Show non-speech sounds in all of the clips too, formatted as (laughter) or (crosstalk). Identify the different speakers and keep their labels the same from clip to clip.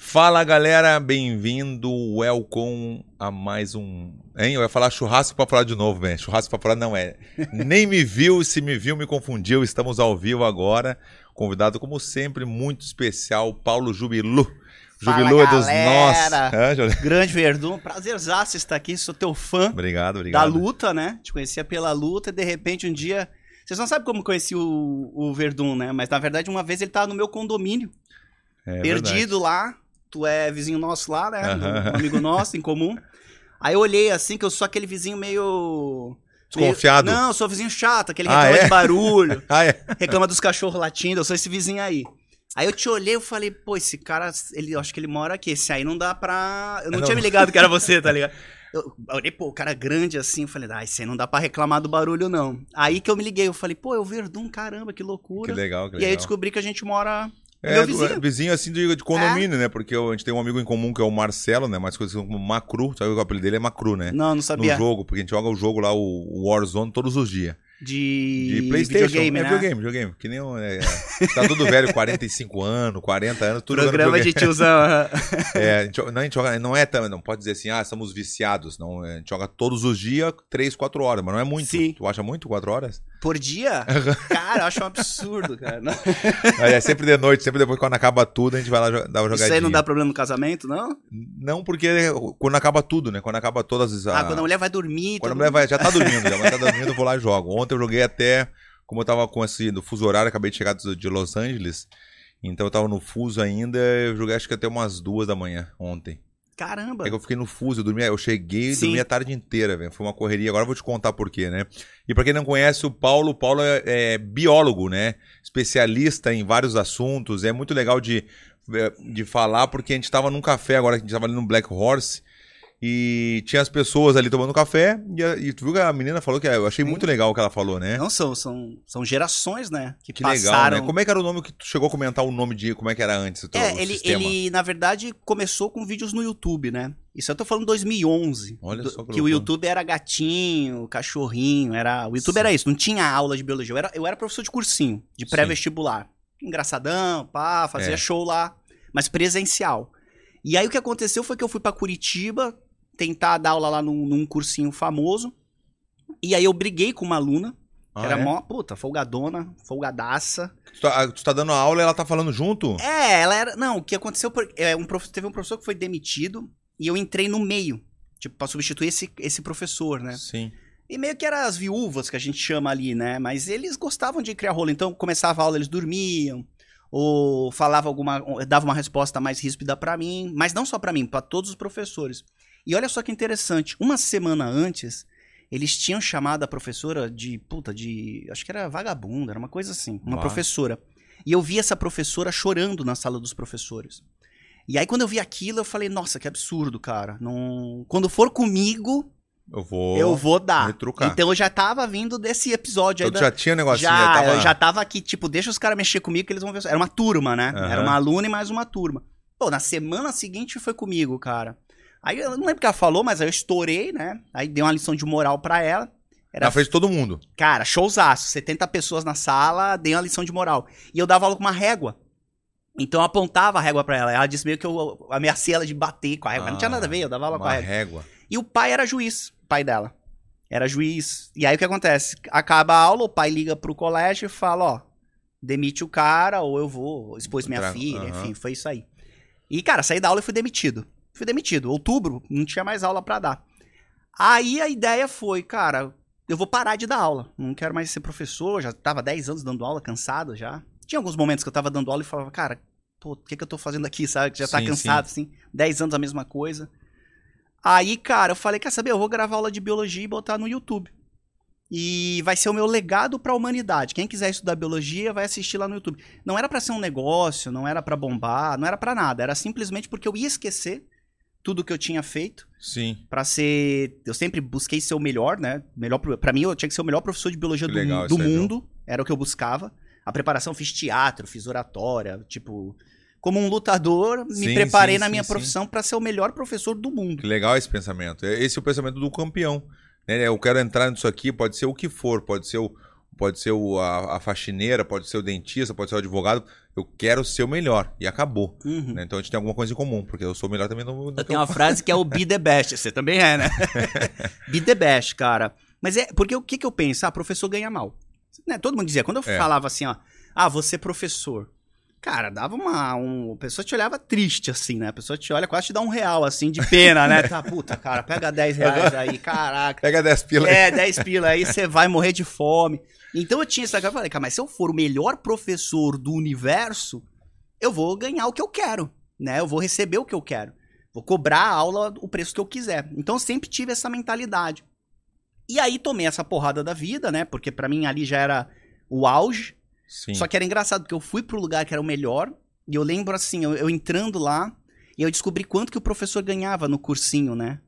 Speaker 1: Fala galera, bem-vindo, welcome a mais um. Hein? Eu ia falar churrasco pra falar de novo, bem. Churrasco pra falar não
Speaker 2: (laughs)
Speaker 1: é. Nem me viu, se me viu, me confundiu. Estamos ao vivo agora. Convidado, como sempre, muito especial, Paulo Jubilu.
Speaker 2: Fala,
Speaker 1: Jubilu é dos
Speaker 2: galera.
Speaker 1: nossos. Hã, Juliano?
Speaker 2: Grande Verdun, prazerzaço estar aqui, sou teu fã
Speaker 1: (laughs) Obrigado, obrigado.
Speaker 2: da luta, né? Te conhecia pela luta e de repente um dia. Vocês não sabem como eu conheci o, o Verdun, né? Mas na verdade, uma vez ele tava no meu condomínio,
Speaker 1: É verdade.
Speaker 2: perdido lá. Tu é vizinho nosso lá, né?
Speaker 1: Aham.
Speaker 2: Um amigo nosso em comum. Aí eu olhei assim, que eu sou aquele vizinho meio.
Speaker 1: Desconfiado.
Speaker 2: Meio... Não, eu sou vizinho chato, aquele que
Speaker 1: Ah,
Speaker 2: reclama
Speaker 1: é?
Speaker 2: de barulho.
Speaker 1: Ah, é.
Speaker 2: reclama dos cachorros latindo, eu sou esse vizinho aí. Aí eu te olhei e falei, pô, esse cara, ele, eu acho que ele mora aqui, esse aí não dá pra... Eu não,
Speaker 1: Não.
Speaker 2: tinha me ligado que era você, tá
Speaker 1: (laughs)
Speaker 2: ligado? Eu olhei, pô, o cara grande assim, eu falei, ah, esse aí não dá pra reclamar do barulho, não. Aí que eu me liguei, eu falei, pô, é o Verdun, caramba, que
Speaker 1: Que
Speaker 2: loucura.
Speaker 1: legal, que legal.
Speaker 2: e aí eu descobri que a gente mora...
Speaker 1: É, do-
Speaker 2: meu vizinho. É?
Speaker 1: vizinho assim de, de condomínio, né? Porque eu- a gente tem um amigo em comum que é o Marcelo, né? Mais conhecido como Macru. Sabe que o apelido dele é Macru, né?
Speaker 2: Não, não
Speaker 1: no
Speaker 2: sabia.
Speaker 1: jogo, porque a gente joga o jogo lá, o Warzone, todos os dias.
Speaker 2: De...
Speaker 1: De PlayStation.
Speaker 2: videogame,
Speaker 1: é
Speaker 2: né?
Speaker 1: videogame, videogame. Que nem. um, É, é. tá tudo velho, 45 anos, 40 anos, tudo jogando
Speaker 2: Programa de
Speaker 1: videogame.
Speaker 2: tiozão. aham.
Speaker 1: É, a gente joga- não, a gente joga, não é também, não pode dizer assim, ah, somos viciados. Não, a gente joga todos os dias, 3, 4 horas, mas não é muito.
Speaker 2: Sim.
Speaker 1: Tu acha muito 4 horas?
Speaker 2: Por dia? Cara, eu acho um absurdo, cara. Não-
Speaker 1: Aí é sempre de noite, sempre depois quando acaba tudo, a gente vai lá jo- dar uma jogadinha.
Speaker 2: Isso aí não dá problema no casamento, não?
Speaker 1: Não, porque quando acaba tudo, né? Quando acaba todas as.
Speaker 2: Ah, quando a mulher vai dormir...
Speaker 1: Quando a
Speaker 2: todo
Speaker 1: mulher vai, já tá dormindo, já vai tá dormindo, eu vou lá e jogo. Ontem eu joguei até, como eu tava com esse no fuso horário, acabei de chegar do- de Los Angeles, então eu tava no fuso ainda, eu joguei acho que até umas duas da manhã ontem.
Speaker 2: Caramba.
Speaker 1: É que eu fiquei no fuso, eu dormi, eu cheguei e
Speaker 2: Sim.
Speaker 1: dormi a tarde inteira, velho. Foi uma correria, agora eu vou te contar por quê, né? E pra quem não conhece o Paulo, o Paulo é, é biólogo, né? Especialista em vários assuntos, é muito legal de, é, de falar, porque a gente tava num café agora, a gente tava ali no Black Horse, e tinha as pessoas ali tomando café, e, a- e tu viu que a menina falou que é, eu achei
Speaker 2: Sim.
Speaker 1: muito legal o que ela falou, né?
Speaker 2: É, Não são, são, são gerações, né? Que,
Speaker 1: Que legal,
Speaker 2: passaram.
Speaker 1: né? Como é que era o nome que tu chegou a comentar o nome de como é que era antes o teu
Speaker 2: É, ele,
Speaker 1: sistema?
Speaker 2: ele, na verdade, começou com vídeos no YouTube, né? Isso eu tô falando 2011.
Speaker 1: Olha
Speaker 2: do-
Speaker 1: só que
Speaker 2: que o
Speaker 1: loucura.
Speaker 2: YouTube era gatinho, cachorrinho, era... O YouTube
Speaker 1: Sim.
Speaker 2: era isso, não tinha aula de biologia. Eu era, eu era professor de cursinho, de pré-vestibular. Engraçadão, pá, fazia
Speaker 1: É.
Speaker 2: show lá, mas presencial. E aí o que aconteceu foi que eu fui pra Curitiba tentar dar aula lá num, num cursinho famoso. E aí eu briguei com uma aluna,
Speaker 1: Ah,
Speaker 2: era
Speaker 1: é?
Speaker 2: mó, puta, folgadona, folgadaça.
Speaker 1: tu, tá, tu tá dando aula e ela tá falando junto?
Speaker 2: É, ela era. Não, o que aconteceu. por- é, um prof- Teve um professor que foi demitido e eu entrei no meio, tipo, pra substituir esse, esse professor, né?
Speaker 1: Sim.
Speaker 2: E meio que eram as viúvas que a gente chama ali, né? Mas eles gostavam de criar rolo, então começava a aula, eles dormiam, ou falava alguma. ou dava uma resposta mais ríspida pra mim, mas não só pra mim, pra todos os professores. E olha só que interessante, uma semana antes, eles tinham chamado a professora de. puta, de. acho que era vagabunda, era uma coisa assim, uma
Speaker 1: Bah.
Speaker 2: professora. E eu vi essa professora chorando na sala dos professores. E aí, quando eu vi aquilo, eu falei, nossa, que absurdo, cara. Não... Quando for comigo,
Speaker 1: Eu vou.
Speaker 2: eu vou dar.
Speaker 1: retrucar.
Speaker 2: Então eu já tava vindo desse
Speaker 1: Então
Speaker 2: episódio aí.
Speaker 1: tu já
Speaker 2: da-
Speaker 1: tinha um negocinho,
Speaker 2: já,
Speaker 1: aí tava...
Speaker 2: eu já tava aqui, tipo, deixa os caras mexer comigo que eles vão ver. Era uma turma, né?
Speaker 1: Aham.
Speaker 2: Era uma aluna e mais uma turma. Pô, na semana seguinte foi comigo, cara. Aí eu não lembro o que ela falou, mas aí eu estourei, né? Aí dei uma lição de moral pra ela. Era,
Speaker 1: Na frente de todo mundo.
Speaker 2: cara, showzaço. 70 pessoas na sala, dei uma lição de moral. E eu dava aula com uma régua. Então eu apontava a régua pra ela. Ela disse meio que eu ameacei ela de bater com a régua. não tinha
Speaker 1: Ah,
Speaker 2: nada a ver, eu dava aula com a
Speaker 1: Uma
Speaker 2: régua.
Speaker 1: régua.
Speaker 2: E o pai era juiz, o pai dela. Era juiz. E aí o que acontece? Acaba a aula, o pai liga pro colégio e fala, ó, demite o cara ou eu vou expôs minha
Speaker 1: Tra-
Speaker 2: filha,
Speaker 1: Aham.
Speaker 2: enfim, foi isso aí. E cara, saí da aula e fui demitido. Fui demitido. Outubro, não tinha mais aula pra dar. Aí a ideia foi, cara, eu vou parar de dar aula. Não quero mais ser professor, já tava 10 anos dando aula, cansado já. Tinha alguns momentos que eu tava dando aula e falava, cara, pô, o que que eu tô fazendo aqui, sabe? Que já tá
Speaker 1: Sim,
Speaker 2: cansado, assim. 10 anos a mesma coisa. Aí, cara, eu falei, quer saber? Eu vou gravar aula de biologia e botar no YouTube. E vai ser o meu legado pra humanidade. Quem quiser estudar biologia vai assistir lá no YouTube. Não era pra ser um negócio, não era pra bombar, não era pra nada. Era simplesmente porque eu ia esquecer tudo que eu tinha feito
Speaker 1: Sim.
Speaker 2: Pra ser. Eu sempre busquei ser o melhor, né? Melhor pro- pra mim, eu tinha que ser o melhor professor de biologia
Speaker 1: Que
Speaker 2: do,
Speaker 1: legal
Speaker 2: mu- do
Speaker 1: isso aí, viu?
Speaker 2: mundo. Era o que eu buscava. A preparação, fiz teatro, fiz oratória. Tipo, como um lutador,
Speaker 1: Sim,
Speaker 2: me preparei
Speaker 1: sim,
Speaker 2: na
Speaker 1: sim,
Speaker 2: minha
Speaker 1: sim.
Speaker 2: profissão pra ser o melhor professor do mundo.
Speaker 1: Que legal esse pensamento. É- Esse é o pensamento do campeão. né? Eu quero entrar nisso aqui, pode ser o que for, pode ser o pode ser o- a, a faxineira, pode ser o dentista, pode ser o advogado. Eu quero ser o melhor. E acabou.
Speaker 2: Uhum.
Speaker 1: né? Então a gente tem alguma coisa em comum, porque eu sou o melhor também no. no
Speaker 2: Eu
Speaker 1: que
Speaker 2: tenho uma frase que é o be the best. Você também é, né? be the best, cara. Mas é, porque o que, que eu penso? Ah, professor ganha mal. Né? Todo mundo dizia, quando eu
Speaker 1: É.
Speaker 2: falava assim, ó, ah, você professor. Cara, dava uma. Um, a pessoa te olhava triste, assim, né? A pessoa te olha, quase te dá um real, assim, de pena, né? Tá, puta, cara, pega 10 reais aí, caraca.
Speaker 1: Pega 10 pila aí.
Speaker 2: É, 10 pila aí, você vai morrer de fome. Então eu tinha essa cara, eu falei, cara, mas se eu for o melhor professor do universo, eu vou ganhar o que eu quero, né? Eu vou receber o que eu quero. Vou cobrar a aula o preço que eu quiser. Então eu sempre tive essa mentalidade. E aí tomei essa porrada da vida, né? Porque pra mim ali já era o auge.
Speaker 1: Sim.
Speaker 2: É, Só que era engraçado, porque eu fui pro lugar que era o melhor, e eu lembro assim, eu, eu entrando lá, e eu descobri quanto que o professor ganhava no cursinho, né?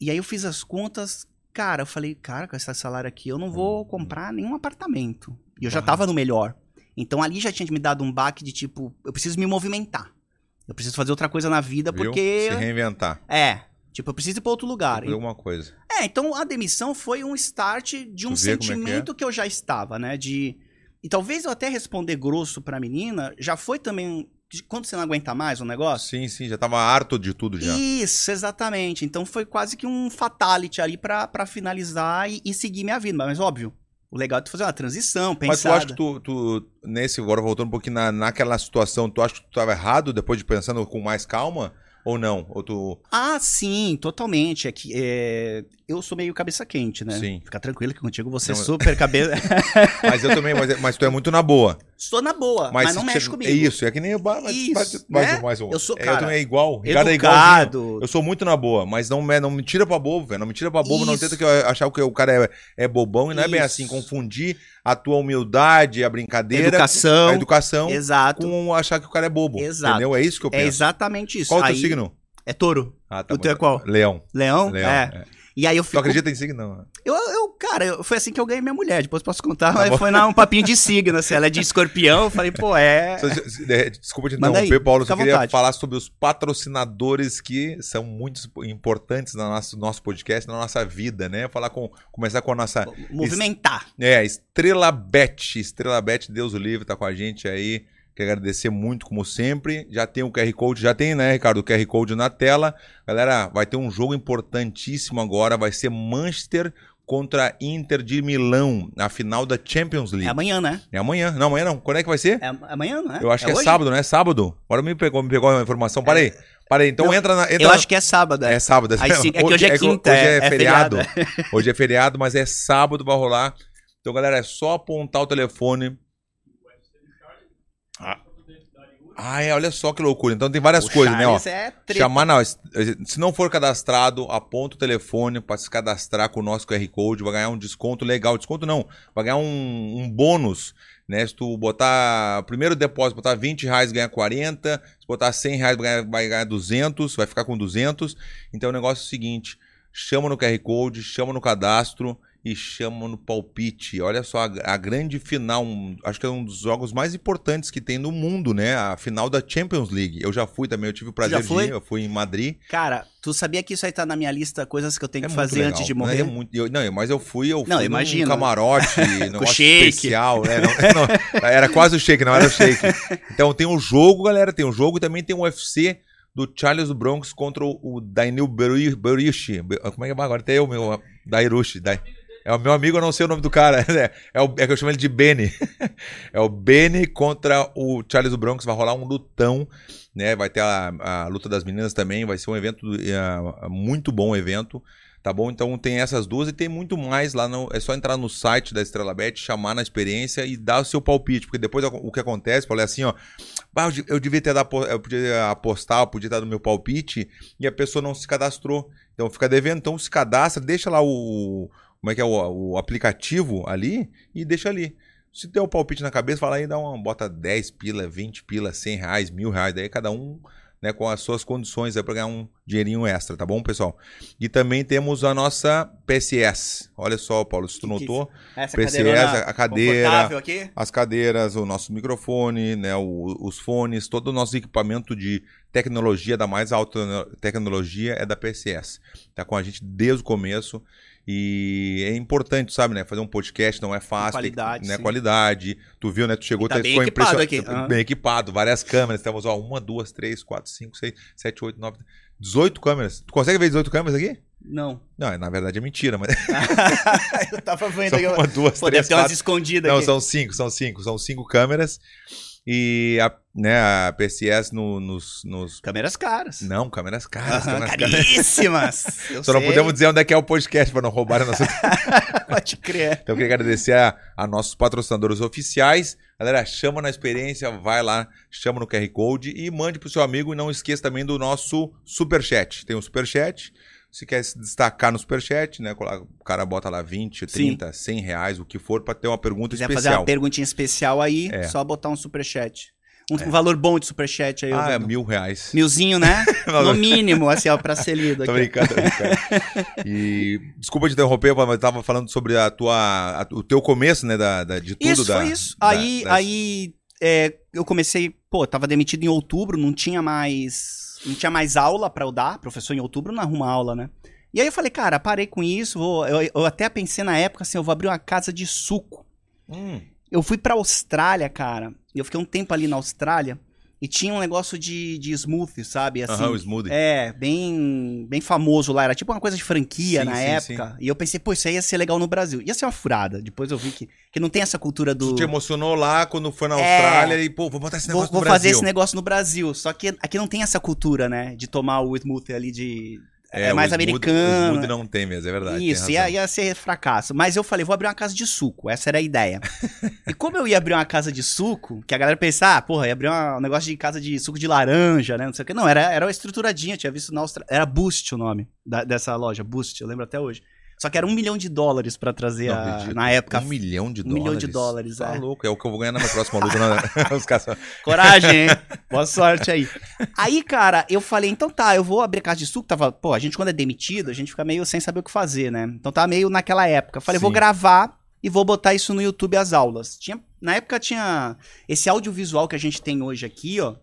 Speaker 2: E aí eu fiz as contas, cara, eu falei, cara, com esse salário aqui, eu não vou comprar nenhum apartamento. E eu já
Speaker 1: Uau.
Speaker 2: tava no melhor. Então ali já tinha me dado um baque de tipo, eu preciso me movimentar. Eu preciso fazer outra coisa na vida,
Speaker 1: Viu?
Speaker 2: é porque.
Speaker 1: Se reinventar.
Speaker 2: É. Tipo, eu preciso ir pra outro lugar.
Speaker 1: Fazer alguma coisa.
Speaker 2: É, então a demissão foi um start de um
Speaker 1: Tu vê como é que é?
Speaker 2: sentimento que eu já estava, né? De e talvez eu até responder grosso pra menina já foi também um- de quando você não aguenta mais o negócio.
Speaker 1: Sim, sim, já tava harto de tudo já.
Speaker 2: Isso, exatamente. Então foi quase que um fatality ali pra pra finalizar e, e seguir minha vida. Mas óbvio, o legal é tu fazer uma transição,
Speaker 1: Mas tu acha
Speaker 2: pensar.
Speaker 1: que tu, tu, nesse, agora voltando um pouquinho na, naquela situação, tu acha que tu tava errado depois de pensando com mais calma? Ou não? Ou tu.
Speaker 2: Ah, sim, totalmente. É que é, eu sou meio cabeça quente, né?
Speaker 1: Sim.
Speaker 2: Fica tranquilo que contigo você é
Speaker 1: Não, eu-
Speaker 2: super cabeça. (laughs)
Speaker 1: Mas eu também, mas, mas tu é muito na boa.
Speaker 2: Sou na boa, mas,
Speaker 1: Mas,
Speaker 2: não
Speaker 1: se
Speaker 2: mexe
Speaker 1: chega-
Speaker 2: comigo.
Speaker 1: É isso, é que nem eu. ba- mas-
Speaker 2: Isso,
Speaker 1: mas-
Speaker 2: né?
Speaker 1: mais um, mais um.
Speaker 2: Eu sou,
Speaker 1: É,
Speaker 2: cara,
Speaker 1: eu também é igual. Ricardo é igual.
Speaker 2: Educado,
Speaker 1: Eu sou muito na boa, mas não, me- não me tira pra bobo, velho. Não me tira pra bobo, não
Speaker 2: Isso.
Speaker 1: tenta que eu achar que o cara é, é bobão e não é bem
Speaker 2: Isso.
Speaker 1: assim. Confundir a tua humildade, a brincadeira,
Speaker 2: educação.
Speaker 1: a educação
Speaker 2: Exato.
Speaker 1: com achar que o cara é bobo.
Speaker 2: Exato.
Speaker 1: Entendeu? É isso que eu
Speaker 2: É
Speaker 1: penso.
Speaker 2: exatamente isso.
Speaker 1: Qual o teu
Speaker 2: Aí-
Speaker 1: signo?
Speaker 2: É touro.
Speaker 1: Ah,
Speaker 2: O
Speaker 1: bom.
Speaker 2: teu é qual?
Speaker 1: Leão.
Speaker 2: Leão?
Speaker 1: Leão.
Speaker 2: É.
Speaker 1: é.
Speaker 2: E aí eu
Speaker 1: Tu
Speaker 2: fico.
Speaker 1: acredita em signo? Não.
Speaker 2: Eu, eu, cara, eu- foi assim que eu ganhei minha mulher. Depois posso contar.
Speaker 1: Tá
Speaker 2: mas
Speaker 1: bom.
Speaker 2: foi na, um papinho de signo, assim. Ela é de escorpião. Eu falei,
Speaker 1: (laughs)
Speaker 2: pô, é.
Speaker 1: Só- se- de- Desculpa te
Speaker 2: Manda
Speaker 1: interromper,
Speaker 2: aí,
Speaker 1: Paulo.
Speaker 2: fica
Speaker 1: Só
Speaker 2: à
Speaker 1: queria
Speaker 2: vontade.
Speaker 1: falar sobre os patrocinadores que são muito importantes no nosso, nosso podcast, na nossa vida, né? Falar com. Começar com a nossa.
Speaker 2: Movimentar.
Speaker 1: É, Estrela Bet. Estrela Bet, Deus o livre, tá com a gente aí. Quero agradecer muito, como sempre. Já tem o QR Code, já tem, né, Ricardo? O QR Code na tela. Galera, vai ter um jogo importantíssimo agora. Vai ser Manchester contra Inter de Milão, na final da Champions
Speaker 2: É
Speaker 1: League.
Speaker 2: amanhã, né?
Speaker 1: É amanhã. Não, amanhã não. Quando é que vai ser?
Speaker 2: É amanhã, né?
Speaker 1: Eu acho que é
Speaker 2: hoje?
Speaker 1: sábado, não é sábado? Agora me pegou, me pegou a informação. Para aí, para aí. Então
Speaker 2: Não,
Speaker 1: entra na. Entra
Speaker 2: Eu
Speaker 1: na-
Speaker 2: acho que é sábado. É.
Speaker 1: É sábado.
Speaker 2: Aí sim, é que hoje é quinta,
Speaker 1: Hoje
Speaker 2: é-
Speaker 1: é,
Speaker 2: é
Speaker 1: feriado.
Speaker 2: feriado.
Speaker 1: hoje é feriado, mas é sábado vai rolar. Então, galera, é só apontar o telefone. Ah, Ah, é, olha só que loucura. Então tem várias
Speaker 2: O
Speaker 1: coisas, né? Ó,
Speaker 2: Charles É treta.
Speaker 1: Chamar não. Se não for cadastrado, aponta o telefone para se cadastrar com o nosso QR Code, vai ganhar um desconto legal. Desconto não, vai ganhar um, um bônus, né? Se tu botar primeiro depósito, botar 20 reais, ganha 40. Se botar 100 reais, vai ganhar, vai ganhar 200, vai ficar com 200. Então o negócio é o seguinte, chama no QR Code, chama no cadastro e chama no palpite. Olha só, a, a grande final, um- acho que é um dos jogos mais importantes que tem no mundo, né? A final da Champions League. Eu já fui também, eu tive o prazer de
Speaker 2: foi?
Speaker 1: ir, eu fui em Madrid.
Speaker 2: Cara, tu sabia que isso aí tá na minha lista, coisas que eu tenho
Speaker 1: É
Speaker 2: que
Speaker 1: muito
Speaker 2: fazer
Speaker 1: legal,
Speaker 2: antes de
Speaker 1: né?
Speaker 2: morrer?
Speaker 1: É muito- eu- não, mas eu fui, eu
Speaker 2: Não,
Speaker 1: fui
Speaker 2: imagino.
Speaker 1: num
Speaker 2: (laughs)
Speaker 1: camarote, um negócio
Speaker 2: shake.
Speaker 1: especial, né? Não- não, (laughs) era quase o shake, não era o shake. Então tem um jogo, galera, tem um jogo e também tem um UFC do Charles Bronx contra o Daniel Berushi. Berushi. Be- Como é que é agora? Até eu, meu. Dairushi. Dai- É o meu amigo, eu não sei o nome do cara. (laughs) É, é o, é que eu chamo ele de Benny. (laughs) É o Benny contra o Charles Bronx. Vai rolar um lutão, né? Vai ter a, a luta das meninas também. Vai ser um evento eh, muito bom um evento. Tá bom? Então tem essas duas e tem muito mais lá. No, é só entrar no site da Estrela Bet, chamar na experiência e dar o seu palpite. Porque depois o que acontece, falei assim, ó. "Bah, eu de- eu devia ter dado, apo- eu podia apostar, eu podia dar o meu palpite e a pessoa não se cadastrou. Então fica devendo. Então se cadastra, deixa lá o. Como é que é o, o aplicativo ali e deixa ali. Se der o palpite na cabeça, fala aí, dá uma, bota 10 pila, 20 pila, 100 reais, mil reais, daí cada um né, com as suas condições aí para ganhar um dinheirinho extra, tá bom, pessoal? E também temos a nossa PSS. Olha só, Paulo, se tu
Speaker 2: Que que
Speaker 1: notou,
Speaker 2: Essa
Speaker 1: PCS,
Speaker 2: cadeirona
Speaker 1: a cadeira,
Speaker 2: confortável aqui?
Speaker 1: as cadeiras, o nosso microfone, né, o- os fones, todo o nosso equipamento de tecnologia da mais alta tecnologia é da PCS. Tá com a gente desde o começo E é importante, sabe, né? Fazer um podcast não é fácil. tem que-
Speaker 2: Qualidade,
Speaker 1: né?
Speaker 2: sim.
Speaker 1: Qualidade. Tu viu, né? Tu chegou,
Speaker 2: Tá
Speaker 1: tu
Speaker 2: bem
Speaker 1: ficou
Speaker 2: equipado
Speaker 1: impressionado.
Speaker 2: aqui, aham.
Speaker 1: Bem equipado, várias câmeras. Temos, ó, uma, duas, três, quatro, cinco, seis, sete, oito, nove, 18 câmeras. Tu consegue ver 18 câmeras aqui?
Speaker 2: Não.
Speaker 1: (laughs) Não, é- na verdade é mentira, mas (laughs)
Speaker 2: eu tava vendo
Speaker 1: são
Speaker 2: aqui.
Speaker 1: uma, duas,
Speaker 2: Pô,
Speaker 1: três,
Speaker 2: deve ter umas
Speaker 1: quatro.
Speaker 2: escondidas
Speaker 1: Não,
Speaker 2: aqui.
Speaker 1: são cinco, são cinco, são cinco câmeras. E a, né, a PCS no- nos, nos.
Speaker 2: Câmeras caras.
Speaker 1: Não, câmeras caras,
Speaker 2: Aham,
Speaker 1: câmeras caras. (laughs)
Speaker 2: caríssimas. Eu
Speaker 1: Só não
Speaker 2: sei,
Speaker 1: podemos dizer onde é que é o podcast para não roubar a nossa
Speaker 2: (laughs) Pode crer.
Speaker 1: Então, eu queria agradecer a, a nossos patrocinadores oficiais. Galera, chama na experiência, vai lá, chama no QR Code e mande pro seu amigo. E não esqueça também do nosso superchat. Tem um superchat. Se quer se destacar no superchat, né? coloca- O cara bota lá 20, 30, 100 reais, o que for, para ter uma pergunta
Speaker 2: quiser fazer uma
Speaker 1: especial.
Speaker 2: perguntinha especial aí,
Speaker 1: É.
Speaker 2: só botar um superchat. Um valor bom de superchat aí.
Speaker 1: ah, é
Speaker 2: Oswaldo.
Speaker 1: mil reais.
Speaker 2: um Milzinho, né?
Speaker 1: (laughs) Não,
Speaker 2: no
Speaker 1: não.
Speaker 2: mínimo, assim, ó, pra ser lido
Speaker 1: Tô
Speaker 2: aqui.
Speaker 1: brincando, tô brincando. E desculpa te interromper, mas eu tava falando sobre a tua, a- o teu começo, né, da, da- de tudo.
Speaker 2: Isso,
Speaker 1: da,
Speaker 2: foi isso.
Speaker 1: da-
Speaker 2: aí,
Speaker 1: das-
Speaker 2: aí é, eu comecei, pô, tava demitido em outubro, não tinha mais. Não tinha mais aula pra eu dar. Professor em outubro não arruma aula, né? E aí eu falei, cara, parei com isso, vou- eu, eu até pensei na época assim, eu vou abrir uma casa de suco.
Speaker 1: Hum,
Speaker 2: Eu fui pra Austrália, cara. e Eu fiquei um tempo ali na Austrália e tinha um negócio de, de smoothie, sabe? Assim,
Speaker 1: aham, o smoothie.
Speaker 2: é, bem, bem famoso lá. Era tipo uma coisa de franquia
Speaker 1: Sim,
Speaker 2: na
Speaker 1: sim,
Speaker 2: época. E eu pensei, pô, isso aí ia ser legal no Brasil. Ia ser uma furada. Depois eu vi que, que não tem essa cultura
Speaker 1: Tu
Speaker 2: do.
Speaker 1: te emocionou lá quando foi na
Speaker 2: É.
Speaker 1: Austrália e, pô, vou botar esse
Speaker 2: Vou,
Speaker 1: negócio
Speaker 2: vou
Speaker 1: no
Speaker 2: fazer
Speaker 1: Brasil.
Speaker 2: esse negócio no Brasil. Só que aqui não tem essa cultura, né? De tomar o smoothie ali de. É, mais
Speaker 1: o Smooth- O
Speaker 2: americano. né?
Speaker 1: Smooth não tem mesmo, é verdade.
Speaker 2: Isso,
Speaker 1: tem
Speaker 2: ia,
Speaker 1: razão.
Speaker 2: ia ser fracasso. Mas eu falei, vou abrir uma casa de suco. Essa era
Speaker 1: (laughs)
Speaker 2: a ideia. e como eu ia abrir uma casa de suco, que a galera pensa, ah, porra, ia abrir uma- um negócio de casa de suco de laranja, né? Não sei o que. Não, era, era uma estruturadinha, eu tinha visto na Austrália. Era Boost o nome da- dessa loja, Boost, eu lembro até hoje. Só que era um milhão de dólares pra trazer
Speaker 1: Não
Speaker 2: a-
Speaker 1: acredito.
Speaker 2: na época.
Speaker 1: Um milhão de
Speaker 2: um
Speaker 1: dólares.
Speaker 2: milhão de dólares,
Speaker 1: Tá
Speaker 2: é.
Speaker 1: louco, é o que eu vou ganhar na minha próxima luta.
Speaker 2: (laughs)
Speaker 1: Não, os caras...
Speaker 2: Coragem, hein? (laughs) Boa sorte aí. Aí, cara, eu falei, então tá, eu vou abrir casa de suco. Tava, pô, a gente quando é demitido, a gente fica meio sem saber o que fazer, né? Então tava meio naquela época. Falei, vou
Speaker 1: Sim.
Speaker 2: gravar e vou botar isso no YouTube as aulas. Tinha, na época tinha esse audiovisual que a gente tem hoje aqui, ó.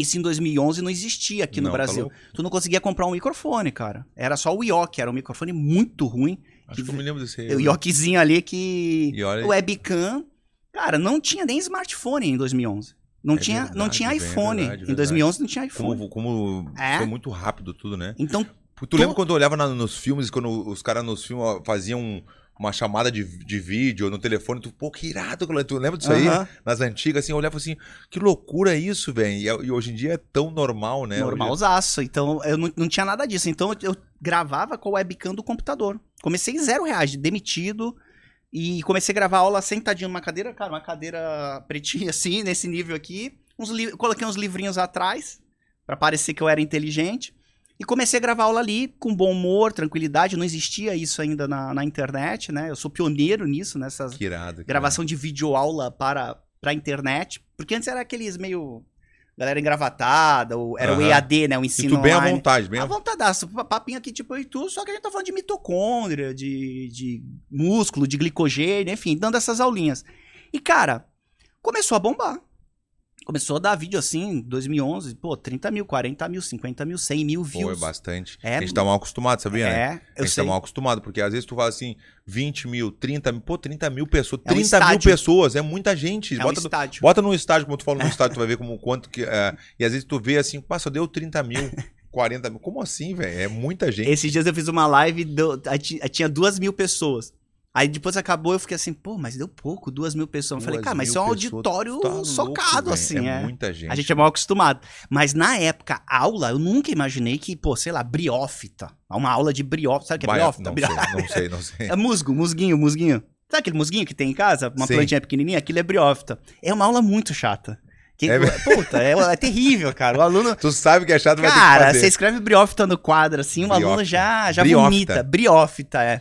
Speaker 2: Isso em 2011 não existia aqui
Speaker 1: Não,
Speaker 2: no
Speaker 1: tá
Speaker 2: Brasil.
Speaker 1: louco.
Speaker 2: tu não conseguia comprar um microfone, cara. Era só o Yoki, era um microfone muito ruim.
Speaker 1: Acho que eu me lembro desse. né?
Speaker 2: O Yokizinho ali que
Speaker 1: E olha,
Speaker 2: o webcam, cara, não tinha nem smartphone em 2011. Não
Speaker 1: É
Speaker 2: tinha, não
Speaker 1: verdade,
Speaker 2: tinha
Speaker 1: bem, é
Speaker 2: iPhone.
Speaker 1: verdade,
Speaker 2: Em
Speaker 1: verdade.
Speaker 2: 2011 não tinha
Speaker 1: como,
Speaker 2: iPhone.
Speaker 1: como
Speaker 2: É.
Speaker 1: foi muito rápido tudo, né?
Speaker 2: Então,
Speaker 1: Tu, lembra quando eu olhava na- nos filmes, quando os caras nos filmes ó, faziam uma chamada de, de vídeo no telefone, tu, pô, que irado, cara. tu lembra disso aí?
Speaker 2: aham,
Speaker 1: Nas antigas, assim, eu olhava assim, que loucura isso, velho. E, e hoje em dia é tão normal, né? Hoje-
Speaker 2: normalzaço. Então, eu não, não tinha nada disso. Então, eu gravava com a webcam do computador. Comecei zero reais, de- demitido. E comecei a gravar aula sentadinho numa cadeira, cara, uma cadeira pretinha (laughs) assim, nesse nível aqui. Uns li- Coloquei uns livrinhos atrás, pra parecer que eu era inteligente. E comecei a gravar aula ali com bom humor, tranquilidade. Não existia isso ainda na, na internet, né? Eu sou pioneiro nisso, nessas
Speaker 1: Que irado. que
Speaker 2: É. gravação de videoaula para para internet, porque antes era aqueles meio galera engravatada, ou era o
Speaker 1: Aham.
Speaker 2: EAD, né, o
Speaker 1: E
Speaker 2: ensino
Speaker 1: tu bem à
Speaker 2: online. Ah,
Speaker 1: vontade, bem à
Speaker 2: A vontadaço, pa- papinho aqui tipo eu e tu, só que a gente tá falando de mitocôndria, de, de músculo, de glicogênio, enfim, dando essas aulinhas. E cara, começou a bombar. Começou a dar vídeo assim, 2011, pô, 30 mil, 40 mil, 50 mil, 100 mil
Speaker 1: Pô, é
Speaker 2: views.
Speaker 1: bastante.
Speaker 2: É-
Speaker 1: a gente tá mal acostumado, sabia? né?
Speaker 2: é,
Speaker 1: A
Speaker 2: eu
Speaker 1: gente
Speaker 2: sei.
Speaker 1: tá mal acostumado, porque às vezes tu fala assim, 20 mil, 30 mil, pô, 30 mil pessoas,
Speaker 2: É
Speaker 1: 30
Speaker 2: um
Speaker 1: mil
Speaker 2: estádio.
Speaker 1: pessoas, é muita gente.
Speaker 2: É um
Speaker 1: bota, no,
Speaker 2: estádio.
Speaker 1: Tipo, bota num estádio, como tu fala num estádio, tu vai ver como quanto que. é, e às vezes tu vê assim, pá, só deu 30
Speaker 2: (laughs)
Speaker 1: mil, 40 mil. Como assim, velho? É muita gente.
Speaker 2: Esses dias eu fiz uma live, e deu, aí ti- aí tinha duas mil pessoas. Aí depois acabou, eu fiquei assim, pô, mas deu pouco, duas mil pessoas. Eu falei,
Speaker 1: Duas
Speaker 2: cara, mas
Speaker 1: mil
Speaker 2: isso é um
Speaker 1: pessoas,
Speaker 2: auditório
Speaker 1: tu tá louco,
Speaker 2: socado,
Speaker 1: velho.
Speaker 2: assim, é.
Speaker 1: É muita gente.
Speaker 2: A gente é mal acostumado. Mas na época, aula, eu nunca imaginei que, pô, sei lá, briófita. Uma aula de briófita. Sabe o que é
Speaker 1: Vai-
Speaker 2: briófita?
Speaker 1: não,
Speaker 2: Bri-
Speaker 1: sei, não sei, não sei.
Speaker 2: É musgo, musguinho, musguinho. Sabe aquele musguinho que tem em casa? Uma
Speaker 1: Sim.
Speaker 2: plantinha pequenininha? Aquilo é briófita. É uma aula muito chata. Que,
Speaker 1: É
Speaker 2: puta, é, é terrível, cara. O aluno...
Speaker 1: Tu sabe que é chato, vai ter que
Speaker 2: Cara,
Speaker 1: fazer.
Speaker 2: você escreve briófita no quadro, assim, o aluno
Speaker 1: Briófita.
Speaker 2: já, já
Speaker 1: Briófita.
Speaker 2: vomita. Briófita, é.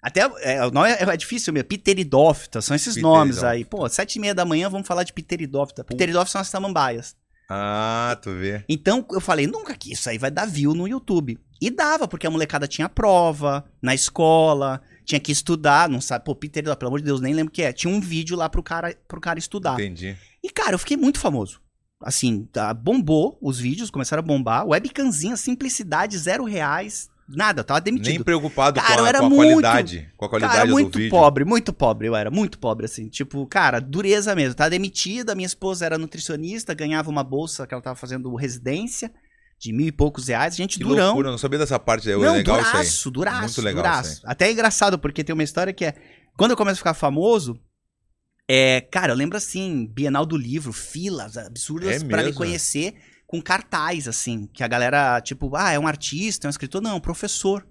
Speaker 2: Até, é, o nome é, é difícil mesmo, pteridófita, são esses nomes aí. Pô, sete e meia da manhã, vamos falar de pteridófita. Pteridófita são as samambaias.
Speaker 1: Ah, tu vê.
Speaker 2: Então, eu falei, nunca que isso aí vai dar view no YouTube. E dava, porque a molecada tinha prova, na escola, tinha que estudar, não sabe, pô, pteridófita, pelo amor de Deus, nem lembro o que é. Tinha um vídeo lá pro cara, pro cara estudar.
Speaker 1: Entendi.
Speaker 2: E, cara, eu fiquei muito famoso. Assim, tá, bombou os vídeos, começaram a bombar. Webcamzinha, simplicidade, zero reais. Nada, eu tava demitido.
Speaker 1: Nem preocupado
Speaker 2: Cara,
Speaker 1: com
Speaker 2: eu
Speaker 1: a,
Speaker 2: era
Speaker 1: com a
Speaker 2: muito-
Speaker 1: qualidade. Com a qualidade
Speaker 2: Cara,
Speaker 1: do
Speaker 2: muito
Speaker 1: vídeo.
Speaker 2: pobre, muito pobre eu era, muito pobre, assim. Tipo, cara, dureza mesmo. Tava demitida, minha esposa era nutricionista, ganhava uma bolsa que ela tava fazendo residência de mil e poucos reais. Gente,
Speaker 1: Que
Speaker 2: durão.
Speaker 1: loucura, eu não sabia dessa parte. É
Speaker 2: Não,
Speaker 1: legal
Speaker 2: duraço,
Speaker 1: isso
Speaker 2: duraço,
Speaker 1: Muito legal
Speaker 2: duraço.
Speaker 1: isso
Speaker 2: Até é engraçado, porque tem uma história que é... Quando eu começo a ficar famoso, é... Cara, eu lembro assim, Bienal do Livro, filas absurdas
Speaker 1: É
Speaker 2: pra me
Speaker 1: mesmo?
Speaker 2: conhecer com cartaz, assim. Que a galera, tipo, ah, é um artista, é um escritor. Não, é
Speaker 1: (laughs)
Speaker 2: um professor.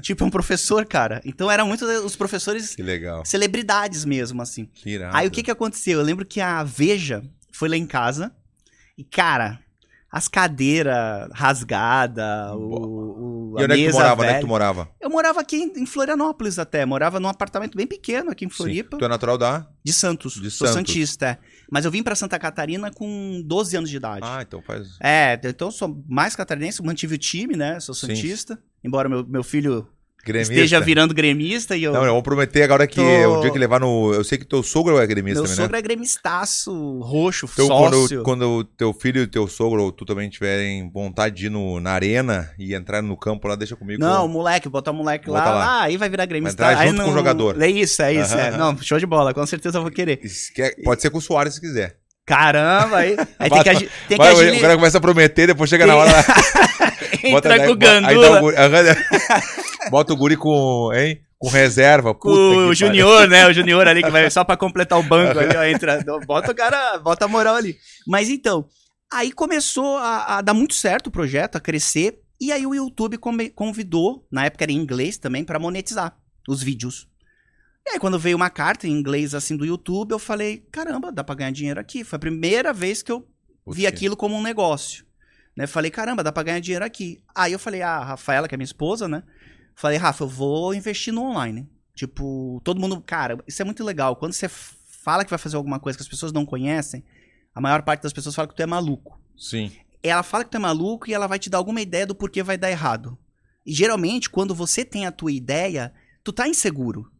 Speaker 2: tipo, é um professor, cara. Então eram muitos os professores
Speaker 1: aí. Que legal.
Speaker 2: celebridades mesmo, assim.
Speaker 1: Que irado.
Speaker 2: Aí o que que aconteceu? Eu lembro que a Veja foi lá em casa e, cara, as cadeiras rasgadas, o, o,
Speaker 1: E
Speaker 2: a
Speaker 1: onde é que tu
Speaker 2: mesa
Speaker 1: morava? Onde é
Speaker 2: velha.
Speaker 1: que tu morava?
Speaker 2: Eu morava aqui em em Florianópolis até, morava num apartamento bem pequeno aqui em Floripa,
Speaker 1: Sim. Tu é natural da?
Speaker 2: de Santos,
Speaker 1: De
Speaker 2: sou
Speaker 1: Santos.
Speaker 2: santista. é. Mas eu vim pra Santa Catarina com 12 anos de idade.
Speaker 1: Ah, então faz.
Speaker 2: É, então eu sou mais catarinense, mantive o time, né, sou
Speaker 1: Sim.
Speaker 2: santista, embora meu, meu filho
Speaker 1: Gremista.
Speaker 2: esteja virando gremista e eu...
Speaker 1: Não, é um eu vou prometer agora que
Speaker 2: Então, Tô-
Speaker 1: o dia que levar no. Eu sei que teu sogro é gremista
Speaker 2: Meu
Speaker 1: também, né?
Speaker 2: sogro é gremistaço, roxo,
Speaker 1: Então,
Speaker 2: sócio.
Speaker 1: quando, quando o teu filho e o teu sogro, ou tu também tiverem vontade de ir no, na arena e entrar no campo lá, deixa comigo.
Speaker 2: Não, moleque, botar o moleque lá,
Speaker 1: Bota lá.
Speaker 2: ah, aí vai virar gremista.
Speaker 1: Vai entrar
Speaker 2: aí
Speaker 1: junto com o jogador.
Speaker 2: É isso, é isso. é.
Speaker 1: Aham.
Speaker 2: Não, show de bola, com certeza eu vou querer.
Speaker 1: Esque- Pode ser com o Soares se quiser.
Speaker 2: Caramba, aí, aí tem
Speaker 1: Vai,
Speaker 2: que agir. Tem que
Speaker 1: Vai,
Speaker 2: agili-
Speaker 1: o cara começa a prometer, depois chega na
Speaker 2: Tem-
Speaker 1: hora. lá,
Speaker 2: (laughs)
Speaker 1: bota
Speaker 2: Entra
Speaker 1: daí-
Speaker 2: com o
Speaker 1: bo- aí dá
Speaker 2: Gandula,
Speaker 1: o guri- aham, Bota o guri com. Hein? Com reserva.
Speaker 2: com
Speaker 1: puta que
Speaker 2: o
Speaker 1: pariu.
Speaker 2: Junior, né? O Junior ali
Speaker 1: (laughs)
Speaker 2: que vai só pra completar o banco ali, ó, entra. Bota o cara, bota a moral ali. Mas então, aí começou a, a dar muito certo o projeto, a crescer. E aí o YouTube come- convidou, na época era em inglês também, pra monetizar os vídeos. E aí quando veio uma carta em inglês assim do YouTube, eu falei, caramba, dá pra ganhar dinheiro aqui. Foi a primeira vez que eu
Speaker 1: Puta
Speaker 2: vi aquilo como um negócio. Né? Falei, caramba, dá pra ganhar dinheiro aqui. Aí eu falei, ah, a Rafaela, que é minha esposa, né? Falei, Rafa, eu vou investir no online. Tipo, todo mundo. Cara, isso é muito legal. Quando você f- fala que vai fazer alguma coisa que as pessoas não conhecem, a maior parte das pessoas fala que tu é maluco.
Speaker 1: Sim.
Speaker 2: Ela fala que tu é maluco e ela vai te dar alguma ideia do porquê vai dar errado. E geralmente, quando você tem a tua ideia, tu tá inseguro.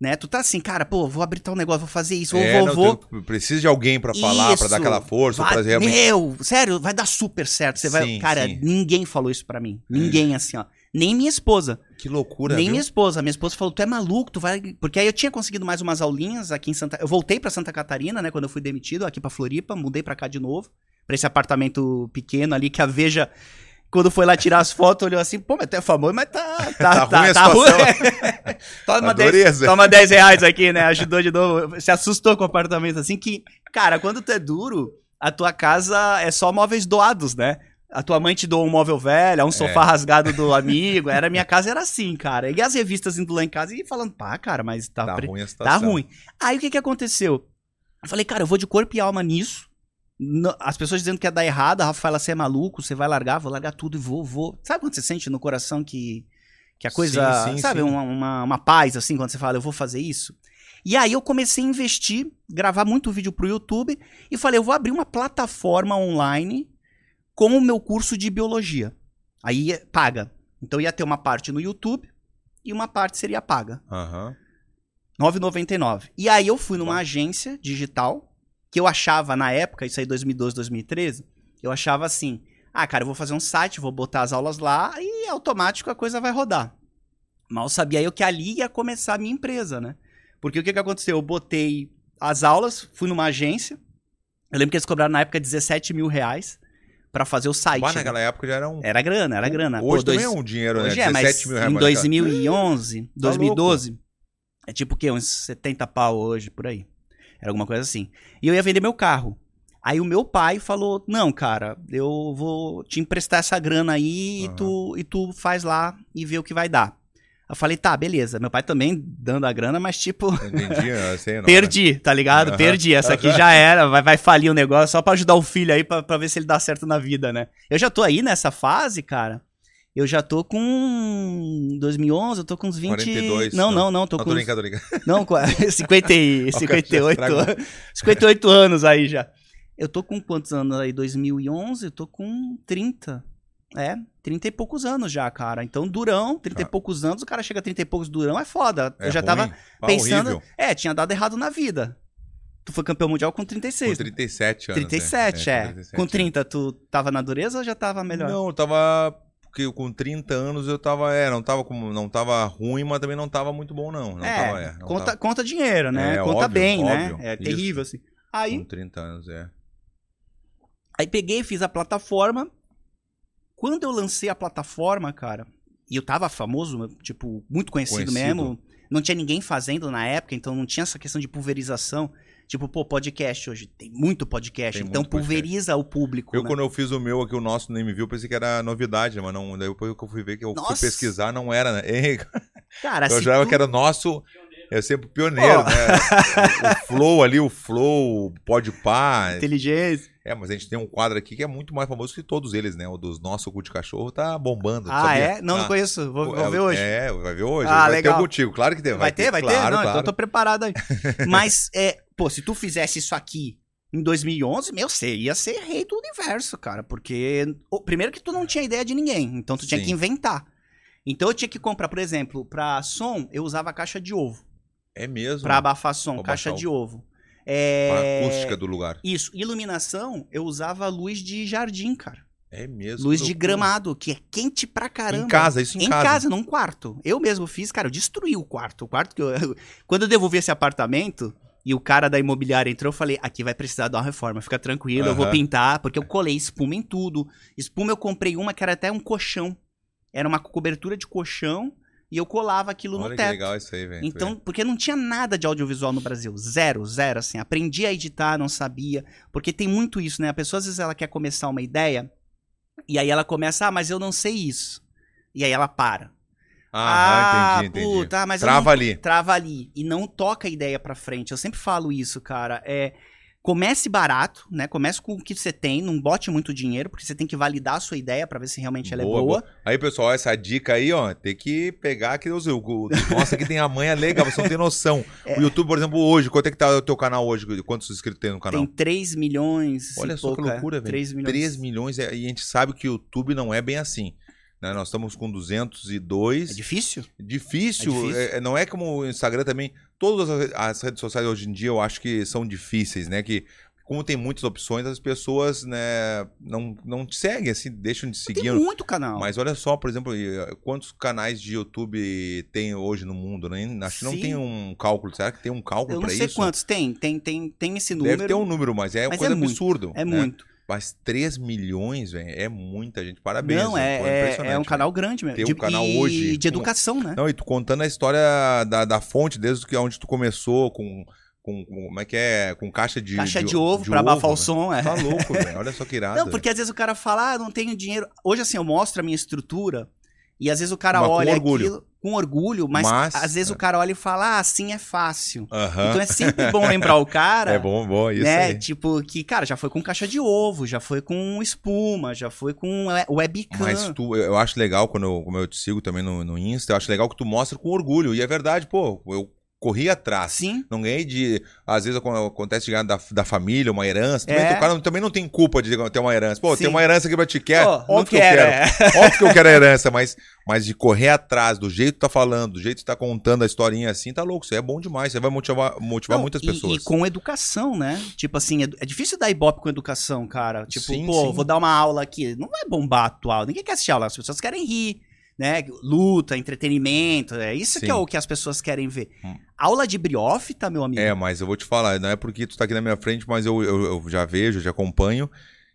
Speaker 2: Né? Tu tá assim, cara, pô, vou abrir tal negócio, vou fazer isso, vou,
Speaker 1: É,
Speaker 2: vou,
Speaker 1: não,
Speaker 2: vou.
Speaker 1: tu Precisa de alguém pra falar, pra dar
Speaker 2: Isso.
Speaker 1: aquela força,
Speaker 2: Vai-
Speaker 1: pra realmente.
Speaker 2: Meu, sério, vai dar super certo. Você vai,
Speaker 1: Sim,
Speaker 2: cara,
Speaker 1: sim.
Speaker 2: ninguém falou isso pra mim. Ninguém assim, ó. Nem minha esposa.
Speaker 1: Que loucura,
Speaker 2: Nem
Speaker 1: viu?
Speaker 2: minha esposa. Minha esposa falou: "Tu é maluco, tu vai". Porque aí eu tinha conseguido mais umas aulinhas aqui em Santa, eu voltei pra Santa Catarina, né, quando eu fui demitido, aqui pra Floripa, mudei pra cá de novo, pra esse apartamento pequeno ali que a Veja quando foi lá tirar as fotos, olhou assim, pô, mas tu é famoso, mas tá.
Speaker 1: (laughs)
Speaker 2: Tá, tá,
Speaker 1: Tá ruim a
Speaker 2: (laughs)
Speaker 1: Tá
Speaker 2: ruim. Tá, Toma 10
Speaker 1: Adoreza.
Speaker 2: Toma 10 reais aqui, né? Ajudou de novo. Se assustou com o apartamento assim que, cara, quando tu é duro, a tua casa é só móveis doados, né? A tua mãe te doou um móvel velho, um sofá rasgado do amigo. Era minha casa era assim, cara. E as revistas indo lá em casa e falando, pá, cara, mas tá,
Speaker 1: Tá
Speaker 2: pre-
Speaker 1: ruim a
Speaker 2: Tá
Speaker 1: situação.
Speaker 2: ruim. Aí o que que aconteceu? Eu falei, cara, eu vou de corpo e alma nisso. N- As pessoas dizendo que ia dar errado, a Rafaela, você é maluco, você vai largar, vou largar tudo e vou, vou. Sabe quando você sente no coração que, que a coisa.
Speaker 1: Sim, sim,
Speaker 2: sabe,
Speaker 1: sim.
Speaker 2: Uma, uma, uma paz, assim, quando você fala, eu vou fazer isso? E aí eu comecei a investir, gravar muito vídeo pro YouTube e falei, eu vou abrir uma plataforma online com o meu curso de biologia. Aí eh, paga. Então ia ter uma parte no YouTube e uma parte seria paga.
Speaker 1: Aham.
Speaker 2: 9,99. E aí eu fui numa
Speaker 1: Bom.
Speaker 2: agência digital que eu achava na época, isso aí 2012, 2013, eu achava assim: "Ah, cara, eu vou fazer um site, vou botar as aulas lá e automático a coisa vai rodar". Mal sabia eu que ali ia começar a minha empresa, né? Porque o que que aconteceu? Eu botei as aulas, fui numa agência. Eu lembro que eles cobraram na época 17 mil reais pra fazer o site.
Speaker 1: Bah,
Speaker 2: né?
Speaker 1: naquela época já era um.
Speaker 2: Era grana, era grana.
Speaker 1: Hoje
Speaker 2: Pô,
Speaker 1: também
Speaker 2: dois-
Speaker 1: é um dinheiro, né?
Speaker 2: Hoje é, mas
Speaker 1: 17 mil reais.
Speaker 2: em
Speaker 1: mas naquela-
Speaker 2: 2011,
Speaker 1: tá
Speaker 2: 2012, é tipo o quê? Uns 70 pau hoje, por aí. Era alguma coisa assim. E eu ia vender meu carro. Aí o meu pai falou, não, cara, eu vou te emprestar essa grana aí e,
Speaker 1: Aham.
Speaker 2: tu, e tu faz lá e vê o que vai dar. Eu falei, tá, beleza. Meu pai também dando a grana, mas tipo,
Speaker 1: (laughs) Entendi, eu sei, não.
Speaker 2: (laughs)
Speaker 1: né?
Speaker 2: perdi, tá ligado?
Speaker 1: Aham.
Speaker 2: Perdi. Essa aqui já era, vai, vai falir o negócio só pra ajudar o filho aí, pra, pra ver se ele dá certo na vida, né? Eu já tô aí nessa fase, cara. Eu já tô com 2011, eu tô com uns 20...
Speaker 1: 42,
Speaker 2: não, não,
Speaker 1: não.
Speaker 2: não, tô
Speaker 1: Não, tô
Speaker 2: com uns-
Speaker 1: brincando, tô brincando. (laughs)
Speaker 2: não, (laughs) qua- 50 e,
Speaker 1: já
Speaker 2: 58,
Speaker 1: estragou.
Speaker 2: (laughs) anos. 58 anos aí já. Eu tô com quantos anos aí? 2011? Eu tô com 30. É, 30 e poucos anos já, cara. Então, durão, 30 e
Speaker 1: Ah.
Speaker 2: poucos anos, o cara chega a 30 e poucos durão, é foda.
Speaker 1: É
Speaker 2: eu já
Speaker 1: ruim.
Speaker 2: tava
Speaker 1: Ah,
Speaker 2: pensando.
Speaker 1: horrível.
Speaker 2: É, tinha dado errado na vida. Tu foi campeão mundial com 36.
Speaker 1: Com 37 anos. né?
Speaker 2: 37, é.
Speaker 1: com 37,
Speaker 2: Com 30, tu tava na dureza ou já tava melhor?
Speaker 1: Não, eu tava Porque eu, com 30 anos eu tava, é, não tava como, não tava ruim, mas também não tava muito bom não, não
Speaker 2: é,
Speaker 1: tava, é, não
Speaker 2: conta,
Speaker 1: tava
Speaker 2: conta dinheiro, né?
Speaker 1: É,
Speaker 2: conta
Speaker 1: óbvio,
Speaker 2: bem,
Speaker 1: óbvio.
Speaker 2: né? É
Speaker 1: Isso.
Speaker 2: terrível, assim. Aí,
Speaker 1: com 30 anos, é.
Speaker 2: Aí peguei, fiz a plataforma. Quando eu lancei a plataforma, cara, e eu tava famoso, tipo, muito conhecido,
Speaker 1: Conhecido.
Speaker 2: mesmo. Não tinha ninguém fazendo na época, então não tinha essa questão de pulverização. Tipo, pô, podcast hoje tem muito podcast,
Speaker 1: Tem
Speaker 2: então
Speaker 1: muito podcast.
Speaker 2: pulveriza o público.
Speaker 1: Eu
Speaker 2: né?
Speaker 1: quando eu fiz o meu aqui o nosso no MV, eu pensei que era novidade, né, mas não, daí depois que eu fui ver que eu fui
Speaker 2: Nossa.
Speaker 1: pesquisar não era, né? (laughs) Ei,
Speaker 2: Cara,
Speaker 1: eu
Speaker 2: Tá se
Speaker 1: jurava
Speaker 2: tu-
Speaker 1: que era nosso, eu sempre pioneiro,
Speaker 2: Ó.
Speaker 1: né? o flow ali, o flow, o pode pá,
Speaker 2: inteligência.
Speaker 1: É, mas a gente tem um quadro aqui que é muito mais famoso que todos eles, né? O dos nosso cu de cachorro tá bombando. tu
Speaker 2: Ah,
Speaker 1: sabia?
Speaker 2: é? Não,
Speaker 1: Ah,
Speaker 2: não conheço. Vou, vou
Speaker 1: é,
Speaker 2: ver hoje.
Speaker 1: É, vai ver hoje.
Speaker 2: Ah,
Speaker 1: vai
Speaker 2: legal.
Speaker 1: ter contigo, claro que tem.
Speaker 2: Vai ter, vai ter?
Speaker 1: claro,
Speaker 2: não, então
Speaker 1: claro.
Speaker 2: eu tô
Speaker 1: (laughs)
Speaker 2: preparado aí. Mas, é, pô, se tu fizesse isso aqui em 2011, meu, você ia ser rei do universo, cara. Porque, o- primeiro que tu não tinha ideia de ninguém, então tu tinha
Speaker 1: Sim.
Speaker 2: que inventar. Então eu tinha que comprar, por exemplo, pra som, eu usava caixa de ovo.
Speaker 1: É mesmo.
Speaker 2: Pra abafar som,
Speaker 1: Pra
Speaker 2: caixa
Speaker 1: baixar
Speaker 2: de ovo.
Speaker 1: A
Speaker 2: É...
Speaker 1: acústica do lugar.
Speaker 2: Isso. Iluminação, eu usava luz de jardim, cara.
Speaker 1: É mesmo.
Speaker 2: Luz
Speaker 1: que
Speaker 2: de
Speaker 1: loucura.
Speaker 2: gramado, que é quente pra caramba.
Speaker 1: Em casa, isso em,
Speaker 2: Em casa. num quarto. Eu mesmo fiz, cara, eu destruí o quarto. O quarto que eu. (laughs) Quando eu devolvi esse apartamento e o cara da imobiliária entrou, eu falei: aqui vai precisar dar uma reforma, fica tranquilo, eu vou
Speaker 1: Aham.
Speaker 2: pintar, porque eu colei espuma em tudo. Espuma eu comprei uma que era até um colchão. Era uma cobertura de colchão e eu colava aquilo
Speaker 1: Olha
Speaker 2: no
Speaker 1: que
Speaker 2: teto.
Speaker 1: legal isso aí, velho.
Speaker 2: Então, porque não tinha nada de audiovisual no Brasil. Zero, zero, assim. Aprendi a editar, não sabia. Porque tem muito isso, né? A pessoa, às vezes, ela quer começar uma ideia e aí ela começa, ah, mas eu não sei isso. E aí ela para.
Speaker 1: Ah, entendi, entendi.
Speaker 2: puta, ah, mas eu
Speaker 1: Trava ali.
Speaker 2: não... Trava ali. E não toca a ideia pra frente. Eu sempre falo isso, cara. É... Comece barato, né? Comece com o que você tem, não bote muito dinheiro, porque você tem que validar a sua ideia pra ver se realmente ela é boa.
Speaker 1: Aí, pessoal, essa dica aí, ó, tem que pegar que Deus, o, o, nossa, aqui tem a manha legal, você não tem noção.
Speaker 2: É.
Speaker 1: O YouTube, por exemplo, hoje, quanto é que tá o teu canal hoje? Quantos inscritos tem no canal?
Speaker 2: Tem 3 milhões.
Speaker 1: Olha
Speaker 2: e
Speaker 1: só que
Speaker 2: pouca.
Speaker 1: loucura, velho.
Speaker 2: 3 milhões.
Speaker 1: 3 milhões, é- e a gente sabe que o YouTube não é bem assim. né? Nós estamos com 202.
Speaker 2: É difícil?
Speaker 1: difícil,
Speaker 2: É difícil.
Speaker 1: é- é- não é como o Instagram também. Todas as, as redes sociais hoje em dia eu acho que são difíceis, né? Que como tem muitas opções, as pessoas né, não, não te seguem, assim, deixam de
Speaker 2: Tem
Speaker 1: seguir.
Speaker 2: muito canal.
Speaker 1: Mas olha só, por exemplo, e, eh, quantos canais de YouTube tem hoje no mundo, né? Acho que não
Speaker 2: Sim.
Speaker 1: tem um cálculo. Será que tem um cálculo
Speaker 2: Eu não
Speaker 1: para
Speaker 2: sei
Speaker 1: isso?
Speaker 2: quantos tem, tem, tem, tem esse número.
Speaker 1: Deve ter um número, mas é uma
Speaker 2: Mas
Speaker 1: coisa
Speaker 2: é muito,
Speaker 1: absurda.
Speaker 2: É
Speaker 1: né?
Speaker 2: muito.
Speaker 1: Mas 3 milhões, velho, é muita gente. Parabéns.
Speaker 2: não,
Speaker 1: né?
Speaker 2: é,
Speaker 1: Pô,
Speaker 2: é,
Speaker 1: impressionante,
Speaker 2: é um
Speaker 1: né?
Speaker 2: canal grande mesmo.
Speaker 1: Ter um
Speaker 2: De-
Speaker 1: canal
Speaker 2: e
Speaker 1: hoje
Speaker 2: De
Speaker 1: com-
Speaker 2: educação, né?
Speaker 1: Não, e tu contando a história da, da fonte, desde que onde tu começou, com, com, com- Como é que é? Com caixa de.
Speaker 2: Caixa de, ovo pra abafar o
Speaker 1: velho.
Speaker 2: som. É.
Speaker 1: Tá louco, velho. Olha só que irado.
Speaker 2: Não, porque às vezes o cara fala, ah, não tenho dinheiro. Hoje, assim, eu mostro a minha estrutura e às vezes o cara
Speaker 1: Mas com
Speaker 2: olha
Speaker 1: orgulho.
Speaker 2: aquilo com orgulho, mas,
Speaker 1: Mas-
Speaker 2: às vezes
Speaker 1: é.
Speaker 2: o cara olha e fala, ah, assim é fácil.
Speaker 1: Aham.
Speaker 2: Então é sempre bom lembrar o cara.
Speaker 1: (laughs) É bom, bom, isso
Speaker 2: né?
Speaker 1: aí.
Speaker 2: Tipo, que, cara, já foi com caixa de ovo, já foi com espuma, já foi com we- webcam.
Speaker 1: Mas tu, eu acho legal, quando eu, como eu te sigo também no, no Insta, eu acho legal que tu mostra com orgulho. E é verdade, pô, eu corri atrás.
Speaker 2: Sim.
Speaker 1: Não ganhei de. Às vezes acon- acontece de ganhar da, da família, uma herança. Também,
Speaker 2: É.
Speaker 1: O cara também não tem culpa de ter uma herança. Pô,
Speaker 2: Sim.
Speaker 1: tem uma herança aqui pra te quer.
Speaker 2: Pô,
Speaker 1: óbvio que eu quero.
Speaker 2: é.
Speaker 1: Óbvio que eu quero a herança, mas, mas de correr atrás, do jeito que tá falando, do jeito que tá contando a historinha assim, tá louco. Isso é bom demais. Você vai motivar, motivar
Speaker 2: Não,
Speaker 1: muitas
Speaker 2: e-
Speaker 1: pessoas.
Speaker 2: E com educação, né? Tipo assim, é, é difícil dar ibope com educação, cara. Tipo,
Speaker 1: Sim,
Speaker 2: pô,
Speaker 1: sim.
Speaker 2: vou dar uma aula aqui. Não vai bombar a tua aula. Ninguém quer assistir aula. As pessoas querem rir, né? Luta, entretenimento. É isso que
Speaker 1: Sim.
Speaker 2: é o que as pessoas querem ver.
Speaker 1: Hum.
Speaker 2: Aula de briófita, meu amigo.
Speaker 1: É, mas eu vou te falar, não é porque tu tá aqui na minha frente, mas eu, eu, eu já vejo, já acompanho.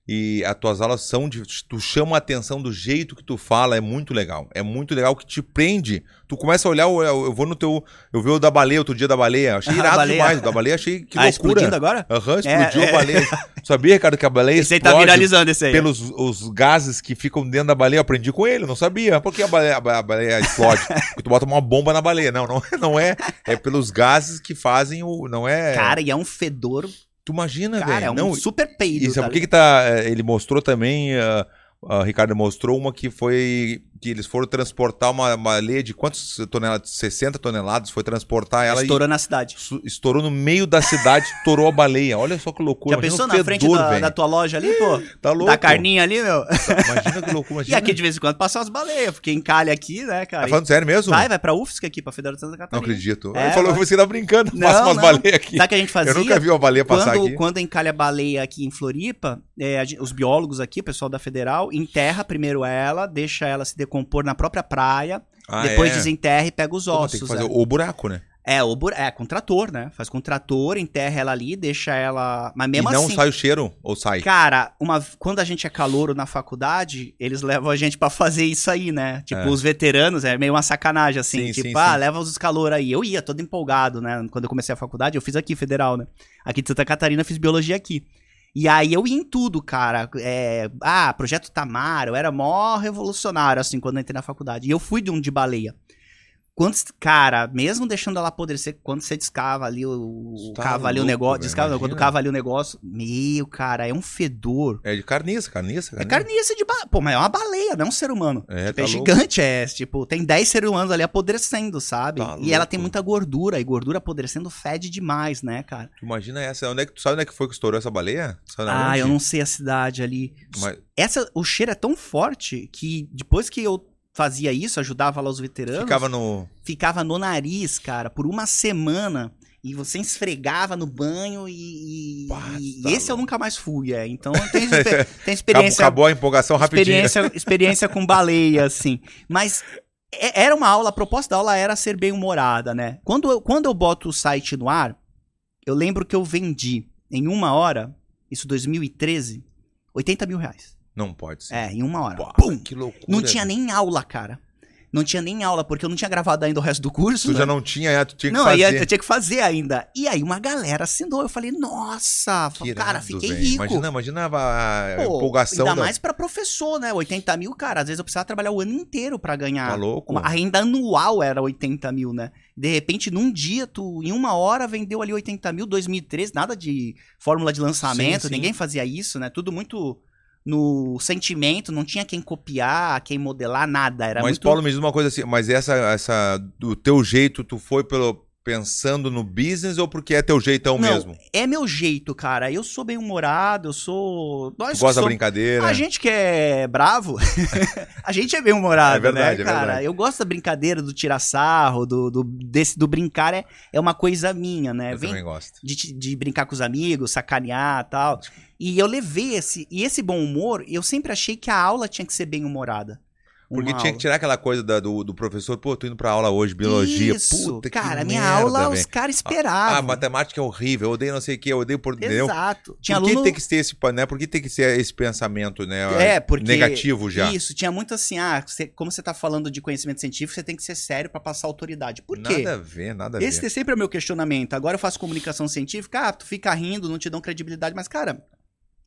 Speaker 1: E as tuas aulas são de. Tu chama a atenção do jeito que tu fala, é muito legal. É muito legal que te prende. Tu começa a olhar, eu, eu vou no teu. Eu vi o da baleia outro dia da baleia.
Speaker 2: (laughs)
Speaker 1: Achei
Speaker 2: Ah,
Speaker 1: irado
Speaker 2: baleia.
Speaker 1: demais. O da baleia achei que
Speaker 2: ah, explodindo
Speaker 1: loucura.
Speaker 2: agora?
Speaker 1: Aham,
Speaker 2: É,
Speaker 1: explodiu
Speaker 2: é.
Speaker 1: a
Speaker 2: (laughs)
Speaker 1: baleia. Sabia, Ricardo, que a baleia
Speaker 2: Esse aí tá
Speaker 1: explode
Speaker 2: viralizando esse aí.
Speaker 1: pelos os gases que ficam dentro da baleia. Eu aprendi com ele, não sabia. Por que a baleia, a baleia explode?
Speaker 2: (laughs)
Speaker 1: Porque tu bota uma bomba na baleia. Não, não, não é. É pelos gases que fazem o. Não é.
Speaker 2: Cara, e é um fedor,
Speaker 1: tu imagina, velho.
Speaker 2: cara, é um
Speaker 1: não,
Speaker 2: super peido.
Speaker 1: e sabe
Speaker 2: tá
Speaker 1: eh, por que, que tá. eh, Ele mostrou também. ah, ah, Ricardo mostrou uma que foi que eles foram transportar uma baleia de quantas toneladas? 60 toneladas, foi transportar ela
Speaker 2: Estourou na cidade.
Speaker 1: e su- estourou no meio da cidade, estourou a baleia. Olha só que loucura.
Speaker 2: Já
Speaker 1: imagina
Speaker 2: pensou
Speaker 1: o
Speaker 2: na frente
Speaker 1: um fedor,
Speaker 2: da,
Speaker 1: velho.
Speaker 2: da tua loja ali, pô?
Speaker 1: Tá louco.
Speaker 2: Da carninha ali, meu?
Speaker 1: Imagina que loucura.
Speaker 2: (laughs) E
Speaker 1: Imagina.
Speaker 2: aqui de vez em quando passam as baleias, porque encalha aqui, né, cara?
Speaker 1: Tá falando sério mesmo?
Speaker 2: Vai, vai pra UFSC aqui, pra Federal de Santa
Speaker 1: Não
Speaker 2: Catarina.
Speaker 1: acredito.
Speaker 2: É,
Speaker 1: Ele falou,
Speaker 2: vai.
Speaker 1: você tá brincando,
Speaker 2: Não,
Speaker 1: passa umas
Speaker 2: não.
Speaker 1: baleias aqui.
Speaker 2: Sabe o que a gente fazia?
Speaker 1: Eu nunca vi uma baleia passar
Speaker 2: quando,
Speaker 1: aqui.
Speaker 2: quando encalha baleia aqui em Floripa, é, a gen- os biólogos aqui, o pessoal da Federal, enterra primeiro ela, deixa ela se decompor na própria praia,
Speaker 1: Ah,
Speaker 2: depois
Speaker 1: é?
Speaker 2: desenterra e pega os
Speaker 1: Pô, mas
Speaker 2: ossos.
Speaker 1: Tem que fazer
Speaker 2: né?
Speaker 1: o buraco, né?
Speaker 2: É, o bur... é, com trator, né? Faz com trator, enterra ela ali, deixa ela. Mas mesmo
Speaker 1: e não
Speaker 2: assim.
Speaker 1: sai o cheiro? Ou sai?
Speaker 2: Cara, uma... quando a gente é calouro na faculdade, eles levam a gente pra fazer isso aí, né? Tipo,
Speaker 1: É.
Speaker 2: os veteranos, é meio uma sacanagem, assim.
Speaker 1: Sim,
Speaker 2: tipo,
Speaker 1: sim,
Speaker 2: ah,
Speaker 1: sim.
Speaker 2: leva os calor aí. Eu ia, todo empolgado, né? Quando eu comecei a faculdade, eu fiz aqui, federal, né? Aqui de Santa Catarina, eu fiz biologia aqui. E aí eu ia em tudo, cara. É, Ah, Projeto Tamar, eu era mó revolucionário, assim, quando eu entrei na faculdade. E eu fui de um de baleia. Quando, cara, mesmo deixando ela apodrecer, quando você descava ali o,
Speaker 1: Você
Speaker 2: o
Speaker 1: tá
Speaker 2: cava ali o
Speaker 1: louco,
Speaker 2: negócio,
Speaker 1: velho,
Speaker 2: descava, não, quando
Speaker 1: imagina.
Speaker 2: cava ali o negócio, meu, cara, é um fedor.
Speaker 1: É de carniça, carniça,
Speaker 2: É carniça de baleia. Pô, mas é uma baleia, não é um ser humano.
Speaker 1: É,
Speaker 2: Tipo,
Speaker 1: tá
Speaker 2: é
Speaker 1: louco.
Speaker 2: gigante, é. Tipo, tem 10 seres humanos ali apodrecendo, sabe?
Speaker 1: Tá
Speaker 2: e ela
Speaker 1: louco.
Speaker 2: tem muita gordura, e gordura apodrecendo fede demais, né, cara?
Speaker 1: Tu Imagina essa. Onde é que, tu sabe onde é que foi que estourou essa baleia? Sabe
Speaker 2: ah,
Speaker 1: onde?
Speaker 2: eu não sei a cidade ali.
Speaker 1: Mas-
Speaker 2: Essa, o cheiro é tão forte que depois que eu fazia isso, ajudava lá os veteranos,
Speaker 1: Ficava no.
Speaker 2: ficava no nariz, cara, por uma semana. E você esfregava no banho e. e-
Speaker 1: Pá,
Speaker 2: e-
Speaker 1: tá
Speaker 2: e esse eu
Speaker 1: louco.
Speaker 2: nunca mais fui, é. Então tem,
Speaker 1: (laughs)
Speaker 2: tem experiência
Speaker 1: Acabou, acabou a empolgação rapidinho.
Speaker 2: experiência, experiência com baleia, assim. Mas é- era uma aula, a proposta da aula era ser bem-humorada, né? Quando eu, quando eu boto o site no ar, eu lembro que eu vendi em uma hora, isso 2013, 80 mil reais.
Speaker 1: Não pode ser.
Speaker 2: É, em uma hora.
Speaker 1: Pô,
Speaker 2: Pum!
Speaker 1: Que loucura.
Speaker 2: Não tinha
Speaker 1: velho.
Speaker 2: nem aula, cara. Não tinha nem aula, porque eu não tinha gravado ainda o resto do curso.
Speaker 1: Tu
Speaker 2: né?
Speaker 1: já não tinha, é, tu tinha que
Speaker 2: Não, aí
Speaker 1: fazer.
Speaker 2: eu, eu tinha que fazer ainda. E aí uma galera assinou. Eu falei, nossa,
Speaker 1: Que
Speaker 2: cara,
Speaker 1: irado,
Speaker 2: fiquei
Speaker 1: velho.
Speaker 2: rico.
Speaker 1: Imagina, imagina a, a
Speaker 2: Pô,
Speaker 1: empolgação.
Speaker 2: Ainda
Speaker 1: da-
Speaker 2: mais pra professor, né? 80 mil, cara. Às vezes eu precisava trabalhar o ano inteiro pra ganhar.
Speaker 1: Tá louco?
Speaker 2: Uma- a renda anual era 80 mil, né? De repente, num dia, tu, em uma hora, vendeu ali 80 mil, 2013, nada de fórmula de lançamento,
Speaker 1: Sim, sim.
Speaker 2: ninguém fazia isso, né? Tudo muito no sentimento, não tinha quem copiar, quem modelar, nada. Era
Speaker 1: mas,
Speaker 2: muito.
Speaker 1: Paulo, me diz uma coisa assim, mas essa, essa. Do teu jeito, tu foi pelo. Pensando no business ou porque é teu jeitão
Speaker 2: Não,
Speaker 1: mesmo? Tu
Speaker 2: É meu jeito, cara. Eu sou bem humorado, eu sou. Nós
Speaker 1: gosta da
Speaker 2: somos-
Speaker 1: brincadeira? né?
Speaker 2: A gente que é bravo, (laughs) a gente é bem humorado,
Speaker 1: É verdade,
Speaker 2: né,
Speaker 1: é
Speaker 2: cara?
Speaker 1: verdade.
Speaker 2: Eu gosto da brincadeira, do tirar sarro, do, do, desse, do brincar, é, é uma coisa minha, né?
Speaker 1: Eu
Speaker 2: Vem
Speaker 1: também gosto.
Speaker 2: de, te- de brincar com os amigos, sacanear e tal. E eu levei esse, e esse bom humor, eu sempre achei que a aula tinha que ser bem humorada.
Speaker 1: Porque tinha
Speaker 2: Uma um aula.
Speaker 1: que tirar aquela coisa da- do, do professor, pô, tô indo pra aula hoje, biologia.
Speaker 2: Isso,
Speaker 1: Puta que
Speaker 2: cara, minha
Speaker 1: merda,
Speaker 2: aula
Speaker 1: velho.
Speaker 2: os caras
Speaker 1: Ah,
Speaker 2: esperavam.
Speaker 1: matemática é horrível, eu odeio não sei o que, eu odeio por. entendeu?
Speaker 2: Exato. Tinha
Speaker 1: Por que
Speaker 2: aluno...
Speaker 1: tem que ter esse, pan- né? Por que tem que ser esse pensamento, né?
Speaker 2: É, porque-
Speaker 1: Negativo já.
Speaker 2: Isso, tinha muito assim, ah, você- como você tá falando de conhecimento científico, você tem que ser sério pra passar autoridade. Por quê?
Speaker 1: Nada a ver, nada a ver.
Speaker 2: Esse é sempre é o meu questionamento. Agora eu faço comunicação científica, ah, tu fica rindo, não te dão credibilidade, mas, cara,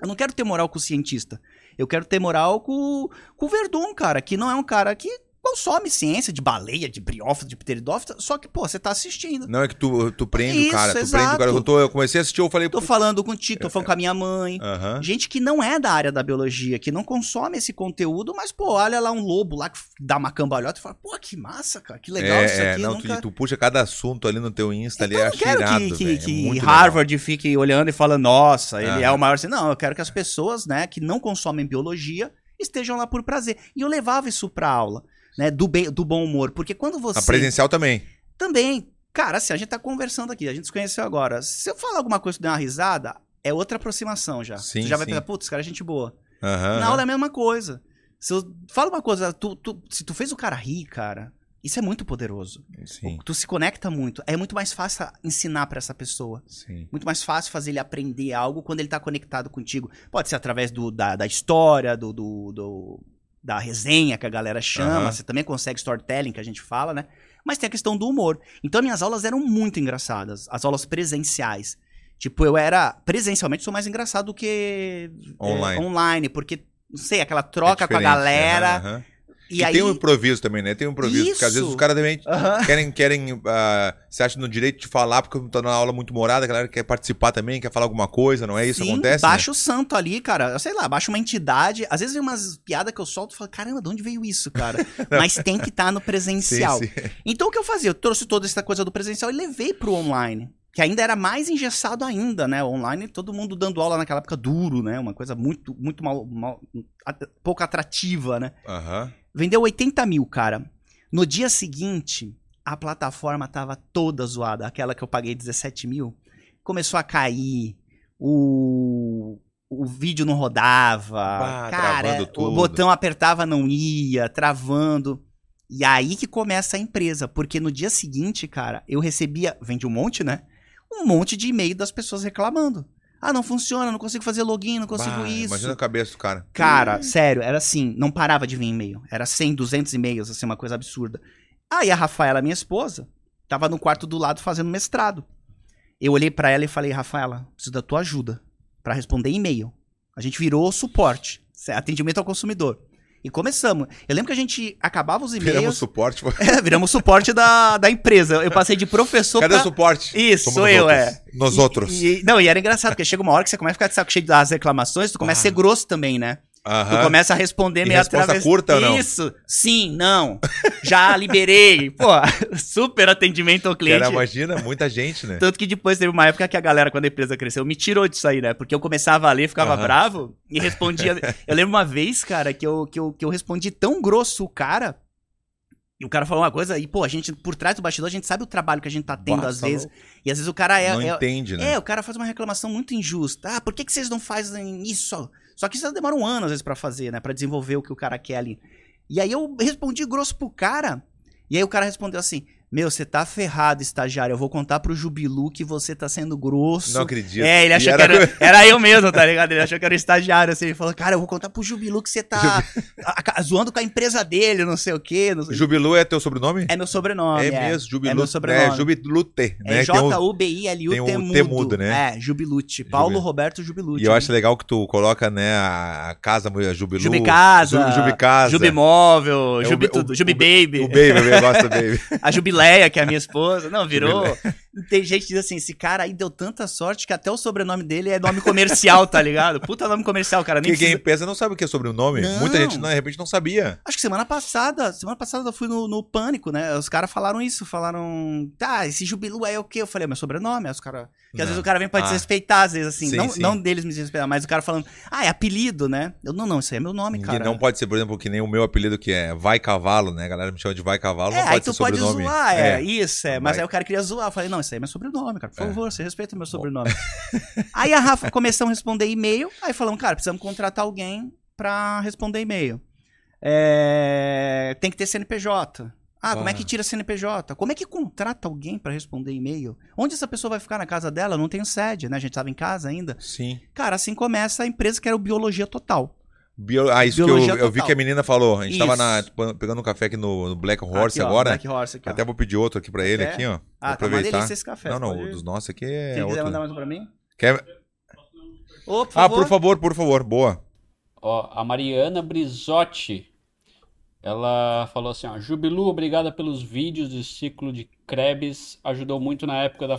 Speaker 2: eu não quero ter moral com o cientista. Eu quero ter moral com, com o Verdun, cara, que não é um cara que consome ciência de baleia, de briófito, de pteridófito, só que, pô, você tá assistindo.
Speaker 1: Não é que tu, tu prende o
Speaker 2: Isso,
Speaker 1: cara, tu
Speaker 2: exato.
Speaker 1: prende o cara. Eu, tô- eu comecei a assistir, eu falei.
Speaker 2: Tô falando contigo, tô falando com a minha mãe.
Speaker 1: Aham.
Speaker 2: Gente que não é da área da biologia, que não consome esse conteúdo, mas, pô, olha lá um lobo lá que dá uma cambalhota e fala, pô, que massa, cara, que legal
Speaker 1: é,
Speaker 2: isso
Speaker 1: é,
Speaker 2: aqui.
Speaker 1: não,
Speaker 2: nunca...
Speaker 1: tu, tu puxa cada assunto ali no teu Insta ali,
Speaker 2: Eu
Speaker 1: é
Speaker 2: não quero
Speaker 1: cheirado,
Speaker 2: que, que-
Speaker 1: velho. é
Speaker 2: que
Speaker 1: muito
Speaker 2: Harvard fique olhando e falando, nossa, ele
Speaker 1: Aham.
Speaker 2: é o maior. cientista." Não, eu quero que as pessoas, né, que não consomem biologia, estejam lá por prazer. E eu levava isso pra aula, né, do, bem, do bom humor. Porque quando
Speaker 1: legal.
Speaker 2: você.
Speaker 1: A presencial também.
Speaker 2: Também, cara, assim, a gente tá conversando aqui, a gente se conheceu agora. Se eu falar alguma coisa e der uma risada, é outra aproximação já.
Speaker 1: Sim,
Speaker 2: Você já vai
Speaker 1: sim.
Speaker 2: pensar, putz, esse cara é gente boa.
Speaker 1: Aham.
Speaker 2: Na aula é a mesma coisa. Se eu falo uma coisa, tu- tu- se tu fez o cara rir, cara, isso é muito poderoso.
Speaker 1: Sim,
Speaker 2: Tu se conecta muito. É muito mais fácil ensinar pra essa pessoa.
Speaker 1: sim.
Speaker 2: Muito mais fácil fazer ele aprender algo quando ele tá conectado contigo. Pode ser através do, da, da história, do, do, do- da resenha que a galera chama.
Speaker 1: Aham.
Speaker 2: Você também consegue storytelling, que a gente fala, né? Mas tem a questão do humor. Então, minhas aulas eram muito engraçadas. As aulas presenciais. Tipo, eu era... Presencialmente, sou mais engraçado do que... é,
Speaker 1: Online.
Speaker 2: online, porque... Não sei, aquela
Speaker 1: É
Speaker 2: troca com a
Speaker 1: diferente,
Speaker 2: galera.
Speaker 1: aham, aham. E, tem o improviso também, né? Tem o improviso. Porque às vezes
Speaker 2: Isso.
Speaker 1: os caras também
Speaker 2: Aham.
Speaker 1: querem, querem ah, se acham no direito de falar porque tá numa aula muito morada, a galera quer participar também, quer falar alguma coisa, não é isso?
Speaker 2: Sim,
Speaker 1: Acontece? né?
Speaker 2: Baixa o santo ali, cara. Eu sei lá, baixa uma entidade. Às vezes vem umas piadas que eu solto e falo, caramba, de onde veio isso,
Speaker 1: (laughs)
Speaker 2: cara? Mas tem que estar no
Speaker 1: né? Sim,
Speaker 2: presencial.
Speaker 1: sim.
Speaker 2: Então o que eu fazia? Eu trouxe toda essa coisa do presencial e levei pro online. Que ainda era mais engessado ainda, né? Online, todo mundo dando aula naquela época duro, né? Uma coisa muito, muito mal, mal- at- pouco atrativa, né?
Speaker 1: Aham.
Speaker 2: Vendeu 80 mil, cara. No dia seguinte, a plataforma tava toda zoada. Aquela que eu paguei 17 mil. Começou a cair. O, o vídeo não rodava.
Speaker 1: Ah,
Speaker 2: cara,
Speaker 1: travando tudo.
Speaker 2: o botão apertava, não ia, travando. E aí que começa a empresa. Porque no dia seguinte, cara, eu recebia. Vende um monte, né? Um monte de e-mail das pessoas reclamando. Ah, não funciona, não consigo fazer login, não consigo
Speaker 1: Bah,
Speaker 2: isso.
Speaker 1: Imagina a cabeça do cara.
Speaker 2: Cara, sério, era assim, não parava de vir e-mail. Era 100, 200 e-mails, assim, uma coisa absurda. Aí a Rafaela, minha esposa, tava no quarto do lado fazendo mestrado. Eu olhei pra ela e falei, Rafaela, preciso da tua ajuda pra responder e-mail. A gente virou suporte, cê- atendimento ao consumidor. E começamos. Eu lembro que a gente acabava os
Speaker 1: Viramos
Speaker 2: e-mails.
Speaker 1: suporte. (laughs) pô.
Speaker 2: (laughs) É, viramos suporte da, da empresa. Eu passei de professor
Speaker 1: Cadê o
Speaker 2: pra.
Speaker 1: suporte?
Speaker 2: Isso,
Speaker 1: Somos
Speaker 2: sou
Speaker 1: nós
Speaker 2: eu,
Speaker 1: outros.
Speaker 2: é.
Speaker 1: Nós
Speaker 2: E-
Speaker 1: outros.
Speaker 2: e- não, e era engraçado, porque chega uma hora que você começa a ficar de saco cheio das reclamações, tu começa a ser
Speaker 1: Ah.
Speaker 2: grosso também, né? Tu
Speaker 1: Aham.
Speaker 2: começa a responder
Speaker 1: E
Speaker 2: meio
Speaker 1: resposta
Speaker 2: através...
Speaker 1: curta ou não?
Speaker 2: Isso, sim, não. Já (laughs) liberei. Pô, super atendimento ao cliente.
Speaker 1: Cara, imagina, muita gente, né?
Speaker 2: Tanto que depois teve uma época que a galera, quando a empresa cresceu, me tirou disso aí, né? Porque eu começava a ler, ficava
Speaker 1: Aham.
Speaker 2: bravo e
Speaker 1: (laughs)
Speaker 2: respondia. eu lembro uma vez, cara, que eu, que, eu, que eu respondi tão grosso o cara. E o cara falou uma coisa, e pô, a gente, por trás do bastidor, a gente sabe o trabalho que a gente tá tendo
Speaker 1: Bah,
Speaker 2: às
Speaker 1: tá
Speaker 2: vezes.
Speaker 1: louco.
Speaker 2: E às vezes o cara é-
Speaker 1: não
Speaker 2: é,
Speaker 1: entende, né?
Speaker 2: é, o cara faz uma reclamação muito injusta. Ah, por que, que vocês não fazem isso? Só que isso demora um ano, às vezes, pra fazer, né? Pra desenvolver o que o cara quer ali. E aí eu respondi grosso pro cara. E aí o cara respondeu assim: Meu, você tá ferrado, estagiário. Eu vou contar pro Jubilu que você tá sendo grosso.
Speaker 1: Não acredito.
Speaker 2: É, ele
Speaker 1: E
Speaker 2: achou que
Speaker 1: (laughs)
Speaker 2: era, era eu mesmo, tá ligado? Ele achou que era o estagiário, assim. Ele falou, cara, eu vou contar pro Jubilu que
Speaker 1: (laughs)
Speaker 2: você tá a- a- zoando com a empresa dele, não sei o quê. não sei-
Speaker 1: Jubilu é teu sobrenome?
Speaker 2: É meu sobrenome.
Speaker 1: É mesmo, Jubilu.
Speaker 2: É meu sobrenome.
Speaker 1: É, Jubilute, né?
Speaker 2: É
Speaker 1: Tem um- tem
Speaker 2: J-U-B-I-L-U-T
Speaker 1: um
Speaker 2: mudo.
Speaker 1: T mudo, né?
Speaker 2: É, Jubilute. Paulo
Speaker 1: Jubil-
Speaker 2: Roberto Jubilute.
Speaker 1: E eu acho legal que tu coloca, né, a a casa, a Jubilu.
Speaker 2: Jubicasa,
Speaker 1: Ju- Jubicasa.
Speaker 2: Jubimóvel,
Speaker 1: É, o
Speaker 2: Jubi
Speaker 1: Be-
Speaker 2: tudo,
Speaker 1: o-
Speaker 2: Jubibaby,
Speaker 1: O Baby, eu gosto do Baby.
Speaker 2: a Jubileia, que é a minha esposa. Não, (laughs) virou. Tem gente que diz assim: esse cara aí deu tanta sorte que até o sobrenome dele é nome comercial, tá ligado? Puta nome comercial, cara. Nem
Speaker 1: Porque quem
Speaker 2: precisa...
Speaker 1: pensa não sabe o que é sobrenome.
Speaker 2: Não.
Speaker 1: Muita gente, não, de repente, não sabia.
Speaker 2: Acho que semana passada, semana passada eu fui no, no Pânico, né? Os caras falaram isso, falaram, tá, esse Jubilu aí é o quê? Eu falei, meu sobrenome, aí os caras. Porque às
Speaker 1: Não.
Speaker 2: vezes o cara vem pra
Speaker 1: Ah.
Speaker 2: desrespeitar, às vezes, assim.
Speaker 1: Sim,
Speaker 2: não,
Speaker 1: sim.
Speaker 2: não deles me desrespeitar, mas o cara falando, ah, é apelido, né? Eu, não, não, isso aí é meu nome,
Speaker 1: Ninguém-
Speaker 2: cara.
Speaker 1: Não pode ser, por exemplo, que nem o meu apelido que é Vai Cavalo, né? A galera me chama de Vai Cavalo,
Speaker 2: é,
Speaker 1: não
Speaker 2: aí
Speaker 1: pode
Speaker 2: tu
Speaker 1: ser
Speaker 2: pode
Speaker 1: sobrenome.
Speaker 2: zoar, é, isso, é. Mas
Speaker 1: Vai.
Speaker 2: aí o cara queria zoar. Eu falei, não, isso aí é meu sobrenome, cara. Por
Speaker 1: É.
Speaker 2: favor, você respeita
Speaker 1: (laughs)
Speaker 2: meu sobrenome. aí a Rafa começamos a responder e-mail, aí falamos, cara, precisamos contratar alguém pra responder e-mail. É, Tem que ter CNPJ. Ah, como é
Speaker 1: Ah.
Speaker 2: que tira CNPJ? Como é que contrata alguém pra responder e-mail? Onde essa pessoa vai ficar na casa dela? Eu Não tenho sede, né? A gente tava em casa ainda.
Speaker 1: Sim.
Speaker 2: Cara, assim começa a empresa que era o Biologia Total.
Speaker 1: Bio- Ah, isso que eu,
Speaker 2: Biologia
Speaker 1: eu vi
Speaker 2: total.
Speaker 1: que a menina falou. A gente tava
Speaker 2: Isso.
Speaker 1: na- p- pegando um café aqui no, no Black Horse
Speaker 2: Aqui, ó,
Speaker 1: agora.
Speaker 2: Black Horse aqui, ó.
Speaker 1: Até vou pedir outro aqui pra ele,
Speaker 2: Café.
Speaker 1: aqui, ó.
Speaker 2: Ah, tá uma
Speaker 1: aproveitar.
Speaker 2: delícia esse café.
Speaker 1: não, não,
Speaker 2: pode-
Speaker 1: o dos nossos aqui
Speaker 2: Quem
Speaker 1: é
Speaker 2: quiser
Speaker 1: outro.
Speaker 2: mandar mais um pra mim?
Speaker 1: Quer-
Speaker 2: Ô,
Speaker 1: Ah,
Speaker 2: por favor.
Speaker 1: por favor, por favor. Boa.
Speaker 3: Ó, a Mariana Brizotti, ela falou assim, ó, Jubilu, obrigada pelos vídeos do ciclo de Krebs, ajudou muito na época da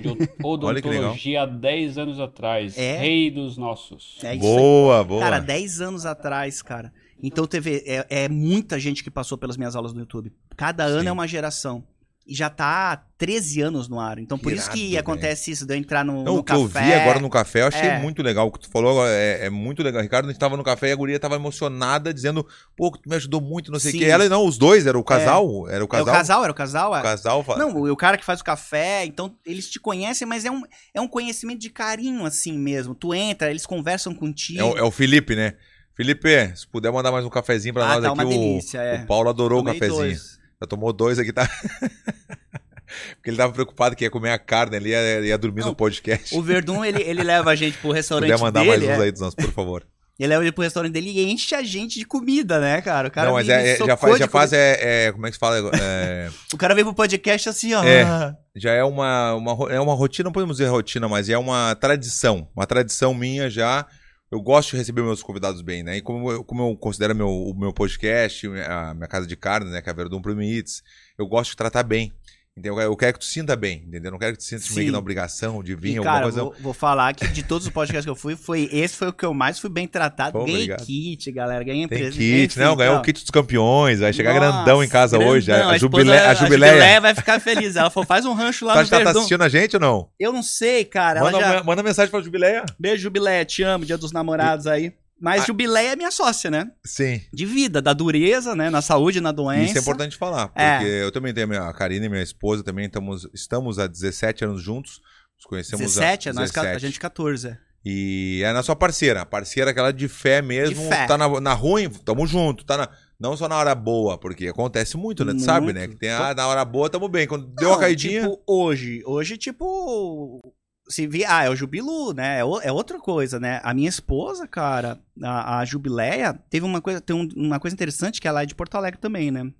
Speaker 1: (laughs)
Speaker 3: de
Speaker 1: Olha que legal.
Speaker 3: odontologia há 10 anos atrás,
Speaker 2: É.
Speaker 3: rei dos nossos.
Speaker 2: É isso aí.
Speaker 1: boa, boa.
Speaker 2: Cara, 10 anos atrás, cara. Então, TV, é, é muita gente que passou pelas minhas aulas no YouTube. Cada ano
Speaker 1: Sim.
Speaker 2: é uma geração. E já tá há 13 anos no ar. Então, por isso que
Speaker 1: Irado, velho.
Speaker 2: acontece isso, de eu entrar no,
Speaker 1: Não,
Speaker 2: no
Speaker 1: o que
Speaker 2: café.
Speaker 1: eu vi agora no café, eu achei
Speaker 2: É.
Speaker 1: muito legal. O que tu falou agora é, é muito legal. Ricardo, a gente tava no café e a guria tava emocionada, dizendo, pô, tu me ajudou muito, não sei o
Speaker 2: Sim.
Speaker 1: quê. Ela e não, os dois, era o casal. Era o
Speaker 2: Era
Speaker 1: casal.
Speaker 2: o casal, era o casal?
Speaker 1: O
Speaker 2: é.
Speaker 1: casal fala-
Speaker 2: Não, o, o cara que faz o café, então eles te conhecem, mas é um, é um conhecimento de carinho, assim mesmo. Tu entra, eles conversam contigo.
Speaker 1: é, o, é o Felipe, né? Felipe, se puder mandar mais um cafezinho pra
Speaker 2: Ah,
Speaker 1: nós
Speaker 2: tá
Speaker 1: aqui,
Speaker 2: uma
Speaker 1: o,
Speaker 2: delícia, é.
Speaker 1: o Paulo adorou
Speaker 2: Tomei
Speaker 1: o cafezinho.
Speaker 2: dois.
Speaker 1: Já tomou dois aqui, tá? (laughs) Porque ele tava preocupado que ia comer a carne ali, ia, ia dormir
Speaker 2: Não,
Speaker 1: no podcast.
Speaker 2: O Verdun, ele, ele leva a gente pro
Speaker 1: Se
Speaker 2: restaurante
Speaker 1: puder mandar
Speaker 2: dele.
Speaker 1: mais uns
Speaker 2: é.
Speaker 1: aí dos nossos, por favor.
Speaker 2: Ele leva ele pro restaurante dele e enche a gente de comida, né, cara? O cara
Speaker 1: não, mas
Speaker 2: me- me
Speaker 1: é- é- já
Speaker 2: socou
Speaker 1: faz,
Speaker 2: de
Speaker 1: já faz
Speaker 2: comida.
Speaker 1: é, é, como é que se fala? É,
Speaker 2: O cara veio pro podcast assim, ó.
Speaker 1: É.
Speaker 2: Ah,
Speaker 1: já é uma, uma, ro- é uma rotina, não podemos dizer rotina, mas é uma tradição. Uma tradição minha já, eu gosto de receber meus convidados bem, né? E como eu, como eu considero meu, o meu podcast, a minha casa de carne, né? Que é a Verdun Prime Eats, eu gosto de tratar bem. Entendeu? Eu quero que tu sinta bem, entendeu? Eu Não quero que tu sinta meio
Speaker 2: Sim.
Speaker 1: que na obrigação de vir,
Speaker 2: E,
Speaker 1: alguma
Speaker 2: cara,
Speaker 1: coisa.
Speaker 2: vou, vou falar que de todos os podcasts que eu fui, foi, esse foi o que eu mais fui bem tratado.
Speaker 1: Pô,
Speaker 2: ganhei
Speaker 1: obrigado.
Speaker 2: kit, galera. Ganhei
Speaker 1: Tem
Speaker 2: presente,
Speaker 1: kit,
Speaker 2: enfim,
Speaker 1: não, ganhou
Speaker 2: então.
Speaker 1: o kit dos campeões, vai chegar
Speaker 2: Nossa,
Speaker 1: grandão em casa hoje.
Speaker 2: grandão.
Speaker 1: A, a,
Speaker 2: esposa- é
Speaker 1: jubile, a,
Speaker 2: jubileia.
Speaker 1: jubileia.
Speaker 2: vai ficar feliz. Ela falou, faz um rancho lá
Speaker 1: Tá,
Speaker 2: no
Speaker 1: tá, tá
Speaker 2: Verdão.
Speaker 1: assistindo a gente ou não?
Speaker 2: Eu não sei, cara. Ela
Speaker 1: Manda,
Speaker 2: já...
Speaker 1: manda mensagem pra jubileia.
Speaker 2: Beijo, Jubileia. Te amo, dia dos namorados aí. Mas Jubileia é minha sócia, né?
Speaker 1: Sim.
Speaker 2: De vida, da dureza, né? Na saúde, na doença.
Speaker 1: Isso é importante falar, porque
Speaker 2: É.
Speaker 1: eu também tenho a minha a Karina e minha esposa também estamos, estamos há 17 anos juntos. Nos conhecemos
Speaker 2: 17,
Speaker 1: há
Speaker 2: é nós, ca- a gente 14.
Speaker 1: E é a nossa parceira, a parceira aquela de fé mesmo,
Speaker 2: De fé.
Speaker 1: tá na, na ruim, tamo junto, tá na- não só na hora boa, porque acontece muito, né? Tu sabe,
Speaker 2: Muito.
Speaker 1: né? Que tem a na hora boa, tamo bem, quando deu
Speaker 2: Não,
Speaker 1: uma caidinha,
Speaker 2: Tipo, hoje. Hoje, tipo. Se vi, ah, é o Jubilu, né? É, o- é outra coisa, né? A minha esposa, cara, a, a Jubileia, teve uma coisa, tem um- uma coisa interessante que ela é de Porto Alegre também, né?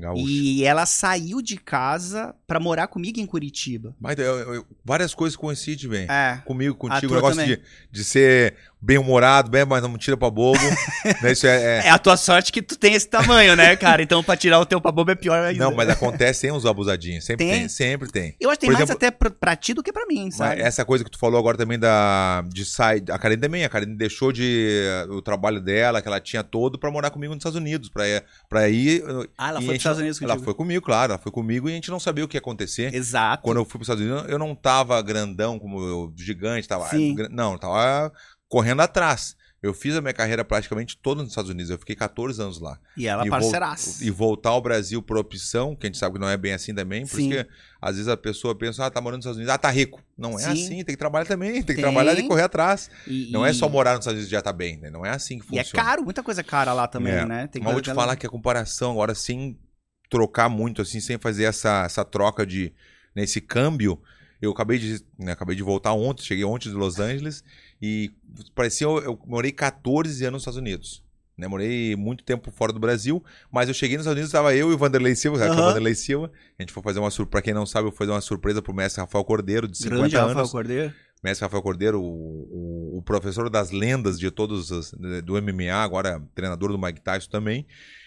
Speaker 1: gaúcho.
Speaker 2: E ela saiu de casa pra morar comigo em Curitiba.
Speaker 1: Mas eu- eu- eu- várias coisas coincidem, velho.
Speaker 2: É.
Speaker 1: Comigo, contigo,
Speaker 2: tua
Speaker 1: o negócio
Speaker 2: também.
Speaker 1: de, de ser bem-humorado, bem, mas não tira pra
Speaker 2: (laughs)
Speaker 1: bobo. né? Isso é- é,
Speaker 2: É a tua sorte que tu tem esse
Speaker 1: (laughs)
Speaker 2: tamanho, né, cara? Então pra tirar o teu pabobo é pior ainda.
Speaker 1: Não, mas acontece, tem uns abusadinhos. Sempre
Speaker 2: Tem?
Speaker 1: tem, sempre tem.
Speaker 2: Eu acho que tem
Speaker 1: por
Speaker 2: mais
Speaker 1: exemplo-
Speaker 2: até pra, pra ti do que pra mim,
Speaker 1: Mas é,
Speaker 2: sabe?
Speaker 1: essa coisa que tu falou agora também da de sair, a Karine também, a Karine deixou de eh, o trabalho dela que ela tinha todo pra morar comigo nos Estados Unidos, Pra para ir eh,
Speaker 2: Ah, ela
Speaker 1: e a
Speaker 2: foi pros
Speaker 1: gente-
Speaker 2: Estados Unidos
Speaker 1: ela
Speaker 2: contigo.
Speaker 1: foi comigo, claro, ela foi comigo e a gente não sabia o que ia acontecer.
Speaker 2: Exato.
Speaker 1: Quando eu fui pros Estados Unidos, eu não tava grandão como eu, gigante, tava
Speaker 2: Sim.
Speaker 1: gran- não, eu tava correndo atrás. Eu fiz a minha carreira praticamente toda nos Estados Unidos. Eu fiquei 14 anos lá.
Speaker 2: E ela é
Speaker 1: E
Speaker 2: parceiraça.
Speaker 1: E voltar ao Brasil por opção, que a gente sabe que não é bem assim também, por
Speaker 2: Sim.
Speaker 1: isso que às vezes a pessoa pensa, ah, tá morando nos Estados Unidos, ah, tá rico. Não é
Speaker 2: Sim.
Speaker 1: assim, tem que trabalhar também, tem que
Speaker 2: Tem.
Speaker 1: trabalhar e correr atrás.
Speaker 2: E-
Speaker 1: Não é só
Speaker 2: e-
Speaker 1: morar nos Estados Unidos e já tá bem, né? Não é assim que
Speaker 2: E é
Speaker 1: funciona.
Speaker 2: caro, muita coisa cara lá também,
Speaker 1: É.
Speaker 2: né? Tem
Speaker 1: Mas vou
Speaker 2: coisa
Speaker 1: te
Speaker 2: cara-
Speaker 1: falar que a comparação agora, sem trocar muito, assim, sem fazer essa, essa troca de. nesse câmbio. Eu acabei de, né, acabei de voltar ontem, cheguei ontem de Los Angeles e parecia eu, eu morei 14 anos nos Estados Unidos. Né? Morei muito tempo fora do Brasil, mas eu cheguei nos Estados Unidos, estava eu e o Vanderlei Silva, que é o
Speaker 2: Aham.
Speaker 1: Vanderlei Silva. A gente foi fazer uma surpresa, para quem não sabe, eu fui fazer uma surpresa pro mestre Rafael Cordeiro, de 50
Speaker 2: Grande
Speaker 1: anos.
Speaker 2: Rafael Cordeiro.
Speaker 1: Mestre Rafael Cordeiro, o, o- o professor das lendas de todos os, do MMA, agora treinador do Mike Tyson também.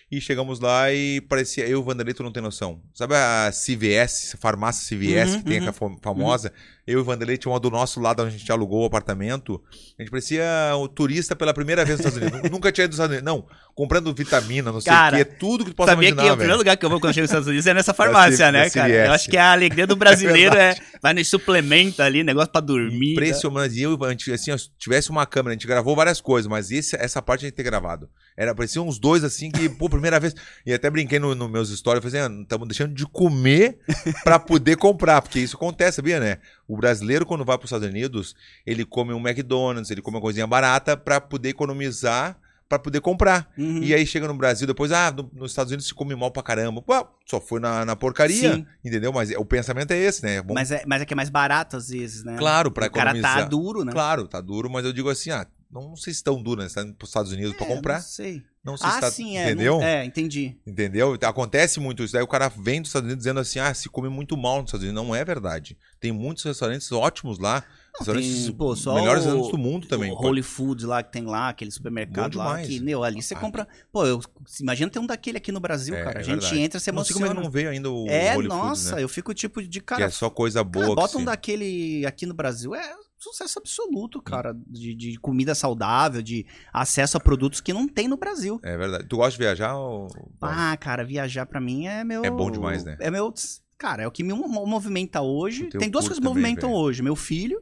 Speaker 1: E chegamos lá e parecia eu, Vanderlei, tu não tem noção. Sabe a CVS, farmácia CVS,
Speaker 2: Uhum,
Speaker 1: que tem
Speaker 2: uhum.
Speaker 1: aquela fam- famosa? Eu e o Vanderlei tinha uma do nosso lado onde a gente alugou o apartamento. A gente parecia o turista pela primeira vez nos Estados Unidos. (laughs) Nunca tinha ido nos Estados Unidos. Não, comprando vitamina, não sei
Speaker 2: Cara,
Speaker 1: o quê, tudo que tu possa
Speaker 2: Sabia que
Speaker 1: imaginar,
Speaker 2: o primeiro
Speaker 1: velho.
Speaker 2: lugar que eu vou quando chego nos Estados Unidos
Speaker 1: (laughs)
Speaker 2: é nessa farmácia,
Speaker 1: Da
Speaker 2: né,
Speaker 1: C- da
Speaker 2: cara?
Speaker 1: CVS.
Speaker 2: Eu acho que a alegria
Speaker 1: (laughs)
Speaker 2: do brasileiro é. Vai nos suplementa ali, negócio pra dormir.
Speaker 1: Impressionante. E eu, a gente, assim, ó, se tivesse uma câmera, a gente gravou várias coisas, mas esse- essa parte a gente ter gravado. Era, parecia uns dois assim que, pô, primeira vez. E até brinquei nos no meus stories, falei assim, estamos deixando de comer pra poder comprar, porque isso acontece, sabia, né? O brasileiro, quando vai pros Estados Unidos, ele come um McDonald's, ele come uma coisinha barata pra poder economizar, pra poder comprar.
Speaker 2: Uhum.
Speaker 1: E aí chega no Brasil depois, ah, no- nos Estados Unidos se come mal pra caramba. Pô, só foi na, na porcaria,
Speaker 2: Sim.
Speaker 1: entendeu? Mas é- o pensamento é esse, né? Vamos-
Speaker 2: mas, é, mas é que é mais barato às vezes, né?
Speaker 1: Claro, pra
Speaker 2: o cara
Speaker 1: economizar.
Speaker 2: tá duro, né?
Speaker 1: Claro, tá duro, mas eu digo assim, ah, não sei se tão duro, né? Você tá indo pros Estados Unidos pra
Speaker 2: É,
Speaker 1: comprar.
Speaker 2: Não sei.
Speaker 1: Não sei se
Speaker 2: Ah,
Speaker 1: tá.
Speaker 2: sim, é.
Speaker 1: entendeu?
Speaker 2: não- É, entendi.
Speaker 1: Entendeu? Acontece muito isso. Daí o cara vem dos Estados Unidos dizendo assim, ah, se come muito mal nos Estados Unidos. Não é verdade. Tem muitos restaurantes ótimos lá. restaurantes
Speaker 2: tem, pô, só
Speaker 1: melhores
Speaker 2: o-
Speaker 1: restaurantes do mundo também.
Speaker 2: o Holy Foods lá que tem lá, aquele supermercado
Speaker 1: Bom
Speaker 2: lá.
Speaker 1: demais.
Speaker 2: Que, meu, ali você
Speaker 1: Ah.
Speaker 2: compra. Pô, eu, imagina ter um daquele aqui no Brasil,
Speaker 1: É,
Speaker 2: cara. A
Speaker 1: é
Speaker 2: gente
Speaker 1: verdade.
Speaker 2: entra, você
Speaker 1: não sei como
Speaker 2: emociona.
Speaker 1: ele não veio ainda o
Speaker 2: é,
Speaker 1: Holy
Speaker 2: nossa,
Speaker 1: Food, né?
Speaker 2: eu fico tipo de
Speaker 1: Que
Speaker 2: cara.
Speaker 1: é só coisa
Speaker 2: cara,
Speaker 1: boa. que
Speaker 2: bota um
Speaker 1: se-
Speaker 2: daquele aqui no Brasil. É sucesso
Speaker 1: Hum.
Speaker 2: absoluto, cara. De, de comida saudável, de acesso a produtos que não tem no Brasil.
Speaker 1: É verdade. Tu gosta de viajar? Ou...
Speaker 2: Ah, cara, viajar pra mim é meu.
Speaker 1: É bom demais, né?
Speaker 2: É meu. Cara, é o que me mo- movimenta hoje.
Speaker 1: O teu
Speaker 2: Tem duas
Speaker 1: curto
Speaker 2: coisas que
Speaker 1: também,
Speaker 2: movimentam
Speaker 1: velho.
Speaker 2: hoje: meu filho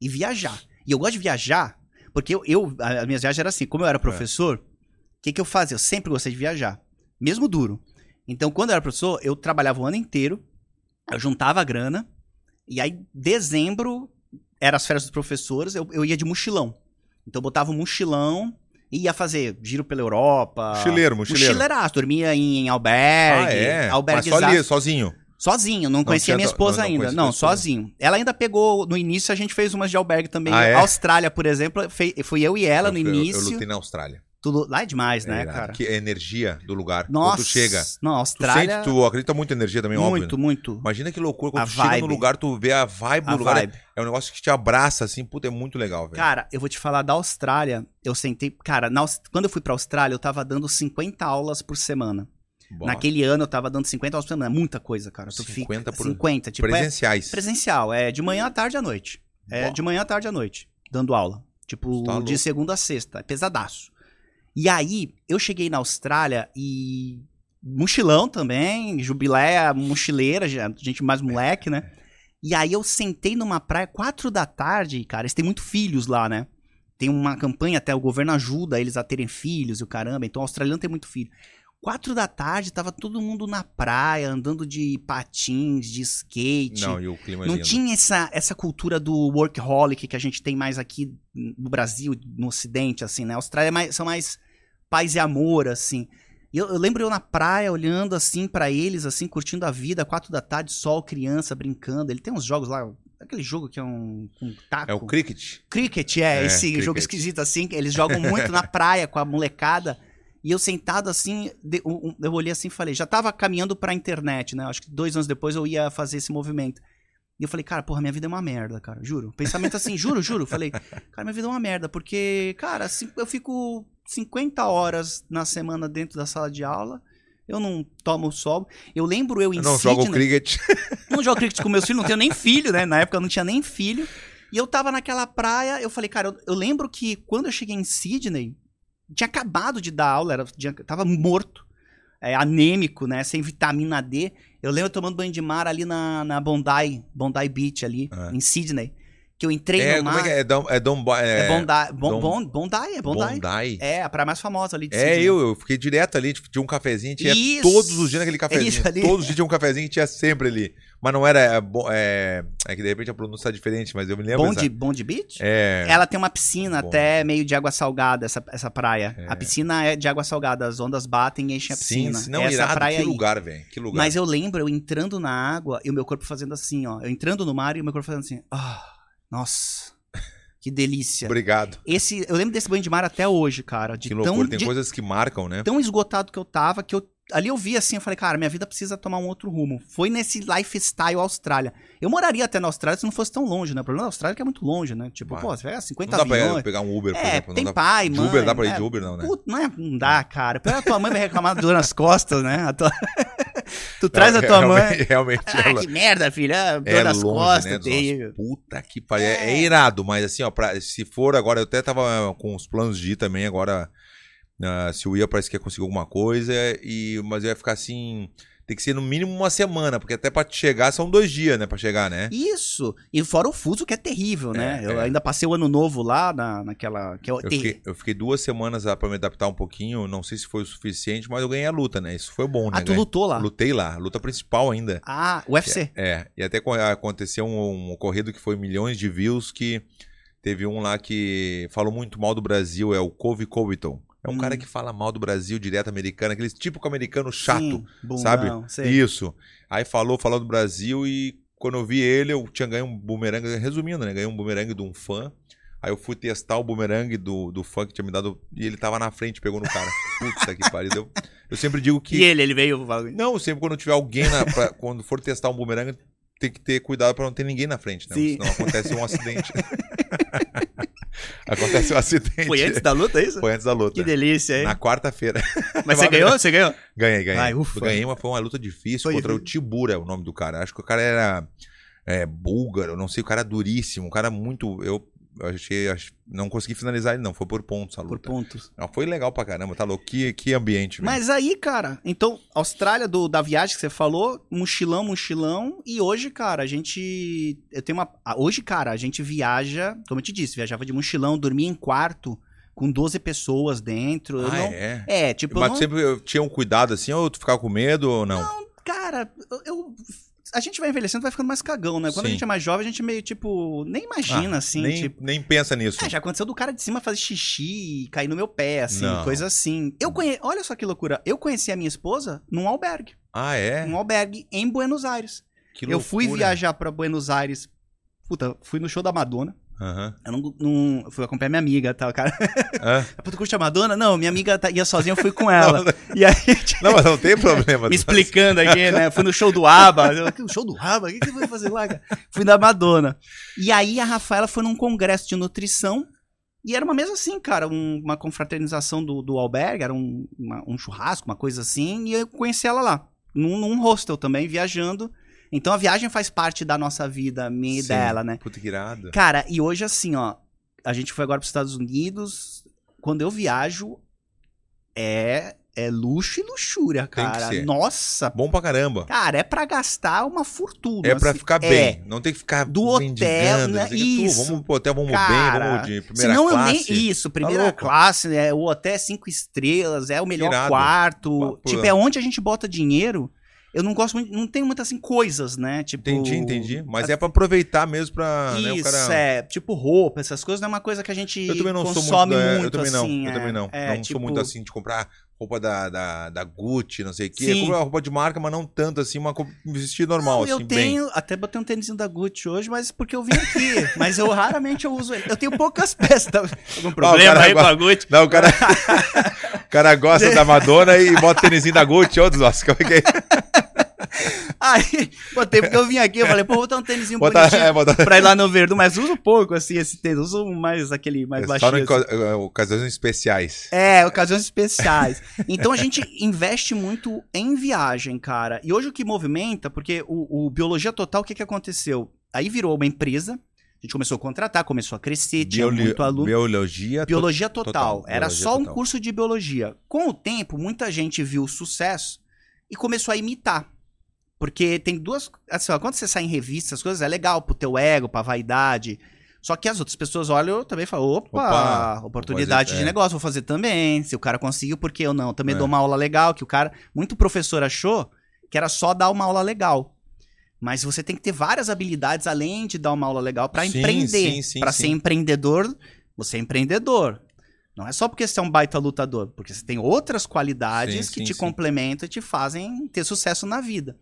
Speaker 2: e viajar. E eu gosto de viajar, porque eu, eu a- as minhas viagens eram assim,
Speaker 1: É.
Speaker 2: como eu era professor, o que, que eu fazia? Eu sempre gostei de viajar, mesmo duro. Então, quando eu era professor, eu trabalhava o ano inteiro, eu juntava a grana, e aí, dezembro, eram as férias dos professores, eu, eu ia de mochilão. Então, eu botava um mochilão e ia fazer giro pela Europa.
Speaker 1: Mochileiro, mochileiro.
Speaker 2: Mochileiraço, dormia em, em albergue.
Speaker 1: Ah, é? Mas
Speaker 2: Albergue
Speaker 1: só ali, sozinho.
Speaker 2: Sozinho, não conhecia
Speaker 1: tinha
Speaker 2: minha
Speaker 1: to- não-
Speaker 2: esposa
Speaker 1: não
Speaker 2: ainda.
Speaker 1: conhecia
Speaker 2: Não,
Speaker 1: tua esposa.
Speaker 2: sozinho. Ela ainda pegou, no início a gente fez umas de albergue também.
Speaker 1: Ah, é?
Speaker 2: Austrália, por exemplo, fe- fui eu e ela
Speaker 1: Eu-
Speaker 2: no
Speaker 1: eu- Eu
Speaker 2: início.
Speaker 1: lutei na Austrália.
Speaker 2: Tudo, lá é demais, né,
Speaker 1: É,
Speaker 2: cara?
Speaker 1: Que é a energia do lugar.
Speaker 2: Nossa,
Speaker 1: Quando tu chega.
Speaker 2: Não, a
Speaker 1: Tu
Speaker 2: Austrália.
Speaker 1: sente, tu acredita muito em energia também, óbvio. né?
Speaker 2: muito, muito.
Speaker 1: Imagina que loucura. Quando
Speaker 2: A
Speaker 1: tu chega no
Speaker 2: vibe.
Speaker 1: lugar, tu vê a vibe do
Speaker 2: A
Speaker 1: lugar.
Speaker 2: vibe.
Speaker 1: É um negócio que te abraça, assim, puta, é muito legal, velho.
Speaker 2: Cara, eu vou te falar da Austrália. Eu sentei. Cara, na Aus- quando eu fui pra Austrália, eu tava dando 50 aulas por semana.
Speaker 1: Bom,
Speaker 2: Naquele ano eu tava dando 50 aulas por semana. É muita coisa, cara. Tu
Speaker 1: 50
Speaker 2: fica,
Speaker 1: por-
Speaker 2: 50, tipo, é
Speaker 1: Presenciais.
Speaker 2: presencial. É de manhã à tarde à noite. É
Speaker 1: Bom.
Speaker 2: de manhã à tarde à noite, dando aula. Tipo,
Speaker 1: Você tá louco.
Speaker 2: de segunda a sexta. É pesadaço. E aí, eu cheguei na Austrália e. Mochilão também, jubileia, mochileira, já- gente mais moleque, né? E aí eu sentei numa praia, quatro da tarde, cara, eles têm muito filhos lá, né? Tem uma campanha até, o governo ajuda eles a terem filhos e o caramba, então o australiano tem muito filho. Quatro da tarde, tava todo mundo na praia, andando de patins, de skate.
Speaker 1: Não, e o clima é
Speaker 2: Não
Speaker 1: lindo.
Speaker 2: tinha essa, essa cultura do workaholic que a gente tem mais aqui no Brasil, no Ocidente, assim, né? A Austrália é mais- são mais paz e amor, assim. E Eu, eu lembro eu na praia, olhando assim pra eles, assim, curtindo a vida, quatro da tarde, sol, criança, brincando. Ele tem uns jogos lá, aquele jogo que é um, um taco.
Speaker 1: É o cricket.
Speaker 2: Cricket, é,
Speaker 1: É,
Speaker 2: esse
Speaker 1: cricket.
Speaker 2: jogo esquisito assim, que eles jogam
Speaker 1: (laughs)
Speaker 2: muito na praia com a molecada. E eu sentado assim, de- um- um- eu olhei assim e falei, já tava caminhando pra internet, né? Acho que dois anos depois eu ia fazer esse movimento. E eu falei, cara, porra, minha vida é uma merda, cara, juro. Pensamento assim, (laughs) juro, juro. Falei, cara, minha vida é uma merda, porque, cara, assim, eu fico 50 horas na semana dentro da sala de aula, eu não tomo sol. Eu lembro eu em
Speaker 1: Eu não jogo
Speaker 2: Sydney-
Speaker 1: cricket.
Speaker 2: não jogo cricket com meus filhos, não tenho nem filho, né? Na época eu não tinha nem filho. E eu tava naquela praia, eu falei, cara, eu, eu lembro que quando eu cheguei em Sydney, tinha acabado de dar aula, era, tinha- tava morto, é, anêmico, né? Sem vitamina D. Eu lembro eu tomando banho de mar ali na, na Bondi, Bondi Beach ali,
Speaker 1: É.
Speaker 2: em Sydney. Que eu entrei
Speaker 1: É,
Speaker 2: no
Speaker 1: como
Speaker 2: mar.
Speaker 1: é que é? É Dom... É, Dom,
Speaker 2: É,
Speaker 1: é,
Speaker 2: Bondi, bon,
Speaker 1: Dom-
Speaker 2: bon, Bondi, é Bondi.
Speaker 1: Bondi.
Speaker 2: É, a praia mais famosa ali de
Speaker 1: É,
Speaker 2: Sydney.
Speaker 1: eu, eu fiquei direto ali, tipo, tinha um cafezinho, tinha
Speaker 2: Isso.
Speaker 1: todos os dias naquele
Speaker 2: Isso
Speaker 1: cafezinho.
Speaker 2: ali.
Speaker 1: Todos os dias tinha um cafezinho que tinha sempre ali. Mas não era. É, bo- é, é que de repente a pronúncia tá diferente, mas eu me lembro.
Speaker 2: Bondi,
Speaker 1: essa-
Speaker 2: Bondi Beach?
Speaker 1: É.
Speaker 2: Ela tem uma piscina
Speaker 1: Bom.
Speaker 2: até meio de água salgada, essa, essa praia. A piscina é de água salgada, as ondas batem e enchem a
Speaker 1: Sim,
Speaker 2: piscina.
Speaker 1: se não
Speaker 2: essa
Speaker 1: irado,
Speaker 2: praia
Speaker 1: que
Speaker 2: aí.
Speaker 1: lugar, velho. Que lugar.
Speaker 2: Mas eu lembro eu entrando na água e o meu corpo fazendo assim, ó. Eu entrando no mar e o meu corpo fazendo assim. Ah, nossa, que
Speaker 1: (laughs)
Speaker 2: delícia.
Speaker 1: Obrigado.
Speaker 2: Esse, eu lembro desse banho de mar até hoje, cara. De
Speaker 1: Que
Speaker 2: tão,
Speaker 1: loucura. Tem
Speaker 2: de
Speaker 1: coisas que marcam, né?
Speaker 2: tão esgotado que eu tava, que eu ali eu vi assim, eu falei, cara, minha vida precisa tomar um outro rumo. Foi nesse lifestyle Austrália. Eu moraria até na Austrália se não fosse tão longe, né? O problema da Austrália é que é muito longe, né? Tipo,
Speaker 1: Vai.
Speaker 2: pô, você vai
Speaker 1: Não
Speaker 2: 50
Speaker 1: dá
Speaker 2: aviões.
Speaker 1: pra pegar um Uber, por
Speaker 2: É,
Speaker 1: exemplo.
Speaker 2: tem
Speaker 1: não dá...
Speaker 2: pai,
Speaker 1: de
Speaker 2: mãe.
Speaker 1: Uber dá pra ir
Speaker 2: né?
Speaker 1: de Uber, não, né?
Speaker 2: Puta, não, é- não dá, cara. Pelo menos a tua mãe vai reclamar do dor nas costas, né? A tua- (laughs) tu traz a tua mãe.
Speaker 1: É, Realmente, realmente
Speaker 2: Ah,
Speaker 1: (laughs) ela-
Speaker 2: que merda, filha. Ah, Dor
Speaker 1: É
Speaker 2: nas
Speaker 1: longe,
Speaker 2: costas,
Speaker 1: né, dos
Speaker 2: terrível.
Speaker 1: Puta que pariu. É. é irado, mas assim, ó, pra- se for agora, eu até tava com os planos de ir também agora. ah, se eu ia, parece que ia conseguir alguma coisa, e, mas eu ia ficar assim. Tem que ser no mínimo uma semana, porque até pra te chegar são dois dias, né? Pra chegar, né?
Speaker 2: Isso. E fora o fuso, que é terrível, né?
Speaker 1: É,
Speaker 2: eu
Speaker 1: é.
Speaker 2: ainda passei o ano novo lá na, naquela. Que é,
Speaker 1: Eu
Speaker 2: ter-
Speaker 1: fiquei, eu fiquei duas semanas lá pra me adaptar um pouquinho, não sei se foi o suficiente, mas eu ganhei a luta, né? Isso foi bom, né?
Speaker 2: Ah, tu lutou lá.
Speaker 1: Lutei lá, luta principal ainda.
Speaker 2: Ah, UFC.
Speaker 1: É, e até co- aconteceu um, um ocorrido que foi milhões de views que teve um lá que falou muito mal do Brasil, é o Cove Covington. É um
Speaker 2: Hum.
Speaker 1: cara que fala mal do Brasil direto americano, aquele típico americano chato.
Speaker 2: Sim, bundão,
Speaker 1: sabe?
Speaker 2: sei.
Speaker 1: Isso. Aí falou, falou do Brasil e quando eu vi ele, eu tinha ganho um bumerangue, resumindo, né? Ganhei um bumerangue de um fã. Aí eu fui testar o bumerangue do, do fã que tinha me dado e ele tava na frente, pegou no
Speaker 2: (laughs)
Speaker 1: cara. Puta que pariu. Eu, eu sempre digo que
Speaker 2: E ele, ele veio. falando,
Speaker 1: não, sempre quando tiver alguém na.
Speaker 2: (laughs)
Speaker 1: pra- quando for testar um bumerangue, tem que ter cuidado pra não ter ninguém na frente, né?
Speaker 2: Sim.
Speaker 1: Senão acontece um
Speaker 2: (laughs)
Speaker 1: acidente. acontece um acidente. (laughs)
Speaker 2: Foi antes da luta, é isso?
Speaker 1: Foi antes da luta.
Speaker 2: Que delícia, hein?
Speaker 1: Na quarta-feira.
Speaker 2: Mas você ganhou? Você ganhou?
Speaker 1: Ganhei, ganhei.
Speaker 2: Ai, ufa.
Speaker 1: Ganhei, mas foi uma luta difícil
Speaker 2: Foi
Speaker 1: contra o Tibura, é o nome do cara. Acho que o cara era é, búlgaro, não sei, o cara duríssimo, um cara muito. Eu achei. ach- Não consegui finalizar ele, não. Foi por pontos a
Speaker 2: Por
Speaker 1: luta.
Speaker 2: pontos.
Speaker 1: Mas foi legal pra caramba, tá louco? Que, que ambiente, velho.
Speaker 2: Mas aí, cara, então, Austrália do, da viagem que você falou, mochilão, mochilão, e hoje, cara, a gente. Eu tenho uma. ah, Hoje, cara, a gente viaja, como eu te disse, viajava de mochilão, dormia em quarto com 12 pessoas dentro. eu
Speaker 1: Ah,
Speaker 2: não-
Speaker 1: é?
Speaker 2: é? tipo, eu
Speaker 1: Mas
Speaker 2: não-
Speaker 1: sempre eu tinha um cuidado assim, ou tu ficava com medo ou não?
Speaker 2: cara, eu- eu. A gente vai envelhecendo, vai ficando mais cagão, né? Quando a
Speaker 1: Sim.
Speaker 2: gente é mais jovem, a gente meio, tipo, nem imagina,
Speaker 1: Ah,
Speaker 2: assim,
Speaker 1: nem,
Speaker 2: tipo.
Speaker 1: nem pensa nisso.
Speaker 2: Ah, já aconteceu do cara de cima fazer xixi e cair no meu pé, assim,
Speaker 1: Não. Hum.
Speaker 2: coisa assim. Eu conhe... Olha só que loucura. Eu conheci a minha esposa num albergue.
Speaker 1: Ah, é?
Speaker 2: Num um albergue em Buenos Aires.
Speaker 1: Que
Speaker 2: Hum, eu fui
Speaker 1: loucura.
Speaker 2: viajar pra Buenos Aires. Puta, fui no show da Madonna.
Speaker 1: Aham. Ah.
Speaker 2: Eu não, não- eu fui acompanhar minha amiga e tal, cara. (laughs)
Speaker 1: Hã?
Speaker 2: Puta, curte a Madonna? Não, minha amiga tá- ia sozinha, eu
Speaker 1: (laughs)
Speaker 2: fui com ela. e aí, (laughs)
Speaker 1: Não, mas não tem problema.
Speaker 2: me explicando aqui, né? Fui no show do ABBA. Eu, "Que show do ABBA? O que que você vai fazer lá, cara? Fui da Madonna. E aí a Rafaela foi num congresso de nutrição. E era uma mesa assim, cara, um- uma confraternização do, do albergue, era um, uma- um churrasco, uma coisa assim. E eu conheci ela lá, num, num hostel também, viajando. Então a viagem faz parte da nossa vida, minha
Speaker 1: Sim.
Speaker 2: e dela, né?
Speaker 1: Puta que irado.
Speaker 2: Cara, e hoje assim, ó, a gente foi agora pros Estados Unidos. Quando eu viajo, é é luxo e luxúria,
Speaker 1: Tem que
Speaker 2: cara.
Speaker 1: ser.
Speaker 2: Nossa,
Speaker 1: Bom pra caramba.
Speaker 2: cara, é pra gastar uma fortuna.
Speaker 1: É pra
Speaker 2: assim.
Speaker 1: ficar
Speaker 2: É.
Speaker 1: bem. Não tem que ficar
Speaker 2: Do hotel,
Speaker 1: mendigando,
Speaker 2: né?
Speaker 1: não sei o que. Tu,
Speaker 2: Isso.
Speaker 1: Vamos pro hotel, vamos
Speaker 2: Cara,
Speaker 1: bem, vamos de primeira
Speaker 2: Senão eu nem.
Speaker 1: classe. Tá
Speaker 2: Isso, primeira
Speaker 1: louco?
Speaker 2: classe, né? O hotel é cinco estrelas, é o melhor
Speaker 1: Irado.
Speaker 2: quarto.
Speaker 1: Papo-
Speaker 2: Tipo, é onde a gente bota dinheiro. Eu não gosto muito. Não tem muito assim coisas, né? Tipo.
Speaker 1: Entendi, entendi. Mas é pra aproveitar mesmo pra. né, o
Speaker 2: Isso,
Speaker 1: cara...
Speaker 2: é. Tipo roupa, essas coisas não é uma coisa que a gente
Speaker 1: Eu também não sou muito,
Speaker 2: consome
Speaker 1: da-
Speaker 2: muito,
Speaker 1: eu também não,
Speaker 2: assim.
Speaker 1: eu
Speaker 2: é.
Speaker 1: também não.
Speaker 2: É,
Speaker 1: não
Speaker 2: tipo,
Speaker 1: sou muito assim de comprar roupa da, da, da Gucci, não sei o quê.
Speaker 2: Sim.
Speaker 1: Comprar roupa de marca, mas não tanto assim, uma co- um vestido normal,
Speaker 2: Não,
Speaker 1: assim,
Speaker 2: eu
Speaker 1: bem.
Speaker 2: tenho, até botei um tênisinho da Gucci hoje, mas porque eu vim aqui. (laughs) mas eu raramente eu uso ele. Eu tenho poucas peças. tá? Algum problema
Speaker 1: Ah, cara
Speaker 2: aí com
Speaker 1: gosta-
Speaker 2: a Gucci?
Speaker 1: Não, o
Speaker 2: (laughs)
Speaker 1: cara, (laughs) o cara gosta da Madonna e bota o tênisinho da Gucci, outros, nossa, como é que é?
Speaker 2: Aí, botei porque eu vim aqui, eu falei, pô, vou botar um tênisinho
Speaker 1: Bota, (laughs)
Speaker 2: bonitinho
Speaker 1: é, bota,
Speaker 2: pra ir lá no Verdun, mas uso pouco, assim, esse tênis. Uso mais aquele mais
Speaker 1: é só
Speaker 2: baixinho.
Speaker 1: em
Speaker 2: assim.
Speaker 1: co- eh, ocasiões especiais.
Speaker 2: É, ocasiões especiais. Então a gente investe muito em viagem, cara. E hoje o que movimenta, porque o, o Biologia Total, o que, que aconteceu? Aí virou uma empresa, a gente começou a contratar, começou a crescer, É, tinha
Speaker 1: Bioli-
Speaker 2: muito aluno.
Speaker 1: Biologia. to-
Speaker 2: Biologia total.
Speaker 1: total,
Speaker 2: Era
Speaker 1: biologia
Speaker 2: só um
Speaker 1: total.
Speaker 2: curso de biologia. Com o tempo, muita gente viu o sucesso e começou a imitar. Porque tem duas. Assim, ó, quando você sai em revista, as coisas é legal pro teu ego, pra vaidade. Só que as outras pessoas olham também e falam: opa,
Speaker 1: Opa,
Speaker 2: oportunidade
Speaker 1: vou fazer,
Speaker 2: de
Speaker 1: é.
Speaker 2: negócio, vou fazer também. Se o cara conseguiu, por que eu não? Também
Speaker 1: É.
Speaker 2: dou uma aula legal, que o cara. Muito professor achou que era só dar uma aula legal. Mas você tem que ter várias habilidades além de dar uma aula legal pra
Speaker 1: Sim, sim,
Speaker 2: empreender.
Speaker 1: sim,
Speaker 2: Pra
Speaker 1: sim.
Speaker 2: ser empreendedor, você é empreendedor. Não é só porque você é um baita lutador, porque você tem outras qualidades
Speaker 1: Sim,
Speaker 2: que
Speaker 1: sim,
Speaker 2: te
Speaker 1: sim.
Speaker 2: complementam e te fazem ter sucesso na vida.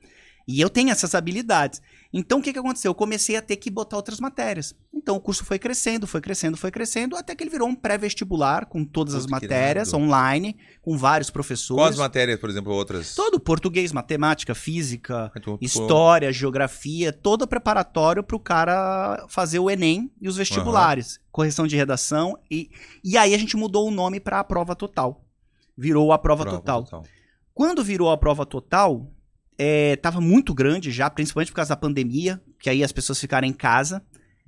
Speaker 2: E eu tenho essas habilidades. Então o que, que aconteceu? Eu comecei a ter que botar outras matérias. Então o curso foi crescendo, foi crescendo, foi crescendo, até que ele virou um pré-vestibular com todas as
Speaker 1: Puta, que
Speaker 2: matérias,
Speaker 1: irado.
Speaker 2: online, com vários professores.
Speaker 1: Quais matérias, por exemplo, outras?
Speaker 2: Todo português, matemática, física,
Speaker 1: Ah, tu- tu-
Speaker 2: história, geografia, todo preparatório pro cara fazer o Enem e os vestibulares, correção de redação e e aí a gente mudou o nome pra a prova total. Virou a prova, total. Quando virou a prova total, é, tava muito grande já, principalmente por causa da pandemia, que aí as pessoas ficaram em casa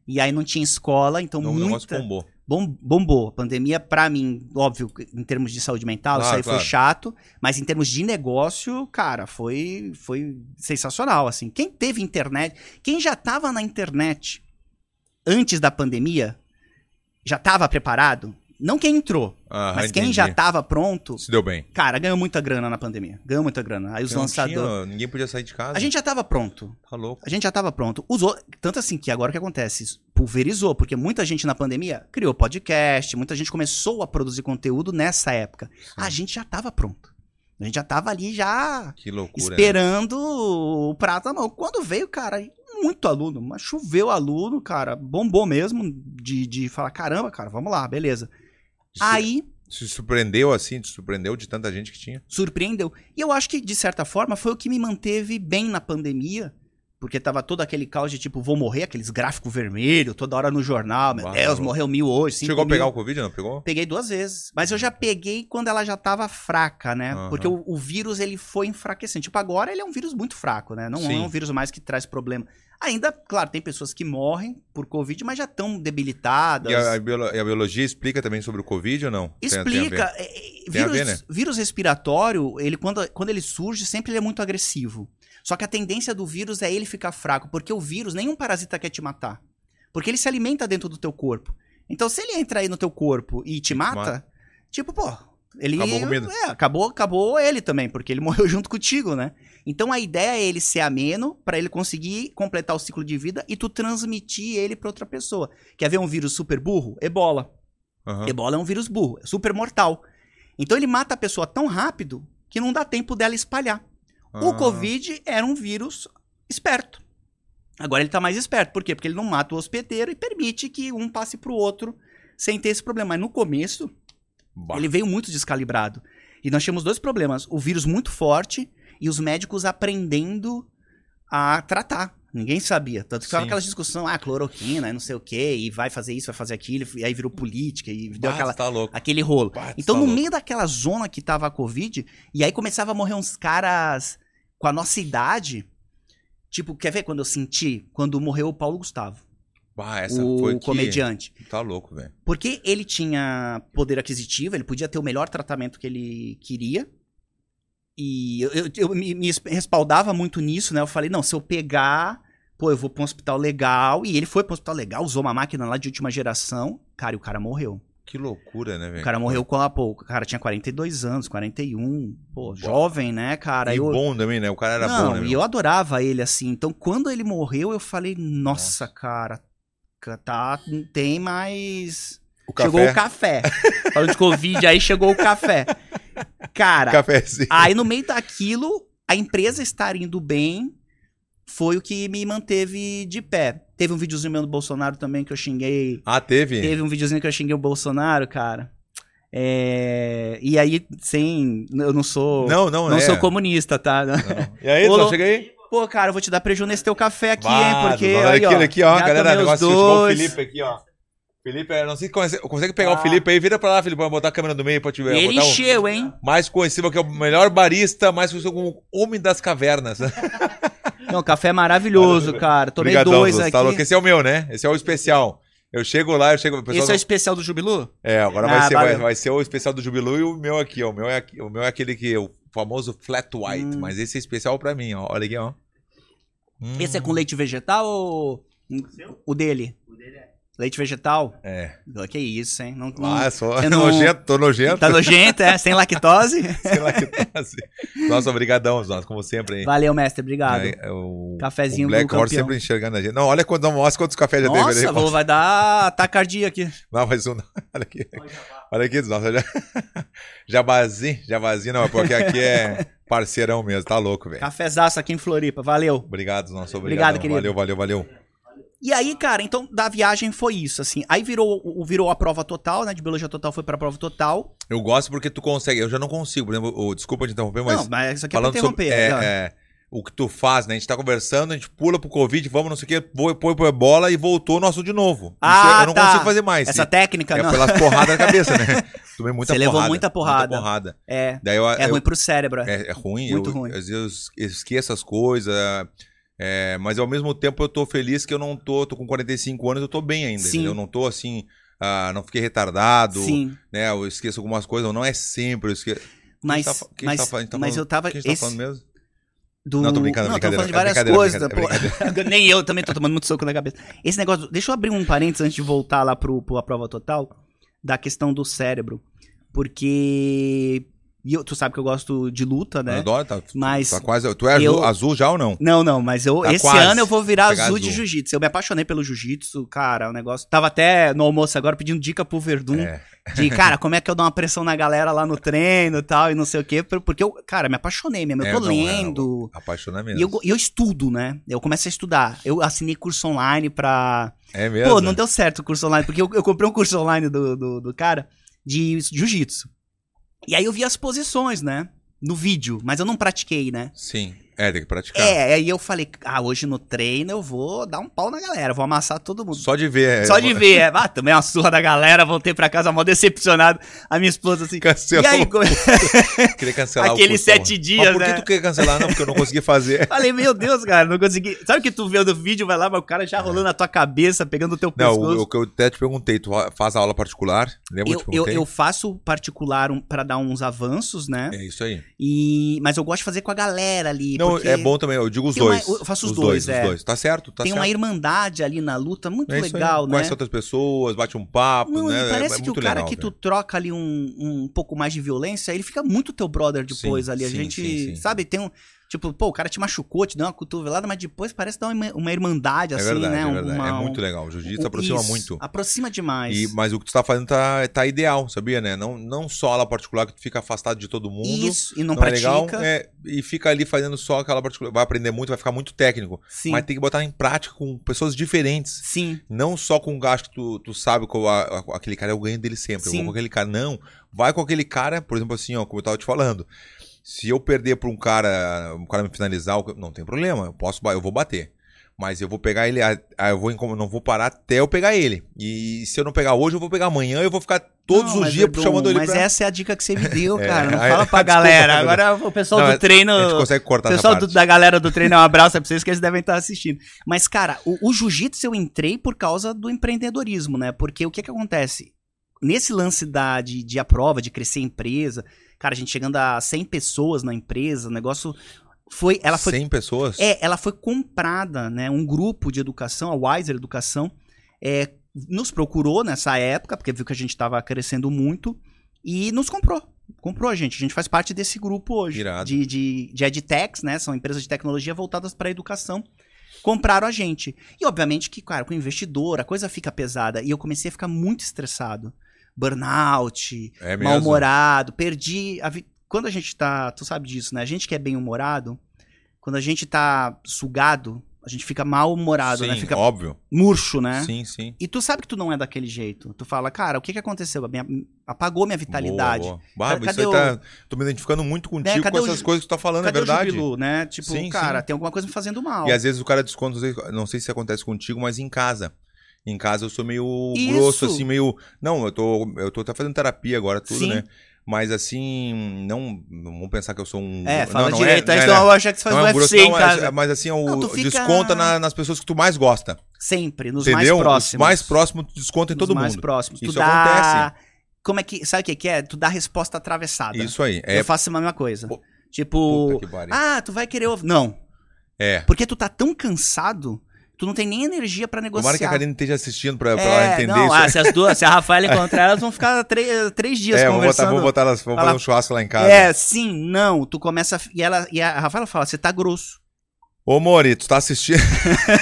Speaker 2: e aí não tinha escola, então
Speaker 1: Então, O negócio
Speaker 2: muita
Speaker 1: bombou.
Speaker 2: bom, bombou. A pandemia, pra mim, óbvio, em termos de saúde mental,
Speaker 1: Claro,
Speaker 2: isso aí
Speaker 1: claro.
Speaker 2: foi chato. Mas em termos de negócio, cara, foi, foi sensacional, assim. Quem teve internet, quem já tava na internet antes da pandemia, já tava preparado, não quem entrou,
Speaker 1: Ah,
Speaker 2: mas quem
Speaker 1: entendi.
Speaker 2: já tá tava pronto,
Speaker 1: Se deu bem.
Speaker 2: cara, ganhou muita grana na pandemia. Ganhou muita grana. Aí os
Speaker 1: Não
Speaker 2: lançadores...
Speaker 1: tinha, ninguém podia sair de casa.
Speaker 2: A gente já tava pronto.
Speaker 1: Tá louco.
Speaker 2: A gente já tava pronto. Usou, tanto assim que agora o que acontece? Isso Pulverizou, porque muita gente na pandemia criou podcast, muita gente começou a produzir conteúdo nessa época. A gente já tava pronto. A gente já tava ali já
Speaker 1: Que loucura. né?
Speaker 2: esperando o prato na mão. Quando veio, cara, muito aluno, mas choveu aluno, cara, bombou mesmo de, de falar, caramba, cara, vamos lá, beleza.
Speaker 1: Se-
Speaker 2: Aí
Speaker 1: Se surpreendeu assim, te surpreendeu de tanta gente que tinha.
Speaker 2: surpreendeu. E eu acho que, de certa forma, foi o que me manteve bem na pandemia. Porque tava todo aquele caos de tipo, vou morrer, aqueles gráficos vermelhos, toda hora no jornal, meu
Speaker 1: Uau.
Speaker 2: Deus, morreu mil hoje. cinco
Speaker 1: Chegou a
Speaker 2: mil.
Speaker 1: pegar o Covid, não? Pegou?
Speaker 2: Peguei duas vezes. Mas eu já peguei quando ela já tava fraca, né?
Speaker 1: Aham.
Speaker 2: Porque o, o vírus, ele foi enfraquecendo. Tipo, agora ele é um vírus muito fraco, né? Não
Speaker 1: Sim.
Speaker 2: é um vírus mais que traz problema. Ainda, claro, tem pessoas que morrem por Covid, mas já estão debilitadas.
Speaker 1: E a, a biolo- e a biologia explica também sobre o Covid ou não? Tem- tem a ver?
Speaker 2: Explica. é, é,
Speaker 1: Tem a
Speaker 2: vírus,
Speaker 1: ver, né?
Speaker 2: vírus respiratório, ele quando, quando ele surge, sempre ele é muito agressivo. Só que a tendência do vírus é ele ficar fraco, porque o vírus, nenhum parasita quer te matar. Porque ele se alimenta dentro do teu corpo. Então, se ele entra aí no teu corpo e te mata,
Speaker 1: mata.
Speaker 2: tipo, pô, ele.
Speaker 1: Acabou a comida.
Speaker 2: é, acabou, acabou ele também, porque ele (laughs) morreu junto contigo, né? Então a ideia é ele ser ameno pra ele conseguir completar o ciclo de vida e tu transmitir ele pra outra pessoa. Quer ver um vírus super burro? Ebola.
Speaker 1: Aham.
Speaker 2: Ebola é um vírus burro, é super mortal. Então ele mata a pessoa tão rápido que É, não dá tempo dela espalhar.
Speaker 1: Ah,
Speaker 2: O Covid era um vírus esperto. Agora ele tá mais esperto. Por quê? Porque ele não mata o hospedeiro e permite que um passe pro outro sem ter esse problema. Mas no começo,
Speaker 1: Bah.
Speaker 2: ele veio muito descalibrado. E nós tínhamos dois problemas: o vírus muito forte e os médicos aprendendo a tratar. Ninguém sabia. Tanto que ficava
Speaker 1: Sim.
Speaker 2: aquela discussão, ah, cloroquina, não sei o quê, e vai fazer isso, vai fazer aquilo, e aí virou política, e deu
Speaker 1: Bah,
Speaker 2: aquela,
Speaker 1: você tá louco.
Speaker 2: aquele rolo.
Speaker 1: Bah, você
Speaker 2: Então,
Speaker 1: tá
Speaker 2: no
Speaker 1: louco.
Speaker 2: meio daquela zona que tava a Covid, e aí começava a morrer uns caras com a nossa idade. Tipo, quer ver quando eu senti? Quando morreu o Paulo Gustavo,
Speaker 1: Bah, essa
Speaker 2: o
Speaker 1: foi que...
Speaker 2: comediante.
Speaker 1: Tá louco, velho.
Speaker 2: Porque ele tinha poder aquisitivo, ele podia ter o melhor tratamento que ele queria. E eu, eu- eu me, me respaldava muito nisso, né? Eu falei, não, se eu pegar, pô, eu vou pra um hospital legal. E ele foi pra um hospital legal, usou uma máquina lá de última geração. Cara, e o cara morreu.
Speaker 1: Que loucura, né,
Speaker 2: O
Speaker 1: velho?
Speaker 2: cara morreu com a pouco. O cara tinha 42 anos, 41. Pô, jovem, né, cara?
Speaker 1: E
Speaker 2: eu,
Speaker 1: bom também, né? O cara era
Speaker 2: não,
Speaker 1: bom, né?
Speaker 2: e
Speaker 1: meu?
Speaker 2: eu adorava ele assim. Então, quando ele morreu, eu falei, nossa, cara, ca- tá, não tem mais.
Speaker 1: O
Speaker 2: Chegou o café. Falando de Covid, aí chegou o café.
Speaker 1: (laughs)
Speaker 2: Cara,
Speaker 1: cafezinho.
Speaker 2: aí no meio daquilo, a empresa estar indo bem foi o que me manteve de pé. Teve um videozinho meu do Bolsonaro também que eu xinguei
Speaker 1: Ah, teve?
Speaker 2: Teve um videozinho que eu xinguei o Bolsonaro, cara. É, E aí, sem. Eu não sou.
Speaker 1: Não, não, é.
Speaker 2: sou comunista, tá? (laughs)
Speaker 1: Não. E aí,
Speaker 2: Ô,
Speaker 1: Edson,
Speaker 2: louco.
Speaker 1: chega aí.
Speaker 2: Pô, cara, eu vou te dar prejuízo nesse teu café aqui,
Speaker 1: Vado,
Speaker 2: hein? Porque.
Speaker 1: olha
Speaker 2: Aí,
Speaker 1: aquilo
Speaker 2: ó,
Speaker 1: aqui, ó,
Speaker 2: já
Speaker 1: galera,
Speaker 2: tomei
Speaker 1: negócio
Speaker 2: os
Speaker 1: de futebol, o
Speaker 2: dois.
Speaker 1: Felipe aqui, ó. Felipe, eu não sei se consegue, consegue pegar o
Speaker 2: Ah.
Speaker 1: Felipe aí, vira pra lá, Felipe, vai botar a câmera no meio pra te ver.
Speaker 2: Ele
Speaker 1: botar um-
Speaker 2: encheu, hein?
Speaker 1: Mais conhecido que é o melhor barista, mais conhecido como Homem das
Speaker 2: (laughs)
Speaker 1: Cavernas.
Speaker 2: Não, café é maravilhoso, cara. Tomei
Speaker 1: Obrigadão,
Speaker 2: dois
Speaker 1: Lúcio,
Speaker 2: aqui.
Speaker 1: tá louco? Esse é o meu, né? Esse é o especial. Eu chego lá, eu chego. o pessoal tá
Speaker 2: Esse é o
Speaker 1: não-
Speaker 2: especial do Jubilu?
Speaker 1: É, agora
Speaker 2: Ah,
Speaker 1: vai, ser, vai,
Speaker 2: valeu.
Speaker 1: vai ser o especial do Jubilu e o meu aqui, ó. O meu é, aqui- o meu é aquele que. O famoso flat white.
Speaker 2: Hum.
Speaker 1: Mas esse é especial pra mim, ó. Olha aqui, ó. Hum,
Speaker 2: Esse é com leite vegetal ou. O dele? O dele é. Leite vegetal?
Speaker 1: É.
Speaker 2: Que isso, hein? Não, não-
Speaker 1: Ah, só.
Speaker 2: eu não-
Speaker 1: Nojento, tô nojento.
Speaker 2: Tá nojento, é?
Speaker 1: (laughs)
Speaker 2: Sem lactose?
Speaker 1: Sei lá que tá assim. Nossa, obrigadão, Zonato, como sempre, hein?
Speaker 2: Valeu, mestre, obrigado.
Speaker 1: É, o,
Speaker 2: Cafezinho
Speaker 1: o Black
Speaker 2: do
Speaker 1: Horse
Speaker 2: campeão.
Speaker 1: sempre enxergando a gente. Não, olha quantos, nossa, quantos cafés já teve
Speaker 2: Nossa,
Speaker 1: ali.
Speaker 2: vou, vai dar atacardia aqui.
Speaker 1: Não, mais um. não. (laughs) Olha aqui. Olha aqui, nossa. Já... (laughs) Jabazinho, jabazinho não, porque aqui é parceirão mesmo, tá louco, velho.
Speaker 2: Cafezaço aqui em Floripa, valeu.
Speaker 1: Obrigado, nosso
Speaker 2: Obrigado,
Speaker 1: obrigado.
Speaker 2: querido.
Speaker 1: Valeu, valeu, valeu.
Speaker 2: E aí, cara, então da viagem foi isso, assim. Aí virou, o- virou a prova total, né? De biologia total foi pra prova total.
Speaker 1: Eu gosto porque tu consegue. Eu já não consigo, por exemplo, o- desculpa te interromper, mas.
Speaker 2: não, mas isso aqui é pra
Speaker 1: falando
Speaker 2: interromper.
Speaker 1: sobre. É,
Speaker 2: ó.
Speaker 1: é, o que tu faz, né? A gente tá conversando, a gente pula pro Covid, vamos, não sei o quê, põe, põe pro ebola e voltou nosso de novo. Isso
Speaker 2: Ah,
Speaker 1: eu não
Speaker 2: tá.
Speaker 1: consigo fazer mais.
Speaker 2: Essa
Speaker 1: E-
Speaker 2: técnica, né?
Speaker 1: É
Speaker 2: não.
Speaker 1: pelas porradas na cabeça,
Speaker 2: (laughs)
Speaker 1: né? Tomei muita
Speaker 2: Você
Speaker 1: porrada.
Speaker 2: levou muita porrada. É,
Speaker 1: Daí eu,
Speaker 2: é
Speaker 1: eu-
Speaker 2: ruim pro cérebro. É.
Speaker 1: é, é ruim.
Speaker 2: Muito
Speaker 1: eu,
Speaker 2: ruim.
Speaker 1: Às vezes eu esqueço as coisas. é, mas ao mesmo tempo eu tô feliz que eu não tô. Tô com 45 anos, eu tô bem ainda.
Speaker 2: Sim.
Speaker 1: entendeu? Eu não tô assim. ah, não fiquei retardado.
Speaker 2: Sim,
Speaker 1: Né? Eu esqueço algumas coisas. Não é sempre. Eu esqueço.
Speaker 2: mas,
Speaker 1: tá fa- quem
Speaker 2: mas,
Speaker 1: tá fa- a gente tá
Speaker 2: mas eu tava...
Speaker 1: O que a gente tá
Speaker 2: esse
Speaker 1: falando mesmo?
Speaker 2: do...
Speaker 1: Não, tô brincando,
Speaker 2: Não, tô
Speaker 1: brincadeira,
Speaker 2: falando de várias
Speaker 1: brincadeira,
Speaker 2: coisas.
Speaker 1: brincadeira,
Speaker 2: pô. (laughs) Nem eu também tô tomando muito soco na cabeça. Esse negócio... do- Deixa eu abrir um parênteses antes de voltar lá pro, pro a prova total. Da questão do cérebro. Porque... e eu- tu sabe que eu gosto de luta,
Speaker 1: Eu
Speaker 2: né?
Speaker 1: adoro, tá,
Speaker 2: Mas
Speaker 1: tá quase. Tu é azul,
Speaker 2: eu-
Speaker 1: azul já ou não?
Speaker 2: Não, não, mas eu
Speaker 1: Tá
Speaker 2: esse
Speaker 1: quase.
Speaker 2: ano eu vou virar
Speaker 1: Pegar
Speaker 2: azul, de
Speaker 1: azul.
Speaker 2: jiu-jitsu. Eu me apaixonei pelo jiu-jitsu, cara, o negócio. Tava até no almoço agora pedindo dica pro Verdun
Speaker 1: É.
Speaker 2: de, cara, como é que eu dou uma pressão na galera lá no treino e tal, e não sei o quê, por- porque eu, cara, me apaixonei mesmo. Eu
Speaker 1: É,
Speaker 2: tô
Speaker 1: não, é,
Speaker 2: lendo.
Speaker 1: Apaixonamento.
Speaker 2: e eu, go- e eu estudo, né? Eu começo a estudar. Eu assinei curso online pra.
Speaker 1: É mesmo?
Speaker 2: Pô, não deu certo o curso online, porque eu, eu comprei um curso online do, do, do cara de jiu-jitsu. E aí eu vi as posições, né? No vídeo, mas eu não pratiquei, né?
Speaker 1: Sim. É, tem que praticar.
Speaker 2: É, aí eu falei, ah, hoje no treino eu vou dar um pau na galera, vou amassar todo mundo. Só,
Speaker 1: Só de ver. é, (laughs)
Speaker 2: de ver, é, ah, tomei uma surra da galera, voltei pra casa mal decepcionado. A minha esposa assim,
Speaker 1: Cancelou.
Speaker 2: e aí, como- (laughs)
Speaker 1: Queria cancelar o
Speaker 2: Aqueles
Speaker 1: curso,
Speaker 2: sete
Speaker 1: mano.
Speaker 2: dias,
Speaker 1: Mas por que
Speaker 2: né?
Speaker 1: tu queria cancelar? Não, porque eu não consegui
Speaker 2: (laughs)
Speaker 1: fazer.
Speaker 2: falei, meu Deus, cara, não consegui. Sabe o que tu vê no vídeo, vai lá, mas o cara já rolando na tua cabeça, pegando o teu
Speaker 1: É. Não,
Speaker 2: pescoço.
Speaker 1: o, o que eu até te perguntei, tu faz a aula particular? Lembra
Speaker 2: eu,
Speaker 1: que eu te
Speaker 2: eu,
Speaker 1: perguntei?
Speaker 2: eu faço particular um, para dar uns avanços, né?
Speaker 1: É isso aí.
Speaker 2: E, mas eu gosto de fazer com a galera ali.
Speaker 1: não,
Speaker 2: porque
Speaker 1: é bom também, eu digo os
Speaker 2: tem uma-
Speaker 1: dois.
Speaker 2: eu faço os dois, é.
Speaker 1: Os dois, tá certo, tá
Speaker 2: tem
Speaker 1: certo.
Speaker 2: uma irmandade ali na luta, muito
Speaker 1: É isso aí.
Speaker 2: legal, né?
Speaker 1: Conhece outras pessoas, bate um papo,
Speaker 2: Não,
Speaker 1: né?
Speaker 2: e
Speaker 1: É-
Speaker 2: parece
Speaker 1: é
Speaker 2: que o
Speaker 1: muito
Speaker 2: cara
Speaker 1: legal,
Speaker 2: que tu
Speaker 1: velho.
Speaker 2: troca ali um, um pouco mais de violência, ele fica muito teu brother depois
Speaker 1: Sim,
Speaker 2: ali. A
Speaker 1: sim,
Speaker 2: gente,
Speaker 1: sim, sim.
Speaker 2: sabe, tem um. Tipo, pô, o cara te machucou, te deu uma cotovelada, mas depois parece dar uma, uma irmandade,
Speaker 1: É
Speaker 2: assim,
Speaker 1: verdade,
Speaker 2: né?
Speaker 1: é verdade.
Speaker 2: Uma-
Speaker 1: é
Speaker 2: um-
Speaker 1: muito legal. O jiu-jitsu
Speaker 2: um-
Speaker 1: aproxima
Speaker 2: isso,
Speaker 1: muito.
Speaker 2: Aproxima demais.
Speaker 1: E- mas o que tu tá fazendo tá, tá ideal, sabia, né? Não, não só aula particular que tu fica afastado de todo mundo.
Speaker 2: Isso, e não,
Speaker 1: é
Speaker 2: pratica.
Speaker 1: legal. é, e fica ali fazendo só aquela particular. Vai aprender muito, vai ficar muito técnico.
Speaker 2: Sim.
Speaker 1: Mas tem que botar em prática com pessoas diferentes.
Speaker 2: Sim.
Speaker 1: Não só com o gasto que tu, tu sabe que o- a- a- aquele cara é o ganho dele sempre. Eu vou
Speaker 2: Sim.
Speaker 1: com aquele cara. Não. Vai com aquele cara, por exemplo, assim, ó, como eu tava te falando. Se eu perder pra um cara, um cara me finalizar, eu- não tem problema. Eu posso, ba- eu vou bater. Mas eu vou pegar ele, a- a- eu vou encom- não vou parar até eu pegar ele. E se eu não pegar hoje, eu vou pegar amanhã, eu vou ficar todos
Speaker 2: Não,
Speaker 1: os
Speaker 2: mas,
Speaker 1: dias
Speaker 2: Verdun,
Speaker 1: chamando ele
Speaker 2: Mas
Speaker 1: pra...
Speaker 2: essa é a dica que você me
Speaker 1: (laughs)
Speaker 2: deu,
Speaker 1: É,
Speaker 2: cara. Não
Speaker 1: aí-
Speaker 2: fala
Speaker 1: desculpa,
Speaker 2: pra galera.
Speaker 1: Verdun.
Speaker 2: Agora o pessoal
Speaker 1: Não, é,
Speaker 2: do treino.
Speaker 1: A gente consegue cortar
Speaker 2: O
Speaker 1: essa
Speaker 2: pessoal
Speaker 1: parte.
Speaker 2: do- da galera do treino, um abraço é pra vocês que eles devem estar assistindo. Mas, cara, o, o jiu-jitsu eu entrei por causa do empreendedorismo, né? Porque o que que acontece? Nesse lance da, de, de a prova, de crescer a empresa, cara, a gente chegando a 100 pessoas na empresa, o negócio foi... Ela foi
Speaker 1: 100 pessoas?
Speaker 2: é, ela foi comprada, né? Um grupo de educação, a Wiser Educação, é, nos procurou nessa época, porque viu que a gente estava crescendo muito, e nos comprou. Comprou a gente. A gente faz parte desse grupo hoje.
Speaker 1: Irado.
Speaker 2: De, de, de edtechs, né? São empresas de tecnologia voltadas para a educação. Compraram a gente. E obviamente que, cara, com o investidor, a coisa fica pesada. E eu comecei a ficar muito estressado. Burnout,
Speaker 1: É mesmo?
Speaker 2: mal-humorado, perdi a vi... quando a gente tá, tu sabe disso, né? A gente que é bem-humorado, quando a gente tá sugado, a gente fica mal-humorado,
Speaker 1: Sim,
Speaker 2: né? Fica
Speaker 1: óbvio.
Speaker 2: murcho, né?
Speaker 1: Sim, sim.
Speaker 2: E tu sabe que tu não é daquele jeito. Tu fala, cara, o que que aconteceu? A minha- Apagou minha vitalidade.
Speaker 1: Boa, boa. Barba, isso
Speaker 2: Cadê
Speaker 1: aí
Speaker 2: o- Né,
Speaker 1: tá. Tô me identificando muito contigo
Speaker 2: cadê
Speaker 1: com
Speaker 2: o
Speaker 1: essas
Speaker 2: ju-
Speaker 1: coisas que tu tá falando,
Speaker 2: Cadê
Speaker 1: é verdade.
Speaker 2: o jubilu, né? Tipo,
Speaker 1: Sim,
Speaker 2: cara,
Speaker 1: sim.
Speaker 2: tem alguma coisa me fazendo mal.
Speaker 1: E às vezes o cara desconta, não sei- não sei se acontece contigo, mas em casa. Em casa eu sou meio
Speaker 2: Isso.
Speaker 1: grosso, assim, meio. Não, eu tô. Eu tô até fazendo terapia agora, tudo,
Speaker 2: Sim.
Speaker 1: né? Mas assim, não, não vamos pensar que eu sou um.
Speaker 2: É,
Speaker 1: não,
Speaker 2: fala
Speaker 1: não
Speaker 2: direito. Aí
Speaker 1: não
Speaker 2: senão eu acho que você faz
Speaker 1: não é um
Speaker 2: um
Speaker 1: grosso,
Speaker 2: UFC em
Speaker 1: não, é-
Speaker 2: casa.
Speaker 1: mas assim, é o-
Speaker 2: Não, tu fica-
Speaker 1: desconta na- nas pessoas que tu mais gosta.
Speaker 2: Sempre, nos
Speaker 1: entendeu?
Speaker 2: mais próximos.
Speaker 1: Os mais próximos, tu desconta em
Speaker 2: Nos
Speaker 1: todo
Speaker 2: mais
Speaker 1: mundo.
Speaker 2: próximos.
Speaker 1: Isso
Speaker 2: tu dá... Como é que... Sabe o que que é? Tu dá resposta atravessada.
Speaker 1: Isso aí. É.
Speaker 2: Eu faço a mesma coisa.
Speaker 1: Pô,
Speaker 2: Tipo,
Speaker 1: Puta que pariu.
Speaker 2: ah, tu vai querer ouvir. Não,
Speaker 1: É.
Speaker 2: porque tu tá tão cansado, tu não tem nem energia pra negociar.
Speaker 1: Tomara que a Karine esteja assistindo pra, pra ela
Speaker 2: é,
Speaker 1: entender
Speaker 2: não,
Speaker 1: isso.
Speaker 2: ah, se as duas, se
Speaker 1: (laughs)
Speaker 2: a Rafaela encontrar, elas vão ficar três, três dias
Speaker 1: É, vou botar,
Speaker 2: conversando.
Speaker 1: vou botar elas, vou
Speaker 2: Fala-
Speaker 1: fazer um churrasco lá em casa.
Speaker 2: É, sim, não, tu começa a- e ela e a Rafaela fala, você tá grosso.
Speaker 1: Ô, Mori, tu tá assistindo? (laughs)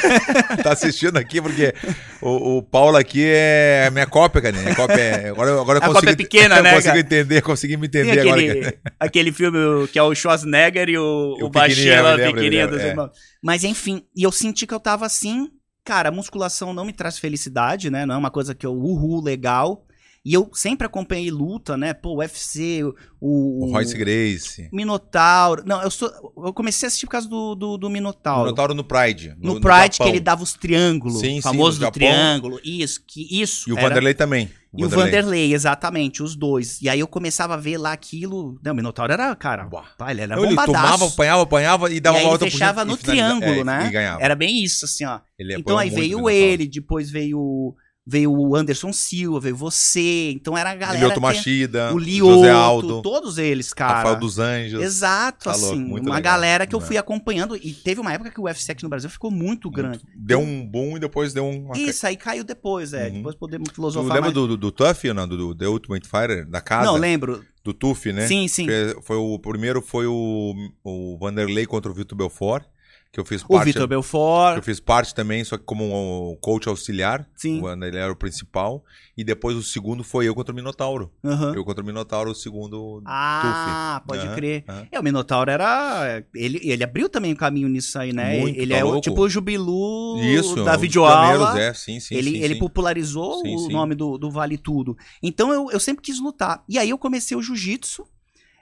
Speaker 1: tá assistindo aqui porque o, o Paulo aqui é a minha cópia, cara. Minha cópia é... Agora, agora eu
Speaker 2: A
Speaker 1: consigo...
Speaker 2: cópia é pequena,
Speaker 1: (laughs) eu
Speaker 2: né,
Speaker 1: consigo
Speaker 2: cara?
Speaker 1: entender, consegui me
Speaker 2: Tem
Speaker 1: entender agora. cara. (laughs)
Speaker 2: aquele, aquele filme que é o Schwarzenegger e o,
Speaker 1: E o
Speaker 2: o baixinho,
Speaker 1: pequenininho, eu me
Speaker 2: lá, o
Speaker 1: lembro, eu me
Speaker 2: pequenininho
Speaker 1: lembro,
Speaker 2: dos
Speaker 1: é.
Speaker 2: irmãos. Mas enfim, e eu senti que eu tava assim, cara, a musculação não me traz felicidade, né? Não é uma coisa que eu, uhul, legal. E eu sempre acompanhei luta, né? Pô, UFC, o...
Speaker 1: O Royce Grace.
Speaker 2: Minotauro. Não, eu sou. Eu comecei a assistir por causa do, do, do
Speaker 1: O
Speaker 2: Minotauro.
Speaker 1: Minotauro no Pride.
Speaker 2: No, Pride, que
Speaker 1: Japão.
Speaker 2: ele dava os triângulos.
Speaker 1: Sim, sim,
Speaker 2: o famoso
Speaker 1: no
Speaker 2: do
Speaker 1: Japão.
Speaker 2: triângulo. Isso, que isso.
Speaker 1: E o
Speaker 2: era-
Speaker 1: Vanderlei também.
Speaker 2: E o Vanderlei, exatamente, os dois. E aí eu começava a ver lá aquilo. Não, o Minotauro era, cara.
Speaker 1: Bah.
Speaker 2: pá, ele era
Speaker 1: Não, Então ele
Speaker 2: bombadaço.
Speaker 1: tomava, apanhava, apanhava e dava
Speaker 2: e aí
Speaker 1: uma
Speaker 2: ele
Speaker 1: volta
Speaker 2: fechava
Speaker 1: por
Speaker 2: no
Speaker 1: dentro e finaliza-
Speaker 2: triângulo,
Speaker 1: é,
Speaker 2: né?
Speaker 1: E ganhava.
Speaker 2: Era bem isso, assim, ó.
Speaker 1: Ele
Speaker 2: Então
Speaker 1: apanhou
Speaker 2: aí
Speaker 1: muito
Speaker 2: veio
Speaker 1: o
Speaker 2: o
Speaker 1: Minotauro.
Speaker 2: ele, depois veio o. Veio o Anderson Silva, veio você. Então era a galera.
Speaker 1: Lioto
Speaker 2: que-
Speaker 1: Machida,
Speaker 2: o
Speaker 1: José
Speaker 2: Lioto,
Speaker 1: Aldo,
Speaker 2: todos eles, cara.
Speaker 1: Rafael dos Anjos.
Speaker 2: Exato,
Speaker 1: Tá louco,
Speaker 2: assim,
Speaker 1: muito
Speaker 2: uma
Speaker 1: legal.
Speaker 2: galera que eu
Speaker 1: É.
Speaker 2: fui acompanhando e teve uma época que o UFC aqui no Brasil ficou muito grande.
Speaker 1: Deu um boom e depois deu um...
Speaker 2: Isso aí caiu depois, é,
Speaker 1: Uhum.
Speaker 2: depois podemos
Speaker 1: Tu
Speaker 2: filosofar
Speaker 1: lembra
Speaker 2: mais.
Speaker 1: do, do, do Tuff, não? Do, do The Ultimate Fighter, da casa?
Speaker 2: Não, lembro.
Speaker 1: do Tuff, né?
Speaker 2: Sim, sim.
Speaker 1: Fe- Foi o o primeiro foi o, o Vanderlei contra o Vitor Belfort, que eu fiz
Speaker 2: O
Speaker 1: parte.
Speaker 2: Vitor
Speaker 1: que eu
Speaker 2: Belfort,
Speaker 1: fiz parte também, só que como um coach auxiliar.
Speaker 2: sim.
Speaker 1: O Vanderlei era o principal. E depois o segundo foi eu contra o Minotauro.
Speaker 2: aham.
Speaker 1: Eu contra o Minotauro, o segundo.
Speaker 2: Ah, pode
Speaker 1: Aham,
Speaker 2: crer.
Speaker 1: aham.
Speaker 2: É, o Minotauro era. Ele, ele abriu também o caminho nisso aí, né?
Speaker 1: Muito,
Speaker 2: ele
Speaker 1: tá
Speaker 2: é o
Speaker 1: louco?
Speaker 2: tipo o Jubilu
Speaker 1: Isso, um
Speaker 2: da
Speaker 1: dos pioneiros,
Speaker 2: videoaula.
Speaker 1: É, sim, sim.
Speaker 2: ele,
Speaker 1: sim,
Speaker 2: ele
Speaker 1: sim.
Speaker 2: popularizou
Speaker 1: Sim,
Speaker 2: o
Speaker 1: sim.
Speaker 2: nome do, do Vale Tudo. Então eu, eu sempre quis lutar. E aí eu comecei o jiu-jitsu,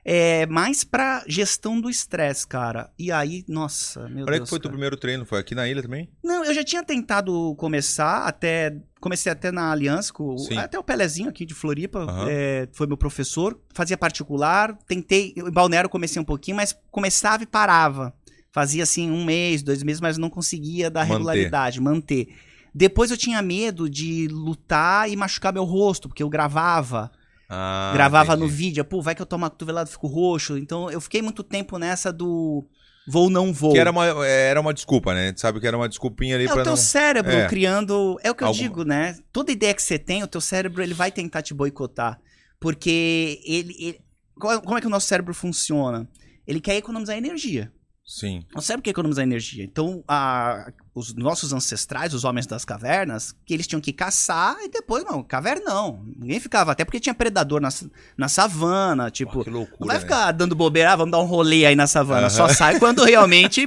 Speaker 2: é, mais pra gestão do estresse, cara. E aí, nossa, meu
Speaker 1: Onde é que
Speaker 2: Deus.
Speaker 1: foi o teu
Speaker 2: cara.
Speaker 1: primeiro treino? Foi aqui na ilha também?
Speaker 2: Não, eu já tinha tentado começar até. Comecei até na Aliança, com,
Speaker 1: Sim.
Speaker 2: até o Pelezinho aqui de Floripa,
Speaker 1: Aham.
Speaker 2: é, foi meu professor, fazia particular, tentei, em Balneário eu comecei um pouquinho, mas começava e parava. Fazia assim um mês, dois meses, mas não conseguia dar
Speaker 1: Manter.
Speaker 2: regularidade, manter. Depois eu tinha medo de lutar e machucar meu rosto, porque eu gravava
Speaker 1: Ah,
Speaker 2: gravava no
Speaker 1: entendi.
Speaker 2: vídeo, pô, vai que eu tomo a cotovelada, fico roxo. Então eu fiquei muito tempo nessa do vou não vou.
Speaker 1: Que era uma, era uma desculpa, né? A gente sabe que era uma desculpinha ali
Speaker 2: É o
Speaker 1: pra
Speaker 2: teu
Speaker 1: não.
Speaker 2: cérebro
Speaker 1: É.
Speaker 2: criando. É o que eu
Speaker 1: Alguma-
Speaker 2: digo, né? Toda ideia que você tem, o teu cérebro ele vai tentar te boicotar. Porque ele. ele- qual- como é que o nosso cérebro funciona? Ele quer economizar energia.
Speaker 1: Sim.
Speaker 2: Não serve para economizar energia. Então, a- os nossos ancestrais, os homens das cavernas, que eles tinham que caçar e depois, não, caverna não. Ninguém ficava, até porque tinha predador na, sa- na savana, tipo.
Speaker 1: Pô, que loucura.
Speaker 2: não vai
Speaker 1: né?
Speaker 2: ficar dando bobeira, ah, vamos dar um rolê aí na savana.
Speaker 1: Aham.
Speaker 2: Só sai quando (laughs) realmente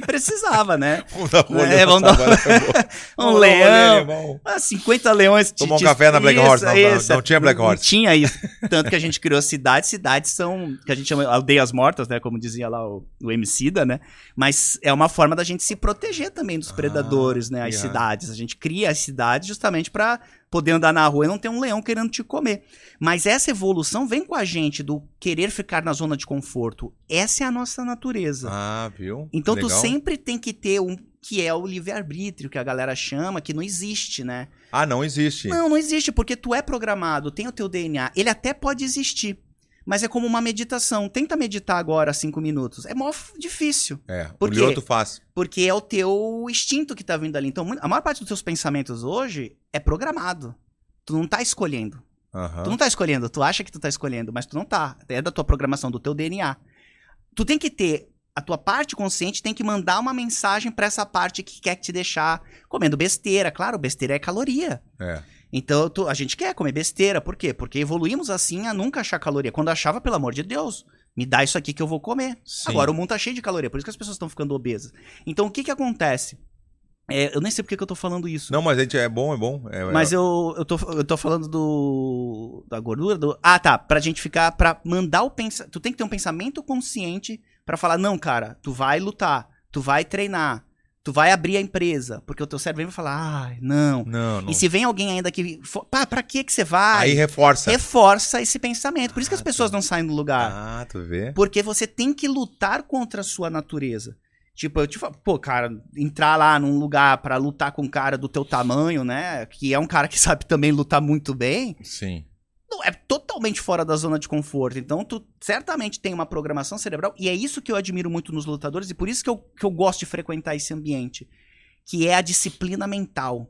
Speaker 1: (laughs)
Speaker 2: precisava, né?
Speaker 1: (laughs) Vamos dar um
Speaker 2: É,
Speaker 1: olho
Speaker 2: vamos
Speaker 1: na savana,
Speaker 2: dar-
Speaker 1: por favor.
Speaker 2: (laughs) Um
Speaker 1: Vamos dar
Speaker 2: leão,
Speaker 1: olho, irmão.
Speaker 2: ah, 50 leões. te-
Speaker 1: Tomar um
Speaker 2: te-
Speaker 1: café na Black Horse, não, não, não tinha Black Horse.
Speaker 2: Não tinha isso. Tanto que a gente criou cidades. Cidades são, que a gente chama aldeias mortas, né? Como dizia lá o, o Emicida, né? Mas é uma forma da gente se proteger também dos
Speaker 1: Ah,
Speaker 2: predadores, né? As
Speaker 1: irado.
Speaker 2: cidades. A gente cria as cidades justamente pra poder andar na rua e não ter um leão querendo te comer. Mas essa evolução vem com a gente do querer ficar na zona de conforto. Essa é a nossa natureza.
Speaker 1: Ah, viu?
Speaker 2: Então tu
Speaker 1: Legal.
Speaker 2: sempre tem que ter um que é o livre-arbítrio, que a galera chama, que não existe, né?
Speaker 1: Ah, não existe.
Speaker 2: Não, não existe, porque tu é programado, tem o teu DNA. Ele até pode existir, mas é como uma meditação. Tenta meditar agora cinco minutos. É mó f- difícil,
Speaker 1: É,
Speaker 2: Por
Speaker 1: o
Speaker 2: quê?
Speaker 1: Lioto faz.
Speaker 2: porque é o teu instinto que tá vindo ali. Então, mu- a maior parte dos teus pensamentos hoje é programado. Tu não tá escolhendo.
Speaker 1: Aham.
Speaker 2: Tu não tá escolhendo, tu acha que tu tá escolhendo, mas tu não tá. É da tua programação, do teu DNA. Tu tem que ter. A tua parte consciente tem que mandar uma mensagem pra essa parte que quer te deixar comendo besteira. Claro, besteira é caloria.
Speaker 1: É.
Speaker 2: Então, tu- a gente quer comer besteira, por quê? Porque evoluímos assim a nunca achar caloria. Quando achava, pelo amor de Deus, me dá isso aqui que eu vou comer.
Speaker 1: Sim.
Speaker 2: Agora o mundo tá cheio de caloria, por isso que as pessoas estão ficando obesas. Então, o que que acontece? É, eu nem sei porque que eu tô falando isso.
Speaker 1: Não, mas a gente é bom, é bom. É,
Speaker 2: Mas eu, eu, tô, eu tô falando do. da gordura do. Ah, tá. Pra gente ficar. Pra mandar o pensamento. Tu tem que ter um pensamento consciente pra falar, não, cara, tu vai lutar, tu vai treinar, tu vai abrir a empresa. Porque o teu cérebro vai falar, ai, não.
Speaker 1: Não, não.
Speaker 2: E se vem alguém ainda que. fo- Pá, pra que que você vai?
Speaker 1: Aí reforça.
Speaker 2: reforça esse pensamento. Por isso que as
Speaker 1: Ah,
Speaker 2: pessoas não saem do lugar.
Speaker 1: Ah, tu vê?
Speaker 2: Porque você tem que lutar contra a sua natureza. Tipo, eu te falo, pô, cara, entrar lá num lugar pra lutar com um cara do teu tamanho, né? Que é um cara que sabe também lutar muito bem,
Speaker 1: Sim.
Speaker 2: não é totalmente fora da zona de conforto. Então, tu certamente tem uma programação cerebral, e é isso que eu admiro muito nos lutadores, e por isso que eu, que eu gosto de frequentar esse ambiente. Que é a disciplina mental.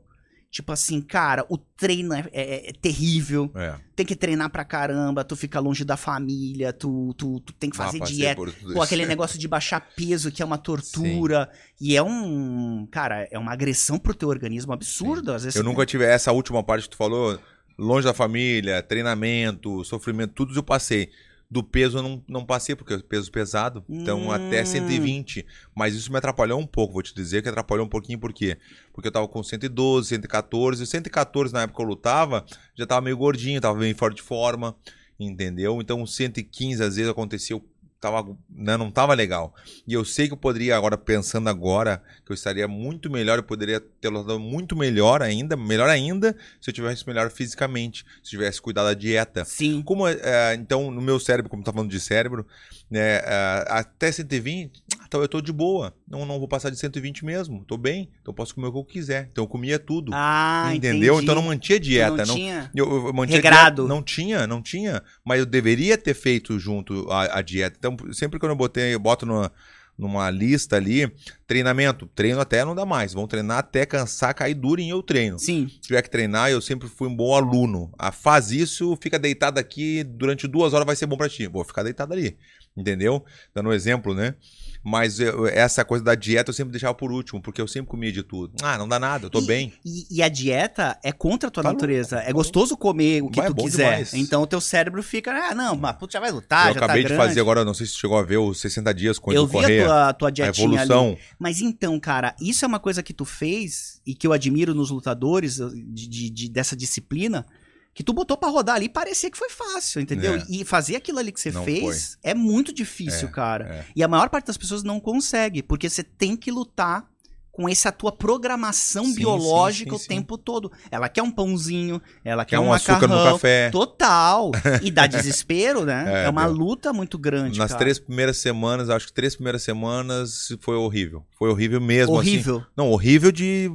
Speaker 2: Tipo assim, cara, o treino é- é- é terrível
Speaker 1: É.
Speaker 2: tem que treinar pra caramba, tu fica longe da família, tu, tu, tu tem que fazer
Speaker 1: Ah, passei
Speaker 2: dieta.
Speaker 1: por tudo
Speaker 2: Pô,
Speaker 1: isso.
Speaker 2: aquele negócio de baixar peso, que é uma tortura. E é um. Cara, é uma agressão pro teu organismo absurda. Às vezes
Speaker 1: Eu
Speaker 2: você
Speaker 1: nunca tive essa última parte que tu falou, longe da família, treinamento, sofrimento, tudo eu passei. Do peso eu não, não passei, porque é peso pesado. Então,
Speaker 2: Hum.
Speaker 1: até 120. Mas isso me atrapalhou um pouco, vou te dizer que atrapalhou um pouquinho, por quê? Porque eu tava com 112, 114. 114 na época que eu lutava, já tava meio gordinho, tava meio fora de forma, entendeu? Então, 115 às vezes aconteceu, tava, né, não tava legal. E eu sei que eu poderia, agora pensando agora, que eu estaria muito melhor, eu poderia ter lutado muito melhor ainda, melhor ainda, se eu tivesse melhor fisicamente, se tivesse cuidado da dieta.
Speaker 2: Sim.
Speaker 1: Como, é, então, no meu cérebro, como tá falando de cérebro, né, é, até 120, então eu tô de boa, não, não vou passar de 120 mesmo, tô bem, então eu posso comer o que eu quiser. Então eu comia tudo,
Speaker 2: Ah,
Speaker 1: entendeu?
Speaker 2: entendi.
Speaker 1: Então eu não mantinha dieta,
Speaker 2: não
Speaker 1: não,
Speaker 2: tinha.
Speaker 1: eu, eu mantinha a
Speaker 2: Regrado.
Speaker 1: dieta- Não tinha, não tinha. Mas eu deveria ter feito junto a, a dieta. Então, sempre que eu botei, eu boto numa, numa lista ali, treinamento, treino até não dá mais. Vão treinar até cansar, cair duro e eu treino.
Speaker 2: Sim.
Speaker 1: Se tiver que treinar, eu sempre fui um bom aluno. Ah, faz isso, fica deitado aqui durante duas horas, vai ser bom pra ti. Vou ficar deitado ali, entendeu? Dando um exemplo, né? Mas eu- essa coisa da dieta eu sempre deixava por último, porque eu sempre comia de tudo. Ah, não dá nada, eu tô
Speaker 2: E-
Speaker 1: bem.
Speaker 2: E, e a dieta é contra a tua
Speaker 1: Tá louco,
Speaker 2: natureza.
Speaker 1: tá
Speaker 2: é
Speaker 1: louco.
Speaker 2: gostoso comer o que
Speaker 1: Vai, é
Speaker 2: tu
Speaker 1: bom
Speaker 2: quiser.
Speaker 1: demais.
Speaker 2: Então o teu cérebro fica, ah, não, mas tu já vai lutar,
Speaker 1: eu
Speaker 2: já
Speaker 1: acabei
Speaker 2: tá
Speaker 1: de
Speaker 2: grande.
Speaker 1: fazer agora, não sei se tu chegou a ver os 60 dias com o
Speaker 2: Eu
Speaker 1: Edu
Speaker 2: vi a
Speaker 1: Corrêa.
Speaker 2: tua, tua
Speaker 1: A
Speaker 2: dietinha ali.
Speaker 1: evolução.
Speaker 2: Mas então, cara, isso é uma coisa que tu fez e que eu admiro nos lutadores eu- de, de- de- dessa disciplina, que tu botou pra rodar ali e parecia que foi fácil, entendeu?
Speaker 1: É.
Speaker 2: E fazer aquilo ali que você
Speaker 1: Não
Speaker 2: fez é muito difícil,
Speaker 1: É,
Speaker 2: cara.
Speaker 1: é.
Speaker 2: E a maior parte das pessoas não consegue, porque você tem que lutar com essa tua programação
Speaker 1: Sim,
Speaker 2: biológica
Speaker 1: sim, sim,
Speaker 2: o
Speaker 1: sim.
Speaker 2: tempo todo. Ela quer um pãozinho, ela quer,
Speaker 1: Quer
Speaker 2: um,
Speaker 1: um açúcar no
Speaker 2: macarrão,
Speaker 1: café.
Speaker 2: Total. E
Speaker 1: (laughs)
Speaker 2: dá desespero, né? É,
Speaker 1: É,
Speaker 2: uma
Speaker 1: meu.
Speaker 2: luta muito grande,
Speaker 1: Nas
Speaker 2: cara.
Speaker 1: três primeiras semanas, acho que três primeiras semanas foi horrível. Foi horrível mesmo, assim.
Speaker 2: Horrível.
Speaker 1: Não, horrível de.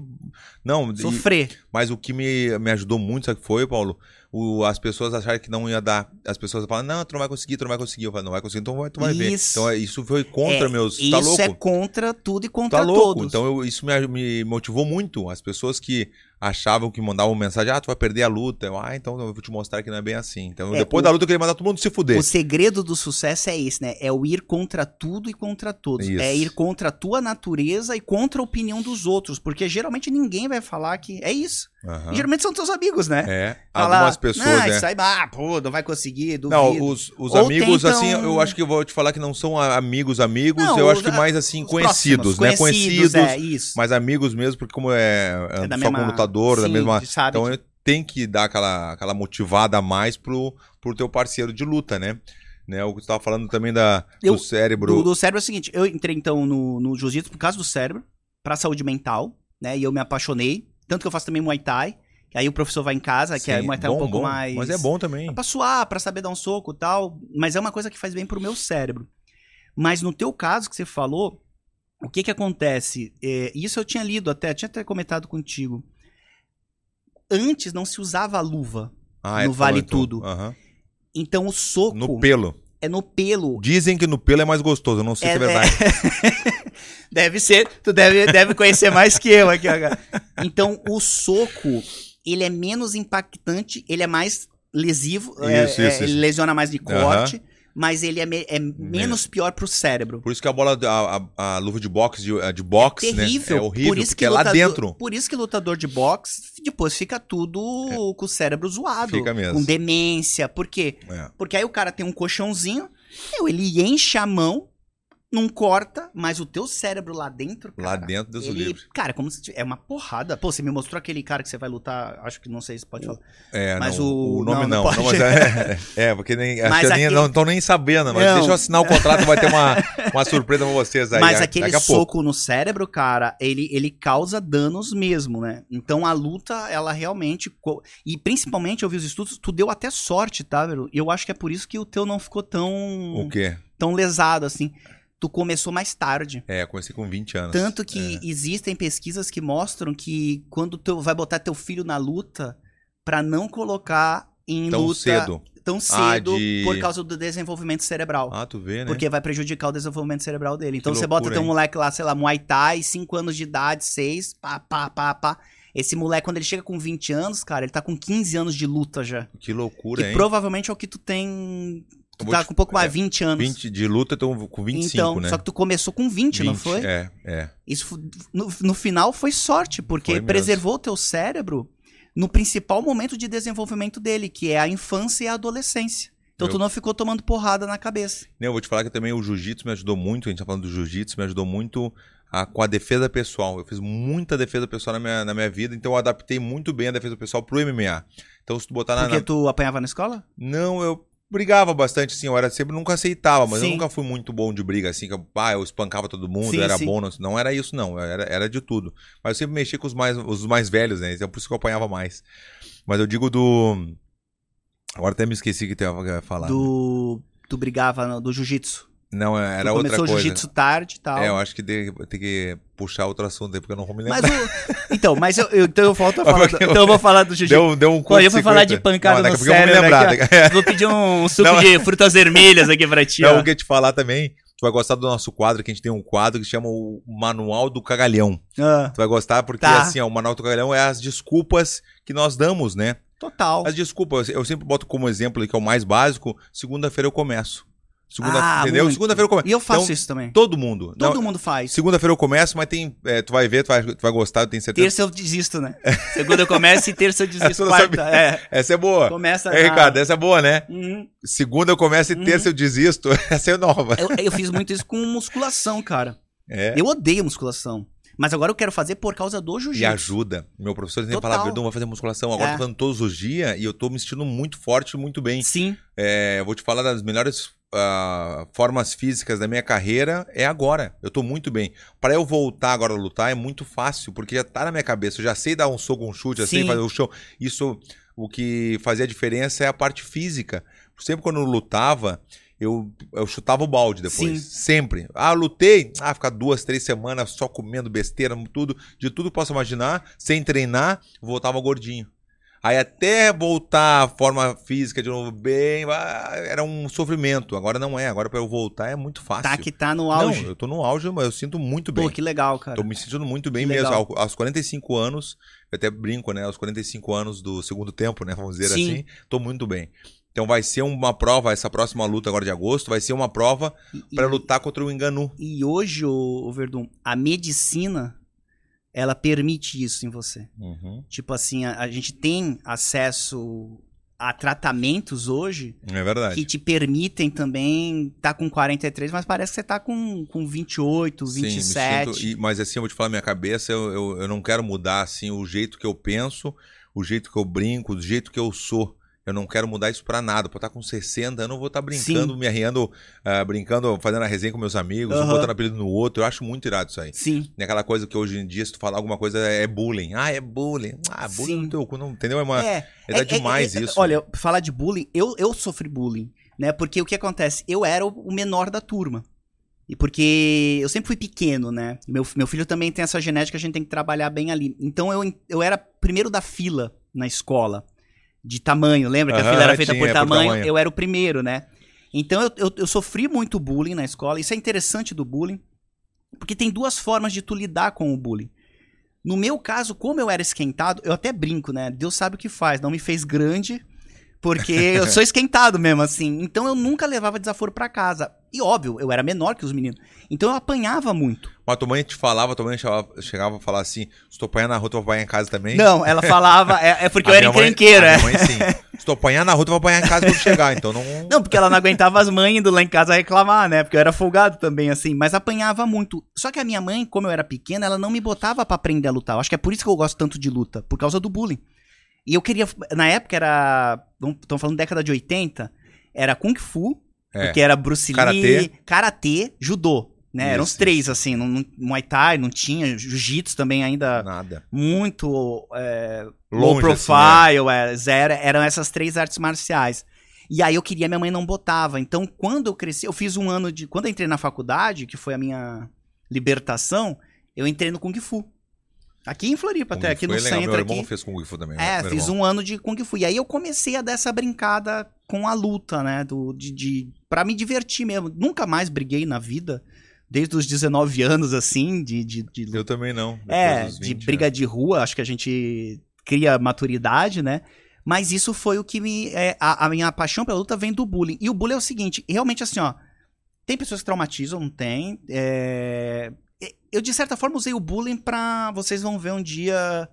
Speaker 1: Não, de-
Speaker 2: Sofrer.
Speaker 1: mas o que me, me ajudou muito, sabe o que foi, Paulo? O, as pessoas acharam que não ia dar. As pessoas falam, não, tu não vai conseguir, tu não vai conseguir. Eu falo, não vai conseguir, então vai, tu vai ver.
Speaker 2: Isso.
Speaker 1: Então é- isso foi contra
Speaker 2: É,
Speaker 1: meus.
Speaker 2: Isso
Speaker 1: tá louco?
Speaker 2: é contra tudo e contra
Speaker 1: tá louco.
Speaker 2: todos.
Speaker 1: Então eu- isso me, me motivou muito. As pessoas que achavam que mandavam mensagem, ah, tu vai perder a luta. Eu, ah, então eu vou te mostrar que não é bem assim. Então,
Speaker 2: É,
Speaker 1: depois
Speaker 2: o-
Speaker 1: da luta eu queria mandar todo mundo se fuder.
Speaker 2: O segredo do sucesso é esse, né? É o ir contra tudo e contra todos.
Speaker 1: Isso.
Speaker 2: É ir contra a tua natureza e contra a opinião dos outros. Porque geralmente ninguém vai falar que. É isso.
Speaker 1: Aham.
Speaker 2: E geralmente são teus amigos, né?
Speaker 1: Ah. É,
Speaker 2: Falar,
Speaker 1: algumas pessoas,
Speaker 2: "Ah,
Speaker 1: né?
Speaker 2: isso aí, ah, pô, não vai conseguir, duvido.
Speaker 1: Não, os, os
Speaker 2: Ou
Speaker 1: amigos,
Speaker 2: tentam-
Speaker 1: assim, eu acho que eu vou te falar que não são a- amigos, amigos,
Speaker 2: Não,
Speaker 1: eu
Speaker 2: os-
Speaker 1: acho que mais assim,
Speaker 2: Os
Speaker 1: conhecidos,
Speaker 2: próximos,
Speaker 1: né? Conhecidos,
Speaker 2: Conhecidos, é isso.
Speaker 1: mas amigos mesmo, porque como é, é
Speaker 2: é da
Speaker 1: só
Speaker 2: mesma,
Speaker 1: com lutador, da
Speaker 2: Sim,
Speaker 1: mesma.
Speaker 2: Sabe
Speaker 1: Então eu tenho que dar aquela, aquela motivada a mais pro, pro teu parceiro de luta, né? né o que tu tava falando também da,
Speaker 2: Eu-
Speaker 1: do cérebro.
Speaker 2: do, do cérebro é o seguinte, eu entrei então no, no jiu-jitsu por causa do cérebro, pra saúde mental, né? E eu me apaixonei, tanto que eu faço também Muay Thai, que aí o professor vai em casa, que
Speaker 1: Sim,
Speaker 2: aí o Muay Thai é um
Speaker 1: bom,
Speaker 2: pouco
Speaker 1: bom,
Speaker 2: mais...
Speaker 1: Mas é bom também.
Speaker 2: É pra suar, pra saber dar um soco e tal, mas é uma coisa que faz bem pro meu cérebro. Mas no teu caso que você falou, o que que acontece? É, isso eu tinha lido até, tinha até comentado contigo. Antes não se usava luva,
Speaker 1: Ah,
Speaker 2: no
Speaker 1: tu
Speaker 2: vale
Speaker 1: comentou.
Speaker 2: tudo.
Speaker 1: Aham.
Speaker 2: então o soco
Speaker 1: No pelo.
Speaker 2: é no pelo,
Speaker 1: Dizem que no pelo é mais gostoso, eu não sei
Speaker 2: É,
Speaker 1: se é verdade.
Speaker 2: Deve ser, tu deve, deve conhecer mais que eu aqui agora. Então, o soco, ele é menos impactante, ele é mais lesivo, é-
Speaker 1: Isso,
Speaker 2: é,
Speaker 1: isso,
Speaker 2: ele
Speaker 1: isso.
Speaker 2: lesiona mais de corte,
Speaker 1: Aham.
Speaker 2: mas ele é, me- é menos pior pro cérebro.
Speaker 1: Por isso que a bola, a, a- a luva de boxe, de, a de boxe,
Speaker 2: Terrível,
Speaker 1: né? É horrível,
Speaker 2: por isso
Speaker 1: porque
Speaker 2: que
Speaker 1: é lá
Speaker 2: lutador-
Speaker 1: dentro. É.
Speaker 2: Por isso que lutador de boxe, depois fica tudo com o cérebro zoado.
Speaker 1: Fica mesmo.
Speaker 2: Com demência, por quê?
Speaker 1: É.
Speaker 2: Porque aí o cara tem um colchãozinho, meu, ele enche a mão, não corta, mas o teu cérebro lá dentro, cara,
Speaker 1: Lá dentro, Deus o
Speaker 2: ele,
Speaker 1: livre.
Speaker 2: Cara, como se tivesse, é uma porrada. Pô, você me mostrou aquele cara que você vai lutar, acho que não sei se pode falar.
Speaker 1: É,
Speaker 2: Mas
Speaker 1: não,
Speaker 2: o-
Speaker 1: nome
Speaker 2: não,
Speaker 1: não.
Speaker 2: não pode.
Speaker 1: mas é, é, porque nem, acho
Speaker 2: Mas
Speaker 1: que eu nem-
Speaker 2: aquele-
Speaker 1: não estão nem sabendo. Mas
Speaker 2: Não.
Speaker 1: deixa eu assinar o contrato, vai ter uma, uma surpresa pra vocês aí.
Speaker 2: Mas
Speaker 1: a-
Speaker 2: aquele
Speaker 1: daqui a pouco.
Speaker 2: soco no cérebro, cara, ele, ele causa danos mesmo, né? Então a luta, ela realmente. co- E principalmente, eu vi os estudos, tu deu até sorte, tá, velho? E eu acho que é por isso que o teu não ficou
Speaker 1: O
Speaker 2: tão,
Speaker 1: quê?
Speaker 2: tão lesado, assim. Tu começou mais tarde.
Speaker 1: É, comecei com 20 anos.
Speaker 2: Tanto
Speaker 1: é.
Speaker 2: que existem pesquisas que mostram que quando tu vai botar teu filho na luta, pra não colocar em
Speaker 1: Tão
Speaker 2: luta
Speaker 1: cedo.
Speaker 2: tão
Speaker 1: Ah,
Speaker 2: cedo
Speaker 1: de-
Speaker 2: por causa do desenvolvimento cerebral.
Speaker 1: Ah, tu vê, né?
Speaker 2: Porque vai prejudicar o desenvolvimento cerebral dele. Então
Speaker 1: Que
Speaker 2: você
Speaker 1: loucura,
Speaker 2: bota teu
Speaker 1: hein?
Speaker 2: moleque lá, sei lá, Muay Thai, 5 anos de idade, 6, pá, pá, pá, pá. Esse moleque, quando ele chega com 20 anos, cara, ele tá com 15 anos de luta já.
Speaker 1: Que loucura,
Speaker 2: Que
Speaker 1: hein?
Speaker 2: provavelmente é o que tu tem.
Speaker 1: Eu
Speaker 2: Tu
Speaker 1: vou
Speaker 2: tá
Speaker 1: te-
Speaker 2: com um pouco mais,
Speaker 1: é,
Speaker 2: 20 anos.
Speaker 1: 20 de luta, eu tô com 25,
Speaker 2: então,
Speaker 1: né?
Speaker 2: só que tu começou com 20, não foi?
Speaker 1: É, é.
Speaker 2: Isso fu- no, no final foi sorte, porque
Speaker 1: Foi mesmo.
Speaker 2: preservou o teu cérebro no principal momento de desenvolvimento dele, que é a infância e a adolescência. Então
Speaker 1: Eu-
Speaker 2: tu não ficou tomando porrada na cabeça.
Speaker 1: Não, Eu vou te falar que também o jiu-jitsu me ajudou muito, a gente tá falando do jiu-jitsu, me ajudou muito a- com a defesa pessoal. Eu fiz muita defesa pessoal na minha, na minha vida, então eu adaptei muito bem a defesa pessoal pro MMA. Então se tu botar na...
Speaker 2: porque
Speaker 1: na-
Speaker 2: tu apanhava na escola?
Speaker 1: Não, eu brigava bastante, assim, eu era sempre, nunca aceitava, mas eu
Speaker 2: Sim.
Speaker 1: nunca fui muito bom de briga, assim, que eu, ah, eu espancava todo mundo,
Speaker 2: Sim,
Speaker 1: eu era
Speaker 2: sim.
Speaker 1: bom, não, não era isso não, era, era de tudo. Mas eu sempre mexia com os mais, os mais velhos, né, então por isso que eu apanhava mais. Mas eu digo do... Agora até me esqueci que eu ia falar.
Speaker 2: Do. Tu brigava no- do jiu-jitsu.
Speaker 1: Não, é, era
Speaker 2: tu
Speaker 1: outra
Speaker 2: começou o
Speaker 1: coisa.
Speaker 2: jiu-jitsu tarde e tal.
Speaker 1: É, eu acho que tem, tem que puxar outro assunto aí, porque eu não vou me lembrar.
Speaker 2: mas o. Então, mas eu, eu- então eu volto a
Speaker 1: Mas
Speaker 2: falar.
Speaker 1: porque (laughs) eu-
Speaker 2: do- Então eu vou falar do jiu-jitsu.
Speaker 1: deu, deu um
Speaker 2: Pô, eu
Speaker 1: fui
Speaker 2: fui falar de pancada
Speaker 1: não,
Speaker 2: no
Speaker 1: daqui a pouco eu vou me
Speaker 2: cérebro
Speaker 1: lembrar. (laughs)
Speaker 2: aqui,
Speaker 1: daqui-
Speaker 2: Vou pedir um suco
Speaker 1: Não.
Speaker 2: de frutas vermelhas aqui pra ti.
Speaker 1: Não,
Speaker 2: ó.
Speaker 1: o que eu te falar também, tu vai gostar do nosso quadro, que a gente tem um quadro que chama o Manual do Cagalhão.
Speaker 2: Ah,
Speaker 1: Tu vai gostar porque,
Speaker 2: Tá.
Speaker 1: assim, ó, o Manual do Cagalhão é as desculpas que nós damos, né?
Speaker 2: total.
Speaker 1: As desculpas, eu sempre boto como exemplo, que é o mais básico, segunda-feira eu começo. Segunda,
Speaker 2: Ah,
Speaker 1: entendeu?
Speaker 2: muito.
Speaker 1: Segunda-feira eu começo.
Speaker 2: E eu faço
Speaker 1: Então,
Speaker 2: isso também.
Speaker 1: Todo mundo.
Speaker 2: Todo
Speaker 1: Não,
Speaker 2: mundo faz.
Speaker 1: Segunda-feira eu começo, mas tem. é, tu vai ver, tu vai, tu vai gostar, eu tenho certeza.
Speaker 2: Terça eu desisto, né? Segunda eu começo
Speaker 1: (laughs)
Speaker 2: e terça eu
Speaker 1: Essa eu
Speaker 2: desisto.
Speaker 1: não
Speaker 2: Quarta,
Speaker 1: sabia.
Speaker 2: é.
Speaker 1: Essa é boa.
Speaker 2: Começa
Speaker 1: (laughs) É,
Speaker 2: na-
Speaker 1: Ricardo, essa é boa, né?
Speaker 2: Uhum.
Speaker 1: Segunda eu começo e
Speaker 2: Uhum.
Speaker 1: terça eu desisto. (laughs) Essa é nova.
Speaker 2: Eu, eu fiz muito isso com musculação, cara.
Speaker 1: É.
Speaker 2: Eu odeio musculação. Mas agora eu quero fazer por causa do
Speaker 1: E
Speaker 2: jiu-jitsu.
Speaker 1: ajuda. Meu professor sempre
Speaker 2: Total.
Speaker 1: falava, Verdão, vai fazer musculação. Agora
Speaker 2: É.
Speaker 1: eu tô fazendo todos os dias e eu tô me sentindo muito forte, muito bem.
Speaker 2: Sim.
Speaker 1: É, eu vou te falar das melhores ah, formas físicas da minha carreira é agora. Eu tô muito bem. Pra eu voltar agora a lutar é muito fácil, porque já tá na minha cabeça. Eu já sei dar um soco, um chute, já sei
Speaker 2: Sim.
Speaker 1: fazer o chão. Isso, o que fazia a diferença é a parte física. Sempre quando eu lutava, eu, eu chutava o balde depois.
Speaker 2: Sim.
Speaker 1: Sempre. Ah, lutei. Ah, ficar duas, três semanas só comendo besteira, tudo, de tudo que posso imaginar, sem treinar, voltava gordinho. Aí até voltar à forma física de novo bem, ah, era um sofrimento. Agora não é. Agora pra eu voltar é muito fácil.
Speaker 2: Tá que tá no
Speaker 1: Não,
Speaker 2: auge.
Speaker 1: eu tô no auge, mas eu sinto muito bem.
Speaker 2: Pô, que legal, cara.
Speaker 1: Tô me sentindo muito bem
Speaker 2: Que
Speaker 1: mesmo.
Speaker 2: legal.
Speaker 1: Ao- Aos 45 anos, eu até brinco, né? Aos 45 anos do segundo tempo, né? Vamos dizer
Speaker 2: Sim.
Speaker 1: assim, tô muito bem. Então vai ser uma prova, essa próxima luta agora de agosto, vai ser uma prova
Speaker 2: E-
Speaker 1: pra lutar contra o Enganu.
Speaker 2: E hoje, o Verdun, a medicina, ela permite isso em você. Tipo assim, a, a gente tem acesso a tratamentos hoje
Speaker 1: É verdade.
Speaker 2: que te permitem também estar tá com 43, mas parece que você tá com, com 28,
Speaker 1: Sim, me
Speaker 2: 27.
Speaker 1: sinto- e- mas assim, eu vou te falar, minha cabeça, eu, eu, eu não quero mudar assim o jeito que eu penso, o jeito que eu brinco, o jeito que eu sou. Eu não quero mudar isso pra nada. Pra estar com 60 eu não vou estar brincando, me arriando, ah, brincando, fazendo a resenha com meus amigos, um
Speaker 2: Aham.
Speaker 1: botando apelido no outro. Eu acho muito irado isso aí.
Speaker 2: Sim.
Speaker 1: Né, Aquela coisa que hoje em dia, se tu falar alguma coisa, é bullying. Ah, é bullying. Ah, bullying
Speaker 2: Sim.
Speaker 1: no teu cu. Não, entendeu? É, uma, é,
Speaker 2: é,
Speaker 1: demais
Speaker 2: é-
Speaker 1: isso. né?
Speaker 2: Olha, eu- falar de bullying, eu, eu sofri bullying, né? Porque o que acontece? Eu era o- o menor da turma. E porque eu sempre fui pequeno, né? Meu, meu filho também tem essa genética, a gente tem que trabalhar bem ali. Então eu, en- eu era primeiro da fila na escola, de tamanho. Lembra que a
Speaker 1: Aham,
Speaker 2: fila era feita
Speaker 1: tinha,
Speaker 2: por,
Speaker 1: por
Speaker 2: tamanho?
Speaker 1: tamanho.
Speaker 2: Eu era o primeiro, né? Então eu, eu, eu sofri muito bullying na escola. Isso é interessante do bullying, porque tem duas formas de tu lidar com o bullying. No meu caso, como eu era esquentado, eu até brinco, né? Deus sabe o que faz, não me fez grande,
Speaker 1: (laughs)
Speaker 2: porque eu sou esquentado mesmo, assim. Então eu nunca levava desaforo pra casa. E óbvio, eu era menor que os meninos. Então eu apanhava muito.
Speaker 1: Mas tua mãe te falava, tua mãe chegava, chegava a falar assim: se tu apanhar na rua, tu vai apanhar em casa também?
Speaker 2: Não, ela falava, é, é porque eu
Speaker 1: A
Speaker 2: era
Speaker 1: minha mãe-
Speaker 2: encrenqueiro,
Speaker 1: a
Speaker 2: é.
Speaker 1: minha mãe, sim. Se tu apanhar na rua, tu vai apanhar em casa quando chegar. Então não.
Speaker 2: Não, porque ela não aguentava as mães indo lá em casa reclamar, né? Porque eu era folgado também, assim, mas apanhava muito. Só que a minha mãe, como eu era pequena, ela não me botava pra aprender a lutar. Eu acho que é por isso que eu gosto tanto de luta, por causa do bullying. E eu queria. Na época era. Estão falando década de 80, era Kung Fu,
Speaker 1: É.
Speaker 2: porque era Bruce Lee,
Speaker 1: Karatê.
Speaker 2: karatê, judô. Né? Eram
Speaker 1: Isso,
Speaker 2: os três, assim, não, não, Muay Thai, não tinha, Jiu-Jitsu também ainda
Speaker 1: Nada.
Speaker 2: muito é,
Speaker 1: Longe, assim, né?
Speaker 2: low profile, é, zero, eram essas três artes marciais. E aí eu queria, minha mãe não botava. Então, quando eu cresci, eu fiz um ano de. Quando eu entrei na faculdade, que foi a minha libertação, eu entrei no Kung Fu. Aqui em Floripa,
Speaker 1: Assim, né?
Speaker 2: até aqui
Speaker 1: Kung
Speaker 2: no
Speaker 1: Fu é legal.
Speaker 2: centro.
Speaker 1: Meu irmão
Speaker 2: aqui.
Speaker 1: fez Kung Fu também.
Speaker 2: É,
Speaker 1: meu
Speaker 2: fiz
Speaker 1: irmão.
Speaker 2: um ano de Kung Fu. E aí eu comecei a dar essa brincada com a luta, né? Do, de, de, pra me divertir mesmo. Nunca mais briguei na vida, desde os 19 anos, assim, de, de, de
Speaker 1: Eu também não. depois
Speaker 2: é,
Speaker 1: dos
Speaker 2: de
Speaker 1: 20,
Speaker 2: briga
Speaker 1: né?
Speaker 2: de rua, acho que a gente cria maturidade, né? Mas isso foi o que me. é, a, a minha paixão pela luta vem do bullying. E o bullying é o seguinte: realmente, assim, ó. Tem pessoas que traumatizam, não tem. é, e- Eu, de certa forma, usei o bullying pra. Vocês vão ver um dia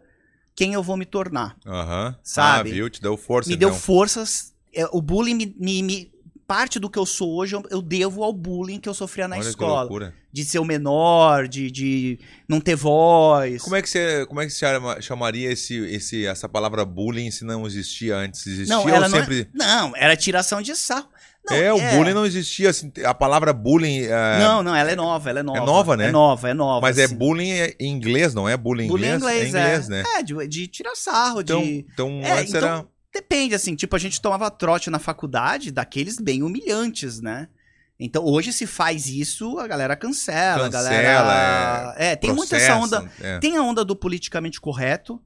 Speaker 2: quem eu vou me tornar.
Speaker 1: Aham.
Speaker 2: Sabe?
Speaker 1: Ah, viu? Te deu força.
Speaker 2: me deu
Speaker 1: então.
Speaker 2: forças. é, O bullying me. me- me- Parte do que eu sou hoje eu- eu devo ao bullying que eu sofria na
Speaker 1: Olha que
Speaker 2: escola.
Speaker 1: loucura.
Speaker 2: De ser o menor, de, de não ter voz.
Speaker 1: Como é que você, como é que você chama- chamaria esse, esse, essa palavra bullying se não existia antes? Existia
Speaker 2: Não, ela
Speaker 1: ou
Speaker 2: não, é-
Speaker 1: sempre.
Speaker 2: não, era tiração de sarro. Não,
Speaker 1: é, o bullying não existia. assim, a palavra bullying. é,
Speaker 2: Não, não, ela é nova, ela é nova.
Speaker 1: nova, né?
Speaker 2: É nova, é nova.
Speaker 1: mas é
Speaker 2: assim.
Speaker 1: bullying em inglês, não é? Bullying em
Speaker 2: Bullying
Speaker 1: inglês? é inglês, né?
Speaker 2: É, de, de tirar sarro,
Speaker 1: Então,
Speaker 2: de...
Speaker 1: então
Speaker 2: É,
Speaker 1: antes era.
Speaker 2: Depende, assim, tipo, a gente tomava trote na faculdade daqueles bem humilhantes, né? Então, hoje se faz isso, a galera cancela, a galera...
Speaker 1: Cancela,
Speaker 2: É, tem muito essa onda...
Speaker 1: processam, é.
Speaker 2: Tem a onda do politicamente correto,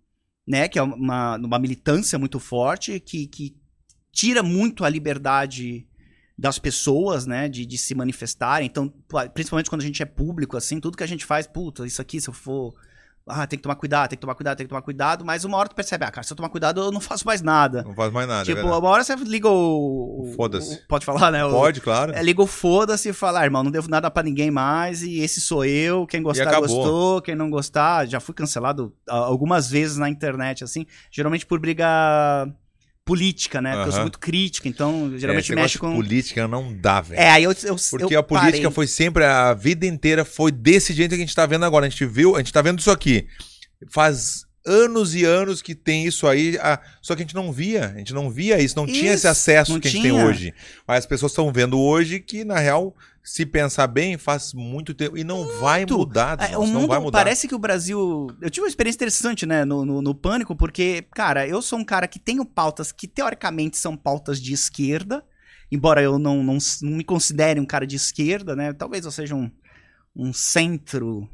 Speaker 2: né? Que é uma, uma militância muito forte, que, que tira muito a liberdade das pessoas, né? De, de se manifestarem. Então, pô, principalmente quando a gente é público, assim, tudo que a gente faz, puta, isso aqui, se eu for. Ah, tem que tomar cuidado, tem que tomar cuidado, tem que tomar cuidado, mas uma hora tu percebe, ah, cara, se eu tomar cuidado, eu não faço mais nada.
Speaker 1: Não faz mais nada. é
Speaker 2: tipo,
Speaker 1: verdade.
Speaker 2: uma hora você liga o. o-
Speaker 1: Foda-se.
Speaker 2: o- Pode falar, né? O-
Speaker 1: pode, claro.
Speaker 2: é, liga o foda-se e fala, ah, irmão, não devo nada pra ninguém mais, e esse sou eu, quem gostar
Speaker 1: acabou.
Speaker 2: gostou, quem não gostar, já fui cancelado ah, algumas vezes na internet, assim, geralmente por briga política, né, porque eu
Speaker 1: Aham.
Speaker 2: sou muito crítico, então geralmente
Speaker 1: Esse negócio
Speaker 2: mexe
Speaker 1: de
Speaker 2: com...
Speaker 1: Política não dá, velho.
Speaker 2: É, aí eu, eu
Speaker 1: Porque
Speaker 2: eu
Speaker 1: a política
Speaker 2: parei.
Speaker 1: foi sempre, a vida inteira foi desse jeito que a gente tá vendo agora. A gente viu, a gente tá vendo isso aqui. Faz anos e anos que tem isso aí, a- só que a gente não via. A gente não via isso, não tinha esse
Speaker 2: Isso,
Speaker 1: acesso
Speaker 2: não
Speaker 1: que a gente
Speaker 2: tinha.
Speaker 1: tem hoje. Mas as pessoas estão vendo hoje que, na real, se pensar bem, faz muito tempo. E não vai
Speaker 2: Muito.
Speaker 1: mudar,
Speaker 2: É,
Speaker 1: Deus,
Speaker 2: o
Speaker 1: não
Speaker 2: mundo
Speaker 1: vai mudar.
Speaker 2: parece que o Brasil. Eu tive uma experiência interessante, né, no, no, no pânico, porque, cara, eu sou um cara que tenho pautas que teoricamente são pautas de esquerda, embora eu não, não, s- não me considere um cara de esquerda, né? Talvez eu seja um, um centro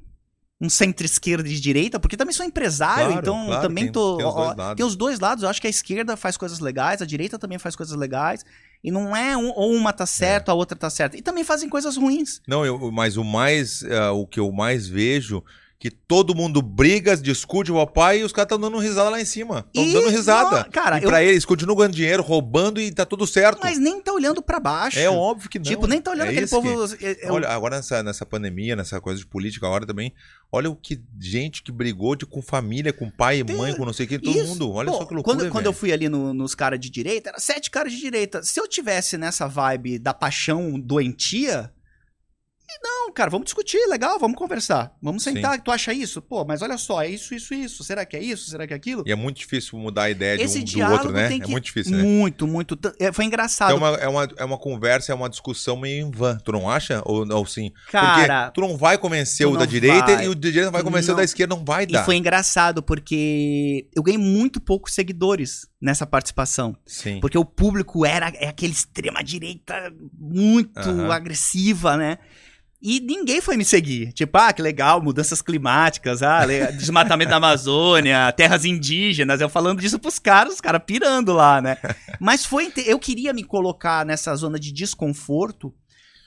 Speaker 2: um centro-esquerda e de direita, porque também sou empresário,
Speaker 1: Claro,
Speaker 2: então
Speaker 1: claro,
Speaker 2: também
Speaker 1: tem-
Speaker 2: tô.
Speaker 1: tem os
Speaker 2: ó,
Speaker 1: dois lados.
Speaker 2: tem os dois lados, eu acho que a esquerda faz coisas legais, a direita também faz coisas legais. E não é um, ou uma tá
Speaker 1: É.
Speaker 2: certa, a outra tá certa. E também fazem coisas ruins.
Speaker 1: Não, eu, mas o mais, ah, o que eu mais vejo, que todo mundo briga, discute o papai e os caras estão dando risada lá em cima. Estão
Speaker 2: E
Speaker 1: dando risada.
Speaker 2: não- cara,
Speaker 1: e pra eles, continuam ganhando dinheiro, roubando e tá tudo certo.
Speaker 2: Mas nem tá olhando pra baixo.
Speaker 1: É óbvio que não.
Speaker 2: Tipo, nem tá olhando
Speaker 1: É
Speaker 2: aquele
Speaker 1: isso que-
Speaker 2: povo. é- é-
Speaker 1: Olha, agora nessa, nessa pandemia, nessa coisa de política agora também, olha o que gente que brigou de, com família, com pai e
Speaker 2: Tem-
Speaker 1: mãe, com não sei o que, todo
Speaker 2: é Isso.
Speaker 1: mundo. Olha
Speaker 2: Pô,
Speaker 1: só que loucura, né?
Speaker 2: Quando, quando
Speaker 1: velho.
Speaker 2: eu fui ali no- nos caras de direita, era sete caras de direita. Se eu tivesse nessa vibe da paixão doentia. e Não, cara, vamos discutir, legal, vamos conversar. Vamos
Speaker 1: Sim.
Speaker 2: sentar, tu acha isso? Pô, mas olha só, é isso, isso, isso. Será que é isso? Será que é aquilo?
Speaker 1: E é muito difícil mudar a ideia de
Speaker 2: Esse
Speaker 1: um do
Speaker 2: diálogo
Speaker 1: outro, né?
Speaker 2: tem
Speaker 1: É
Speaker 2: que-
Speaker 1: muito difícil, né?
Speaker 2: Muito, muito. T- é, Foi engraçado.
Speaker 1: É uma, é, uma, é uma conversa, é uma discussão meio em vã. Tu não acha? Ou, ou sim?
Speaker 2: Cara,
Speaker 1: Porque tu não vai convencer
Speaker 2: tu
Speaker 1: o da
Speaker 2: não
Speaker 1: direita
Speaker 2: vai.
Speaker 1: e o da direita não vai convencer o
Speaker 2: Não.
Speaker 1: da esquerda, não vai
Speaker 2: e
Speaker 1: dar.
Speaker 2: foi engraçado porque eu ganhei muito poucos seguidores nessa participação.
Speaker 1: Sim.
Speaker 2: Porque o público era é aquele extrema-direita muito
Speaker 1: Aham.
Speaker 2: agressiva, né? E ninguém foi me seguir. Tipo, ah, que legal, mudanças climáticas, ah, le- (laughs) desmatamento da Amazônia, terras indígenas. Eu falando disso pros caras, os caras pirando
Speaker 1: (laughs)
Speaker 2: lá, né? Mas foi. inte- Eu queria me colocar nessa zona de desconforto.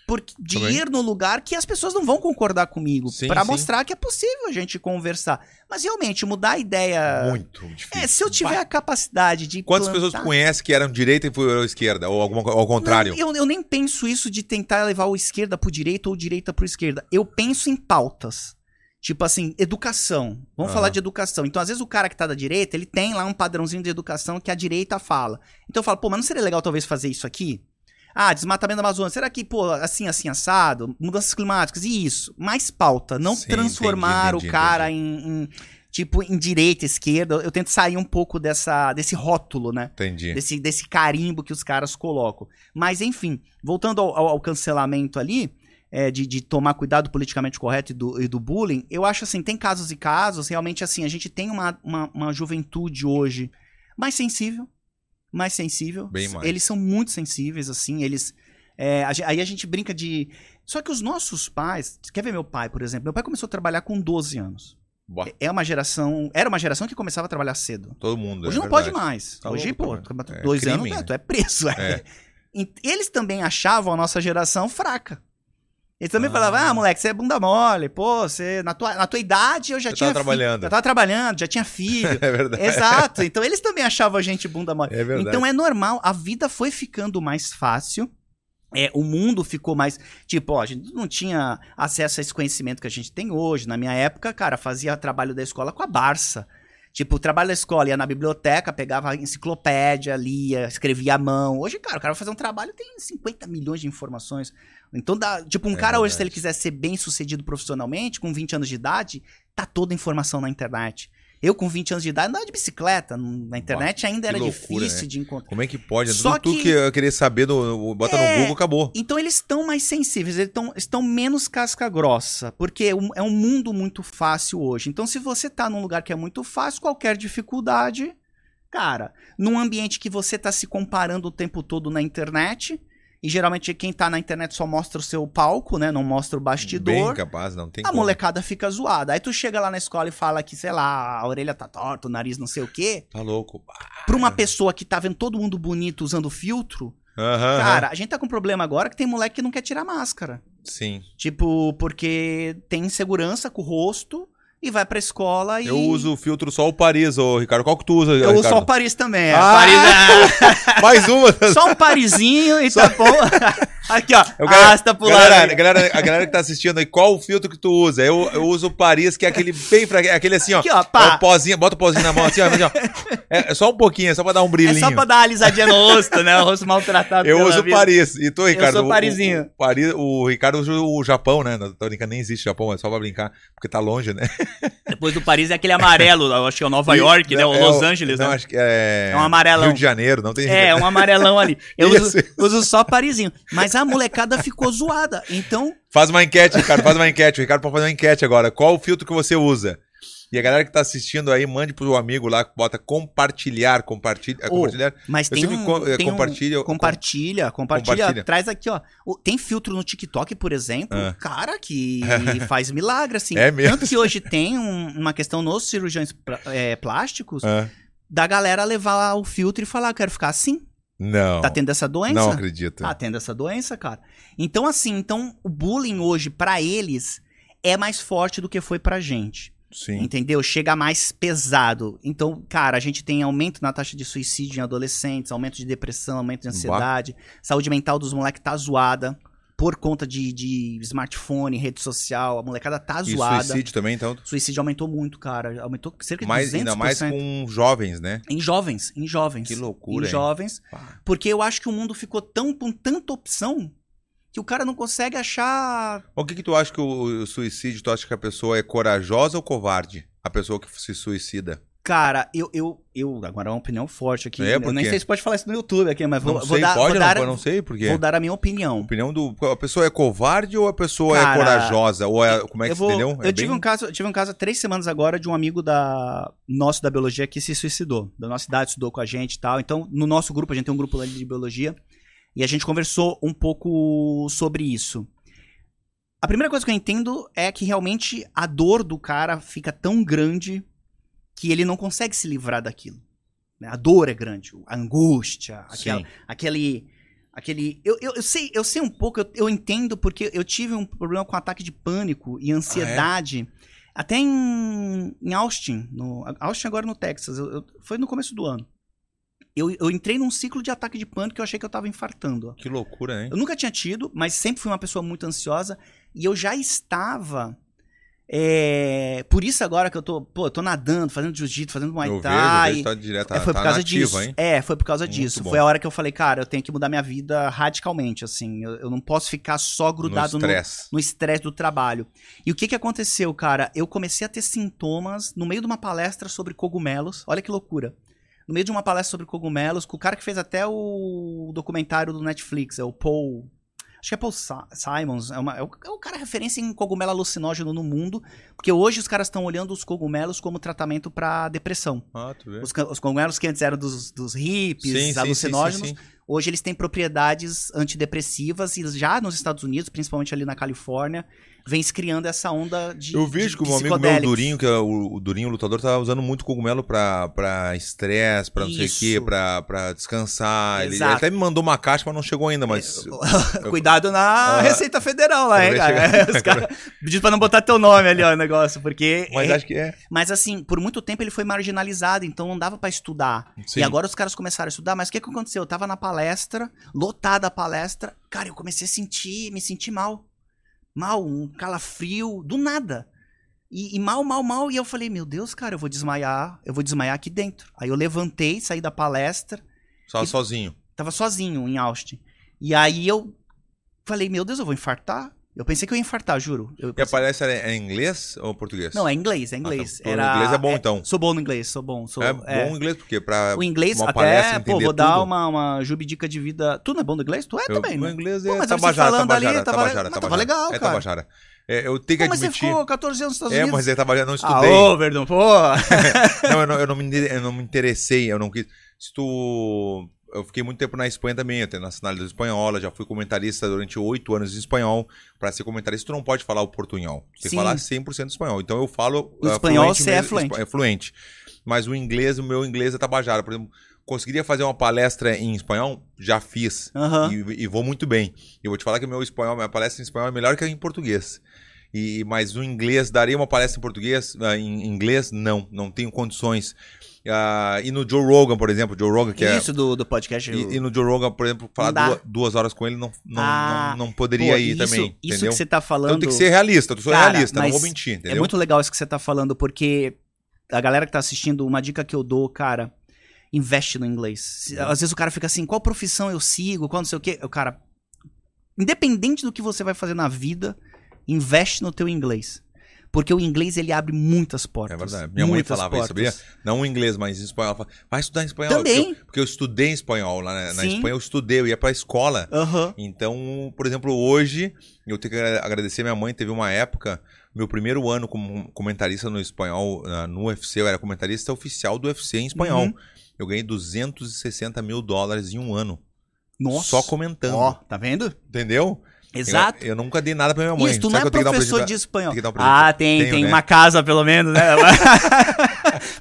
Speaker 2: Porque de
Speaker 1: Também.
Speaker 2: ir no lugar que as pessoas não vão concordar comigo.
Speaker 1: Sim,
Speaker 2: Pra
Speaker 1: sim.
Speaker 2: mostrar que é possível a gente conversar. Mas realmente, mudar a ideia.
Speaker 1: Muito difícil.
Speaker 2: ah, É, se eu tiver
Speaker 1: Bah.
Speaker 2: a capacidade de.
Speaker 1: Quantas
Speaker 2: implantar-
Speaker 1: pessoas tu conhece que eram direita e foram esquerda? Ou alguma, co- ao contrário?
Speaker 2: não, eu, eu nem penso isso de tentar levar o esquerda pro direito ou o direita pro esquerda. Eu penso em pautas. Tipo assim, educação. Vamos
Speaker 1: Aham.
Speaker 2: falar de educação. Então, às vezes, o cara que tá da direita, ele tem lá um padrãozinho de educação que a direita fala. Então eu falo, pô, mas não seria legal talvez fazer isso aqui? Ah, desmatamento da Amazônia. Será que, pô, assim, assim, assado? Mudanças climáticas? E isso. Mais pauta. Não
Speaker 1: Sim,
Speaker 2: transformar
Speaker 1: entendi, entendi,
Speaker 2: o cara em, em, tipo, em direita, esquerda. Eu tento sair um pouco dessa, desse rótulo, né?
Speaker 1: Entendi.
Speaker 2: desse, desse carimbo que os caras colocam. Mas, enfim, voltando ao, ao- ao cancelamento ali, é, de, de tomar cuidado politicamente correto e do, e do bullying, eu acho assim, tem casos e casos, realmente assim, a gente tem uma, uma, uma juventude hoje mais sensível, mais sensível.
Speaker 1: Bem mais.
Speaker 2: Eles são muito sensíveis, assim, eles... é, a ge- aí a gente brinca de... Só que os nossos pais... Quer ver meu pai, por exemplo? Meu pai começou a trabalhar com 12 anos.
Speaker 1: Boa.
Speaker 2: É uma geração... Era uma geração que começava a trabalhar cedo.
Speaker 1: Todo mundo.
Speaker 2: Hoje
Speaker 1: é
Speaker 2: não
Speaker 1: verdade.
Speaker 2: pode mais.
Speaker 1: Tá
Speaker 2: Hoje,
Speaker 1: louco,
Speaker 2: pô,
Speaker 1: cara.
Speaker 2: tu-
Speaker 1: É
Speaker 2: dois
Speaker 1: crime,
Speaker 2: anos,
Speaker 1: né?
Speaker 2: né? tu é preso.
Speaker 1: É.
Speaker 2: É. E Eles também achavam a nossa geração fraca. Eles também
Speaker 1: Ah.
Speaker 2: falavam, ah, moleque, você é bunda mole, pô, você, na tua, na tua idade eu já
Speaker 1: Você
Speaker 2: tinha.
Speaker 1: tava
Speaker 2: fi-
Speaker 1: trabalhando."
Speaker 2: Já tava trabalhando, já tinha filho.
Speaker 1: (laughs) É verdade.
Speaker 2: Exato. Então eles também achavam a gente bunda mole.
Speaker 1: É verdade.
Speaker 2: Então é normal, a vida foi ficando mais fácil. É, o mundo ficou mais. Tipo, ó, a gente não tinha acesso a esse conhecimento que a gente tem hoje. Na minha época, cara, fazia trabalho da escola com a Barça. Tipo, o trabalho da escola ia na biblioteca, pegava a enciclopédia, lia, escrevia à mão. Hoje, cara, o cara vai fazer um trabalho tem 50 milhões de informações. Então, dá, tipo, um
Speaker 1: É
Speaker 2: cara hoje,
Speaker 1: verdade.
Speaker 2: se ele quiser ser bem sucedido profissionalmente, com 20 anos de idade, tá toda a informação na internet. Eu, com 20 anos de idade, andava de bicicleta. não- Na internet ainda era
Speaker 1: loucura,
Speaker 2: difícil de encontrar.
Speaker 1: Como é que pode?
Speaker 2: Só
Speaker 1: Tudo tu
Speaker 2: que-
Speaker 1: que eu queria saber, do, bota
Speaker 2: É.
Speaker 1: no Google, acabou.
Speaker 2: Então eles estão mais sensíveis, eles tão- estão menos casca grossa, porque é um- é um mundo muito fácil hoje. Então se você tá num lugar que é muito fácil, qualquer dificuldade, cara, num ambiente que você tá se comparando o tempo todo na internet, e geralmente quem tá na internet só mostra o seu palco, né, não mostra o bastidor. tá
Speaker 1: Bem capaz, não tem
Speaker 2: A
Speaker 1: como.
Speaker 2: molecada fica zoada. Aí tu chega lá na escola e fala que, sei lá, a orelha tá torta, o nariz não sei o quê.
Speaker 1: Tá louco. Bah.
Speaker 2: Pra uma pessoa que tá vendo todo mundo bonito usando filtro,
Speaker 1: Aham, aham.
Speaker 2: Cara, a gente tá com um problema agora que tem moleque que não quer tirar máscara.
Speaker 1: Sim.
Speaker 2: Tipo, porque tem insegurança com o rosto e vai pra escola e.
Speaker 1: Eu uso o filtro só o Paris, ô Ricardo. Qual que tu usa,
Speaker 2: Eu
Speaker 1: Ricardo?
Speaker 2: uso só o Paris também. é.
Speaker 1: Ah!
Speaker 2: Paris-
Speaker 1: Mais uma. (laughs)
Speaker 2: ah, só um Parisinho e tá bom. (laughs) Aqui, ó.
Speaker 1: Eu quero-
Speaker 2: Arrasta pro
Speaker 1: Galera, a
Speaker 2: lado.
Speaker 1: galera, a galera que tá assistindo aí, qual o filtro que tu usa? Eu, eu uso o Paris, que é aquele bem fraquinho, é aquele assim, ó.
Speaker 2: Aqui, ó,
Speaker 1: É o
Speaker 2: pá.
Speaker 1: pozinho, bota o pozinho na mão assim, ó. assim, ó. É, é só um pouquinho, é só pra dar um
Speaker 2: É
Speaker 1: brilhinho.
Speaker 2: só pra dar uma alisadinha no rosto, né? O rosto maltratado.
Speaker 1: Eu
Speaker 2: pela
Speaker 1: uso o
Speaker 2: vida.
Speaker 1: Paris. E tu, Ricardo?
Speaker 2: sou
Speaker 1: o- O,
Speaker 2: Parisinho.
Speaker 1: o, Paris, o Ricardo usa o Japão, né? Não tô brincando, nem existe Japão, é só pra brincar, porque tá longe, né?
Speaker 2: Depois do Paris é aquele amarelo, eu acho que é
Speaker 1: (laughs)
Speaker 2: o Nova York, né? O
Speaker 1: É
Speaker 2: Los Angeles,
Speaker 1: não,
Speaker 2: né?
Speaker 1: acho que é...
Speaker 2: É um amarelão.
Speaker 1: Rio de Janeiro, não tem...
Speaker 2: É, um amarelão ali.
Speaker 1: (laughs)
Speaker 2: Eu
Speaker 1: Isso,
Speaker 2: uso, uso só Parisinho. Mas a molecada ficou zoada. Então,
Speaker 1: Faz uma enquete, Ricardo, faz uma enquete. O Ricardo pode fazer uma enquete agora. Qual o filtro que você usa? E a galera que tá assistindo aí, mande pro amigo lá, bota compartilhar, compartilha, é
Speaker 2: Ô,
Speaker 1: compartilhar.
Speaker 2: Mas
Speaker 1: Eu
Speaker 2: tem,
Speaker 1: sempre
Speaker 2: um,
Speaker 1: co- eh,
Speaker 2: tem um-
Speaker 1: compartilha, eu-
Speaker 2: compartilha, compartilha,
Speaker 1: Compartilha.
Speaker 2: Traz aqui, ó. O- Tem filtro no TikTok, por exemplo,
Speaker 1: Ah. (laughs)
Speaker 2: cara, que faz milagre, assim.
Speaker 1: É mesmo?
Speaker 2: Tanto que hoje tem um- uma questão nos cirurgiões pla- eh, plásticos
Speaker 1: Ah,
Speaker 2: da galera levar o filtro e falar, eu quero ficar assim.
Speaker 1: não.
Speaker 2: Tá tendo essa doença?
Speaker 1: Não acredito.
Speaker 2: Tá tendo essa doença, cara. Então, assim, então o bullying hoje, pra eles, é mais forte do que foi pra gente.
Speaker 1: Sim.
Speaker 2: Entendeu? Chega mais pesado. Então, cara, a gente tem aumento na taxa de suicídio em adolescentes, aumento de depressão, aumento de ansiedade, saúde mental dos moleques tá zoada por conta de, de smartphone, rede social, a molecada tá
Speaker 1: E
Speaker 2: zoada. Suicídio.
Speaker 1: suicídio também, então.
Speaker 2: aumentou muito, cara. Aumentou cerca de
Speaker 1: Mais,
Speaker 2: 200%.
Speaker 1: ainda mais com jovens, né?
Speaker 2: Em jovens, em jovens.
Speaker 1: Que loucura,
Speaker 2: Em
Speaker 1: hein?
Speaker 2: jovens.
Speaker 1: Pá.
Speaker 2: Porque eu acho que o mundo ficou tão com tanta opção que o cara não consegue achar.
Speaker 1: O que, que tu acha que o, o suicídio, tu acha que a pessoa é corajosa ou covarde? A pessoa que se suicida.
Speaker 2: Cara, eu. eu, eu agora é uma opinião forte aqui.
Speaker 1: É,
Speaker 2: eu
Speaker 1: por
Speaker 2: nem
Speaker 1: quê?
Speaker 2: sei se pode falar isso no YouTube aqui, mas vou,
Speaker 1: não
Speaker 2: vou
Speaker 1: sei,
Speaker 2: dar.
Speaker 1: pode,
Speaker 2: vou
Speaker 1: não,
Speaker 2: dar,
Speaker 1: pode, não sei, porque.
Speaker 2: vou dar a minha opinião.
Speaker 1: Opinião do. A pessoa é covarde ou a pessoa é
Speaker 2: Cara,
Speaker 1: corajosa? Ou é. Como é que
Speaker 2: eu vou-
Speaker 1: entendeu?
Speaker 2: eu
Speaker 1: É
Speaker 2: tive,
Speaker 1: bem-
Speaker 2: um caso, eu tive um caso há três semanas agora de um amigo da nosso da biologia que se suicidou. Da nossa idade, estudou com a gente e tal. Então, no nosso grupo, a gente tem um grupo ali de biologia. E a gente conversou um pouco sobre isso. A primeira coisa que eu entendo é que realmente a dor do cara fica tão grande que ele não consegue se livrar daquilo. né? A dor é grande, a angústia, aquela,
Speaker 1: Sim.
Speaker 2: aquele aquele eu, eu, eu sei eu sei um pouco eu, eu entendo porque eu tive um problema com ataque de pânico
Speaker 1: Ah, é?
Speaker 2: e ansiedade até em, em Austin no Austin agora no Texas eu- eu- foi no começo do ano eu, eu entrei num ciclo de ataque de pânico que eu achei que eu tava infartando
Speaker 1: Que loucura, hein?
Speaker 2: eu nunca tinha tido, mas sempre fui uma pessoa muito ansiosa. E eu já estava. é, por isso agora que eu tô, pô, eu tô nadando, fazendo jiu-jitsu, fazendo muay
Speaker 1: eu
Speaker 2: thai.
Speaker 1: vejo, eu vejo, tá direto.
Speaker 2: É,
Speaker 1: Tá,
Speaker 2: foi
Speaker 1: tá
Speaker 2: por causa
Speaker 1: nativa,
Speaker 2: disso.
Speaker 1: hein?
Speaker 2: É, foi por causa
Speaker 1: Muito
Speaker 2: disso.
Speaker 1: bom.
Speaker 2: Foi a hora que eu falei, cara, eu tenho que mudar minha vida radicalmente, assim. Eu, eu não posso ficar só grudado
Speaker 1: no
Speaker 2: no
Speaker 1: estresse.
Speaker 2: no estresse do trabalho. E o que que aconteceu, cara? Eu comecei a ter sintomas no meio de uma palestra sobre cogumelos. Olha que loucura. No meio de uma palestra sobre cogumelos, com o cara que fez até o documentário do Netflix, é o Paul. Acho que é Paul Sa- Simons, é, uma- é o, é o cara referência em cogumelo alucinógeno no mundo, porque hoje os caras estão olhando os cogumelos como tratamento pra depressão.
Speaker 1: Ah, tu vê.
Speaker 2: Os, ca- os cogumelos que antes eram dos, dos hippies,
Speaker 1: Sim, sim, sim,
Speaker 2: alucinógenos,
Speaker 1: sim, sim.
Speaker 2: Hoje eles têm propriedades antidepressivas e já nos Estados Unidos, principalmente ali na Califórnia, vem se criando essa onda de.
Speaker 1: Eu vejo
Speaker 2: de
Speaker 1: que um amigo meu, o
Speaker 2: psicodélicos. (laughs)
Speaker 1: Durinho, que é o, o Durinho, o lutador, tá usando muito cogumelo pra, pra estresse, pra não sei o
Speaker 2: Isso.
Speaker 1: quê, pra, pra descansar. Ele, ele
Speaker 2: Exato. É,
Speaker 1: até me mandou uma caixa, mas não chegou ainda, mas...
Speaker 2: Cuidado na
Speaker 1: Ah,
Speaker 2: Receita Federal lá, hein,
Speaker 1: eu
Speaker 2: cara? (laughs)
Speaker 1: (laughs)
Speaker 2: Os caras pediram pra não botar teu nome ali, ó, o negócio, porque.
Speaker 1: Mas acho que é.
Speaker 2: Mas assim, por muito tempo ele foi marginalizado, então não dava pra estudar.
Speaker 1: Sim.
Speaker 2: E agora os caras começaram a estudar, mas o que, que aconteceu? Eu tava na palestra, lotada a palestra, cara, eu comecei a sentir, me sentir mal. Mal, um calafrio, do nada. E, e mal, mal, mal. E eu falei, meu Deus, cara, eu vou desmaiar, eu vou desmaiar aqui dentro. Aí eu levantei, saí da palestra,
Speaker 1: Só
Speaker 2: e-
Speaker 1: sozinho.
Speaker 2: tava sozinho em Austin. E aí eu falei, meu Deus, eu vou infartar? Eu pensei que eu ia infartar, juro. Eu
Speaker 1: E
Speaker 2: pensei-
Speaker 1: aparece, é em inglês ou português?
Speaker 2: Não, é inglês, é inglês.
Speaker 1: Ah, tá. O
Speaker 2: Era...
Speaker 1: inglês é bom, então.
Speaker 2: Sou bom no inglês, sou bom. Sou...
Speaker 1: É
Speaker 2: é.
Speaker 1: bom o inglês, porque pra...
Speaker 2: O inglês,
Speaker 1: É, uma palestra,
Speaker 2: até, pô,
Speaker 1: entender
Speaker 2: vou dar
Speaker 1: tudo.
Speaker 2: uma, uma jubidica de vida. Tu não é bom do inglês? Tu é
Speaker 1: eu-
Speaker 2: também,
Speaker 1: o
Speaker 2: né?
Speaker 1: inglês é
Speaker 2: Pô, mas eu vi você
Speaker 1: tabajara,
Speaker 2: falando ali,
Speaker 1: tabajara,
Speaker 2: tava-
Speaker 1: tabajara,
Speaker 2: mas tava
Speaker 1: tabajara.
Speaker 2: legal,
Speaker 1: É
Speaker 2: cara.
Speaker 1: tabajara. É, eu tenho que
Speaker 2: Pô, mas você
Speaker 1: admitir...
Speaker 2: ficou 14 anos nos Estados
Speaker 1: É,
Speaker 2: Unidos.
Speaker 1: mas é tabajara, não
Speaker 2: ah,
Speaker 1: estudei.
Speaker 2: ô, Verdão, pô.
Speaker 1: Não, eu não, eu, não me, inter- eu não me interessei, eu não quis. Se tu. Eu fiquei muito tempo na Espanha também, eu tenho nacionalidade espanhola, já fui comentarista durante oito anos em espanhol. Pra ser comentarista, tu não pode falar o portunhol. Tem
Speaker 2: Sim.
Speaker 1: que falar 100% espanhol. Então eu falo.
Speaker 2: O
Speaker 1: ah,
Speaker 2: espanhol você é
Speaker 1: mesmo-
Speaker 2: fluente.
Speaker 1: espa- É fluente. Mas o inglês, o meu inglês é tabajara. Por exemplo, conseguiria fazer uma palestra em espanhol? Já fiz.
Speaker 2: Aham.
Speaker 1: E, e vou muito bem. Eu vou te falar que meu espanhol, minha palestra em espanhol é melhor que a em português. E, mas o inglês, daria uma palestra em português? ah, Em inglês, não. Não tenho condições. Ah, e no Joe Rogan, por exemplo, Joe Rogan, que é.
Speaker 2: Isso do, do podcast. eu-
Speaker 1: E, e no Joe Rogan, por exemplo, falar
Speaker 2: Não dá.
Speaker 1: duas, duas horas com ele não, não,
Speaker 2: Ah,
Speaker 1: não, não
Speaker 2: pô,
Speaker 1: poderia ir
Speaker 2: isso,
Speaker 1: também.
Speaker 2: Isso
Speaker 1: entendeu?
Speaker 2: que você tá
Speaker 1: Então
Speaker 2: falando.
Speaker 1: tem que ser realista, tu sou
Speaker 2: Cara,
Speaker 1: realista, não
Speaker 2: mas
Speaker 1: vou mentir, entendeu?
Speaker 2: É muito legal isso que você tá falando, porque a galera que tá assistindo, uma dica que eu dou, cara, investe no inglês. Se-
Speaker 1: Uhum.
Speaker 2: Às vezes o cara fica assim, qual profissão eu sigo, qual não sei o quê. O cara, independente do que você vai fazer na vida, investe no teu inglês. Porque o inglês, ele abre muitas portas.
Speaker 1: É verdade. Minha mãe
Speaker 2: muitas
Speaker 1: falava isso,
Speaker 2: portas.
Speaker 1: sabia? Não em inglês, mas em espanhol. Ela fala, vai estudar em espanhol.
Speaker 2: Também.
Speaker 1: Porque eu, porque eu estudei espanhol lá na, na
Speaker 2: Sim.
Speaker 1: Espanha, eu estudei, eu ia pra escola.
Speaker 2: Aham.
Speaker 1: Então, por exemplo, hoje eu tenho que agra- agradecer minha mãe, teve uma época Meu primeiro ano como comentarista no espanhol, ah, no UFC, eu era comentarista oficial do UFC em espanhol.
Speaker 2: Uhum.
Speaker 1: Eu ganhei 260 mil dólares em um ano.
Speaker 2: Nossa.
Speaker 1: Só comentando.
Speaker 2: Ó, tá vendo?
Speaker 1: Entendeu?
Speaker 2: Exato.
Speaker 1: Eu, eu nunca dei nada pra minha mãe.
Speaker 2: Isso, tu não
Speaker 1: Sabe
Speaker 2: é
Speaker 1: que eu tenho que dar um
Speaker 2: professor
Speaker 1: presente pra-
Speaker 2: de espanhol.
Speaker 1: tem que dar um presente
Speaker 2: ah, tem,
Speaker 1: Tenho,
Speaker 2: tem
Speaker 1: né?
Speaker 2: uma casa, pelo menos,
Speaker 1: (laughs)
Speaker 2: né? (laughs)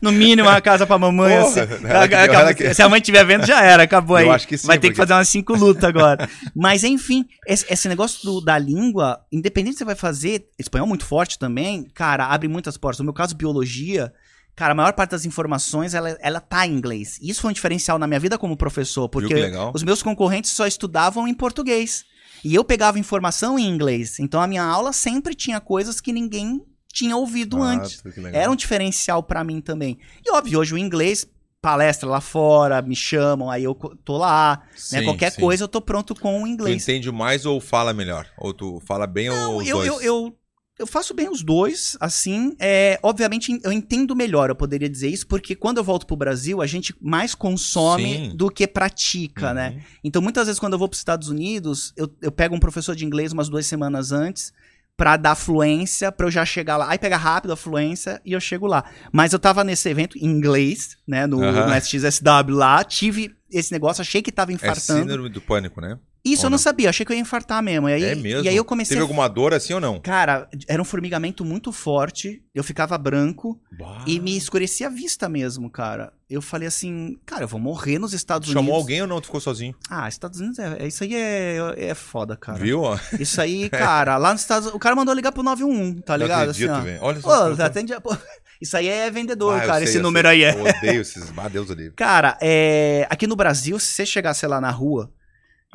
Speaker 2: no mínimo, uma casa pra mamãe,
Speaker 1: Porra,
Speaker 2: assim.
Speaker 1: ela que-
Speaker 2: Acabou-
Speaker 1: ela que-
Speaker 2: Se a mãe estiver vendo, já era, acabou aí.
Speaker 1: Eu acho que sim,
Speaker 2: Vai ter que
Speaker 1: porque-
Speaker 2: fazer umas cinco lutas agora. Mas, enfim, esse, esse negócio do- da língua, independente se você vai fazer, espanhol muito forte também, cara, abre muitas portas. No meu caso, biologia, cara, a maior parte das informações, ela, ela tá em inglês. Isso foi um diferencial na minha vida como professor,
Speaker 1: que
Speaker 2: porque
Speaker 1: legal?
Speaker 2: os meus concorrentes só estudavam em português. E eu pegava informação em inglês. Então, a minha aula sempre tinha coisas que ninguém tinha ouvido
Speaker 1: Ah,
Speaker 2: antes.
Speaker 1: que legal.
Speaker 2: Era um diferencial pra mim também. E óbvio, hoje o inglês, palestra lá fora, me chamam, aí eu co- tô lá, né?
Speaker 1: Sim,
Speaker 2: Qualquer
Speaker 1: sim.
Speaker 2: coisa eu tô pronto com o
Speaker 1: Tu
Speaker 2: inglês. Então,
Speaker 1: entende mais ou fala melhor? Ou tu fala bem ou os
Speaker 2: Eu,
Speaker 1: dois?
Speaker 2: eu, eu, eu faço bem os dois, assim. É, obviamente, eu entendo melhor, eu poderia dizer isso, porque quando eu volto pro Brasil, a gente mais consome
Speaker 1: Sim.
Speaker 2: do que pratica, né?
Speaker 1: Uhum.
Speaker 2: Então, muitas vezes, quando eu vou para os Estados Unidos, eu, eu pego um professor de inglês umas duas semanas antes pra dar fluência, pra eu já chegar lá. Aí pega rápido a fluência e eu chego lá. Mas eu tava nesse evento em inglês, né, no,
Speaker 1: Aham.
Speaker 2: no SXSW lá, tive esse negócio, achei que tava
Speaker 1: É
Speaker 2: infartando.
Speaker 1: síndrome do pânico, né?
Speaker 2: Isso
Speaker 1: ou
Speaker 2: eu não
Speaker 1: não?
Speaker 2: sabia, achei que eu ia infartar mesmo. E aí,
Speaker 1: é mesmo.
Speaker 2: E aí eu comecei...
Speaker 1: Teve
Speaker 2: a-
Speaker 1: alguma dor assim ou não?
Speaker 2: Cara, era um formigamento muito forte, eu ficava branco
Speaker 1: Bah.
Speaker 2: e me escurecia a vista mesmo, cara. Eu falei assim, cara, eu vou morrer nos Estados
Speaker 1: Tu Chamou
Speaker 2: Unidos.
Speaker 1: alguém ou não? Tu ficou sozinho?
Speaker 2: Ah, Estados Unidos é. é- Isso aí é, é foda, cara.
Speaker 1: Viu? ó? (laughs)
Speaker 2: Isso aí, cara, lá nos Estados Unidos. O cara mandou ligar pro 911, tá
Speaker 1: Não
Speaker 2: ligado?
Speaker 1: acredito,
Speaker 2: assim, ó.
Speaker 1: velho. Olha
Speaker 2: Pô,
Speaker 1: só. Ah,
Speaker 2: atende a- pô, (laughs) Isso aí é vendedor,
Speaker 1: eu
Speaker 2: cara,
Speaker 1: sei,
Speaker 2: esse
Speaker 1: eu
Speaker 2: número
Speaker 1: sei.
Speaker 2: aí é.
Speaker 1: Eu odeio esses. Ah, Deus o livre.
Speaker 2: Cara, é, aqui no Brasil, se você chegar, sei lá, na rua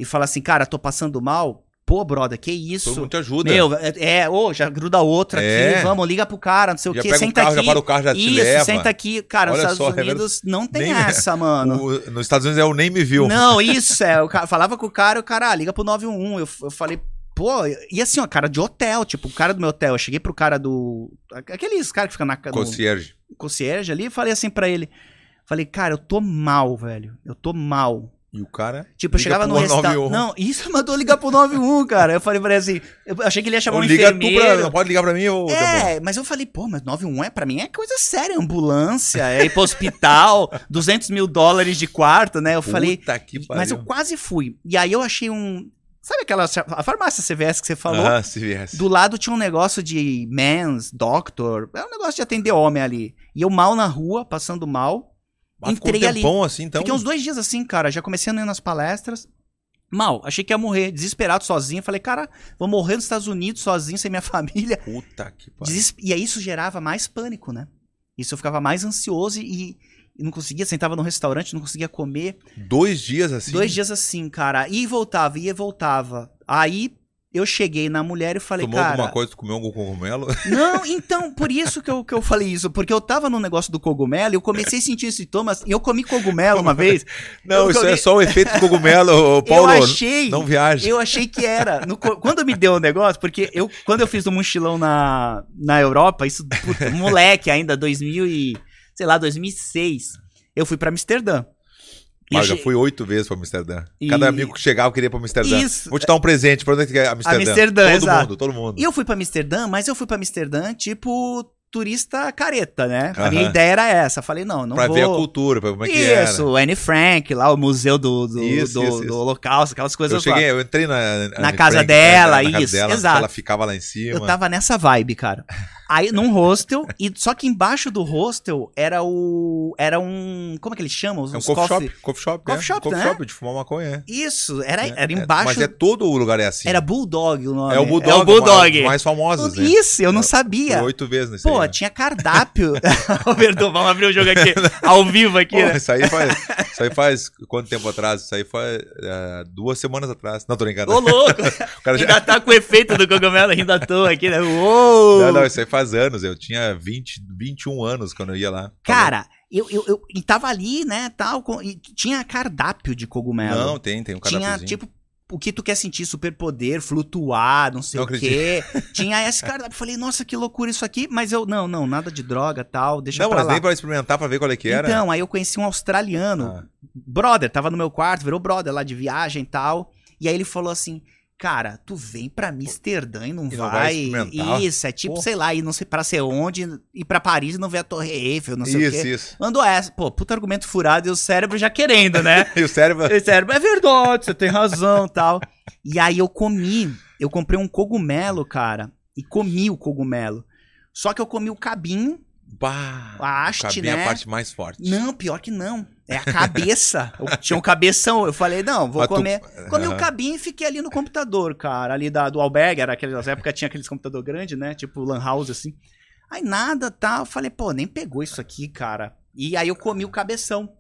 Speaker 2: e falar assim, cara, tô passando mal, pô, brother, que isso?
Speaker 1: Todo mundo te ajuda.
Speaker 2: Meu, é, é, ô, já gruda outra
Speaker 1: É.
Speaker 2: aqui, vamos, liga pro cara, não sei
Speaker 1: já
Speaker 2: o quê,
Speaker 1: pega o
Speaker 2: senta
Speaker 1: carro, já
Speaker 2: aqui.
Speaker 1: para o carro, já te
Speaker 2: isso,
Speaker 1: leva.
Speaker 2: senta aqui. Cara, nos
Speaker 1: Olha
Speaker 2: Estados
Speaker 1: só, é verdade.
Speaker 2: Unidos não tem
Speaker 1: Nem- (laughs)
Speaker 2: essa, mano.
Speaker 1: O- nos Estados Unidos é o nem me viu.
Speaker 2: Não, isso é. Eu falava com o cara, o cara, ah, liga pro 911. Eu, eu falei, pô, e assim, ó, cara de hotel, tipo, o cara do meu hotel. Eu cheguei pro cara do. Aqueles cara que fica na ca- no
Speaker 1: Concierge.
Speaker 2: concierge ali e falei assim pra ele. Falei, cara, eu tô mal, velho. Eu tô mal.
Speaker 1: E o cara.
Speaker 2: Tipo,
Speaker 1: liga
Speaker 2: eu chegava
Speaker 1: pro
Speaker 2: no restaurante.
Speaker 1: 911.
Speaker 2: Não, isso mandou ligar pro 91, cara. Eu falei pra ele assim. Eu achei que ele ia chamar
Speaker 1: Ou
Speaker 2: um
Speaker 1: liga tu pra.
Speaker 2: enfermeiro.
Speaker 1: não Pode ligar pra mim ou.
Speaker 2: É, mas eu falei, pô, mas 91 é pra mim é coisa séria, ambulância, é ir pro hospital, (laughs) 200 mil dólares de quarto, né? Eu falei,
Speaker 1: Puta que pariu.
Speaker 2: mas eu quase fui. E aí eu achei um. Sabe aquela a farmácia CVS que você falou?
Speaker 1: Ah, se viesse.
Speaker 2: Do lado tinha um negócio de men's, doctor. É um negócio de atender homem ali. E eu mal na rua, passando mal.
Speaker 1: Mas ficou um
Speaker 2: entrei ali.
Speaker 1: tempão assim, então.
Speaker 2: Fiquei uns dois dias assim, cara. Já comecei a não ir nas palestras. Mal, achei que ia morrer, desesperado, sozinho. Falei, cara, vou morrer nos Estados Unidos sozinho, sem minha (laughs) família.
Speaker 1: Puta que pariu.
Speaker 2: Deses- E aí isso gerava mais pânico, né? Isso eu ficava mais ansioso e, e não conseguia, sentava no restaurante, não conseguia comer.
Speaker 1: Dois dias assim.
Speaker 2: Dois dias assim, cara. Ia E voltava, ia e voltava. Aí eu cheguei na mulher e falei,
Speaker 1: Tomou
Speaker 2: cara.
Speaker 1: alguma coisa, tu comeu algum cogumelo?
Speaker 2: (laughs) Não, então, por isso que eu, que eu falei isso. Porque eu tava no negócio do cogumelo e eu comecei a sentir sintomas. E eu comi cogumelo uma vez.
Speaker 1: Não,
Speaker 2: Eu
Speaker 1: isso
Speaker 2: comi-
Speaker 1: é só o efeito do cogumelo, ô, (laughs) Paulo.
Speaker 2: (laughs) eu achei.
Speaker 1: Não viaja.
Speaker 2: Eu achei que era. No co- quando me deu o negócio, porque eu, quando eu fiz o mochilão na, na Europa, isso, puta, moleque ainda, 2000 e, sei lá, 2006, eu fui pra Amsterdã. E
Speaker 1: Mas eu
Speaker 2: achei-
Speaker 1: já fui oito vezes pra Amsterdã.
Speaker 2: E-
Speaker 1: Cada amigo que chegava queria ir pra Amsterdã.
Speaker 2: Isso.
Speaker 1: Vou te dar um presente. Pra onde é que é Amsterdã?
Speaker 2: Amsterdã,
Speaker 1: Todo
Speaker 2: exato.
Speaker 1: mundo, todo mundo.
Speaker 2: E eu fui pra Amsterdã, mas eu fui pra Amsterdã tipo turista careta, né? A minha
Speaker 1: Aham.
Speaker 2: ideia era essa. Falei, não, não
Speaker 1: pra
Speaker 2: vou.
Speaker 1: ver a cultura, pra ver como é que
Speaker 2: isso,
Speaker 1: era.
Speaker 2: o Anne Frank, lá o museu do, do,
Speaker 1: Isso,
Speaker 2: do,
Speaker 1: isso, isso.
Speaker 2: do Holocausto, aquelas coisas
Speaker 1: Eu cheguei, eu entrei na...
Speaker 2: Na casa dela, isso, exato.
Speaker 1: Ela ficava lá em cima.
Speaker 2: Eu tava nessa vibe, cara. Aí, num hostel, e só que embaixo do hostel era o. Era um. Como é que eles chamam? Os
Speaker 1: É um
Speaker 2: uns
Speaker 1: coffee
Speaker 2: coffee-
Speaker 1: shop. Coffee shop,
Speaker 2: Coffee
Speaker 1: é.
Speaker 2: shop,
Speaker 1: coffee
Speaker 2: né?
Speaker 1: shop de fumar maconha,
Speaker 2: Isso,
Speaker 1: é.
Speaker 2: era,
Speaker 1: É,
Speaker 2: era
Speaker 1: é.
Speaker 2: embaixo.
Speaker 1: Mas é todo o lugar é assim.
Speaker 2: Era Bulldog o nome.
Speaker 1: é o Bulldog.
Speaker 2: É o Bulldog.
Speaker 1: Os mais famosos, né?
Speaker 2: Isso, eu não
Speaker 1: Fui
Speaker 2: sabia.
Speaker 1: oito vezes nesse
Speaker 2: Pô,
Speaker 1: aí, né?
Speaker 2: tinha cardápio. (laughs) o Verdão, vamos abrir o
Speaker 1: (laughs)
Speaker 2: jogo aqui. ao vivo aqui,
Speaker 1: Pô,
Speaker 2: né?
Speaker 1: isso, aí faz,
Speaker 2: (laughs)
Speaker 1: isso aí faz quanto tempo atrás? Isso aí faz ah, duas semanas atrás. Não, tô brincando.
Speaker 2: Ô,
Speaker 1: (laughs)
Speaker 2: louco!
Speaker 1: O cara já-
Speaker 2: Ainda tá com o efeito do cogumelo ainda à toa aqui, né? Uou!
Speaker 1: Não, não, isso aí faz anos. Eu tinha 20, 21 anos quando eu ia lá.
Speaker 2: Cara, eu, eu, eu e tava ali, né, tal, com- e tinha cardápio de cogumelo.
Speaker 1: Não, tem, tem um
Speaker 2: tinha,
Speaker 1: cadastro.
Speaker 2: tipo, o que tu quer sentir, superpoder, flutuar, não sei
Speaker 1: Não
Speaker 2: o quê. Tinha esse cardápio. Falei, nossa, que loucura isso aqui. Mas eu, não, não, nada de droga, tal, deixa
Speaker 1: não,
Speaker 2: pra
Speaker 1: mas
Speaker 2: lá.
Speaker 1: nem pra experimentar pra ver qual é que era.
Speaker 2: Então, aí eu conheci um australiano,
Speaker 1: Ah,
Speaker 2: brother, tava no meu quarto, virou brother lá de viagem e tal. E aí ele falou assim: Cara, tu vem pra Amsterdã e não,
Speaker 1: E não vai
Speaker 2: vai.
Speaker 1: experimentar.
Speaker 2: isso, é tipo,
Speaker 1: Pô.
Speaker 2: sei lá, e não sei pra ser onde, ir pra Paris e não ver a Torre Eiffel, não sei o
Speaker 1: Isso,
Speaker 2: quê.
Speaker 1: isso.
Speaker 2: Mandou essa. Pô, puta argumento furado e o cérebro já querendo, né?
Speaker 1: (laughs) E o cérebro.
Speaker 2: Ele sério, é verdade, você tem razão tal. E aí eu comi, eu comprei um cogumelo, cara, e comi o cogumelo. Só que eu comi o cabinho,
Speaker 1: Bah,
Speaker 2: a haste,
Speaker 1: cabinha é
Speaker 2: né?
Speaker 1: a parte mais forte.
Speaker 2: Não, pior que não. É
Speaker 1: (laughs)
Speaker 2: a cabeça. Eu tinha um cabeção. Eu falei, não, vou
Speaker 1: Mas tu-
Speaker 2: comer. Comi o
Speaker 1: Aham.
Speaker 2: cabinho e fiquei ali no computador, cara. Ali da, do albergue, era aquelas épocas tinha aqueles computador grande, né? Tipo lan house, assim. Aí nada, tá. Eu falei, pô, nem pegou isso aqui, cara. E aí eu comi o cabeção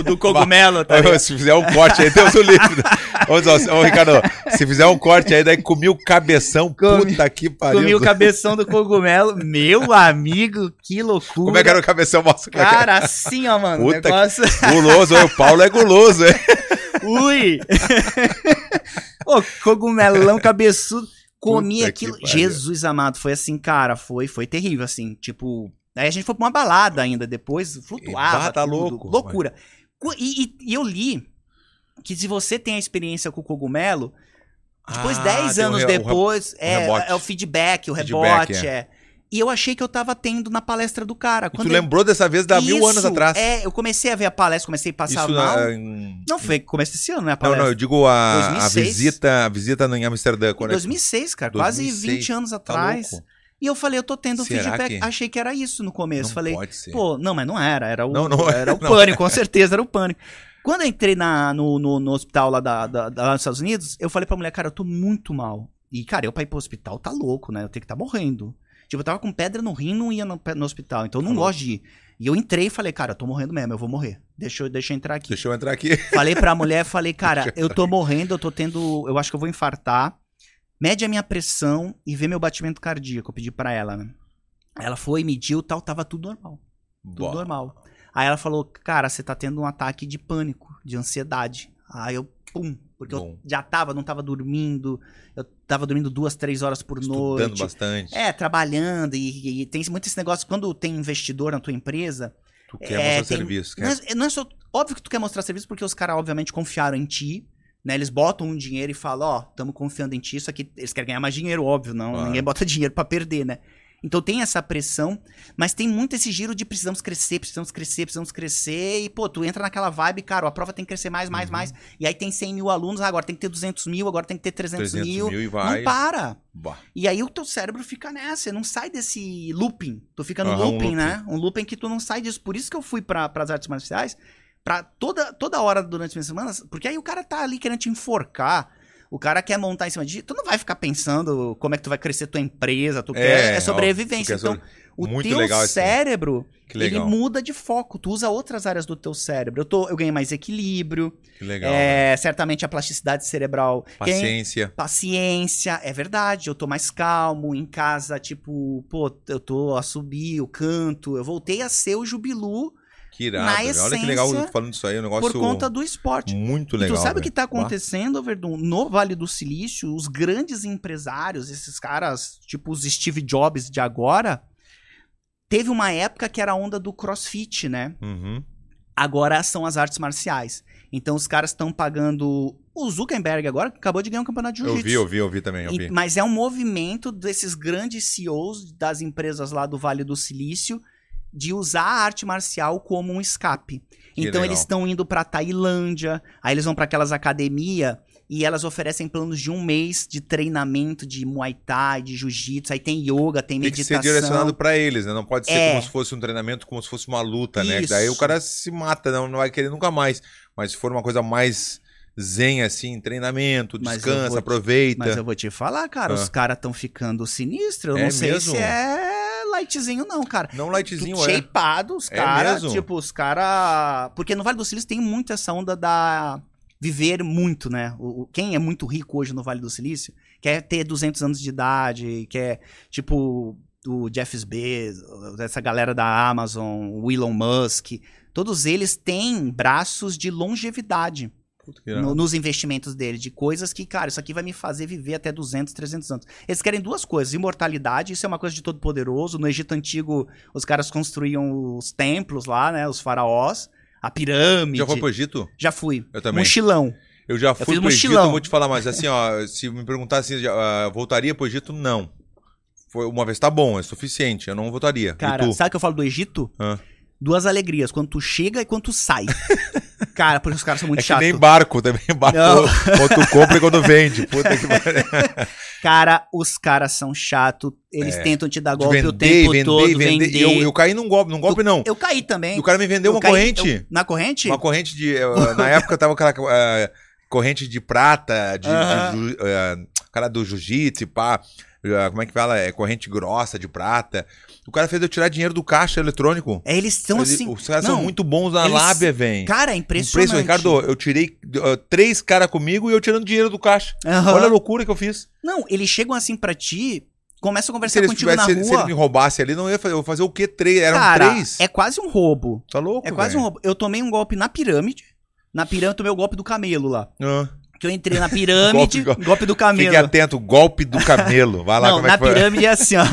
Speaker 1: (laughs)
Speaker 2: do cogumelo, tá
Speaker 1: (laughs)
Speaker 2: ligado?
Speaker 1: Se fizer um corte aí, Deus o livre. Ô, Zó, ô, Ricardo, se fizer um corte aí, daí comi o cabeção,
Speaker 2: Comi-
Speaker 1: puta que pariu.
Speaker 2: Comi o cabeção do cogumelo. Meu amigo, que loucura.
Speaker 1: Como é (laughs) que era o cabeção? Mostra como é que era.
Speaker 2: Cara, assim, ó, mano.
Speaker 1: Puta que-
Speaker 2: negócio...
Speaker 1: Guloso, hein? o Paulo é guloso, hein?
Speaker 2: Ui! Ô, cogumelão cabeçudo. Comi
Speaker 1: Puta que
Speaker 2: aquilo.
Speaker 1: pariu.
Speaker 2: Jesus amado, foi assim, cara, foi, foi terrível, assim. Tipo, aí a gente foi pra uma balada ainda depois, flutuava.
Speaker 1: Bah, tá
Speaker 2: tudo,
Speaker 1: louco,
Speaker 2: Loucura. Co- E, e- e eu li que se você tem a experiência com o cogumelo, depois,
Speaker 1: Ah,
Speaker 2: 10
Speaker 1: tem um
Speaker 2: anos
Speaker 1: re- um re-
Speaker 2: depois, é,
Speaker 1: rebote.
Speaker 2: é o feedback, o
Speaker 1: Feedback,
Speaker 2: rebote, é. E eu achei que eu tava tendo na palestra do cara.
Speaker 1: E tu
Speaker 2: Quando ele-
Speaker 1: lembrou dessa vez da mil
Speaker 2: Isso,
Speaker 1: anos atrás.
Speaker 2: É, eu comecei a ver a palestra, comecei a passar
Speaker 1: Isso é,
Speaker 2: mal.
Speaker 1: na- em-
Speaker 2: Não foi começo desse ano, né? A
Speaker 1: Não,
Speaker 2: palestra.
Speaker 1: não, eu digo a, a
Speaker 2: 2006.
Speaker 1: visita, a visita em Amsterdã.
Speaker 2: Em
Speaker 1: quando é que-
Speaker 2: 2006, cara, quase
Speaker 1: 2006,
Speaker 2: 20 anos
Speaker 1: Tá
Speaker 2: atrás.
Speaker 1: louco?
Speaker 2: e eu falei, eu tô tendo um
Speaker 1: Será
Speaker 2: feedback.
Speaker 1: que-
Speaker 2: Achei que era isso no começo.
Speaker 1: Não
Speaker 2: falei,
Speaker 1: pode ser.
Speaker 2: pô, não, mas não era. Era o,
Speaker 1: Não, não é,
Speaker 2: era
Speaker 1: (laughs)
Speaker 2: o
Speaker 1: não.
Speaker 2: pânico, com certeza, era o pânico. Quando eu entrei na, no, no, no hospital lá, da, da- da- lá nos Estados Unidos, eu falei pra mulher, cara, eu tô muito mal. E, cara, eu pra ir pro hospital tá louco, né? Eu tenho que tá morrendo. Tipo, eu tava com pedra no rim não ia no, no hospital, então eu não
Speaker 1: Tá
Speaker 2: gosto de ir. E eu entrei e falei, cara, eu tô morrendo mesmo, eu vou morrer. Deixa eu, deixa eu entrar aqui.
Speaker 1: Deixa eu entrar aqui.
Speaker 2: Falei pra
Speaker 1: (laughs)
Speaker 2: mulher, falei, cara, eu tô morrendo, eu tô tendo. Eu acho que eu vou infartar. Mede a minha pressão e vê meu batimento cardíaco. Eu pedi pra ela, né? Ela foi, mediu tal, tava tudo normal. Tudo
Speaker 1: Bom,
Speaker 2: normal. Aí ela falou, cara, você tá tendo um ataque de pânico, de ansiedade. Aí eu, pum, porque
Speaker 1: Bom.
Speaker 2: eu já tava, não tava dormindo. Eu tava dormindo duas, três horas por
Speaker 1: Estudando
Speaker 2: noite.
Speaker 1: bastante.
Speaker 2: É, trabalhando. E, e tem muito esse negócio, quando tem investidor na tua empresa,
Speaker 1: Tu quer
Speaker 2: é,
Speaker 1: mostrar
Speaker 2: tem-
Speaker 1: serviço. Quer...
Speaker 2: não é, não é só. Óbvio que tu quer mostrar serviço porque os caras, obviamente, confiaram em ti. Né, eles botam um dinheiro e falam, ó, estamos confiando em ti, isso aqui eles querem ganhar mais dinheiro, óbvio, não,
Speaker 1: Claro.
Speaker 2: ninguém bota (laughs) dinheiro pra perder, né? Então tem essa pressão, mas tem muito esse giro de precisamos crescer, precisamos crescer, precisamos crescer, e pô, tu entra naquela vibe, cara, ó, a prova tem que crescer mais, mais,
Speaker 1: Uhum.
Speaker 2: mais, e aí tem 100 mil alunos, ah, agora tem que ter 200 mil, agora tem que ter 300,
Speaker 1: 300 mil,
Speaker 2: mil,
Speaker 1: e
Speaker 2: não
Speaker 1: vai.
Speaker 2: para,
Speaker 1: Bah.
Speaker 2: e aí o teu cérebro fica nessa, você não sai desse looping. Tu fica no
Speaker 1: Aham, um
Speaker 2: looping, né? Um looping que tu não sai disso. Por isso que eu fui para as artes marciais, pra toda, toda hora durante as minhas semanas, porque aí o cara tá ali querendo te enforcar. O cara quer montar em cima de ti. Tu não vai ficar pensando como é que tu vai crescer tua empresa, tu quer é
Speaker 1: ó,
Speaker 2: sobrevivência.
Speaker 1: tu quer
Speaker 2: Então,
Speaker 1: sobre-
Speaker 2: o
Speaker 1: Muito
Speaker 2: teu
Speaker 1: legal esse-
Speaker 2: cérebro,
Speaker 1: Que legal.
Speaker 2: ele muda de foco. Tu usa outras áreas do teu cérebro. Eu, tô, eu ganhei mais equilíbrio,
Speaker 1: Que legal. né?
Speaker 2: é, certamente a plasticidade cerebral. Quem-
Speaker 1: Paciência.
Speaker 2: paciência, é verdade, eu tô mais calmo, em casa, tipo, pô, eu tô a subir, eu canto, eu voltei a ser o Jubilu
Speaker 1: Que irado.
Speaker 2: na
Speaker 1: velho. Olha que legal
Speaker 2: essência,
Speaker 1: falando isso aí. Um negócio
Speaker 2: por conta do esporte.
Speaker 1: muito
Speaker 2: E
Speaker 1: legal. né?
Speaker 2: tu sabe o que
Speaker 1: velho.
Speaker 2: tá
Speaker 1: Bah.
Speaker 2: acontecendo, Verdun? No Vale do Silício, os grandes empresários, esses caras, tipo os Steve Jobs de agora, teve uma época que era a onda do crossfit, né?
Speaker 1: Uhum.
Speaker 2: agora são as artes marciais. Então os caras estão pagando. O Zuckerberg agora que acabou de ganhar um campeonato de
Speaker 1: Eu
Speaker 2: jiu-jitsu.
Speaker 1: vi, eu vi, eu vi também. Eu
Speaker 2: E-
Speaker 1: vi.
Speaker 2: mas é um movimento desses grandes CEOs das empresas lá do Vale do Silício de usar a arte marcial como um escape.
Speaker 1: Que
Speaker 2: então
Speaker 1: legal.
Speaker 2: eles estão indo pra Tailândia, aí eles vão pra aquelas academias e elas oferecem planos de um mês de treinamento de Muay Thai, de Jiu-Jitsu, aí tem yoga, tem
Speaker 1: Tem que
Speaker 2: meditação.
Speaker 1: ser direcionado pra eles, né? Não pode ser
Speaker 2: É.
Speaker 1: como se fosse um treinamento, como se fosse uma luta, né? Que
Speaker 2: Isso.
Speaker 1: Daí o cara se mata, não, não vai querer nunca mais. Mas se for uma coisa mais zen, assim, treinamento,
Speaker 2: Mas eu
Speaker 1: descansa,
Speaker 2: vou-
Speaker 1: aproveita.
Speaker 2: Mas eu vou te falar, cara,
Speaker 1: Ah.
Speaker 2: os caras estão ficando sinistros. Eu
Speaker 1: É
Speaker 2: não sei
Speaker 1: mesmo?
Speaker 2: se é lightzinho, não, cara.
Speaker 1: Não
Speaker 2: Tudo
Speaker 1: lightzinho, é.
Speaker 2: shapeado, os
Speaker 1: É
Speaker 2: caras.
Speaker 1: mesmo?
Speaker 2: tipo, os caras. Porque no Vale do Silício tem muito essa onda da. Viver muito, né? O, o- quem é muito rico hoje no Vale do Silício quer ter 200 anos de idade, quer, tipo, o Jeff Bezos, essa galera da Amazon, o Elon Musk. Todos eles têm braços de longevidade
Speaker 1: Puta que irado.
Speaker 2: no- nos investimentos dele, de coisas que, cara, isso aqui vai me fazer viver até 200, 300 anos. Eles querem duas coisas: imortalidade, isso é uma coisa de todo poderoso. No Egito Antigo, os caras construíam os templos lá, né? Os faraós, a pirâmide.
Speaker 1: Já foi pro Egito?
Speaker 2: Já fui.
Speaker 1: Eu também.
Speaker 2: Mochilão.
Speaker 1: Eu já fui
Speaker 2: fiz
Speaker 1: pro Egito,
Speaker 2: mochilão.
Speaker 1: eu vou te falar, mas assim, ó, se me perguntasse se ah, voltaria pro Egito, não. Foi uma vez tá bom, é suficiente, eu não voltaria. E
Speaker 2: Cara,
Speaker 1: tu?
Speaker 2: sabe o que eu falo do Egito?
Speaker 1: Hã?
Speaker 2: Duas alegrias, quando tu chega e quando tu
Speaker 1: (laughs)
Speaker 2: sai. cara, porque os caras são muito
Speaker 1: é que
Speaker 2: chatos.
Speaker 1: nem barco também, (laughs) barco
Speaker 2: Não.
Speaker 1: quando tu compra e quando vende. Puta que pariu.
Speaker 2: Cara, os caras são chatos. Eles tentam te dar
Speaker 1: É. De
Speaker 2: golpe o tempo todo, vender.
Speaker 1: E Eu, eu caí num golpe, num golpe não.
Speaker 2: Eu caí também.
Speaker 1: O cara me vendeu
Speaker 2: Eu
Speaker 1: uma
Speaker 2: caí-
Speaker 1: corrente.
Speaker 2: eu- na corrente?
Speaker 1: Uma corrente de. eh, na época tava aquela eh, corrente de prata, de.
Speaker 2: Aham.
Speaker 1: de ju- eh, cara do jiu-jitsu, pá. eh, Como é que fala? É corrente grossa de prata. O cara fez eu tirar dinheiro do caixa eletrônico.
Speaker 2: É, eles são
Speaker 1: Eles-
Speaker 2: assim.
Speaker 1: Os caras
Speaker 2: não,
Speaker 1: são muito bons na
Speaker 2: eles-
Speaker 1: lábia, velho.
Speaker 2: Cara, é impressionante.
Speaker 1: Ricardo, eu tirei eh, três caras comigo e eu tirando dinheiro do caixa.
Speaker 2: Aham.
Speaker 1: Olha a loucura que eu fiz.
Speaker 2: Não, eles chegam assim pra ti, começam a
Speaker 1: Se
Speaker 2: conversar
Speaker 1: eles,
Speaker 2: contigo
Speaker 1: tivessem,
Speaker 2: na
Speaker 1: se,
Speaker 2: rua.
Speaker 1: se ele me roubasse ali, não ia fazer, eu ia fazer o quê? Três? Eram
Speaker 2: cara,
Speaker 1: três?
Speaker 2: é quase um roubo.
Speaker 1: Tá louco,
Speaker 2: É quase um roubo. Eu tomei um golpe na pirâmide. Na pirâmide, eu tomei o golpe do camelo lá.
Speaker 1: um...
Speaker 2: Que eu
Speaker 1: (laughs)
Speaker 2: entrei na pirâmide,
Speaker 1: Golpe,
Speaker 2: golpe, do camelo.
Speaker 1: Fique atento, golpe do camelo. Vai lá,
Speaker 2: Não,
Speaker 1: como é
Speaker 2: na
Speaker 1: que foi?
Speaker 2: pirâmide é assim, ó.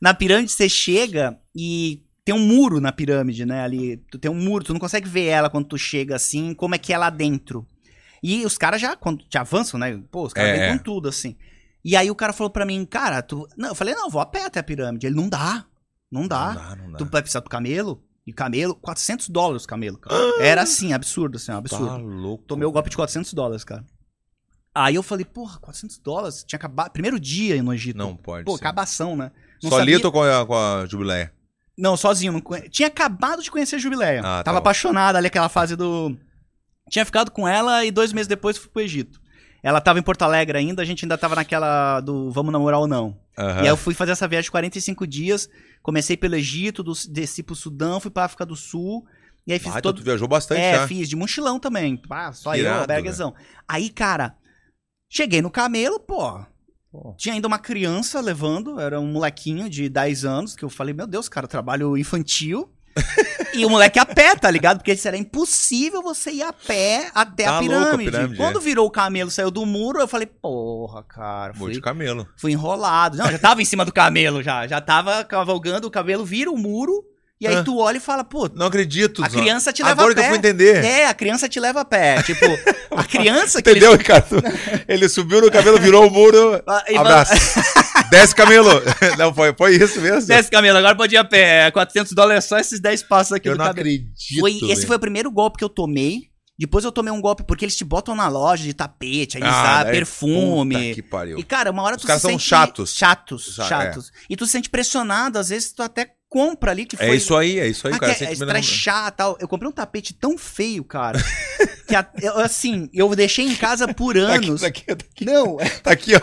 Speaker 2: Na pirâmide você chega e tem um muro na pirâmide, né? Ali, tu tem um muro, tu não consegue ver ela quando tu chega assim, como é que é lá dentro. E os caras já, quando te avançam, né? Pô, os caras
Speaker 1: É,
Speaker 2: vêm
Speaker 1: é.
Speaker 2: com tudo, assim. E aí o cara falou pra mim, cara, tu. Não, eu falei, não, eu vou a pé até a pirâmide. Ele, não dá. Não dá.
Speaker 1: Não dá, não dá.
Speaker 2: Tu vai precisar do camelo? E camelo, 400 dólares o camelo, cara. Era assim, absurdo, assim, um absurdo.
Speaker 1: Ah! Tá louco.
Speaker 2: Tomei o golpe de 400 dólares, cara. Aí eu falei, porra, 400 dólares? Tinha acabado. Primeiro dia no Egito.
Speaker 1: Não pode
Speaker 2: Pô,
Speaker 1: ser.
Speaker 2: acabação, né? Não
Speaker 1: Só
Speaker 2: sabia-
Speaker 1: ali eu tô com a, com a Jubileia.
Speaker 2: Não, sozinho. não conhe- Tinha acabado de conhecer a Jubileia.
Speaker 1: Ah, tá
Speaker 2: Tava
Speaker 1: bom.
Speaker 2: apaixonada ali, aquela fase do. Tinha ficado com ela e dois meses depois fui pro Egito. Ela tava em Porto Alegre ainda, a gente ainda tava naquela do vamos namorar ou não. E aí
Speaker 1: É.
Speaker 2: eu fui fazer essa viagem de 45 dias. Comecei pelo Egito, do- desci pro Sudão, fui pra África do Sul. E aí fiz
Speaker 1: Ah, então
Speaker 2: todo.
Speaker 1: tu viajou bastante
Speaker 2: É,
Speaker 1: já.
Speaker 2: fiz de mochilão também. Ah, só
Speaker 1: Irado, né?
Speaker 2: eu, berguezão. Aí, cara, cheguei no camelo, pô.
Speaker 1: Pô.
Speaker 2: Tinha ainda uma criança levando, era um molequinho de 10 anos, que eu falei, meu Deus, cara,
Speaker 1: (laughs)
Speaker 2: trabalho infantil. e o moleque a pé, tá ligado? Porque isso era impossível você ir a pé até
Speaker 1: Tá
Speaker 2: a,
Speaker 1: louco, a
Speaker 2: pirâmide.
Speaker 1: pirâmide,
Speaker 2: Quando virou o camelo, saiu do muro, eu falei, porra, cara,
Speaker 1: Vou
Speaker 2: fui,
Speaker 1: de camelo.
Speaker 2: fui enrolado. Não, já tava em cima do camelo, já. Já tava cavalgando, o camelo vira o muro, e aí
Speaker 1: Ah.
Speaker 2: tu olha e fala, pô,
Speaker 1: Não acredito.
Speaker 2: a
Speaker 1: Zona.
Speaker 2: criança te leva
Speaker 1: Agora
Speaker 2: a
Speaker 1: que eu
Speaker 2: pé.
Speaker 1: fui entender.
Speaker 2: É, a criança te leva a pé. Tipo,
Speaker 1: (laughs)
Speaker 2: a criança que (laughs)
Speaker 1: Entendeu, Ricardo? Ele subiu no camelo, virou o muro.
Speaker 2: ele... (laughs)
Speaker 1: Abraço. Desce, camelo. (laughs) Não, foi, foi isso mesmo.
Speaker 2: Desce, Camila, agora pode ir a pé. 400 dólares é só esses 10 passos aqui
Speaker 1: eu
Speaker 2: do
Speaker 1: não
Speaker 2: cabelo.
Speaker 1: acredito.
Speaker 2: Foi-
Speaker 1: velho.
Speaker 2: esse foi o primeiro golpe que eu tomei. Depois eu tomei um golpe porque eles te botam na loja de tapete, aí eles
Speaker 1: Ah,
Speaker 2: dá
Speaker 1: daí- Puta
Speaker 2: perfume.
Speaker 1: que pariu.
Speaker 2: um E cara, uma hora
Speaker 1: Os
Speaker 2: tu
Speaker 1: caras
Speaker 2: se
Speaker 1: são
Speaker 2: sente
Speaker 1: chatos. é.
Speaker 2: chatos,
Speaker 1: Já,
Speaker 2: chatos. E tu se sente pressionado, às vezes tu até compra ali que foi
Speaker 1: É isso aí, é isso aí,
Speaker 2: Ah,
Speaker 1: cara.
Speaker 2: que é,
Speaker 1: Sente
Speaker 2: é
Speaker 1: menos-
Speaker 2: trashar, tal. Eu comprei um tapete tão feio, cara, que a- eu, assim, eu deixei em casa
Speaker 1: (laughs)
Speaker 2: por
Speaker 1: Tá aqui,
Speaker 2: anos.
Speaker 1: tá aqui, tá aqui,
Speaker 2: Não,
Speaker 1: (laughs) tá aqui, ó.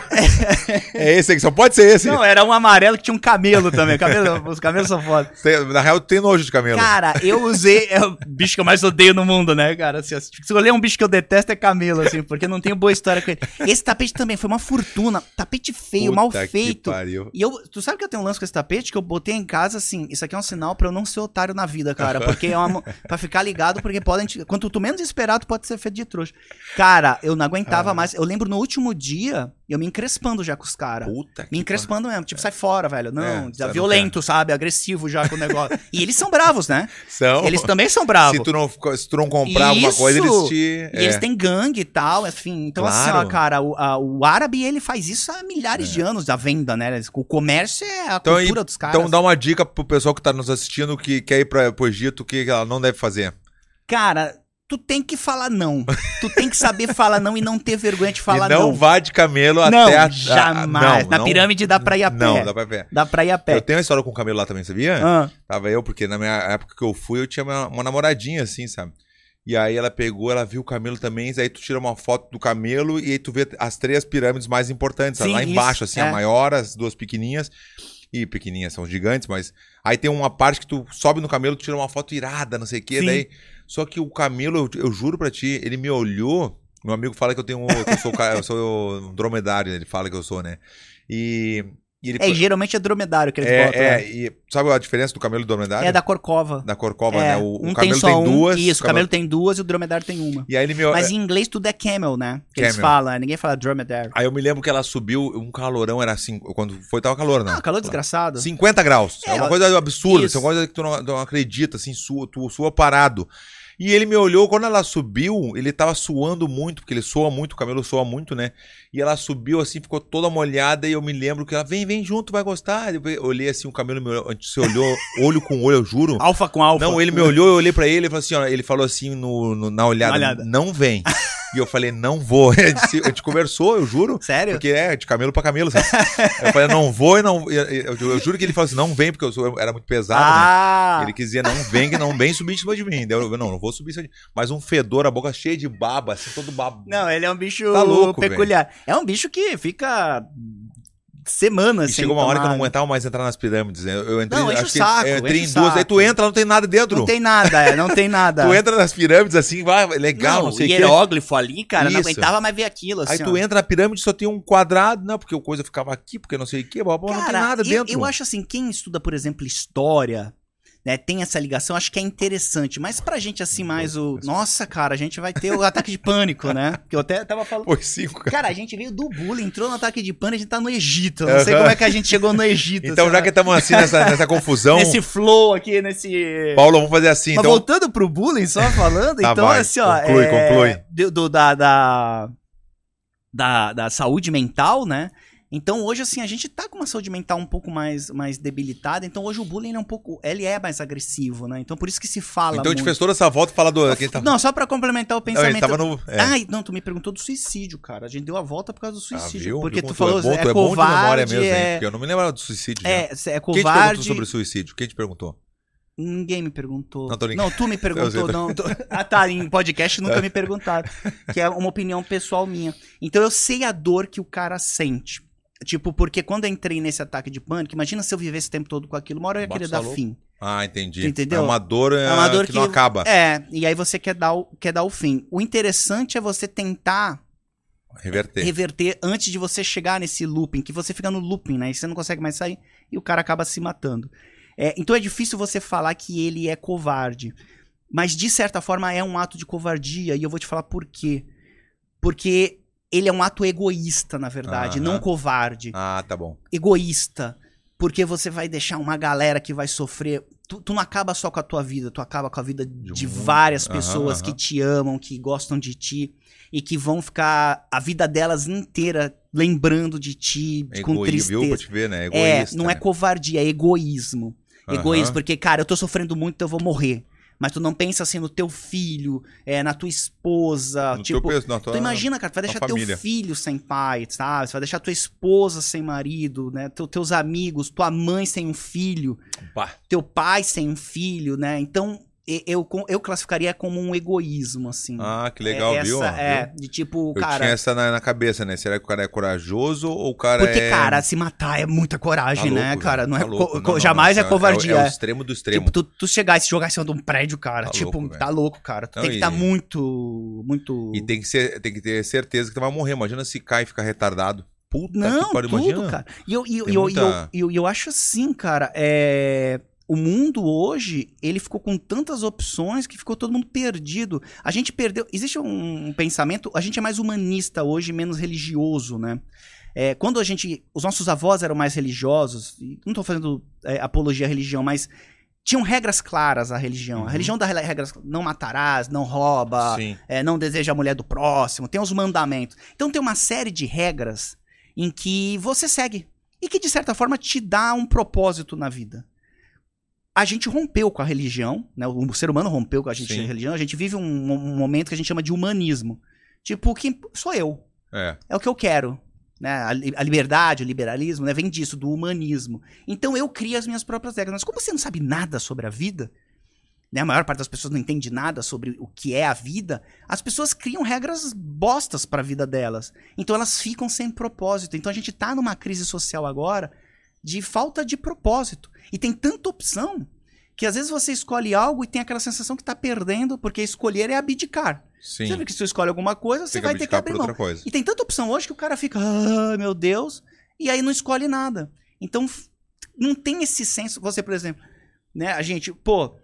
Speaker 1: É esse aqui, só pode ser esse.
Speaker 2: (laughs) Não, era um amarelo que tinha um camelo também. Camelo- os camelos são foda.
Speaker 1: Tem- Na real, tem nojo de camelo.
Speaker 2: Cara, eu usei. É o bicho que eu mais odeio no mundo, né, cara? Assim, ó, se escolher um bicho que eu detesto é camelo, assim, porque eu não tenho boa história com ele. Esse tapete também foi uma fortuna. Tapete feio,
Speaker 1: Puta
Speaker 2: mal
Speaker 1: que
Speaker 2: feito.
Speaker 1: pariu.
Speaker 2: E eu, tu sabe que eu tenho um lance com esse tapete que eu botei em casa assim. Isso aqui é um sinal pra eu não ser otário na vida, cara. Porque é uma. pra ficar ligado, porque podem. te- Quanto tu menos esperado, pode ser feito de trouxa. Cara, eu não aguentava mais. Eu lembro no último dia, eu me encrespando já com os caras.
Speaker 1: Puta que
Speaker 2: Me encrespando mesmo, tipo, sai fora, velho. Não,
Speaker 1: É,
Speaker 2: já
Speaker 1: sai
Speaker 2: violento, sabe? Agressivo já com o negócio. e eles são bravos,
Speaker 1: (laughs)
Speaker 2: né?
Speaker 1: pariu. São...
Speaker 2: Eles também são bravos.
Speaker 1: Oh. Se
Speaker 2: (laughs)
Speaker 1: tu não, fica- se tu não comprar alguma
Speaker 2: Isso!
Speaker 1: coisa, eles te. é.
Speaker 2: E eles têm gangue e tal, enfim. Então, assim,
Speaker 1: Claro. É.
Speaker 2: ó, cara, o, a- o árabe, ele faz isso há milhares de anos, da venda, né? Eles- O comércio é a
Speaker 1: Então,
Speaker 2: cultura dos caras.
Speaker 1: Então dá uma dica pro pessoal que tá nos assistindo que quer ir pra, pro Egito, o que ela não deve fazer.
Speaker 2: Cara, tu tem que falar não. tu tem que saber falar não e não ter vergonha de falar
Speaker 1: e não,
Speaker 2: não.
Speaker 1: vá de camelo
Speaker 2: Não,
Speaker 1: até a. a-
Speaker 2: jamais.
Speaker 1: não,
Speaker 2: Na
Speaker 1: não-
Speaker 2: pirâmide dá pra ir a pé.
Speaker 1: Não, dá pra ir a pé.
Speaker 2: Dá pra ir a
Speaker 1: Eu
Speaker 2: pé.
Speaker 1: tenho uma história com o camelo lá também, sabia?
Speaker 2: Ah,
Speaker 1: Tava eu, porque na minha época que eu fui, eu tinha uma, uma namoradinha, assim, sabe? E aí ela pegou, ela viu o camelo também, aí tu tira uma foto do camelo e aí tu vê as três pirâmides mais importantes, sabe?
Speaker 2: Sim,
Speaker 1: lá
Speaker 2: isso,
Speaker 1: embaixo, assim,
Speaker 2: é.
Speaker 1: a maior, as duas pequenininhas. E pequenininhas são gigantes, mas aí tem uma parte que tu sobe no camelo, tu tira uma foto irada, não sei o quê,
Speaker 2: Sim.
Speaker 1: daí. Só que o camelo, eu, eu juro pra ti, ele me olhou. Meu amigo fala que eu tenho, um, que eu sou, ca- (laughs) eu sou dromedário, ele fala que eu sou, né? E, e ele
Speaker 2: É, e geralmente é dromedário que eles
Speaker 1: é,
Speaker 2: botam.
Speaker 1: é,
Speaker 2: né?
Speaker 1: e sabe a diferença do camelo e do dromedário?
Speaker 2: é da corcova.
Speaker 1: da Corcova,
Speaker 2: É,
Speaker 1: né? O, o
Speaker 2: um
Speaker 1: camelo
Speaker 2: tem só
Speaker 1: tem,
Speaker 2: um.
Speaker 1: duas.
Speaker 2: Isso, o
Speaker 1: camelo-
Speaker 2: camelo tem duas e o dromedário tem uma.
Speaker 1: E aí ele me.
Speaker 2: Mas em inglês tudo é camel, né? Que eles
Speaker 1: Camel. Ah,
Speaker 2: falam, ninguém fala dromedário.
Speaker 1: Aí eu me lembro que ela subiu, um calorão era assim. Quando foi, tava calor, não.
Speaker 2: Ah, calor desgraçado.
Speaker 1: 50 graus. É,
Speaker 2: É,
Speaker 1: uma coisa absurda,
Speaker 2: isso.
Speaker 1: é uma coisa que tu não, não acredita, assim, sua, tu sua parado. E ele me olhou, quando ela subiu, ele tava suando muito, porque ele soa muito, o cabelo soa muito, né? E ela subiu assim, ficou toda molhada, e eu me lembro que ela, vem, vem junto, vai gostar. Eu olhei assim, o cabelo me olhou, você olhou (laughs) olho com olho, eu juro.
Speaker 2: Alfa com alfa.
Speaker 1: Não, ele me olhou, eu olhei pra ele, ele falou assim, ó, ele falou assim no, no- na olhada,
Speaker 2: Na olhada.
Speaker 1: não
Speaker 2: (laughs)
Speaker 1: vem. E eu falei, não vou. (laughs) Eu disse- a gente conversou, eu juro.
Speaker 2: (laughs) Sério?
Speaker 1: Porque é, de camelo pra camelo,
Speaker 2: (laughs)
Speaker 1: sabe? eu falei, não vou e não. e- e- Eu, eu juro que ele falou assim, não vem, porque eu, sou- eu era muito pesado, né?
Speaker 2: ah!
Speaker 1: Ele quis dizer, não vem, que não vem subir em cima de mim. Daí eu, não, não vou subir em cima de mim. Mas um fedor, a boca cheia de baba, assim, todo babo.
Speaker 2: Não, ele é um bicho
Speaker 1: Tá louco,
Speaker 2: peculiar. É um bicho que fica semanas
Speaker 1: E
Speaker 2: sem
Speaker 1: chegou uma hora que eu não
Speaker 2: tomar água.
Speaker 1: aguentava mais entrar nas pirâmides. né? Eu, eu entrei,
Speaker 2: assim, Não, enche
Speaker 1: acho
Speaker 2: o
Speaker 1: que
Speaker 2: saco,
Speaker 1: eu entrei
Speaker 2: enche
Speaker 1: em
Speaker 2: o
Speaker 1: duas,
Speaker 2: saco.
Speaker 1: aí tu entra, não tem nada dentro.
Speaker 2: Não tem nada, é, não
Speaker 1: (laughs)
Speaker 2: tem nada.
Speaker 1: Tu entra nas pirâmides assim, vai, legal, não, sei o
Speaker 2: o
Speaker 1: quê.
Speaker 2: é hieróglifo ali, cara, não
Speaker 1: Isso.
Speaker 2: aguentava mais ver aquilo. Assim,
Speaker 1: Aí
Speaker 2: ó.
Speaker 1: tu entra na pirâmide só tem um quadrado, não, porque o coisa ficava aqui, porque não sei o quê, blá, blá, blá, não tem
Speaker 2: Cara,
Speaker 1: nada
Speaker 2: eu-
Speaker 1: dentro.
Speaker 2: Eu, acho assim, quem estuda, por exemplo, história, né, tem essa ligação, acho que é interessante. Mas pra gente, assim, mais o. Nossa, cara, a gente vai ter o ataque de pânico, né?
Speaker 1: (laughs)
Speaker 2: Que eu até tava falando.
Speaker 1: Foi cinco, cara.
Speaker 2: Cara, a gente veio do bullying, entrou no ataque de pânico, a gente tá no Egito. Eu não sei como é que a gente chegou no Egito.
Speaker 1: Então,
Speaker 2: assim,
Speaker 1: já
Speaker 2: ó.
Speaker 1: que estamos assim nessa, nessa
Speaker 2: (laughs)
Speaker 1: confusão,
Speaker 2: Nesse flow aqui, nesse.
Speaker 1: Paulo, vamos fazer assim.
Speaker 2: Mas
Speaker 1: Então,
Speaker 2: voltando pro bullying, só falando,
Speaker 1: (laughs) Tá,
Speaker 2: então
Speaker 1: vai.
Speaker 2: assim, ó.
Speaker 1: Conclui, conclui.
Speaker 2: do- do- da, da, da, da saúde mental, né? Então hoje, assim, a gente tá com uma saúde mental um pouco mais, mais debilitada. Então hoje o bullying ele é um pouco. Ele é mais agressivo, né? Então por isso que se fala.
Speaker 1: então a gente
Speaker 2: muito.
Speaker 1: fez toda essa volta e fala do. que ele tá-
Speaker 2: Não, só pra complementar o
Speaker 1: não, ele
Speaker 2: pensamento.
Speaker 1: tava no. é. Ah,
Speaker 2: Ai, não, tu me perguntou do suicídio, cara. A gente deu a volta por causa do suicídio.
Speaker 1: viu?
Speaker 2: porque
Speaker 1: Como
Speaker 2: tu falou,
Speaker 1: é bom,
Speaker 2: é,
Speaker 1: tu é bom de memória
Speaker 2: covarde,
Speaker 1: mesmo, hein?
Speaker 2: é,
Speaker 1: Porque eu não me lembrava do suicídio. né?
Speaker 2: é, é
Speaker 1: Quem te
Speaker 2: covarde.
Speaker 1: perguntou sobre suicídio? Quem te perguntou?
Speaker 2: Ninguém me perguntou.
Speaker 1: Não, tô É. brincando.
Speaker 2: Não, tu
Speaker 1: (laughs)
Speaker 2: me
Speaker 1: Eu
Speaker 2: perguntou,
Speaker 1: sei,
Speaker 2: não. Ah, tá, em podcast nunca me perguntaram. Que é uma opinião pessoal minha. Então eu sei a dor que o cara sente. Tipo, porque quando eu entrei nesse ataque de pânico, imagina se eu vivesse esse tempo todo com aquilo, uma hora eu ia
Speaker 1: Bate
Speaker 2: querer
Speaker 1: só
Speaker 2: dar
Speaker 1: louco.
Speaker 2: fim.
Speaker 1: Ah, entendi.
Speaker 2: Entendeu?
Speaker 1: É uma dor, é
Speaker 2: uma dor
Speaker 1: que, não
Speaker 2: que-
Speaker 1: acaba.
Speaker 2: É, e aí você quer dar, o, quer dar o fim. O interessante é você tentar
Speaker 1: Reverter.
Speaker 2: reverter antes de você chegar nesse looping, que você fica no looping, né? E você não consegue mais sair e o cara acaba se matando. É, então é difícil você falar que ele é covarde. Mas de certa forma é um ato de covardia e eu vou te falar por quê. Porque ele é um ato egoísta, na verdade,
Speaker 1: Aham.
Speaker 2: não covarde.
Speaker 1: Ah, tá bom.
Speaker 2: Egoísta. Porque você vai deixar uma galera que vai sofrer. Tu, tu não acaba só com a tua vida, tu acaba com a vida de,
Speaker 1: um monte.
Speaker 2: várias
Speaker 1: Aham,
Speaker 2: pessoas que
Speaker 1: aham.
Speaker 2: te amam, que gostam de ti e que vão ficar a vida delas inteira lembrando de ti com
Speaker 1: É Egoí, viu? Pra
Speaker 2: tristeza.
Speaker 1: te ver, né?
Speaker 2: É,
Speaker 1: Egoísta.
Speaker 2: não é
Speaker 1: né?
Speaker 2: covardia, é egoísmo.
Speaker 1: Aham.
Speaker 2: Egoísmo, porque, cara, eu tô sofrendo muito, então eu vou morrer. Mas tu não pensa assim no teu filho, é, na tua esposa.
Speaker 1: No
Speaker 2: tipo,
Speaker 1: teu peso, na tua-
Speaker 2: Tu imagina, cara, tu vai
Speaker 1: na
Speaker 2: deixar teu
Speaker 1: Então, família.
Speaker 2: filho sem pai, sabe? Você vai deixar tua esposa sem marido, né? Teu- teus amigos, tua mãe sem um filho,
Speaker 1: Pá.
Speaker 2: teu pai sem um filho, né? Então, e- eu, con- eu classificaria como um egoísmo, assim.
Speaker 1: Ah, que legal,
Speaker 2: é,
Speaker 1: viu?
Speaker 2: essa- É,
Speaker 1: Viu?
Speaker 2: de tipo,
Speaker 1: Eu
Speaker 2: cara.
Speaker 1: tinha essa na, na cabeça, né? Será que o cara é corajoso ou o cara
Speaker 2: Porque,
Speaker 1: é.
Speaker 2: cara, se matar é muita coragem,
Speaker 1: Tá
Speaker 2: né,
Speaker 1: louco,
Speaker 2: cara?
Speaker 1: velho.
Speaker 2: Não é
Speaker 1: Tá louco.
Speaker 2: co-
Speaker 1: Não,
Speaker 2: co-
Speaker 1: não,
Speaker 2: jamais
Speaker 1: não,
Speaker 2: é covardia.
Speaker 1: É,
Speaker 2: é.
Speaker 1: o extremo do extremo.
Speaker 2: Tipo, tu, tu chegar e se jogar em cima de um prédio, cara.
Speaker 1: Tá
Speaker 2: tipo,
Speaker 1: louco, velho.
Speaker 2: tá louco, cara. Tu
Speaker 1: Não,
Speaker 2: tem que
Speaker 1: e-
Speaker 2: estar muito, muito.
Speaker 1: E tem que, ser, tem que ter certeza que tu vai morrer. Imagina se cai e fica retardado. Puta
Speaker 2: Não,
Speaker 1: que pariu,
Speaker 2: tudo,
Speaker 1: imagina.
Speaker 2: cara. E eu, e eu,
Speaker 1: Tem
Speaker 2: e eu,
Speaker 1: muita-
Speaker 2: e eu, e eu, e eu acho assim, cara, é... o mundo hoje, ele ficou com tantas opções que ficou todo mundo perdido. A gente perdeu... Existe um, um pensamento, a gente é mais humanista hoje, menos religioso, né? É, quando a gente... Os nossos avós eram mais religiosos, e não tô fazendo é, apologia à religião, mas... Tinham regras claras à religião.
Speaker 1: Uhum.
Speaker 2: A religião dá rela- regras... Não matarás, não rouba,
Speaker 1: Sim.
Speaker 2: é, não deseja a mulher do próximo, tem os mandamentos. Então tem uma série de regras em que você segue e que de certa forma te dá um propósito na vida. A gente rompeu com a religião, né? O ser humano rompeu com a gente
Speaker 1: Sim.
Speaker 2: a religião. A gente vive um, um momento que a gente chama de humanismo. Tipo, que sou eu,
Speaker 1: É.
Speaker 2: é o que eu quero. Né? A, li- a liberdade, o liberalismo, né? vem disso, do humanismo. Então eu crio as minhas próprias regras. Mas como você não sabe nada sobre a vida, né? a maior parte das pessoas não entende nada sobre o que é a vida, as pessoas criam regras bostas para a vida delas. Então elas ficam sem propósito. Então a gente tá numa crise social agora de falta de propósito. E tem tanta opção que às vezes você escolhe algo e tem aquela sensação que tá perdendo, porque escolher é abdicar.
Speaker 1: Sim.
Speaker 2: Você vê que se você escolhe alguma coisa, você
Speaker 1: Tem
Speaker 2: vai ter que
Speaker 1: abdicar
Speaker 2: abrir
Speaker 1: por
Speaker 2: mão.
Speaker 1: outra coisa.
Speaker 2: E tem tanta opção hoje que o cara fica, ah, meu Deus, e aí não escolhe nada. Então, f- não tem esse senso. Você, por exemplo, né, a gente, pô,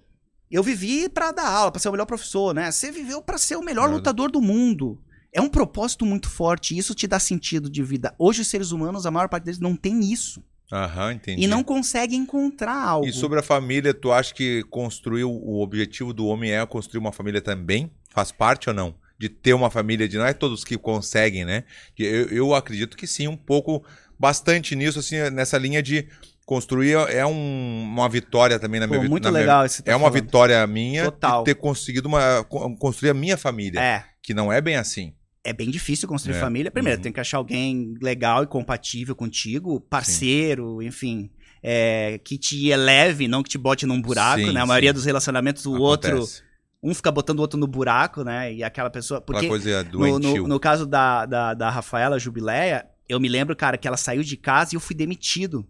Speaker 2: eu vivi pra dar aula, pra ser o melhor professor, né? Você viveu pra ser o melhor
Speaker 1: Claro.
Speaker 2: lutador do mundo. É um propósito muito forte, e isso te dá sentido de vida. Hoje os seres humanos, a maior parte deles não tem isso.
Speaker 1: Aham, entendi.
Speaker 2: e não consegue encontrar algo.
Speaker 1: E sobre a família, tu acha que construiu o objetivo do homem é construir uma família também? Faz parte ou não? De ter uma família, de não é todos que conseguem, né? Eu, eu acredito que sim, um pouco, bastante nisso, assim, nessa linha de construir é um- uma vitória também na
Speaker 2: Pô,
Speaker 1: minha vida.
Speaker 2: muito legal esse que tá
Speaker 1: É uma
Speaker 2: falando.
Speaker 1: vitória minha
Speaker 2: Total.
Speaker 1: de ter conseguido uma, co- construir a minha família,
Speaker 2: É.
Speaker 1: que não é bem assim.
Speaker 2: É bem difícil construir
Speaker 1: É.
Speaker 2: família. Primeiro,
Speaker 1: Uhum.
Speaker 2: tem que achar alguém legal e compatível contigo, parceiro, enfim. é, que te eleve, não que te bote num buraco,
Speaker 1: Sim,
Speaker 2: né? A
Speaker 1: sim.
Speaker 2: maioria dos relacionamentos, o outro.
Speaker 1: Acontece.
Speaker 2: Um fica botando o outro no buraco, né? E aquela pessoa. Porque
Speaker 1: Aquela coisa
Speaker 2: No,
Speaker 1: doentil.
Speaker 2: no, no caso da, da, da Rafaela Jubileia, eu me lembro, cara, que ela saiu de casa e eu fui demitido.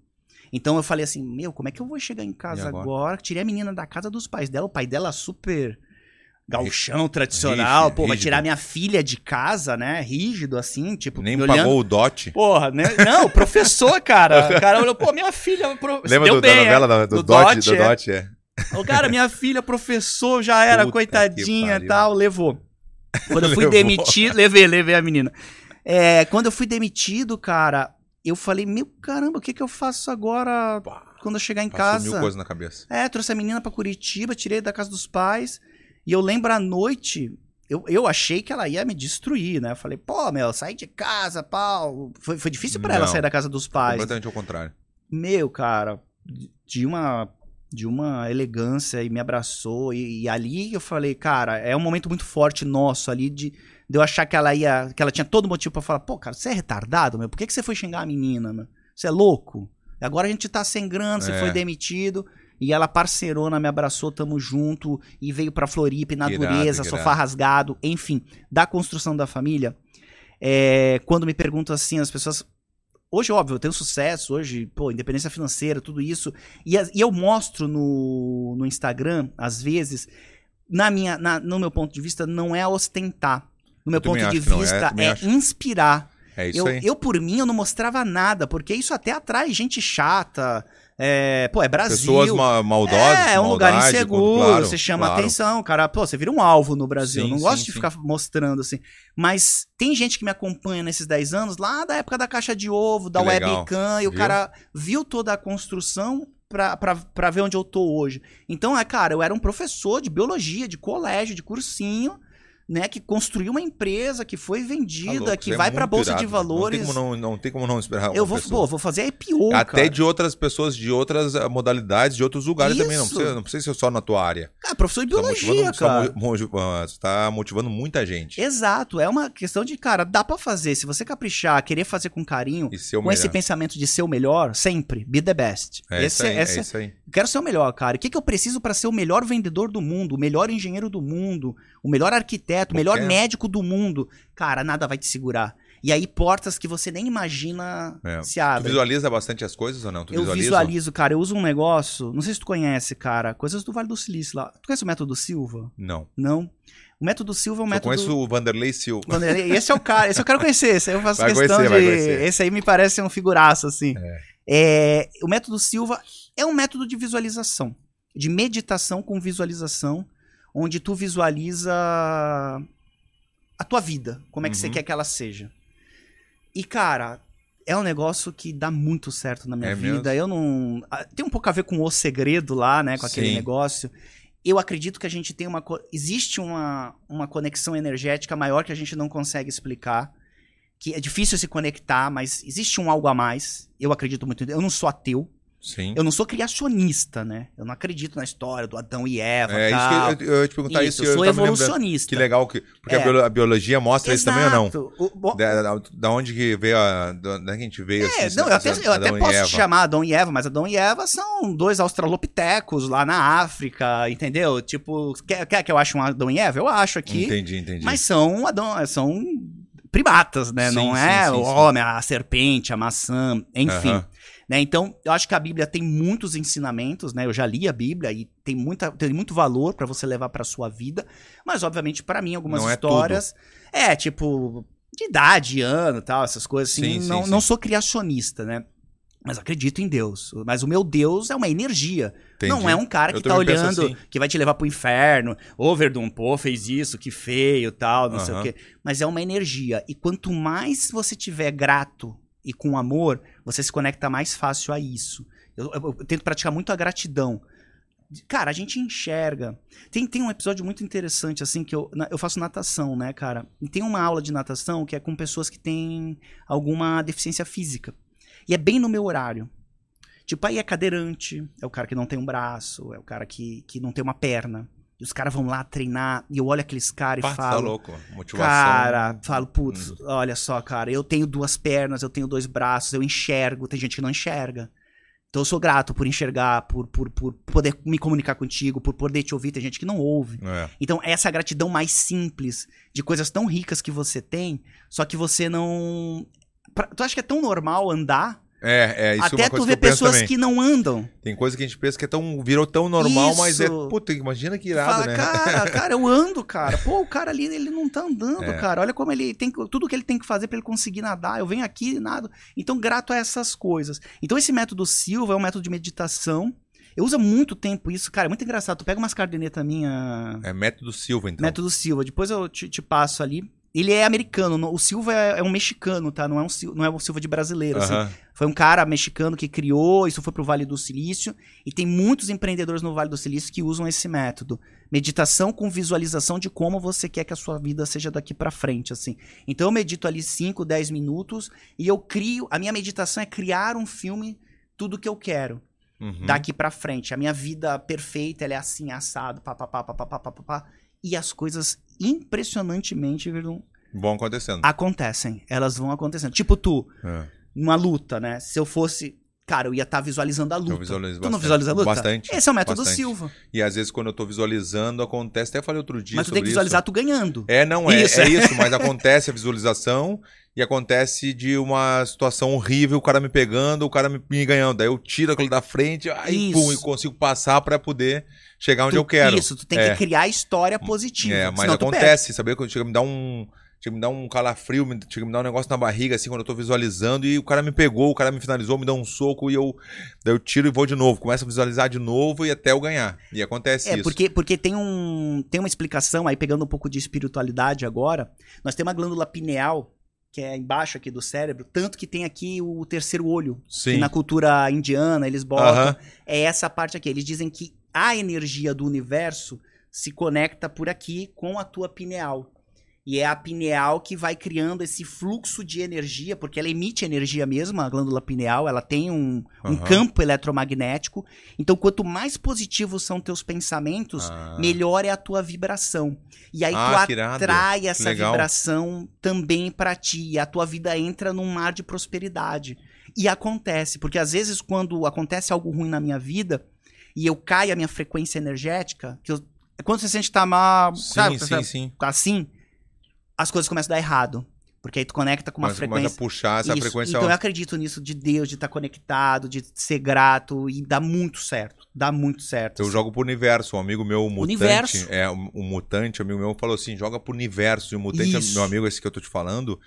Speaker 2: Então eu falei assim, meu, como é que eu vou chegar em casa
Speaker 1: E
Speaker 2: agora?
Speaker 1: agora?
Speaker 2: Tirei a menina da casa dos pais dela, o pai dela super galchão, tradicional,
Speaker 1: Rígido,
Speaker 2: pô, vai
Speaker 1: rígido.
Speaker 2: tirar minha filha de casa, né, rígido assim, tipo,
Speaker 1: Nem
Speaker 2: me
Speaker 1: pagou o dote.
Speaker 2: Porra, né? Não, professor,
Speaker 1: (laughs)
Speaker 2: cara. O cara olhou, pô, minha filha. Pro...
Speaker 1: Lembra
Speaker 2: deu
Speaker 1: do-
Speaker 2: bem,
Speaker 1: da
Speaker 2: é.
Speaker 1: novela da- do,
Speaker 2: Do
Speaker 1: Dot?
Speaker 2: Dot,
Speaker 1: do
Speaker 2: é.
Speaker 1: Dot, é.
Speaker 2: Ô, cara, minha filha, professor, já era,
Speaker 1: Puta
Speaker 2: coitadinha
Speaker 1: que
Speaker 2: e tal, levou. Quando eu
Speaker 1: (laughs)
Speaker 2: fui
Speaker 1: Levou.
Speaker 2: demitido, levei, levei a menina. É, quando eu fui demitido, cara, eu falei, meu caramba, o que que eu faço agora quando eu chegar em
Speaker 1: Passou mil
Speaker 2: casa?
Speaker 1: coisas na cabeça.
Speaker 2: É, trouxe a menina pra Curitiba, tirei da casa dos pais. E eu lembro à noite, eu, eu achei que ela ia me destruir, né? Eu falei, pô, meu, saí de casa, pau. Foi, foi difícil pra ela
Speaker 1: Não.
Speaker 2: sair da casa dos pais.
Speaker 1: Completamente ao contrário.
Speaker 2: Meu, cara, de uma de uma elegância e me abraçou e, e ali eu falei, cara, é um momento muito forte nosso ali de, de eu achar que ela ia, que ela tinha todo motivo pra falar, pô, cara, você é retardado, meu, por que, que você foi xingar a menina, meu? Você é louco? Agora a gente tá sem grana, você
Speaker 1: É.
Speaker 2: foi demitido. E ela parceirona, me abraçou, tamo junto, e veio pra Floripa, e na
Speaker 1: Irado,
Speaker 2: dureza,
Speaker 1: irado.
Speaker 2: sofá rasgado, enfim, da construção da família. É, quando me perguntam assim, as pessoas Hoje, óbvio, eu tenho sucesso, hoje, pô, independência financeira, tudo isso. E, as- e eu mostro no, no Instagram, às vezes, na minha, na- no meu ponto de vista, não é ostentar. No meu
Speaker 1: Eu também
Speaker 2: ponto de
Speaker 1: acho que não é,
Speaker 2: vista,
Speaker 1: também
Speaker 2: é,
Speaker 1: acho.
Speaker 2: inspirar.
Speaker 1: É isso
Speaker 2: Eu,
Speaker 1: aí.
Speaker 2: eu, por mim, eu não mostrava nada, porque isso até atrai gente chata. É, pô, é Brasil.
Speaker 1: Pessoas ma maldosas.
Speaker 2: é, é um lugar
Speaker 1: maldade,
Speaker 2: inseguro,
Speaker 1: quando- claro,
Speaker 2: você chama
Speaker 1: claro.
Speaker 2: atenção, cara. Pô, você vira um alvo no Brasil.
Speaker 1: Sim,
Speaker 2: não gosto
Speaker 1: sim, sim.
Speaker 2: de ficar mostrando assim. Mas tem gente que me acompanha nesses 10 anos, lá da época da caixa de ovo, da
Speaker 1: Que legal.
Speaker 2: webcam, e o
Speaker 1: Viu?
Speaker 2: cara viu toda a construção pra, pra, pra ver onde eu tô hoje. Então, é, cara, eu era um professor de biologia, de colégio, de cursinho. Né, que construiu uma empresa que foi
Speaker 1: Tá
Speaker 2: vendida,
Speaker 1: louco,
Speaker 2: que
Speaker 1: isso é
Speaker 2: vai pra
Speaker 1: muito
Speaker 2: bolsa
Speaker 1: irado,
Speaker 2: de
Speaker 1: mano.
Speaker 2: valores.
Speaker 1: Não tem como não, não, tem como não esperar. uma
Speaker 2: eu vou,
Speaker 1: pessoa.
Speaker 2: pô, vou fazer IPO,
Speaker 1: Até
Speaker 2: cara.
Speaker 1: de outras pessoas, de outras ah, modalidades, de outros lugares também. Não
Speaker 2: Isso.
Speaker 1: precisa, não precisa ser só na tua área.
Speaker 2: Cara, professor de
Speaker 1: Tá
Speaker 2: biologia,
Speaker 1: motivando-
Speaker 2: cara.
Speaker 1: tá mo- mo- ah, Você tá motivando muita gente.
Speaker 2: Exato, é uma questão de, cara, dá pra fazer. Se você caprichar, querer fazer com carinho,
Speaker 1: E ser o
Speaker 2: com esse
Speaker 1: melhor.
Speaker 2: pensamento de ser o melhor, sempre, be the best.
Speaker 1: É isso
Speaker 2: Esse-
Speaker 1: aí,
Speaker 2: esse-
Speaker 1: é isso aí.
Speaker 2: eu Quero ser o melhor, cara. O que, que eu preciso pra ser o melhor vendedor do mundo, o melhor engenheiro do mundo, o melhor arquiteto, o melhor
Speaker 1: Qualquer-
Speaker 2: médico do mundo? Cara, nada vai te segurar. E aí, portas que você nem imagina
Speaker 1: É.
Speaker 2: se
Speaker 1: Tu
Speaker 2: abrem.
Speaker 1: visualiza bastante as coisas ou não? Tu
Speaker 2: Eu
Speaker 1: visualiza?
Speaker 2: visualizo, cara, eu uso um negócio, não sei se tu conhece, cara, coisas do Vale do Silício lá. Tu conhece o método Silva?
Speaker 1: Não.
Speaker 2: Não. O método Silva é um
Speaker 1: Eu
Speaker 2: método.
Speaker 1: conheço o Vanderlei Silva.
Speaker 2: Quando ele- Esse é o cara, esse eu quero conhecer, esse aí eu faço
Speaker 1: Vai
Speaker 2: questão
Speaker 1: conhecer, vai
Speaker 2: de.
Speaker 1: conhecer.
Speaker 2: Esse aí me parece um figuraço, assim. É, o método Silva é um método de visualização, de meditação com visualização, onde tu visualiza a tua vida, como é que você
Speaker 1: Uhum.
Speaker 2: quer que ela seja. E, cara, é um negócio que dá muito certo na minha
Speaker 1: É
Speaker 2: vida. Eu não. ah, Tem um pouco a ver com o segredo lá, né? Com aquele
Speaker 1: Sim.
Speaker 2: negócio. Eu acredito que a gente tem uma. co- Existe uma, uma conexão energética maior que a gente não consegue explicar. Que é difícil se conectar, mas existe um algo a mais. Eu acredito muito. Eu não sou ateu.
Speaker 1: Sim.
Speaker 2: Eu não sou criacionista, né? Eu não acredito na história do Adão e Eva.
Speaker 1: É
Speaker 2: tal.
Speaker 1: isso que eu, eu ia te perguntar isso.
Speaker 2: eu
Speaker 1: tava
Speaker 2: sou
Speaker 1: me lembrando.
Speaker 2: evolucionista.
Speaker 1: Que legal que. Porque
Speaker 2: É.
Speaker 1: a, biolo- a biologia mostra isso também ou não?
Speaker 2: Exato. O- bo-
Speaker 1: Da, da- da onde que veio a. Da, da que a gente veio
Speaker 2: É,
Speaker 1: assim,
Speaker 2: não, eu até,
Speaker 1: essa-
Speaker 2: eu até
Speaker 1: Adão e
Speaker 2: posso
Speaker 1: Eva.
Speaker 2: te chamar Adão e Eva, mas Adão e Eva são dois australopitecos lá na África, entendeu? Tipo, quer, quer que eu ache um Adão e Eva? Eu acho aqui.
Speaker 1: Entendi, entendi.
Speaker 2: Mas são Adão, são primatas, né?
Speaker 1: Sim,
Speaker 2: não
Speaker 1: sim,
Speaker 2: é
Speaker 1: sim,
Speaker 2: o
Speaker 1: sim.
Speaker 2: homem, a serpente, a maçã, enfim.
Speaker 1: Aham.
Speaker 2: Né? Então, eu acho que a Bíblia tem muitos ensinamentos, né? Eu já li a Bíblia e tem, muita, tem muito valor pra você levar pra sua vida, mas obviamente pra mim algumas
Speaker 1: Não é
Speaker 2: histórias é, tipo de idade, ano, tal, essas coisas assim.
Speaker 1: Sim, sim,
Speaker 2: não,
Speaker 1: sim.
Speaker 2: não sou criacionista, né? Mas acredito em Deus. Mas o meu Deus é uma energia. Não
Speaker 1: Entendi.
Speaker 2: é um cara
Speaker 1: Eu
Speaker 2: que tá
Speaker 1: também penso
Speaker 2: olhando,
Speaker 1: assim.
Speaker 2: que vai te levar pro inferno. Ô, Verdun, pô, fez isso, que feio, tal, não sei o
Speaker 1: Aham.
Speaker 2: quê. Mas é uma energia. E quanto mais você tiver grato e com amor, você se conecta mais fácil a isso. Eu, eu- eu tento praticar muito a gratidão. Cara, a gente enxerga. Tem, tem um episódio muito interessante, assim, que eu, na- eu faço natação, né, cara? E tem uma aula de natação que é com pessoas que têm alguma deficiência física. E é bem no meu horário. Tipo, aí é cadeirante, é o cara que não tem um braço, é o cara que, que não tem uma perna. E os caras vão lá treinar, e eu olho aqueles caras e
Speaker 1: Pá, tá
Speaker 2: falo.
Speaker 1: louco. Motivação.
Speaker 2: Cara, falo, putz,
Speaker 1: Uhum.
Speaker 2: olha só, cara, eu tenho duas pernas, eu tenho dois braços, eu enxergo, tem gente que não enxerga. Então eu sou grato por enxergar, por, por, por poder me comunicar contigo, por poder te ouvir, tem gente que não ouve.
Speaker 1: É.
Speaker 2: Então essa gratidão mais simples, de coisas tão ricas que você tem, só que você não... pra- tu acha que é tão normal andar?
Speaker 1: É, é, isso é
Speaker 2: até
Speaker 1: uma
Speaker 2: tu
Speaker 1: coisa
Speaker 2: vê
Speaker 1: que eu penso
Speaker 2: pessoas
Speaker 1: também.
Speaker 2: que não andam.
Speaker 1: Tem coisa que a gente pensa que é tão, virou tão normal, mas é.
Speaker 2: Isso.
Speaker 1: Puta, imagina que
Speaker 2: Tu
Speaker 1: irado,
Speaker 2: fala,
Speaker 1: né?
Speaker 2: cara, cara, eu ando, cara. Pô, o cara ali, ele não tá andando,
Speaker 1: É.
Speaker 2: cara. Olha como ele tem que- tudo que ele tem que fazer pra ele conseguir nadar. Eu venho aqui e nado. Então, grato a essas coisas. Então, esse método Silva é um método de meditação. Eu uso há muito tempo isso, cara. É muito engraçado. Tu pega umas cadernetas minha,
Speaker 1: É método Silva, então.
Speaker 2: método Silva. Depois eu te, te passo ali. Ele é americano. no- O Silva é, é um mexicano, tá? Não é um, Sil- não é um Silva de brasileiro, assim.
Speaker 1: Aham.
Speaker 2: Foi um cara mexicano que criou, isso foi pro Vale do Silício, e tem muitos empreendedores no Vale do Silício que usam esse método. Meditação com visualização de como você quer que a sua vida seja daqui pra frente, assim. Então eu medito ali 5, 10 minutos e eu crio, a minha meditação é criar um filme tudo que eu quero
Speaker 1: Uhum.
Speaker 2: daqui pra frente. A minha vida perfeita, ela é assim, assado, papapá, papapá, papapá. E as coisas impressionantemente Verdun,
Speaker 1: Bom acontecendo.
Speaker 2: acontecem. Elas vão acontecendo. Tipo tu,
Speaker 1: É.
Speaker 2: numa luta, né? Se eu fosse. Cara, eu ia estar visualizando a
Speaker 1: Eu
Speaker 2: luta.
Speaker 1: visualizo
Speaker 2: tu não
Speaker 1: bastante.
Speaker 2: visualiza a luta?
Speaker 1: Bastante.
Speaker 2: Esse é o método
Speaker 1: bastante.
Speaker 2: Silva.
Speaker 1: E às vezes quando eu tô visualizando, acontece. Até falei outro dia
Speaker 2: Mas tu
Speaker 1: sobre
Speaker 2: tem que visualizar
Speaker 1: isso.
Speaker 2: tu ganhando.
Speaker 1: É, não, é
Speaker 2: Isso,
Speaker 1: isso, é
Speaker 2: é.
Speaker 1: isso mas acontece a visualização e acontece de uma situação horrível, o cara me pegando, o cara me, me ganhando. Daí eu tiro aquele da frente ai,
Speaker 2: Isso.
Speaker 1: pum, e consigo passar pra poder chegar onde
Speaker 2: Tu-
Speaker 1: eu quero.
Speaker 2: Isso, tu tem
Speaker 1: É.
Speaker 2: que criar a história positiva.
Speaker 1: É, mas
Speaker 2: senão tu perde.
Speaker 1: acontece, sabia? Quando chega a me dar um. Chega a me dar um calafrio, me- chega a me dar um negócio na barriga, assim, quando eu tô visualizando, e o cara me pegou, o cara me finalizou, me dá um soco e eu. Daí eu tiro e vou de novo. Começo a visualizar de novo e até eu ganhar. E acontece
Speaker 2: É,
Speaker 1: isso.
Speaker 2: porque, porque tem, um, tem uma explicação, aí pegando um pouco de espiritualidade agora, nós temos uma glândula pineal, que é embaixo aqui do cérebro, tanto que tem aqui o terceiro olho.
Speaker 1: Sim.
Speaker 2: Que na cultura indiana eles botam.
Speaker 1: Aham.
Speaker 2: É essa parte aqui. Eles dizem que a energia do universo se conecta por aqui com a tua pineal. E é a pineal que vai criando esse fluxo de energia, porque ela emite energia mesmo, a glândula pineal, ela tem um, um
Speaker 1: Aham.
Speaker 2: campo eletromagnético. Então, quanto mais positivos são teus pensamentos,
Speaker 1: Ah.
Speaker 2: melhor é a tua vibração. E aí
Speaker 1: Ah,
Speaker 2: tu
Speaker 1: que irado.
Speaker 2: atrai essa
Speaker 1: legal.
Speaker 2: vibração também pra ti. E a tua vida entra num mar de prosperidade. E acontece, porque às vezes quando acontece algo ruim na minha vida e eu caio a minha frequência energética, que eu- quando você sente que tá mal,
Speaker 1: Sim,
Speaker 2: sabe,
Speaker 1: sim,
Speaker 2: tá-
Speaker 1: sim.
Speaker 2: assim, as coisas começam a dar errado. Porque aí tu conecta com uma
Speaker 1: Mas
Speaker 2: frequência.
Speaker 1: começa a puxar essa
Speaker 2: Isso.
Speaker 1: frequência.
Speaker 2: Então eu acredito nisso de Deus, de estar conectado, de ser grato e dá muito certo. Dá muito certo.
Speaker 1: Eu jogo pro universo. Um amigo meu, um mutante.
Speaker 2: Universo.
Speaker 1: É, um um mutante, amigo meu, falou assim: joga pro universo. E o mutante,
Speaker 2: Isso.
Speaker 1: meu amigo, esse que eu tô te falando,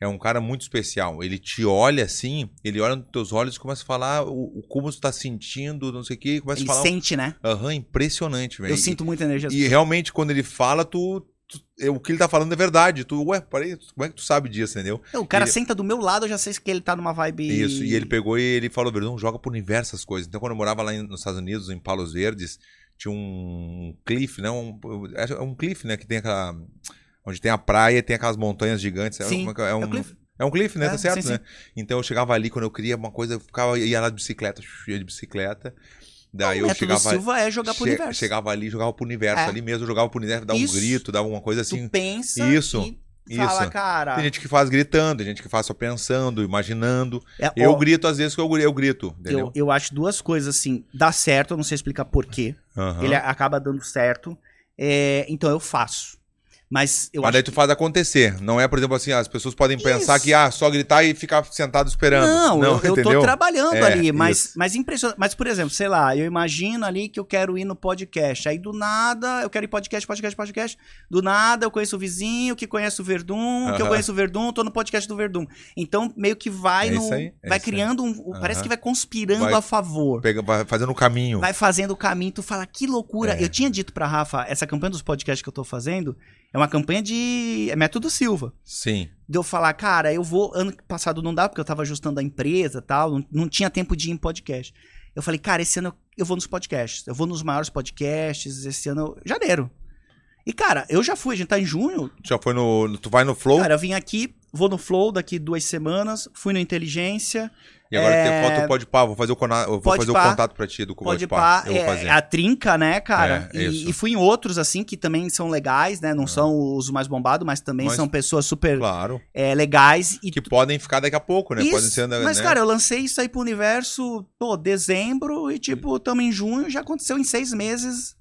Speaker 1: é um cara muito especial. Ele te olha assim, ele olha nos teus olhos e começa a falar o, o como tu tá sentindo, não sei o quê. e Começa
Speaker 2: Ele
Speaker 1: a falar. um
Speaker 2: sente, né?
Speaker 1: Aham, impressionante, velho.
Speaker 2: Eu sinto muita energia.
Speaker 1: E, e realmente, quando ele fala, tu. tu- é, O que ele tá falando é verdade. Tu, ué, peraí, como é que tu sabe disso, entendeu?
Speaker 2: o cara
Speaker 1: ele-
Speaker 2: senta do meu lado, eu já sei que ele tá numa vibe.
Speaker 1: Isso, e ele pegou e ele falou, Verdão, joga pro universo as coisas. Então, quando eu morava lá em- nos Estados Unidos, em Palos Verdes, tinha um cliff, né? Um, é um cliff, né? Que tem aquela... Onde tem a praia e tem aquelas montanhas gigantes. É
Speaker 2: Sim,
Speaker 1: uma- é, um,
Speaker 2: É o Cliff?
Speaker 1: é um cliff, né?
Speaker 2: É,
Speaker 1: tá certo,
Speaker 2: sim,
Speaker 1: né? Então, eu chegava ali, quando eu queria uma coisa, eu ficava, ia lá de bicicleta, ia de bicicleta. Daí
Speaker 2: o
Speaker 1: eu
Speaker 2: método
Speaker 1: chegava...
Speaker 2: Silva é jogar pro
Speaker 1: che-
Speaker 2: universo.
Speaker 1: Chegava ali, jogava pro universo.
Speaker 2: É.
Speaker 1: Ali mesmo, eu jogava pro universo, dava
Speaker 2: Isso.
Speaker 1: um grito, dava uma coisa assim.
Speaker 2: tu pensa
Speaker 1: Isso,
Speaker 2: e fala,
Speaker 1: isso.
Speaker 2: cara.
Speaker 1: Tem gente que faz gritando, tem gente que faz só pensando, imaginando.
Speaker 2: é,
Speaker 1: Eu
Speaker 2: ó,
Speaker 1: grito às vezes que eu, gri- eu grito, entendeu?
Speaker 2: eu, eu acho duas coisas assim. Dá certo, eu não sei explicar porquê.
Speaker 1: Aham.
Speaker 2: Ele é, acaba dando certo. é, então eu faço. Mas eu
Speaker 1: Mas
Speaker 2: acho
Speaker 1: daí tu faz acontecer. Não é, por exemplo, assim, as pessoas podem pensar
Speaker 2: Isso.
Speaker 1: que, ah, só gritar e ficar sentado esperando.
Speaker 2: Não, eu- eu, tô
Speaker 1: entendeu?
Speaker 2: trabalhando
Speaker 1: É,
Speaker 2: ali, mas,
Speaker 1: isso.
Speaker 2: mas impressionante. Mas, por exemplo, sei lá, eu imagino ali que eu quero ir no podcast. Aí do nada, eu quero ir podcast, podcast, podcast. Do nada eu conheço o vizinho, que conhece o Verdun, que eu
Speaker 1: Aham.
Speaker 2: conheço o Verdun, tô no podcast do Verdun. Então, meio que vai
Speaker 1: É
Speaker 2: no.
Speaker 1: isso aí, é
Speaker 2: vai
Speaker 1: isso aí.
Speaker 2: criando um. Parece
Speaker 1: Aham.
Speaker 2: que vai conspirando
Speaker 1: Vai-
Speaker 2: a favor.
Speaker 1: Pega- vai fazendo o caminho.
Speaker 2: Vai fazendo o caminho, tu fala, que loucura.
Speaker 1: É.
Speaker 2: Eu tinha dito pra Rafa, essa campanha dos podcasts que eu tô fazendo é uma campanha de é método Silva.
Speaker 1: Sim.
Speaker 2: De eu falar, cara, eu vou. Ano passado não dá, porque eu tava ajustando a empresa tal. Não, não tinha tempo de ir em podcast. Eu falei, cara, esse ano eu, eu vou nos podcasts. Eu vou nos maiores podcasts. Esse ano. eu- Janeiro. E, cara, eu já fui, a gente tá em junho.
Speaker 1: Tu Já foi no. no- Tu vai no Flow
Speaker 2: Cara, eu vim aqui, vou no Flow daqui duas semanas, fui no Inteligência.
Speaker 1: e agora
Speaker 2: é,
Speaker 1: tem foto do Pode Pá. Vou fazer o, cona- eu vou
Speaker 2: Pode
Speaker 1: fazer o
Speaker 2: Pá.
Speaker 1: contato pra ti do
Speaker 2: Pode
Speaker 1: Pode Pá.
Speaker 2: pá,
Speaker 1: Eu vou
Speaker 2: é,
Speaker 1: fazer.
Speaker 2: a trinca, né, cara?
Speaker 1: É, isso. É.
Speaker 2: e, e fui em outros, assim, que também são legais, né? Não são os mais bombados, mas também
Speaker 1: Mas-
Speaker 2: são pessoas super
Speaker 1: Claro.
Speaker 2: é, legais. E
Speaker 1: Que podem ficar daqui a pouco, né?
Speaker 2: Isso,
Speaker 1: Podem ser. né?
Speaker 2: Mas, cara, eu lancei isso aí pro universo, pô, dezembro, e tipo, tamo em junho, já aconteceu em seis meses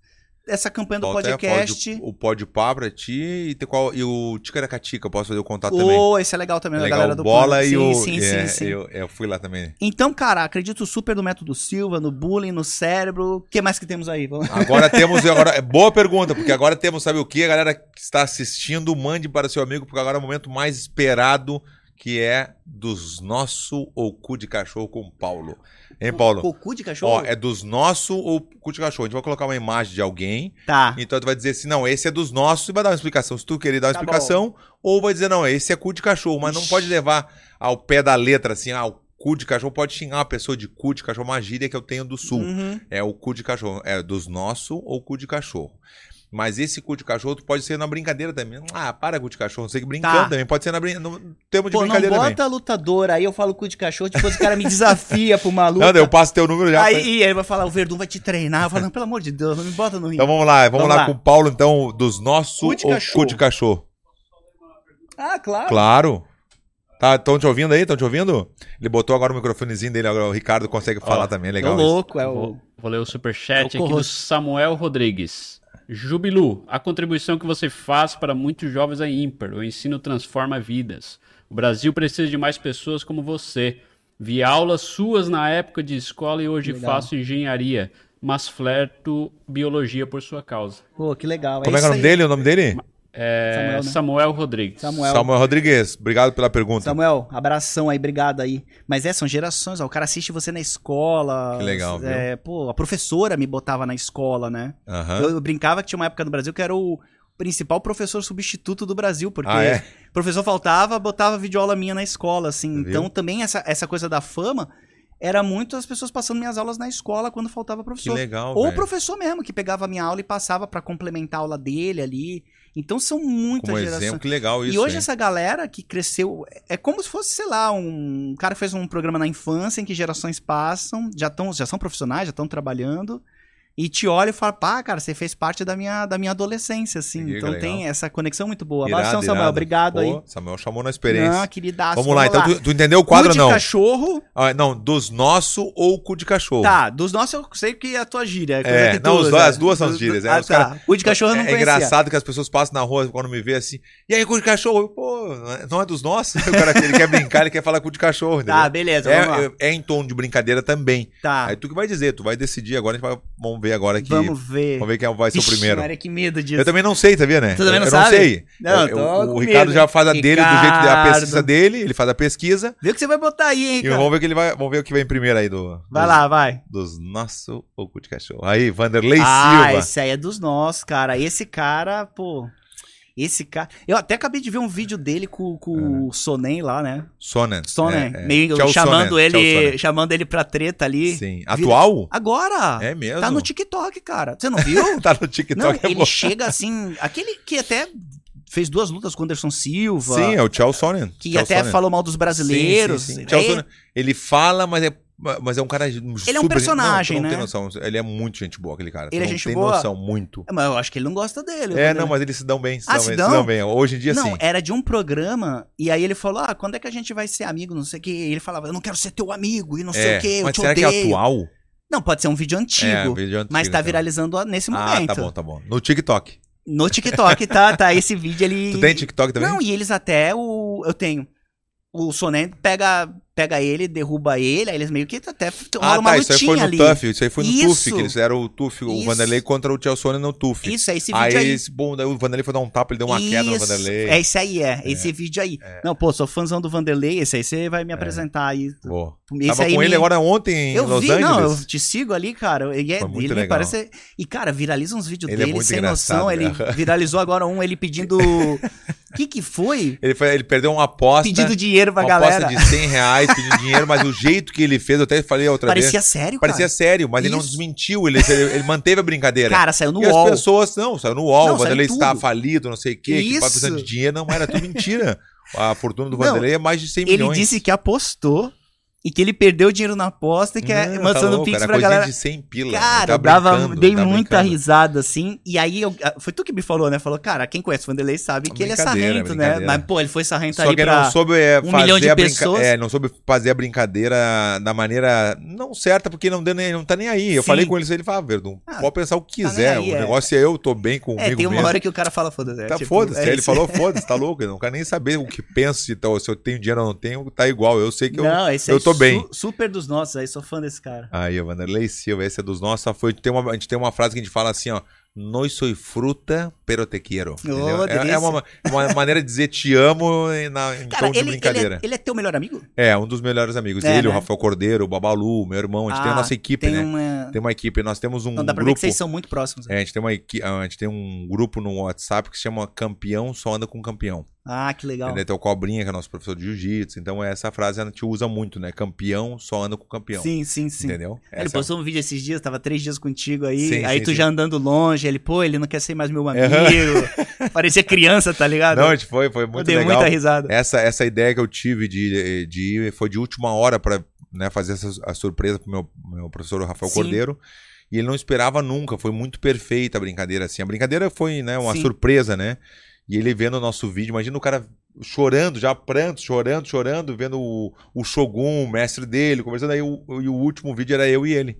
Speaker 2: essa campanha do
Speaker 1: Falta aí a
Speaker 2: podcast.
Speaker 1: Pode- o Pode Pá pra ti e, ter qual, e o Ticaracatica. Eu posso fazer o contato também.
Speaker 2: Ô, esse é legal também, a
Speaker 1: Legal,
Speaker 2: galera
Speaker 1: o
Speaker 2: do
Speaker 1: Bola
Speaker 2: Pânico.
Speaker 1: e
Speaker 2: sim,
Speaker 1: o.
Speaker 2: Sim,
Speaker 1: é,
Speaker 2: sim, sim.
Speaker 1: Eu, eu fui lá também.
Speaker 2: Então, cara, acredito super no método Silva, no bullying, no cérebro. O que mais que temos aí? Vamos-
Speaker 1: Agora temos. Agora, é boa pergunta, porque agora temos, sabe o que? A galera que está assistindo, mande para seu amigo, porque agora é o momento mais esperado, que é dos nosso ou cu de cachorro com Paulo. Hein, Paulo?
Speaker 2: O cu de cachorro?
Speaker 1: Ó, é dos nosso ou cu de cachorro. A gente vai colocar uma imagem de alguém,
Speaker 2: Tá.
Speaker 1: então tu vai dizer assim: não, esse é dos nossos, e vai dar uma explicação. Se tu querer dar uma
Speaker 2: Tá
Speaker 1: explicação, ou vai dizer, não, esse é cu de cachorro, mas não
Speaker 2: Ixi.
Speaker 1: pode levar ao pé da letra, assim, ah, o cu de cachorro pode xingar uma pessoa de cu de cachorro, uma gíria que eu tenho do sul.
Speaker 2: Uhum.
Speaker 1: É o cu de cachorro. É dos nossos ou cu de cachorro. Mas esse cu de cachorro tu pode ser na brincadeira também. Ah, para cu de cachorro. Não sei que brincando
Speaker 2: Tá.
Speaker 1: também. Pode ser na brin... no termo de
Speaker 2: Pô, não
Speaker 1: brincadeira
Speaker 2: bota
Speaker 1: também.
Speaker 2: lutador, aí eu falo cu de cachorro, depois o cara me desafia pro maluco.
Speaker 1: Não, eu passo teu número já.
Speaker 2: Aí e ele vai falar, o Verdun vai te treinar. Eu falo, não, pelo amor de Deus, não me bota no ringue.
Speaker 1: Então vamos lá. Vamos,
Speaker 2: Vamos
Speaker 1: lá,
Speaker 2: lá.
Speaker 1: com o Paulo, então, dos nossos
Speaker 2: Cu de
Speaker 1: ou
Speaker 2: cachorro.
Speaker 1: cu de cachorro.
Speaker 2: Ah, claro.
Speaker 1: Claro. Tá, estão te ouvindo aí? Estão te ouvindo? Ele botou agora o microfonezinho dele, agora o Ricardo consegue falar
Speaker 3: Ó,
Speaker 1: também, é
Speaker 2: É o
Speaker 1: legal. isso.
Speaker 2: louco, é o.
Speaker 3: Vou, vou ler o superchat
Speaker 2: É o
Speaker 3: aqui do
Speaker 2: Corros.
Speaker 3: Samuel Rodrigues. Jubilu, a contribuição que você faz para muitos jovens é ímpar. O ensino transforma vidas. O Brasil precisa de mais pessoas como você. Vi aulas suas na época de escola e hoje
Speaker 2: Legal.
Speaker 3: faço engenharia, mas flerto biologia por sua causa.
Speaker 2: Pô, que legal.
Speaker 1: Como é, que é o
Speaker 2: isso
Speaker 1: nome
Speaker 2: aí.
Speaker 1: dele? O nome dele?
Speaker 3: É,
Speaker 2: Samuel,
Speaker 3: Samuel,
Speaker 2: né?
Speaker 3: Rodrigues.
Speaker 2: Samuel.
Speaker 1: Samuel Rodrigues. Obrigado pela pergunta.
Speaker 2: Samuel, abração aí, obrigado aí. Mas é, são gerações, ó. O cara assiste você na escola.
Speaker 1: Que legal, viu?
Speaker 2: É, pô, a professora me botava na escola, né?
Speaker 1: Aham.
Speaker 2: Eu, eu brincava que tinha uma época no Brasil que era o principal professor substituto do Brasil, porque
Speaker 1: Ah, é?
Speaker 2: o professor faltava, botava videoaula minha na escola, assim.
Speaker 1: Viu?
Speaker 2: Então também essa, essa coisa da fama era muito as pessoas passando minhas aulas na escola quando faltava
Speaker 1: Que
Speaker 2: professor.
Speaker 1: legal,
Speaker 2: Ou o
Speaker 1: velho.
Speaker 2: professor mesmo, que pegava a minha aula e passava pra complementar a aula dele ali. Então são muitas
Speaker 1: Como
Speaker 2: gerações.
Speaker 1: exemplo, que legal isso,
Speaker 2: e hoje é
Speaker 1: hein?
Speaker 2: essa galera que cresceu, é como se fosse, sei lá, um cara que fez um programa na infância em que gerações passam, já, tão, já são profissionais, já estão trabalhando, e te olha e fala, pá, cara, você fez parte da minha, da minha adolescência, assim.
Speaker 1: Que
Speaker 2: então
Speaker 1: legal.
Speaker 2: tem essa conexão muito boa.
Speaker 1: Irado,
Speaker 2: Abração, Samuel,
Speaker 1: irado.
Speaker 2: obrigado
Speaker 1: Pô,
Speaker 2: aí.
Speaker 1: Samuel chamou na experiência.
Speaker 2: Não, queridaço,
Speaker 1: vamos, lá, então tu, tu entendeu o quadro
Speaker 2: Cu
Speaker 1: ou
Speaker 2: de
Speaker 1: não?
Speaker 2: cachorro,
Speaker 1: Ah, não, dos nosso ou cu de cachorro.
Speaker 2: tá, dos nossos eu sei que é a tua gíria. coisa
Speaker 1: É,
Speaker 2: que
Speaker 1: não,
Speaker 2: tu
Speaker 1: os
Speaker 2: usa.
Speaker 1: dois- as duas são
Speaker 2: Dos-
Speaker 1: as gírias, é,
Speaker 2: Ah,
Speaker 1: os cara-
Speaker 2: tá. O de cachorro eu não
Speaker 1: é,
Speaker 2: conhecia.
Speaker 1: engraçado que as pessoas passam na rua quando me vê assim, e aí, cu de cachorro? Eu, Pô, não é- não é dos nossos? (laughs) O cara ele quer brincar, ele quer falar cu de cachorro, entendeu?
Speaker 2: Tá, beleza, vamos lá.
Speaker 1: é, é, é em tom de brincadeira também.
Speaker 2: Tá,
Speaker 1: Aí tu que vai dizer, tu vai decidir agora, a gente vai, vamos ver agora que. Vamos,
Speaker 2: vamos ver.
Speaker 1: ver quem vai ser o
Speaker 2: Vixe,
Speaker 1: primeiro.
Speaker 2: Maria, que medo disso.
Speaker 1: Eu também não sei, tá vendo, né?
Speaker 2: Tu também
Speaker 1: eu,
Speaker 2: não
Speaker 1: eu
Speaker 2: sabe?
Speaker 1: sei.
Speaker 2: Não,
Speaker 1: Eu-
Speaker 2: tô
Speaker 1: eu-
Speaker 2: com
Speaker 1: o Ricardo
Speaker 2: medo.
Speaker 1: já faz a dele do jeito da
Speaker 2: Ricardo.
Speaker 1: pesquisa dele, ele faz a pesquisa.
Speaker 2: Vê o que você vai botar aí, hein,
Speaker 1: E
Speaker 2: cara.
Speaker 1: vamos ver, que ele vai, vamos ver o que vem primeiro aí do.
Speaker 2: Vai
Speaker 1: dos-
Speaker 2: lá, vai.
Speaker 1: dos nosso ou cu de cachorro. Aí, Vanderlei
Speaker 2: ah,
Speaker 1: Silva.
Speaker 2: esse aí é dos nossos, cara. Esse cara, pô. Esse cara. Eu até acabei de ver um vídeo dele com, com o Sonen lá, né?
Speaker 1: Sonnen.
Speaker 2: Sonnen.
Speaker 1: Ah. É, é.
Speaker 2: Meio
Speaker 1: Tchau,
Speaker 2: chamando
Speaker 1: Sonnen. Tchau,
Speaker 2: ele.
Speaker 1: Sonnen.
Speaker 2: chamando ele pra treta ali.
Speaker 1: Sim. Atual?
Speaker 2: Agora!
Speaker 1: É mesmo. (laughs)
Speaker 2: tá no TikTok, cara. Você não viu?
Speaker 1: Tá no (laughs) TikTok.
Speaker 2: não,
Speaker 1: é
Speaker 2: ele
Speaker 1: bom.
Speaker 2: chega assim. Aquele que até fez duas lutas com o Anderson Silva.
Speaker 1: Sim, é o Tchau Sonnen.
Speaker 2: que
Speaker 1: Tchau
Speaker 2: até é
Speaker 1: Sonnen.
Speaker 2: falou mal dos brasileiros.
Speaker 1: Sim, sim, sim. Tchau
Speaker 2: É,
Speaker 1: Sonnen. Ele fala, mas é, mas é um cara. Ele
Speaker 2: é um personagem,
Speaker 1: não, tu
Speaker 2: né?
Speaker 1: Não tem noção. Ele é muito gente boa, aquele cara. Tu
Speaker 2: Ele é
Speaker 1: não
Speaker 2: gente
Speaker 1: tem
Speaker 2: boa?
Speaker 1: noção, muito.
Speaker 2: Mas eu acho que ele não gosta
Speaker 1: É,
Speaker 2: dele. né? Vanderlei.
Speaker 1: não, mas eles se dão bem. Se
Speaker 2: Ah,
Speaker 1: dão
Speaker 2: se
Speaker 1: bem,
Speaker 2: dão?
Speaker 1: se dão bem. Hoje em dia,
Speaker 2: não,
Speaker 1: sim.
Speaker 2: era de um programa, e aí ele falou: Ah, quando é que a gente vai ser amigo? Não sei o que. Ele falava, eu não quero ser teu amigo e não sei
Speaker 1: É,
Speaker 2: o que, eu
Speaker 1: mas
Speaker 2: te
Speaker 1: será
Speaker 2: odeio.
Speaker 1: que é atual?
Speaker 2: Não, pode ser um vídeo antigo.
Speaker 1: É, vídeo antigo,
Speaker 2: mas tá
Speaker 1: então.
Speaker 2: viralizando a- nesse
Speaker 1: Ah,
Speaker 2: momento.
Speaker 1: tá bom, tá bom. No TikTok.
Speaker 2: No TikTok tá, tá esse vídeo ele.
Speaker 1: Tu tem TikTok também?
Speaker 2: Não, e eles até o. Eu tenho. O Sonen pega, pega ele, derruba ele, aí eles meio que até então, rola
Speaker 1: Ah,
Speaker 2: uma
Speaker 1: tá. Isso
Speaker 2: lutinha
Speaker 1: aí foi no
Speaker 2: ali.
Speaker 1: TUF. Isso aí foi no TUF,
Speaker 2: Isso.
Speaker 1: que eles fizeram o TUF, o
Speaker 2: Isso.
Speaker 1: Vanderlei contra o Chelsea no TUF.
Speaker 2: Isso, é esse vídeo
Speaker 1: Aí,
Speaker 2: aí.
Speaker 1: esse- bom, daí o Vanderlei foi dar um tapa, ele deu uma
Speaker 2: Isso,
Speaker 1: queda no Vanderlei.
Speaker 2: É, esse aí é, esse vídeo aí. Não, pô, sou fãzão do Vanderlei, esse aí você vai me apresentar aí.
Speaker 1: Pô,
Speaker 2: Esse
Speaker 1: É. Tava
Speaker 2: aí
Speaker 1: com ele
Speaker 2: me-
Speaker 1: agora ontem em
Speaker 2: Eu
Speaker 1: Los
Speaker 2: vi,
Speaker 1: Angeles.
Speaker 2: não, eu te sigo ali, cara. Ele, é,
Speaker 1: Foi muito
Speaker 2: ele me
Speaker 1: legal.
Speaker 2: parece. E, cara, viraliza uns vídeos
Speaker 1: Ele é
Speaker 2: dele
Speaker 1: muito
Speaker 2: sem
Speaker 1: engraçado, né?
Speaker 2: noção. Ele
Speaker 1: (laughs) cara.
Speaker 2: viralizou agora um, ele pedindo.
Speaker 1: (laughs)
Speaker 2: O que que foi?
Speaker 1: Ele, foi- ele perdeu uma aposta.
Speaker 2: Pedindo dinheiro pra
Speaker 1: uma
Speaker 2: galera.
Speaker 1: aposta de 100 reais, pedindo dinheiro, mas o jeito que ele fez, eu até falei a outra
Speaker 2: (laughs) Parecia
Speaker 1: vez.
Speaker 2: sério,
Speaker 1: Parecia
Speaker 2: cara.
Speaker 1: sério, mas ele não
Speaker 2: Isso.
Speaker 1: desmentiu, ele, ele, ele manteve a brincadeira.
Speaker 2: Cara, saiu no
Speaker 1: e
Speaker 2: UOL.
Speaker 1: as pessoas, não, saiu no UOL,
Speaker 2: Não,
Speaker 1: o Vanderlei
Speaker 2: saiu em
Speaker 1: está
Speaker 2: tudo.
Speaker 1: falido, não sei o quê, que
Speaker 2: Isso.
Speaker 1: tá precisando de dinheiro. Não, era tudo
Speaker 2: (laughs)
Speaker 1: mentira. A fortuna do
Speaker 2: Não,
Speaker 1: Vanderlei é mais de 100
Speaker 2: Ele
Speaker 1: milhões.
Speaker 2: disse que apostou e que ele perdeu dinheiro na aposta e que é
Speaker 1: Não, tá
Speaker 2: mandando
Speaker 1: louco,
Speaker 2: pix
Speaker 1: era
Speaker 2: pra
Speaker 1: coisinha
Speaker 2: galera.
Speaker 1: de 100 pila.
Speaker 2: Cara,
Speaker 1: tá
Speaker 2: eu dava,
Speaker 1: brincando,
Speaker 2: dei
Speaker 1: tá
Speaker 2: muita
Speaker 1: brincando.
Speaker 2: risada, assim. E aí, eu- foi tu que me falou, né? Falou, cara, quem conhece o Vanderlei sabe que ele é
Speaker 1: Brincadeira,
Speaker 2: sarrento, né?
Speaker 1: brincadeira.
Speaker 2: Mas, pô, ele foi sarrento
Speaker 1: Só
Speaker 2: ali
Speaker 1: que ele
Speaker 2: pra...
Speaker 1: não soube é,
Speaker 2: um
Speaker 1: fazer
Speaker 2: milhão de
Speaker 1: a brinca-
Speaker 2: pessoas.
Speaker 1: é, não soube fazer a brincadeira da maneira não certa, porque não, deu nem, não tá nem aí. Eu
Speaker 2: Sim.
Speaker 1: falei com ele, ele fala, Verdun,
Speaker 2: Ah,
Speaker 1: pode pensar o que quiser.
Speaker 2: nem aí,
Speaker 1: o
Speaker 2: é.
Speaker 1: negócio é eu, tô bem comigo
Speaker 2: É, tem uma
Speaker 1: mesmo.
Speaker 2: hora que o cara fala, foda-se. é,
Speaker 1: Tá
Speaker 2: tipo,
Speaker 1: foda-se.
Speaker 2: é
Speaker 1: Aí ele
Speaker 2: isso.
Speaker 1: falou, foda-se, tá louco? Eu não quero nem saber o que penso, se, tá- se eu tenho dinheiro ou não tenho, tá igual. Eu sei que eu.
Speaker 2: Não, esse
Speaker 1: eu
Speaker 2: aí
Speaker 1: tô
Speaker 2: su-
Speaker 1: bem.
Speaker 2: super dos nossos, aí sou fã desse cara.
Speaker 1: Aí, o Vanderlei Silva, esse é dos nossos. só Foi, tem uma, a gente tem uma frase que a gente fala assim, ó. Nós soy fruta, pero te quiero. entendeu? é, é
Speaker 2: delícia.
Speaker 1: uma, uma maneira de dizer te amo em, na, em
Speaker 2: Cara,
Speaker 1: tom Então, de
Speaker 2: ele, ele,
Speaker 1: brincadeira.
Speaker 2: é, ele é teu melhor amigo?
Speaker 1: É, um dos melhores amigos.
Speaker 2: É,
Speaker 1: ele, o
Speaker 2: né?
Speaker 1: Rafael Cordeiro, o Babalu, meu irmão. A gente
Speaker 2: Ah,
Speaker 1: tem a nossa equipe,
Speaker 2: Tem
Speaker 1: né?
Speaker 2: uma...
Speaker 1: Tem uma equipe. Nós temos um
Speaker 2: Não dá pra ver
Speaker 1: grupo.
Speaker 2: que vocês são muito próximos. né?
Speaker 1: É, a gente, tem uma equi... a gente tem um grupo no WhatsApp que se chama Campeão Só Anda com Campeão.
Speaker 2: Ah, que legal.
Speaker 1: Entendeu? Tem o Cobrinha, que é nosso professor de jiu-jitsu. Então, essa frase a gente usa muito, né? Campeão só anda com campeão.
Speaker 2: Sim, sim, sim.
Speaker 1: Entendeu?
Speaker 2: Ele
Speaker 1: Essa- é
Speaker 2: postou um vídeo esses dias, tava três dias contigo aí,
Speaker 1: Sim,
Speaker 2: aí
Speaker 1: sim,
Speaker 2: tu
Speaker 1: sim.
Speaker 2: já andando longe, ele, pô, ele não quer ser mais meu
Speaker 1: É.
Speaker 2: amigo. Parecia criança, tá ligado?
Speaker 1: Não, a gente foi, foi
Speaker 2: eu
Speaker 1: muito
Speaker 2: dei
Speaker 1: legal.
Speaker 2: muita risada.
Speaker 1: Essa, essa ideia que eu tive de, de ir foi de última hora para né, fazer essa a surpresa pro meu, meu professor Rafael
Speaker 2: Sim.
Speaker 1: Cordeiro. E ele não esperava nunca, foi muito perfeita a brincadeira assim. A brincadeira foi né, uma
Speaker 2: Sim.
Speaker 1: surpresa, né? E ele vendo o nosso vídeo, imagina o cara chorando, já pranto, chorando, chorando, vendo o, o Shogun, o mestre dele, conversando. Aí o, e o último vídeo era eu e ele.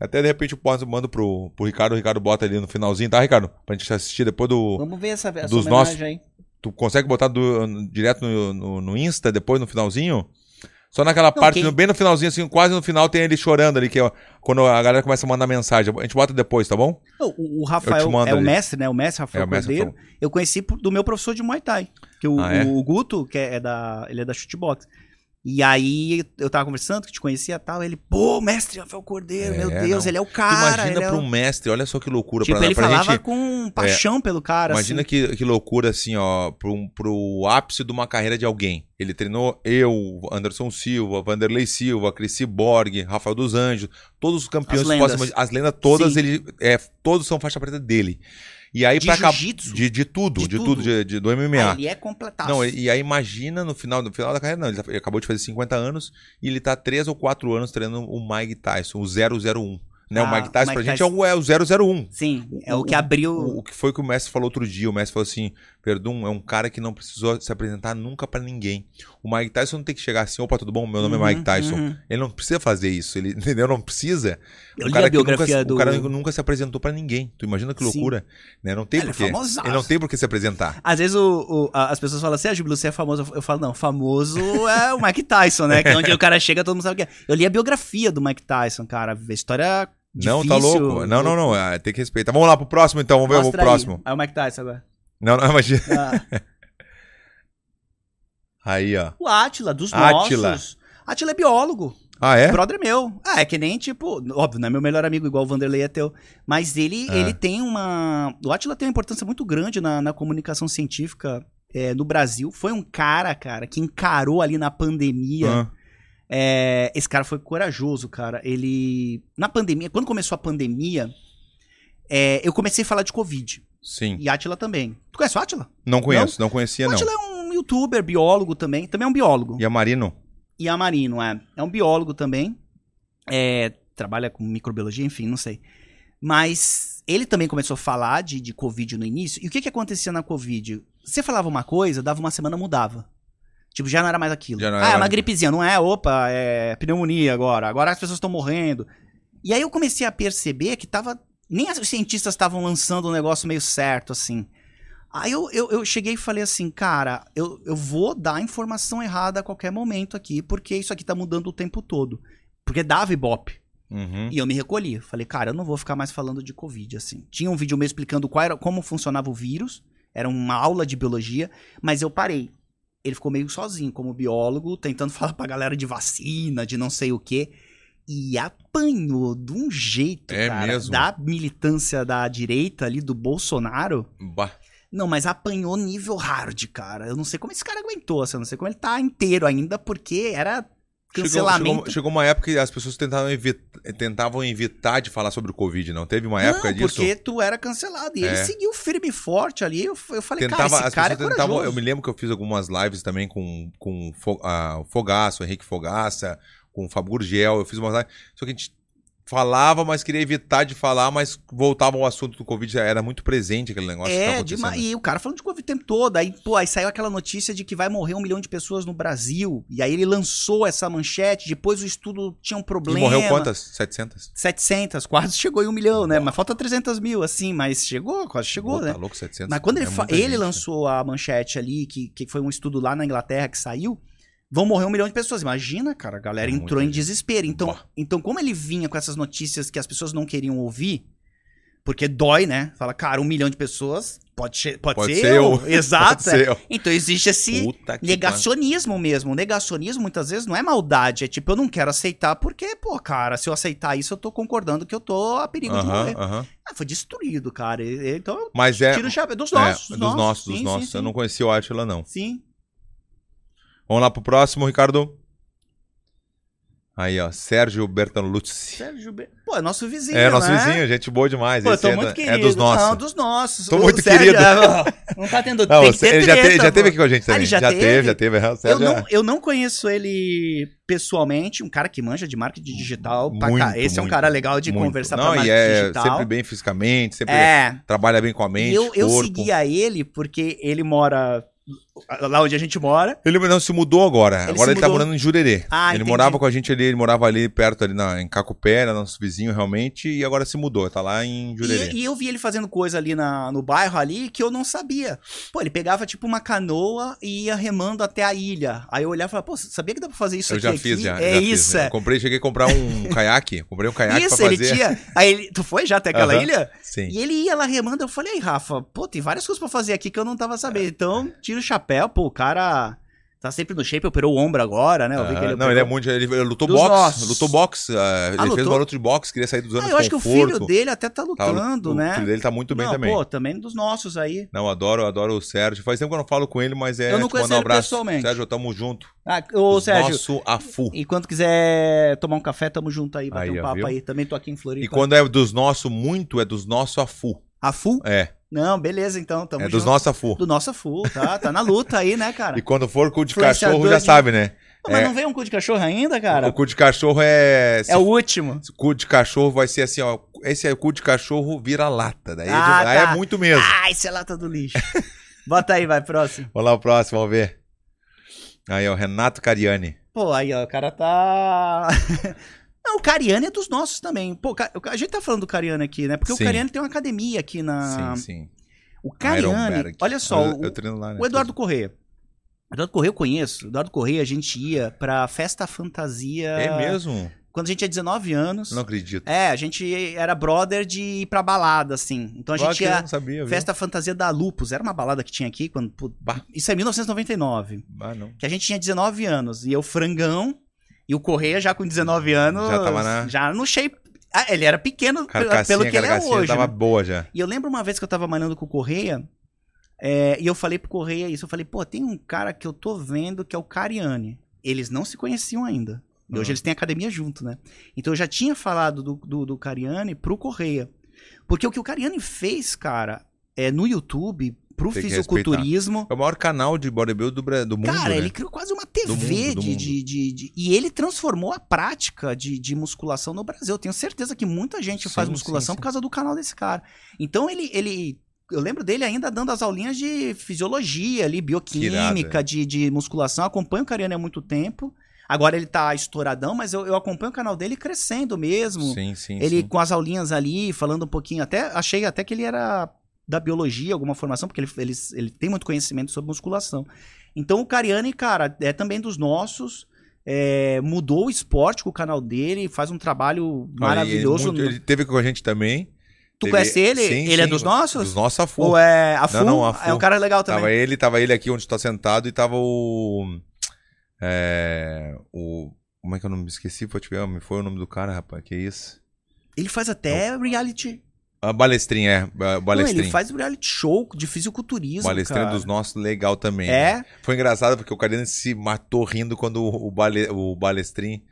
Speaker 1: Até de repente eu posso- mando pro, pro Ricardo, o Ricardo bota ali no finalzinho, tá, Ricardo? Pra gente assistir depois do.
Speaker 2: Vamos ver essa, essa
Speaker 1: Dos
Speaker 2: homenagem aí.
Speaker 1: Tu consegue botar do- direto no, no, no Insta, depois no finalzinho? Só naquela parte,
Speaker 2: quem-
Speaker 1: no- bem no finalzinho, assim, quase no final, tem ele chorando ali, que é quando a galera começa a mandar mensagem. A gente bota depois, tá bom?
Speaker 2: Não, O, o Rafael
Speaker 1: mando
Speaker 2: é o
Speaker 1: ali.
Speaker 2: mestre, né? O mestre Rafael
Speaker 1: É, o mestre
Speaker 2: Cordeiro. Eu conheci por- do meu professor de Muay Thai, que o,
Speaker 1: Ah, é?
Speaker 2: o Guto, que é da, ele é da Shootbox. E aí eu tava conversando, que te conhecia e tal, ele, pô, mestre Rafael Cordeiro,
Speaker 1: É,
Speaker 2: meu Deus,
Speaker 1: não.
Speaker 2: ele é o cara.
Speaker 1: imagina
Speaker 2: ele é
Speaker 1: pra
Speaker 2: o-
Speaker 1: um mestre, olha só que loucura.
Speaker 2: Tipo,
Speaker 1: pra,
Speaker 2: ele
Speaker 1: pra
Speaker 2: falava
Speaker 1: gente, é,
Speaker 2: com paixão pelo cara,
Speaker 1: imagina
Speaker 2: assim.
Speaker 1: que, que loucura, assim, ó, pro, pro ápice de uma carreira de alguém. Ele treinou eu, Anderson Silva, Vanderlei Silva, Crisci Borg, Rafael dos Anjos, todos os campeões
Speaker 2: As
Speaker 1: que
Speaker 2: lendas.
Speaker 1: possam imaginar. As lendas todas,
Speaker 2: Sim.
Speaker 1: ele, é, todos são faixa preta dele. E aí,
Speaker 2: De
Speaker 1: pra acabar.
Speaker 2: jiu-jitsu?
Speaker 1: De, de tudo,
Speaker 2: De
Speaker 1: de, tudo,
Speaker 2: tudo.
Speaker 1: de- de- do
Speaker 2: Ah,
Speaker 1: MMA.
Speaker 2: ele é completado.
Speaker 1: Não, e e aí imagina no final, no final da carreira, não, ele tá- ele acabou de fazer 50 anos e ele tá 3 ou 4 anos treinando o Mike Tyson, o 001. Né?
Speaker 2: Ah,
Speaker 1: o Mike Tyson pra
Speaker 2: Mike
Speaker 1: gente é o, é o 001.
Speaker 2: Sim, é o que abriu.
Speaker 1: O, o que foi que o Messi falou outro dia? O Messi falou assim: Verdun é um cara que não precisou se apresentar nunca pra ninguém. O Mike Tyson não tem que chegar assim: opa, tudo bom? Meu nome
Speaker 2: Uhum,
Speaker 1: é Mike Tyson.
Speaker 2: uhum.
Speaker 1: Ele não precisa fazer isso, ele (laughs) entendeu? Não precisa. Um
Speaker 2: Eu li
Speaker 1: cara
Speaker 2: a
Speaker 1: que nunca-
Speaker 2: biografia do. é
Speaker 1: O cara nunca se apresentou pra ninguém. Tu imagina que
Speaker 2: Sim.
Speaker 1: loucura? Né? Não tem
Speaker 2: Ele é
Speaker 1: porquê.
Speaker 2: famosaço.
Speaker 1: Ele não tem por que se apresentar.
Speaker 2: Às vezes o- o- a- as pessoas falam assim, ah, Jubilu, você é famoso. Eu falo, não, famoso é o (laughs) Mike Tyson, né? Que é onde o cara chega, todo mundo sabe o que é. Eu li a biografia do Mike Tyson, cara. A história é difícil.
Speaker 1: Não, tá louco. Não, não, não. ah, Tem que respeitar. Vamos lá pro próximo então, vamos ver
Speaker 2: Mostra
Speaker 1: o próximo.
Speaker 2: Aí. aí o Mike
Speaker 1: (laughs)
Speaker 2: Tyson agora.
Speaker 1: Não, não, imagina.
Speaker 2: Ah,
Speaker 1: Aí, ó.
Speaker 2: o Átila, dos
Speaker 1: Átila.
Speaker 2: nossos. Átila é biólogo.
Speaker 1: Ah, é?
Speaker 2: Brother meu. Ah, é que nem, tipo, óbvio, não é meu melhor amigo, igual o Vanderlei é teu. Mas ele,
Speaker 1: É.
Speaker 2: ele tem uma. O Atila tem uma importância muito grande na, na comunicação científica é, no Brasil. Foi um cara, cara, que encarou ali na pandemia.
Speaker 1: Ah,
Speaker 2: É, esse cara foi corajoso, cara. Ele. Na pandemia, quando começou a pandemia, é, eu comecei a falar de Covid.
Speaker 1: sim.
Speaker 2: E Atila também. Tu conhece o Atila?
Speaker 1: Não conheço, não, conhecia,
Speaker 2: o
Speaker 1: não.
Speaker 2: Atila é um youtuber, biólogo também. Também é um biólogo
Speaker 1: E a Marino?
Speaker 2: e a Marino, é. É um biólogo também. É, trabalha com microbiologia, enfim, não sei. Mas ele também começou a falar de, de Covid no início. E o que, que acontecia na Covid? Você falava uma coisa, dava uma semana, mudava. Tipo, já não era mais aquilo.
Speaker 1: Já não era
Speaker 2: ah, é uma
Speaker 1: mais-
Speaker 2: gripezinha, não é? Opa, é pneumonia agora. Agora as pessoas estão morrendo. E aí eu comecei a perceber que tava. Nem as- os cientistas estavam lançando um negócio meio certo, assim. Aí eu, eu, eu cheguei e falei assim, cara, eu, eu vou dar informação errada a qualquer momento aqui, porque isso aqui tá mudando o tempo todo. Porque dava ibope.
Speaker 1: Uhum.
Speaker 2: E eu me recolhi. Falei, cara, eu não vou ficar mais falando de Covid, assim. Tinha um vídeo meu explicando qual era, como funcionava o vírus. Era uma aula de biologia, mas eu parei. Ele ficou meio sozinho, como biólogo, tentando (laughs) falar pra galera de vacina, de não sei o quê. E apanhou de um jeito,
Speaker 1: É
Speaker 2: cara,
Speaker 1: mesmo?
Speaker 2: da militância da direita ali, do Bolsonaro.
Speaker 1: Bah.
Speaker 2: Não, mas apanhou nível hard, cara. Eu não sei como esse cara aguentou, assim, eu não sei como ele tá inteiro ainda, porque era
Speaker 1: Chegou,
Speaker 2: cancelamento.
Speaker 1: chegou, chegou uma época que as pessoas tentavam, evi- tentavam evitar de falar sobre o Covid, não? Teve uma época
Speaker 2: não,
Speaker 1: disso?
Speaker 2: porque tu era cancelado. E
Speaker 1: É.
Speaker 2: ele seguiu firme e forte ali. Eu, eu falei,
Speaker 1: Tentava,
Speaker 2: cara,
Speaker 1: as
Speaker 2: esse cara é
Speaker 1: pessoas tentavam.
Speaker 2: corajoso.
Speaker 1: Eu me lembro que eu fiz algumas lives também com, com Fo- ah, o Fogaço, o Henrique Fogaça, com o Fábio Gurgel. Eu fiz umas lives. Só que a gente falava, mas queria evitar de falar, mas voltava ao assunto do Covid. Era muito presente aquele negócio. que
Speaker 2: É,
Speaker 1: tava
Speaker 2: demais.
Speaker 1: acontecendo.
Speaker 2: E o cara falando de Covid o tempo todo. Aí, pô, aí saiu aquela notícia de que vai morrer um milhão de pessoas no Brasil. E aí ele lançou essa manchete. Depois o estudo tinha um
Speaker 1: E
Speaker 2: problema.
Speaker 1: morreu quantas? 700?
Speaker 2: 700, quase chegou em um milhão, né? Mas falta 300 mil, assim. Mas chegou, quase chegou,
Speaker 1: Pô,
Speaker 2: né?
Speaker 1: Tá louco, 700?
Speaker 2: Mas quando ele,
Speaker 1: É
Speaker 2: fa-
Speaker 1: muita
Speaker 2: ele
Speaker 1: gente, né?
Speaker 2: lançou a manchete ali, que, que foi um estudo lá na Inglaterra que saiu, vão morrer um milhão de pessoas. Imagina, cara, a galera
Speaker 1: É
Speaker 2: entrou
Speaker 1: muita
Speaker 2: em
Speaker 1: gente.
Speaker 2: desespero. Então,
Speaker 1: Bah.
Speaker 2: então, como ele vinha com essas notícias que as pessoas não queriam ouvir, porque dói, né? Fala, cara, um milhão de pessoas, pode, che-
Speaker 1: (laughs)
Speaker 2: pode,
Speaker 1: Pode
Speaker 2: ser,
Speaker 1: ser
Speaker 2: eu.
Speaker 1: eu.
Speaker 2: (laughs) Exato.
Speaker 1: Pode
Speaker 2: é.
Speaker 1: ser, ó.
Speaker 2: Então existe esse
Speaker 1: Puta que
Speaker 2: negacionismo mesmo. O negacionismo, muitas vezes, não é maldade. É tipo, eu não quero aceitar porque, pô, cara, se eu aceitar isso, eu tô concordando que eu tô a perigo
Speaker 1: pariu.
Speaker 2: de
Speaker 1: Aham,
Speaker 2: morrer.
Speaker 1: aham.
Speaker 2: Ah, foi destruído, cara. E- e- Então,
Speaker 1: Mas é.
Speaker 2: Tira o chapéu. Dos
Speaker 1: é,
Speaker 2: nossos.
Speaker 1: dos nossos, dos
Speaker 2: Sim,
Speaker 1: nossos.
Speaker 2: Sim,
Speaker 1: Eu
Speaker 2: sim.
Speaker 1: não conheci o Átila, não.
Speaker 2: Sim.
Speaker 1: Vamos lá pro próximo, Ricardo. Aí, ó. Sérgio Bertolucci.
Speaker 2: Sérgio Be... Pô, é nosso vizinho,
Speaker 1: É, nosso
Speaker 2: né?
Speaker 1: vizinho, gente boa demais.
Speaker 2: Pô, eu
Speaker 1: Esse
Speaker 2: tô
Speaker 1: é,
Speaker 2: muito
Speaker 1: da-
Speaker 2: querido.
Speaker 1: é dos nossos.
Speaker 2: Não, dos nossos.
Speaker 1: Tô
Speaker 2: O
Speaker 1: muito
Speaker 2: Sérgio-
Speaker 1: querido. (laughs)
Speaker 2: Ah, Não tá tendo...
Speaker 1: Não,
Speaker 2: tem
Speaker 1: o
Speaker 2: que
Speaker 1: Sé-
Speaker 2: ter
Speaker 1: ele já,
Speaker 2: treta,
Speaker 1: teve, já
Speaker 2: pô.
Speaker 1: teve aqui com a gente
Speaker 2: Ah,
Speaker 1: também.
Speaker 2: ele já
Speaker 1: já teve,
Speaker 2: teve?
Speaker 1: já teve. é, o
Speaker 2: Eu
Speaker 1: Sérgio é-
Speaker 2: não, eu não conheço ele pessoalmente, um cara que manja de marketing digital. pra
Speaker 1: Muito,
Speaker 2: cá. Esse é um
Speaker 1: muito,
Speaker 2: cara legal de
Speaker 1: muito.
Speaker 2: conversar
Speaker 1: Não,
Speaker 2: pra
Speaker 1: e
Speaker 2: marketing
Speaker 1: é
Speaker 2: digital.
Speaker 1: sempre bem fisicamente, sempre
Speaker 2: É,
Speaker 1: trabalha bem com a
Speaker 2: e
Speaker 1: mente,
Speaker 2: eu, eu
Speaker 1: corpo.
Speaker 2: seguia ele porque ele mora lá onde a gente mora.
Speaker 1: Ele não se mudou agora.
Speaker 2: Ele
Speaker 1: agora
Speaker 2: se
Speaker 1: ele tá
Speaker 2: mudou.
Speaker 1: morando em Jurerê.
Speaker 2: Ah,
Speaker 1: ele
Speaker 2: entendi.
Speaker 1: morava com a gente ali, ele morava ali perto, ali na, em Cacupé, era nosso vizinho realmente, e agora se mudou. Tá lá em Jurerê.
Speaker 2: E, e eu vi ele fazendo coisa ali na- no bairro ali que eu não sabia. Pô, ele pegava tipo uma canoa e ia remando até a ilha. Aí eu olhava e falava, pô, sabia que dá pra fazer isso
Speaker 1: eu
Speaker 2: aqui?
Speaker 1: já fiz,
Speaker 2: aqui?
Speaker 1: já.
Speaker 2: É
Speaker 1: já fiz.
Speaker 2: isso,
Speaker 1: Eu
Speaker 2: é.
Speaker 1: comprei, cheguei a comprar
Speaker 2: (laughs)
Speaker 1: um caiaque. Comprei um caiaque
Speaker 2: Isso,
Speaker 1: pra
Speaker 2: ele
Speaker 1: fazer.
Speaker 2: tinha. Aí ele, tu foi já até aquela
Speaker 1: Aham.
Speaker 2: ilha?
Speaker 1: Sim.
Speaker 2: E ele ia lá remando. Eu falei, aí, Rafa, pô, tem várias coisas pra fazer aqui que eu não tava
Speaker 1: É.
Speaker 2: sabendo. Então, tira o chapéu, pô, o cara tá sempre no shape, operou o ombro agora, né? Eu vi que
Speaker 1: Aham.
Speaker 2: ele
Speaker 1: não,
Speaker 2: operou.
Speaker 1: ele é muito. Ele, ele lutou
Speaker 2: Dos
Speaker 1: boxe.
Speaker 2: nossos.
Speaker 1: Lutou boxe. ah, ele fez
Speaker 2: lutou?
Speaker 1: uma luta de boxe, queria sair dos anos
Speaker 2: Ah,
Speaker 1: de
Speaker 2: eu acho que o
Speaker 1: conforto.
Speaker 2: filho dele até tá
Speaker 1: Tá,
Speaker 2: lutando,
Speaker 1: o
Speaker 2: né?
Speaker 1: filho dele tá muito bem
Speaker 2: não,
Speaker 1: também.
Speaker 2: pô, também um dos nossos aí.
Speaker 1: Não, adoro, adoro o Sérgio. Faz tempo que eu não falo com ele, mas é.
Speaker 2: Eu não
Speaker 1: te
Speaker 2: conheço
Speaker 1: mandar um
Speaker 2: ele
Speaker 1: abraço.
Speaker 2: pessoalmente.
Speaker 1: Sérgio, tamo junto.
Speaker 2: Ah, ô,
Speaker 1: Os
Speaker 2: Sérgio,
Speaker 1: Nosso afu.
Speaker 2: E quando quiser tomar um café, tamo junto aí, bater
Speaker 1: Aí,
Speaker 2: um
Speaker 1: ó,
Speaker 2: papo
Speaker 1: viu?
Speaker 2: aí. Também tô aqui em Floripa.
Speaker 1: E quando é dos nosso muito, é dos nosso afu.
Speaker 2: A full?
Speaker 1: É,
Speaker 2: Não, beleza, então. Tamo
Speaker 1: é dos
Speaker 2: junto.
Speaker 1: nosso afu.
Speaker 2: Do nosso full, tá? Tá na luta aí, né, cara?
Speaker 1: E quando for cu de
Speaker 2: Influenciador
Speaker 1: cachorro, já
Speaker 2: de-
Speaker 1: sabe, né?
Speaker 2: Pô, mas
Speaker 1: é.
Speaker 2: não veio um cu de cachorro ainda, cara?
Speaker 1: O cu de cachorro é. se
Speaker 2: É o último.
Speaker 1: f- Cu de cachorro vai ser assim, ó. Esse é cu de cachorro vira lata. Daí é de-
Speaker 2: Ah,
Speaker 1: aí
Speaker 2: tá.
Speaker 1: é muito mesmo.
Speaker 2: Ai, isso é lata do lixo. Bota aí, vai, próximo.
Speaker 1: Vamos lá, o próximo, vamos ver. Aí, ó, Renato Cariani.
Speaker 2: Pô, aí, ó, o cara tá. (laughs) Não, o Cariani é dos nossos também. Pô, ca- a gente tá falando do Cariani aqui, né? Porque
Speaker 1: Sim.
Speaker 2: o Cariani tem uma academia aqui na.
Speaker 1: sim, sim.
Speaker 2: O Ah, Cariani,
Speaker 1: Ironberg.
Speaker 2: olha só,
Speaker 1: Eu,
Speaker 2: o-
Speaker 1: eu treino lá, né?
Speaker 2: O Eduardo Corrêa. O Eduardo Corrêa eu conheço. O Eduardo Corrêa a gente ia pra festa fantasia.
Speaker 1: É mesmo?
Speaker 2: Quando a gente tinha 19 anos.
Speaker 1: Não acredito.
Speaker 2: É, a gente era brother de ir pra balada, assim. Então a
Speaker 1: Claro
Speaker 2: gente
Speaker 1: que eu
Speaker 2: ia.
Speaker 1: não sabia, viu?
Speaker 2: Festa Fantasia da Lupus. Era uma balada que tinha aqui quando. pô,
Speaker 1: Bah.
Speaker 2: Isso é 1999.
Speaker 1: Ah, não.
Speaker 2: Que a gente tinha 19 anos. E eu, frangão. E o Correia já com 19 anos.
Speaker 1: Já tava na-
Speaker 2: Já no shape. Ah, ele era pequeno pe-
Speaker 1: Carcassinha,
Speaker 2: pelo que ele é
Speaker 1: carcassinha
Speaker 2: hoje.
Speaker 1: tava
Speaker 2: né?
Speaker 1: boa já.
Speaker 2: E eu lembro uma vez que eu tava malhando com o Correia, é, e eu falei pro Correia isso, eu falei, pô, tem um cara que eu tô vendo que é o Cariani. Eles não se conheciam ainda. E
Speaker 1: Ah.
Speaker 2: hoje eles têm academia junto, né? Então eu já tinha falado do, do, do Cariani pro Correia. Porque o que o Cariani fez, cara, é no YouTube, pro
Speaker 1: Tem que
Speaker 2: fisiculturismo.
Speaker 1: É o maior canal de bodybuild do, Bra- do mundo,
Speaker 2: Cara,
Speaker 1: né?
Speaker 2: ele criou quase uma
Speaker 1: Do
Speaker 2: TV
Speaker 1: mundo, do
Speaker 2: de,
Speaker 1: mundo.
Speaker 2: de, de, de- E ele transformou a prática de, de musculação no Brasil. Eu tenho certeza que muita gente faz
Speaker 1: Sim,
Speaker 2: musculação
Speaker 1: sim,
Speaker 2: por causa do canal desse cara. Então ele. ele eu lembro dele ainda dando as aulinhas de fisiologia ali,
Speaker 1: Que irado,
Speaker 2: bioquímica, de, de musculação. Eu Acompanho o Cariani há muito tempo. Agora ele tá estouradão, mas eu, eu acompanho o canal dele crescendo mesmo.
Speaker 1: Sim, sim,
Speaker 2: ele
Speaker 1: sim.
Speaker 2: com as aulinhas ali, falando um pouquinho. Até achei até que ele era da biologia, alguma formação, porque ele, ele, ele tem muito conhecimento sobre musculação. Então o Cariani, cara, é também dos nossos. é, mudou o esporte com o canal dele, faz um trabalho
Speaker 1: Olha,
Speaker 2: maravilhoso.
Speaker 1: Ele, é muito- ele teve com a gente também.
Speaker 2: tu
Speaker 1: teve-
Speaker 2: conhece ele?
Speaker 1: Sim,
Speaker 2: ele é
Speaker 1: sim,
Speaker 2: dos nossos?
Speaker 1: Dos nossos, a Fu.
Speaker 2: Ou é a Fu?
Speaker 1: Não, não, a Fu.
Speaker 2: É um cara legal também.
Speaker 1: Tava ele, tava ele aqui onde tá sentado e tava o. É, o. Como é que eu não me esqueci? Foi, tipo, ah, me foi o nome do cara, rapaz. Que isso?
Speaker 2: Ele faz até reality.
Speaker 1: A Balestrin, é. ba-
Speaker 2: Não,
Speaker 1: Balestrin.
Speaker 2: ele faz reality show de fisiculturismo.
Speaker 1: Balestrin é
Speaker 2: cara.
Speaker 1: dos nossos, legal também. né?
Speaker 2: É,
Speaker 1: Foi engraçado porque o Carlinhos se matou rindo quando o, o, Bale- o Balestrin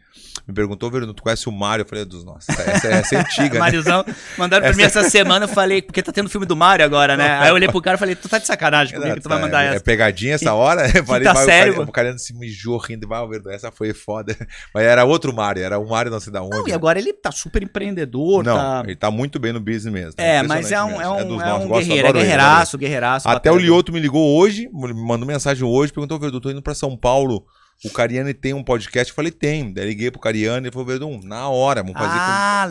Speaker 1: me perguntou, Verino, tu conhece o Mário? Eu falei, "É dos nossos. Essa, essa é
Speaker 2: (laughs)
Speaker 1: antiga, né?
Speaker 2: Mariozão, mandaram pra mim essa semana, eu falei, porque tá tendo filme do Mario agora, né? Aí eu olhei pro cara e falei, tu tá de sacanagem comigo que tu vai mandar
Speaker 1: é, é
Speaker 2: essa.
Speaker 1: pegadinha essa hora? (laughs) Eu falei,
Speaker 2: tá
Speaker 1: mas o
Speaker 2: sério,
Speaker 1: Carlinhos-
Speaker 2: mano?
Speaker 1: o Carlinhos se mijou rindo. Vai, Verino, essa foi foda. (laughs) Mas era outro Mário, era um Mário não sei da onde.
Speaker 2: Não, e
Speaker 1: né?
Speaker 2: agora ele tá super empreendedor,
Speaker 1: Não,
Speaker 2: tá...
Speaker 1: ele tá muito bem no business mesmo. tá
Speaker 2: É, mas é um,
Speaker 1: impressionante
Speaker 2: é
Speaker 1: mesmo.
Speaker 2: um,
Speaker 1: dos
Speaker 2: é
Speaker 1: nossos,
Speaker 2: um
Speaker 1: gosto,
Speaker 2: guerreiro, é
Speaker 1: adoro ele, adoro
Speaker 2: guerreiraço, guerreiraço.
Speaker 1: ele. Até o
Speaker 2: batalhador.
Speaker 1: Lioto me ligou hoje, me mandou mensagem hoje, perguntou, Verdun, tô indo pra São Paulo, o Cariani tem um podcast? Eu falei, tem. Daí liguei pro Cariani, ele falou, Verdun, na hora, vamos fazer
Speaker 2: Ah,
Speaker 1: com,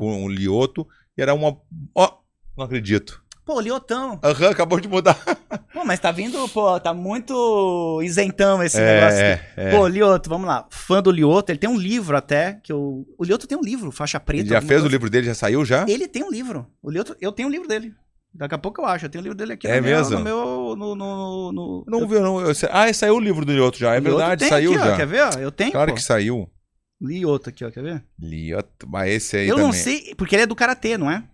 Speaker 1: com, com o Lioto. E era uma... Ó, não acredito.
Speaker 2: Pô, Liotão.
Speaker 1: Aham, acabou de mudar. (laughs)
Speaker 2: Pô, mas tá vindo, pô, tá muito isentão esse negócio.
Speaker 1: É, é, é.
Speaker 2: Pô, Lioto, vamos lá. Fã do Lioto, ele tem um livro até, que eu... O Lioto tem um livro, faixa preta.
Speaker 1: Ele já
Speaker 2: alguma
Speaker 1: fez o
Speaker 2: coisa.
Speaker 1: livro né? dele, já saiu já?
Speaker 2: Ele tem um livro. O Lioto, eu tenho um livro dele. Daqui a pouco eu acho, eu tenho o livro dele aqui.
Speaker 1: É
Speaker 2: no meu-
Speaker 1: mesmo?
Speaker 2: No meu... No, no, no-
Speaker 1: Não viu, não. eu sei- Ah, saiu o livro do Lioto já, é
Speaker 2: Lioto
Speaker 1: verdade,
Speaker 2: tem
Speaker 1: saiu
Speaker 2: aqui, Ó,
Speaker 1: já.
Speaker 2: quer ver? ó? Eu tenho.
Speaker 1: Claro
Speaker 2: pô.
Speaker 1: que saiu.
Speaker 2: Lioto aqui, ó, quer ver?
Speaker 1: Lioto, mas esse aí
Speaker 2: eu
Speaker 1: também.
Speaker 2: não sei, porque ele é do karatê, não é?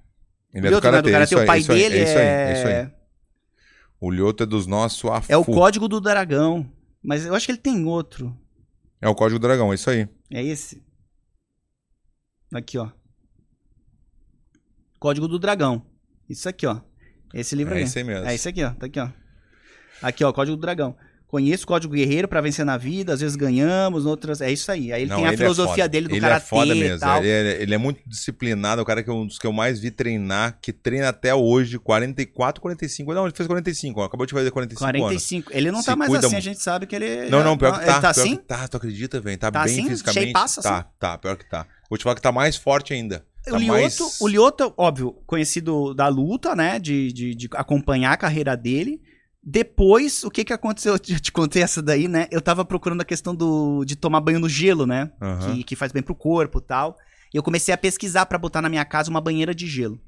Speaker 1: Ele é do
Speaker 2: Lioto não
Speaker 1: Karatê, isso
Speaker 2: o
Speaker 1: aí,
Speaker 2: pai
Speaker 1: isso aí,
Speaker 2: dele
Speaker 1: isso aí,
Speaker 2: é.
Speaker 1: isso aí. O Lioto é dos nossos a
Speaker 2: é o
Speaker 1: fu.
Speaker 2: código do dragão. Mas eu acho que ele tem outro.
Speaker 1: É o Código do Dragão, é isso aí.
Speaker 2: É esse? Aqui, ó. Código do dragão. Isso aqui, ó. Esse livro
Speaker 1: É
Speaker 2: aqui.
Speaker 1: isso aí mesmo.
Speaker 2: É esse aqui, ó. Tá aqui, ó. Aqui, ó, Código do Dragão. Conheço o Código Guerreiro pra vencer na vida, às vezes ganhamos, outras. É isso aí. Aí ele
Speaker 1: Não,
Speaker 2: tem a
Speaker 1: é
Speaker 2: filosofia
Speaker 1: foda.
Speaker 2: dele do
Speaker 1: ele
Speaker 2: karatê
Speaker 1: é foda
Speaker 2: e
Speaker 1: mesmo.
Speaker 2: tal.
Speaker 1: Ele, é, ele é muito disciplinado, é o cara que é um dos que eu mais vi treinar, que treina até hoje, 44, 45. Não, ele fez 45, ó, acabou de fazer 45, anos.
Speaker 2: 45. Ele não
Speaker 1: é Se
Speaker 2: tá mais
Speaker 1: cuida
Speaker 2: assim, a
Speaker 1: muito.
Speaker 2: gente sabe que ele.
Speaker 1: Não, não, pior que tá.
Speaker 2: Ele tá
Speaker 1: pior
Speaker 2: assim?
Speaker 1: que tá, tu acredita, velho? Tá,
Speaker 2: Tá
Speaker 1: bem
Speaker 2: assim?
Speaker 1: fisicamente.
Speaker 2: Shapeaça, assim?
Speaker 1: tá, tá, pior que tá. Vou te falar que tá mais forte ainda.
Speaker 2: o
Speaker 1: Tá
Speaker 2: Lioto,
Speaker 1: mais-
Speaker 2: o Lioto, óbvio, conhecido da luta, né? De, de, de acompanhar a carreira dele. Depois, o que que aconteceu? (laughs) Eu te te contei essa daí, né? Eu tava procurando a questão do, de tomar banho no gelo, né?
Speaker 1: Aham.
Speaker 2: que, que faz bem pro corpo e tal. E eu comecei a pesquisar pra botar na minha casa uma banheira de gelo.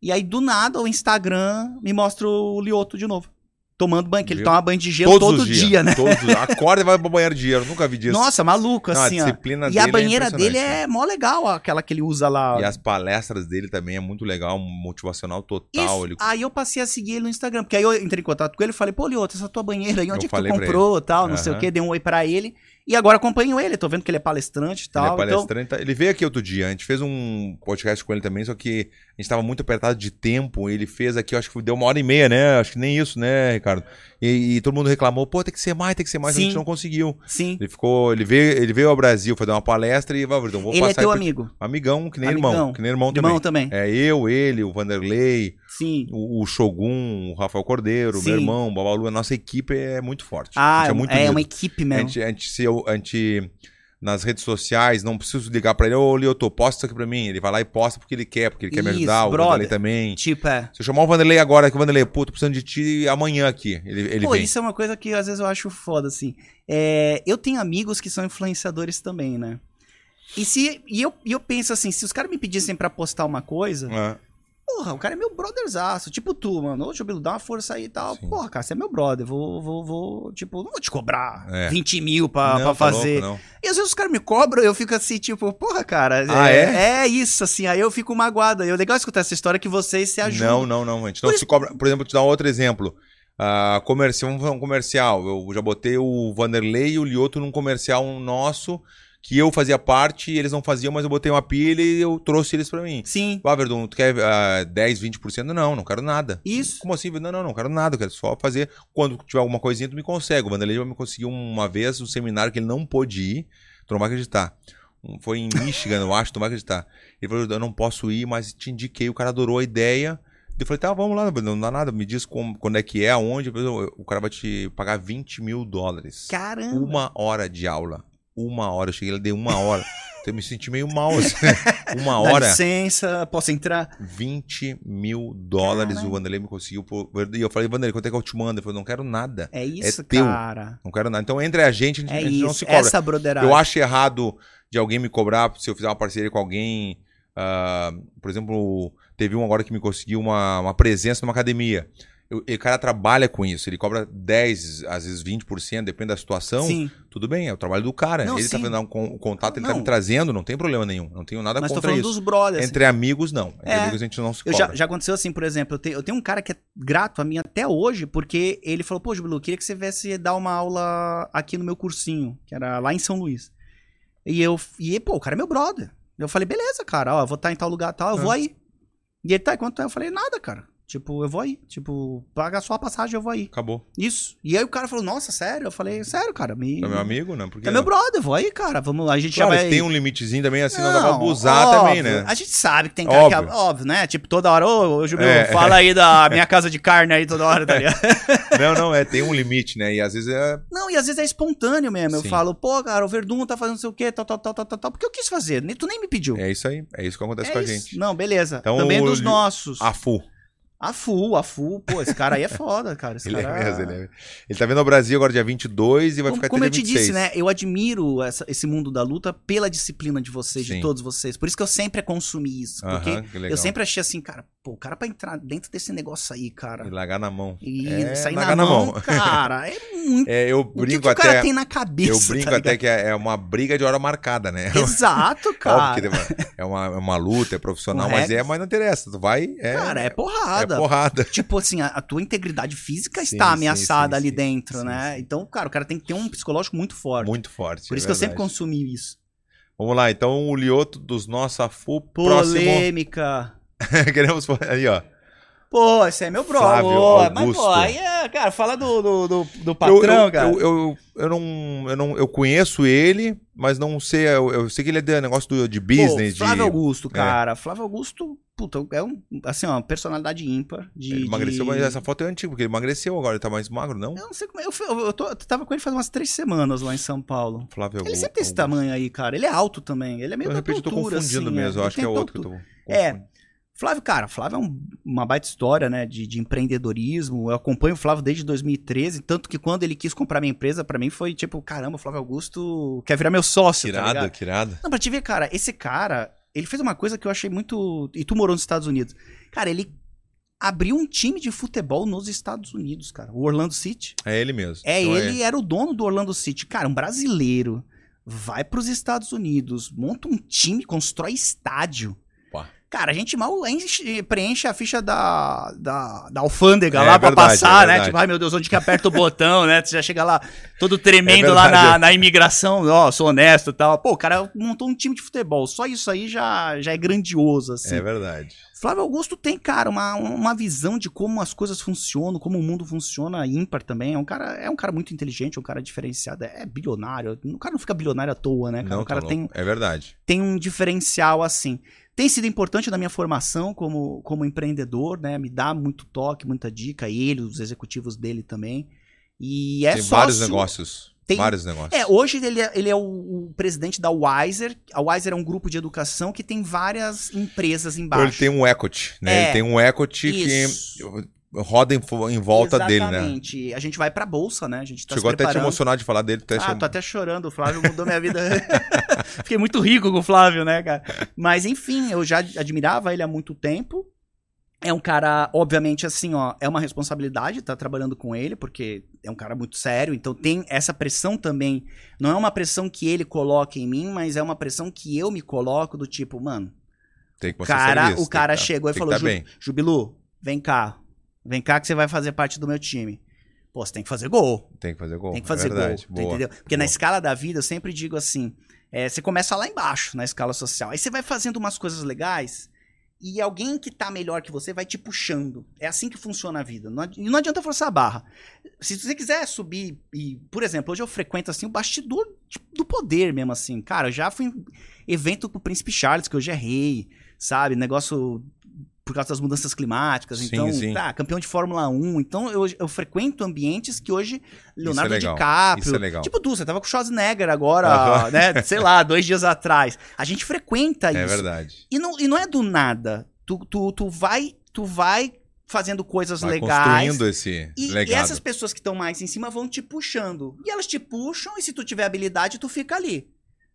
Speaker 2: E aí, do nada, o Instagram me mostra o Lioto de novo. Tomando banho, que ele
Speaker 1: Viu?
Speaker 2: toma banho de gelo
Speaker 1: Todos
Speaker 2: todo
Speaker 1: os
Speaker 2: dia,
Speaker 1: dias,
Speaker 2: né?
Speaker 1: Todos os... Acorda e vai pro banheiro de dinheiro. Nunca vi disso.
Speaker 2: Nossa, maluco,
Speaker 1: Não,
Speaker 2: assim,
Speaker 1: a
Speaker 2: ó.
Speaker 1: disciplina
Speaker 2: E
Speaker 1: dele
Speaker 2: a
Speaker 1: é
Speaker 2: banheira dele
Speaker 1: impressionante,
Speaker 2: é mó legal, ó, aquela que ele usa lá.
Speaker 1: E é as palestras dele também é muito legal, motivacional total.
Speaker 2: Isso. Ah,
Speaker 1: ele-
Speaker 2: Aí eu passei a seguir ele no Instagram, porque aí eu entrei em contato com ele e falei, pô, Lioto, essa tua banheira aí,
Speaker 1: Eu
Speaker 2: onde é que tu
Speaker 1: falei pra
Speaker 2: comprou tal, não sei o
Speaker 1: Aham.
Speaker 2: quê, dei um oi pra ele. E agora acompanho ele, tô vendo que ele é palestrante e tal.
Speaker 1: ele é
Speaker 2: então-
Speaker 1: palestrante. tá? Ele veio aqui outro dia, a gente fez um podcast com ele também, só que a gente tava muito apertado de tempo. Ele fez aqui, eu acho que deu uma hora e meia, né? Acho que nem isso, né, Ricardo? E, e todo mundo reclamou, pô, tem que ser mais, tem que ser mais, a gente
Speaker 2: Sim.
Speaker 1: não conseguiu.
Speaker 2: sim,
Speaker 1: Ele ficou, ele veio, ele veio ao Brasil fazer uma palestra e vai, então, vou
Speaker 2: ele é
Speaker 1: passar
Speaker 2: teu
Speaker 1: aí pra-
Speaker 2: amigo.
Speaker 1: Amigão, que nem
Speaker 2: Amigão.
Speaker 1: irmão, que nem irmão,
Speaker 2: Irmão
Speaker 1: também.
Speaker 2: também.
Speaker 1: É eu, ele, o Vanderlei,
Speaker 2: Sim.
Speaker 1: o, o Shogun, o Rafael Cordeiro,
Speaker 2: Sim.
Speaker 1: meu irmão, o Babalu, a nossa equipe é muito forte.
Speaker 2: Ah,
Speaker 1: a gente
Speaker 2: é,
Speaker 1: é muito
Speaker 2: é
Speaker 1: unido.
Speaker 2: uma equipe
Speaker 1: A
Speaker 2: mesmo.
Speaker 1: gente, a gente se eu- a gente- nas redes sociais, não preciso ligar pra ele, ô Lioto, posta isso aqui pra mim. Ele vai lá e posta porque ele quer, porque ele quer me
Speaker 2: Isso,
Speaker 1: ajudar, o
Speaker 2: brother.
Speaker 1: Vanderlei também.
Speaker 2: Tipo, é.
Speaker 1: Se eu chamar o Vanderlei agora, que o Vanderlei, pô, tô precisando de ti amanhã aqui. Ele, ele
Speaker 2: Pô,
Speaker 1: vem.
Speaker 2: isso é uma coisa que às vezes eu acho foda, assim. É, eu tenho amigos que são influenciadores também, né? E, se, e, eu, e eu penso assim, se os caras me pedissem pra postar uma coisa,
Speaker 1: Ah,
Speaker 2: porra, o cara é meu brotherzaço. Tipo tu, mano. Ô, Jubilo, dá uma força aí e tal.
Speaker 1: Sim.
Speaker 2: Porra, cara, você é meu brother. Vou, vou, vou. Tipo, não vou te cobrar
Speaker 1: É.
Speaker 2: 20 mil pra,
Speaker 1: não,
Speaker 2: pra
Speaker 1: tá
Speaker 2: fazer.
Speaker 1: louco, não.
Speaker 2: E às vezes os caras me cobram, eu fico assim, tipo, porra, cara.
Speaker 1: Ah,
Speaker 2: é isso, assim. Aí eu fico magoado. E é legal escutar essa história que vocês se ajudam.
Speaker 1: não, não, não, a gente não
Speaker 2: Por
Speaker 1: se cobra. Por exemplo, vou te dar outro exemplo. Ah, comerci- vamos fazer um comercial. Eu já botei o Vanderlei e o Lioto num comercial nosso que eu fazia parte, eles não faziam, mas eu botei uma pilha e eu trouxe eles pra mim.
Speaker 2: Sim,
Speaker 1: Ah, Verdun, tu quer ah, 10, 20%? Não, não quero nada.
Speaker 2: isso.
Speaker 1: Como assim? Não, não, não quero nada, eu quero só fazer. Quando tiver alguma coisinha, tu me consegue. O Vanderlei já me conseguiu uma vez um seminário que ele não pôde ir, tu não vai acreditar. Um- Foi em Michigan, eu acho, tu não vai acreditar. Ele falou, eu não posso ir, mas te indiquei, o cara adorou a ideia. Eu falei, tá, vamos lá, não dá nada, me diz como- quando é que é, aonde. Ele falou, O cara vai te pagar 20 mil dólares.
Speaker 2: Caramba.
Speaker 1: Uma hora de aula. Uma hora. Eu cheguei lá, dei uma hora. Eu me senti meio mal. Assim. Uma
Speaker 2: Dá
Speaker 1: hora,
Speaker 2: licença, posso entrar?
Speaker 1: 20 mil dólares o Vanderlei me conseguiu. por- E eu falei, Vanderlei, quanto é que eu te mando? Ele falou, não quero nada.
Speaker 2: É isso,
Speaker 1: teu.
Speaker 2: cara.
Speaker 1: Não quero nada. Então, entre a gente, a gente,
Speaker 2: É
Speaker 1: a gente não se
Speaker 2: isso.
Speaker 1: cobra.
Speaker 2: Essa é broderagem.
Speaker 1: Eu acho errado de alguém me cobrar se eu fizer uma parceria com alguém. ah, por exemplo, teve um agora que me conseguiu uma, uma presença numa academia. Eu- e o cara trabalha com isso, ele cobra 10, às vezes 20%, depende da situação.
Speaker 2: Sim,
Speaker 1: Tudo bem, é o trabalho do cara.
Speaker 2: Não,
Speaker 1: ele tá
Speaker 2: sim.
Speaker 1: fazendo um con- um contato, ele tá
Speaker 2: Não.
Speaker 1: me trazendo, não tem problema nenhum. Não tenho nada
Speaker 2: mas tô
Speaker 1: contra
Speaker 2: falando
Speaker 1: isso.
Speaker 2: dos brothers.
Speaker 1: Entre amigos, não. Entre
Speaker 2: É.
Speaker 1: amigos a gente não se
Speaker 2: Eu
Speaker 1: cobra.
Speaker 2: já, já aconteceu assim, por exemplo, eu tenho, eu tenho um cara que é grato a mim até hoje, porque ele falou, pô, Jubilu, eu queria que você viesse dar uma aula aqui no meu cursinho, que era lá em São Luís. E eu, e pô, o cara é meu brother. Eu falei, beleza, cara, ó, eu vou estar em tal lugar, tal, eu
Speaker 1: Ah.
Speaker 2: vou aí. E ele tá, e quanto é? Eu falei, nada, cara. Tipo, eu vou aí. Tipo, paga só a passagem, eu vou aí.
Speaker 1: Acabou.
Speaker 2: Isso. E aí o cara falou, nossa, sério? Eu falei, sério, cara, me...
Speaker 1: É meu amigo, né? Porque
Speaker 2: É meu brother, eu vou aí, cara. Vamos lá, a gente
Speaker 1: claro,
Speaker 2: já vai...
Speaker 1: tem um limitezinho também, assim, não, dá pra abusar
Speaker 2: óbvio.
Speaker 1: também, né?
Speaker 2: (laughs) A gente sabe que tem cara óbvio. que.
Speaker 1: Óbvio.
Speaker 2: Óbvio, né? Tipo, toda hora, ô, ô Jubileu,
Speaker 1: É.
Speaker 2: fala aí da minha casa de carne aí toda hora, tá
Speaker 1: (laughs)
Speaker 2: ligado?
Speaker 1: Não, não, é, tem um limite, né? E às vezes é.
Speaker 2: Não, e às vezes é espontâneo mesmo.
Speaker 1: Sim.
Speaker 2: Eu falo, pô, cara, o Verdun tá fazendo não sei o quê, tal, tal, tal, tal, tal, tal. Porque eu quis fazer, nem- tu nem me pediu.
Speaker 1: É isso aí. É isso que acontece
Speaker 2: É
Speaker 1: com a
Speaker 2: isso.
Speaker 1: gente.
Speaker 2: Não, beleza.
Speaker 1: Então,
Speaker 2: Também é
Speaker 1: o-
Speaker 2: dos nossos. A...
Speaker 1: A Fu.
Speaker 2: Fu, a Fu, pô, esse cara aí é foda, cara.
Speaker 1: (laughs)
Speaker 2: Esse
Speaker 1: Ele é
Speaker 2: cara...
Speaker 1: mesmo, ele é mesmo. Ele tá vendo o Brasil agora dia 22 e vai
Speaker 2: Como,
Speaker 1: ficar até
Speaker 2: como
Speaker 1: dia
Speaker 2: eu te
Speaker 1: 26.
Speaker 2: disse, né? Eu admiro essa- esse mundo da luta pela disciplina de vocês,
Speaker 1: Sim.
Speaker 2: de todos vocês. Por isso que eu sempre consumi isso. Porque
Speaker 1: Aham, que legal.
Speaker 2: Eu sempre achei assim, cara, pô, o cara pra entrar dentro desse negócio aí, cara,
Speaker 1: E largar na mão.
Speaker 2: e
Speaker 1: É,
Speaker 2: sair
Speaker 1: largar
Speaker 2: na,
Speaker 1: na
Speaker 2: mão,
Speaker 1: mão. (laughs)
Speaker 2: cara, é muito.
Speaker 1: É, eu
Speaker 2: O que,
Speaker 1: brinco
Speaker 2: que o cara
Speaker 1: até.
Speaker 2: tem na cabeça?
Speaker 1: Eu
Speaker 2: (laughs)
Speaker 1: brinco
Speaker 2: tá
Speaker 1: até
Speaker 2: ligado?
Speaker 1: que é é uma briga de hora marcada, né?
Speaker 2: Exato,
Speaker 1: (laughs) Óbvio
Speaker 2: cara.
Speaker 1: que é uma- é uma, é uma luta, é profissional,
Speaker 2: Com
Speaker 1: mas é,
Speaker 2: regras.
Speaker 1: mas não interessa. Tu vai. É,
Speaker 2: Cara, é porrada.
Speaker 1: É porrada. (laughs)
Speaker 2: Tipo assim, a, a tua integridade física
Speaker 1: Sim,
Speaker 2: está
Speaker 1: sim,
Speaker 2: ameaçada
Speaker 1: sim,
Speaker 2: ali
Speaker 1: sim.
Speaker 2: dentro,
Speaker 1: Sim,
Speaker 2: né?
Speaker 1: sim.
Speaker 2: Então, cara, o cara tem que ter um psicológico muito forte.
Speaker 1: Muito forte.
Speaker 2: Por
Speaker 1: é
Speaker 2: isso que eu sempre
Speaker 1: verdade.
Speaker 2: consumi isso.
Speaker 1: Vamos lá, então o Lioto dos nossos Afu próximo.
Speaker 2: Polêmica.
Speaker 1: (laughs) Queremos. Aí, ó.
Speaker 2: Pô, esse é meu brother.
Speaker 1: Flávio
Speaker 2: Ô, Mas,
Speaker 1: Augusto.
Speaker 2: pô, aí é, cara, fala do, do, do, do patrão,
Speaker 1: eu, eu,
Speaker 2: cara.
Speaker 1: Eu, eu, eu não, eu não. Eu conheço ele, mas não sei. Eu, eu sei que ele é de negócio do- de business.
Speaker 2: Pô, Flávio
Speaker 1: de... é.
Speaker 2: Augusto, cara. Flávio Augusto, puta, é um, assim, ó, uma personalidade ímpar. De,
Speaker 1: Ele emagreceu,
Speaker 2: de-
Speaker 1: mas essa foto é antiga, porque ele emagreceu agora, ele tá mais magro, não?
Speaker 2: Eu não sei como é. Eu, fui- eu, eu tô- eu tava com ele faz umas três semanas lá em São Paulo.
Speaker 1: Flávio
Speaker 2: Ele
Speaker 1: Augusto.
Speaker 2: sempre tem esse tamanho aí, cara. Ele é alto também. Ele é meio
Speaker 1: Eu, de
Speaker 2: da
Speaker 1: repente, eu tô
Speaker 2: tontura,
Speaker 1: confundindo
Speaker 2: assim,
Speaker 1: mesmo. Eu
Speaker 2: Ele
Speaker 1: acho que
Speaker 2: tem
Speaker 1: é o outro que eu
Speaker 2: tontu-
Speaker 1: tô.
Speaker 2: É.
Speaker 1: confundindo.
Speaker 2: Flávio, cara, Flávio é um- uma baita história, né, de, de empreendedorismo. Eu acompanho o Flávio desde 2013, tanto que quando ele quis comprar minha empresa, pra mim foi tipo, caramba, o Flávio Augusto quer virar meu sócio, tá ligado?
Speaker 1: Tirada, tirada.
Speaker 2: Não, pra te ver, cara, esse cara, ele fez uma coisa que eu achei muito. E tu morou nos Estados Unidos. Cara, ele abriu um time de futebol nos Estados Unidos, cara. O Orlando City.
Speaker 1: É ele mesmo.
Speaker 2: É,
Speaker 1: Então,
Speaker 2: ele era o dono do Orlando City. Cara, um brasileiro vai pros Estados Unidos, monta um time, constrói estádio.
Speaker 1: Pá.
Speaker 2: Cara, a gente mal enche- preenche a ficha da, da, da alfândega
Speaker 1: É
Speaker 2: lá pra
Speaker 1: verdade, é
Speaker 2: passar, né?
Speaker 1: verdade.
Speaker 2: Tipo, ai meu Deus, onde que aperta o botão, né? Você já chega lá todo tremendo
Speaker 1: É
Speaker 2: lá
Speaker 1: verdade.
Speaker 2: na, na imigração, ó, sou honesto e tal. Pô, o cara montou um time de futebol, só isso aí já, já é grandioso, assim.
Speaker 1: É verdade.
Speaker 2: Flávio Augusto tem, cara, uma, uma visão de como as coisas funcionam, como o mundo funciona, ímpar também. É um cara, é um cara muito inteligente, é um cara diferenciado, é bilionário. O cara não fica bilionário à toa, né, cara?
Speaker 1: Não,
Speaker 2: o cara
Speaker 1: tá
Speaker 2: tem,
Speaker 1: louco. É verdade.
Speaker 2: tem um diferencial assim. Tem sido importante na minha formação como, como empreendedor, né? Me dá muito toque, muita dica, ele, os executivos dele também. E é
Speaker 1: Tem
Speaker 2: sócio-
Speaker 1: vários negócios.
Speaker 2: Tem-
Speaker 1: Vários negócios.
Speaker 2: é, hoje ele é, ele é o, o presidente da Wiser. A Wiser é um grupo de educação que tem várias empresas embaixo.
Speaker 1: Ele tem um equity, né?
Speaker 2: É.
Speaker 1: Ele tem um equity
Speaker 2: Isso.
Speaker 1: que roda em, fo- em volta dele, né?
Speaker 2: Exatamente. A gente vai pra bolsa, né? A gente tá
Speaker 1: Chegou
Speaker 2: se
Speaker 1: até a te
Speaker 2: preparando.
Speaker 1: emocionar de falar dele. tu Até
Speaker 2: ah,
Speaker 1: chamou-
Speaker 2: tô até chorando, o Flávio mudou minha vida. (laughs) Fiquei muito rico com o Flávio, né, cara? Mas enfim, eu já admirava ele há muito tempo. É um cara, obviamente, assim, ó, é uma responsabilidade estar trabalhando com ele, porque é um cara muito sério, então tem essa pressão também. Não é uma pressão que ele coloca em mim, mas é uma pressão que eu me coloco do tipo, mano,
Speaker 1: Tem que mostrar
Speaker 2: cara,
Speaker 1: serviço,
Speaker 2: o cara
Speaker 1: tem que tá-
Speaker 2: chegou e
Speaker 1: tem que
Speaker 2: falou,
Speaker 1: tá
Speaker 2: "Ju-
Speaker 1: bem.
Speaker 2: Jubilu, vem cá. Vem cá que você vai fazer parte do meu time. Pô, você tem que fazer gol.
Speaker 1: Tem que fazer gol.
Speaker 2: Tem que
Speaker 1: é
Speaker 2: fazer
Speaker 1: verdade,
Speaker 2: gol. tá
Speaker 1: boa.
Speaker 2: entendeu? Porque na
Speaker 1: boa.
Speaker 2: escala da vida, eu sempre digo assim: é, você começa lá embaixo, na escala social. Aí você vai fazendo umas coisas legais e alguém que tá melhor que você vai te puxando. É assim que funciona a vida. Não adi- E não adianta forçar a barra. Se você quiser subir, e, por exemplo, hoje eu frequento assim o bastidor de- do poder mesmo, assim. Cara, eu já fui em evento com o Príncipe Charles, que hoje é rei, sabe? Negócio por causa das mudanças climáticas.
Speaker 1: Sim,
Speaker 2: então,
Speaker 1: sim.
Speaker 2: tá, campeão de Fórmula 1. Então, eu, eu frequento ambientes que hoje Leonardo
Speaker 1: legal,
Speaker 2: DiCaprio.
Speaker 1: isso é legal.
Speaker 2: Tipo, Du, você tava com o Schwarzenegger agora,
Speaker 1: (laughs)
Speaker 2: né? Sei lá, dois dias atrás. A gente frequenta
Speaker 1: É
Speaker 2: isso.
Speaker 1: verdade.
Speaker 2: E não, e não é do nada. Tu, tu, tu vai tu vai fazendo coisas
Speaker 1: Vai
Speaker 2: legais.
Speaker 1: construindo esse
Speaker 2: E, e
Speaker 1: legado.
Speaker 2: essas pessoas que estão mais em cima vão te puxando. E elas te puxam, e se tu tiver habilidade, tu fica ali.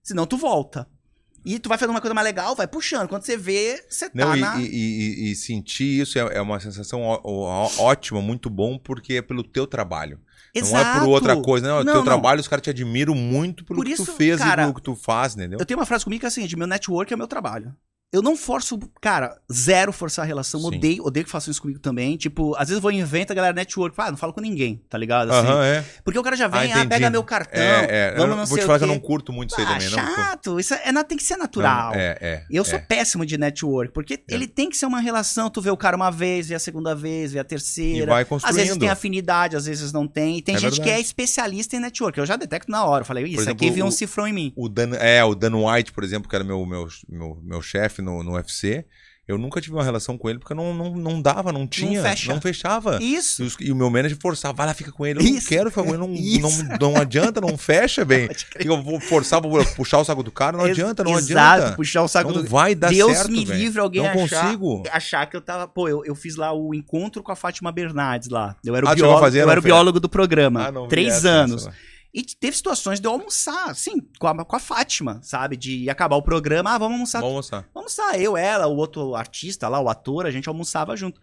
Speaker 2: Senão tu volta. E tu vai fazendo uma coisa mais legal, vai puxando. Quando você vê, você tá
Speaker 1: Não, e,
Speaker 2: na.
Speaker 1: e- e- e sentir isso é, é uma sensação ó- ó- ótima, muito bom, porque é pelo teu trabalho. Não é por outra coisa, não. É o
Speaker 2: Não,
Speaker 1: teu
Speaker 2: não.
Speaker 1: trabalho, os caras te admiram muito pelo
Speaker 2: Por
Speaker 1: que tu
Speaker 2: isso,
Speaker 1: fez e
Speaker 2: cara,
Speaker 1: pelo que tu faz, entendeu?
Speaker 2: Eu tenho uma frase comigo que é assim, de meu network é meu trabalho. Eu não forço, cara, zero forçar a relação.
Speaker 1: Sim.
Speaker 2: Odeio, odeio que façam isso comigo também. Tipo, às vezes eu vou em evento, a galera network, fala, ah, não falo com ninguém, tá ligado? Assim,
Speaker 1: Aham, é.
Speaker 2: Porque o cara já
Speaker 1: Ah,
Speaker 2: vem, ah,
Speaker 1: entendi.
Speaker 2: pega meu cartão,
Speaker 1: É, é. Eu
Speaker 2: vamos
Speaker 1: não-
Speaker 2: não
Speaker 1: vou
Speaker 2: sei
Speaker 1: te
Speaker 2: o
Speaker 1: falar que eu
Speaker 2: quê.
Speaker 1: não curto muito isso aí
Speaker 2: ah,
Speaker 1: também, não. Não,
Speaker 2: chato, isso é, não, tem que ser natural.
Speaker 1: é, é.
Speaker 2: Eu sou
Speaker 1: é.
Speaker 2: péssimo de network, porque ele tem que ser uma relação, tu vê o cara uma vez, vê a segunda vez, vê a
Speaker 1: E
Speaker 2: terceira.
Speaker 1: vai
Speaker 2: Às vezes
Speaker 1: construindo.
Speaker 2: tem afinidade, às vezes não tem. E tem
Speaker 1: É
Speaker 2: gente que
Speaker 1: verdade.
Speaker 2: é especialista em network. Eu já detecto na hora. Eu falei, isso
Speaker 1: exemplo,
Speaker 2: aqui viu
Speaker 1: o-
Speaker 2: um cifrão em mim.
Speaker 1: O Dan, é, o Dan White, por exemplo, que era meu, meu, meu, meu chefe no, no UFC, eu nunca tive uma relação com ele porque não, não, não dava, não tinha, não,
Speaker 2: fecha.
Speaker 1: fechava. E,
Speaker 2: Isso.
Speaker 1: os- e o meu manager forçava, vai lá, fica com ele. Eu não
Speaker 2: Isso.
Speaker 1: quero ficar com ele,
Speaker 2: (laughs)
Speaker 1: não,
Speaker 2: Isso.
Speaker 1: não, não adianta, não fecha bem.
Speaker 2: (laughs) Pode
Speaker 1: Que eu vou forçar, vou puxar o saco do cara, não
Speaker 2: Ex-
Speaker 1: adianta, não
Speaker 2: Exato,
Speaker 1: adianta.
Speaker 2: puxar o saco
Speaker 1: Não
Speaker 2: do...
Speaker 1: vai dar
Speaker 2: Deus
Speaker 1: certo,
Speaker 2: me
Speaker 1: velho.
Speaker 2: livre alguém
Speaker 1: Não
Speaker 2: achar,
Speaker 1: consigo.
Speaker 2: achar que eu tava... Pô, eu, eu fiz lá o encontro com a Fátima Bernardes lá. Eu era o,
Speaker 1: Ah, tu chegou a
Speaker 2: biólogo,
Speaker 1: fazer,
Speaker 2: eu
Speaker 1: não,
Speaker 2: era o
Speaker 1: Fê?
Speaker 2: biólogo do programa.
Speaker 1: Ah, não vi
Speaker 2: Três
Speaker 1: essa,
Speaker 2: anos.
Speaker 1: sei lá.
Speaker 2: E teve situações de eu almoçar, assim, com a, com a Fátima, sabe? De acabar o programa, ah, vamos almoçar
Speaker 1: Vamos almoçar.
Speaker 2: Vamos almoçar, eu, ela, o outro artista lá, o ator, a gente almoçava junto.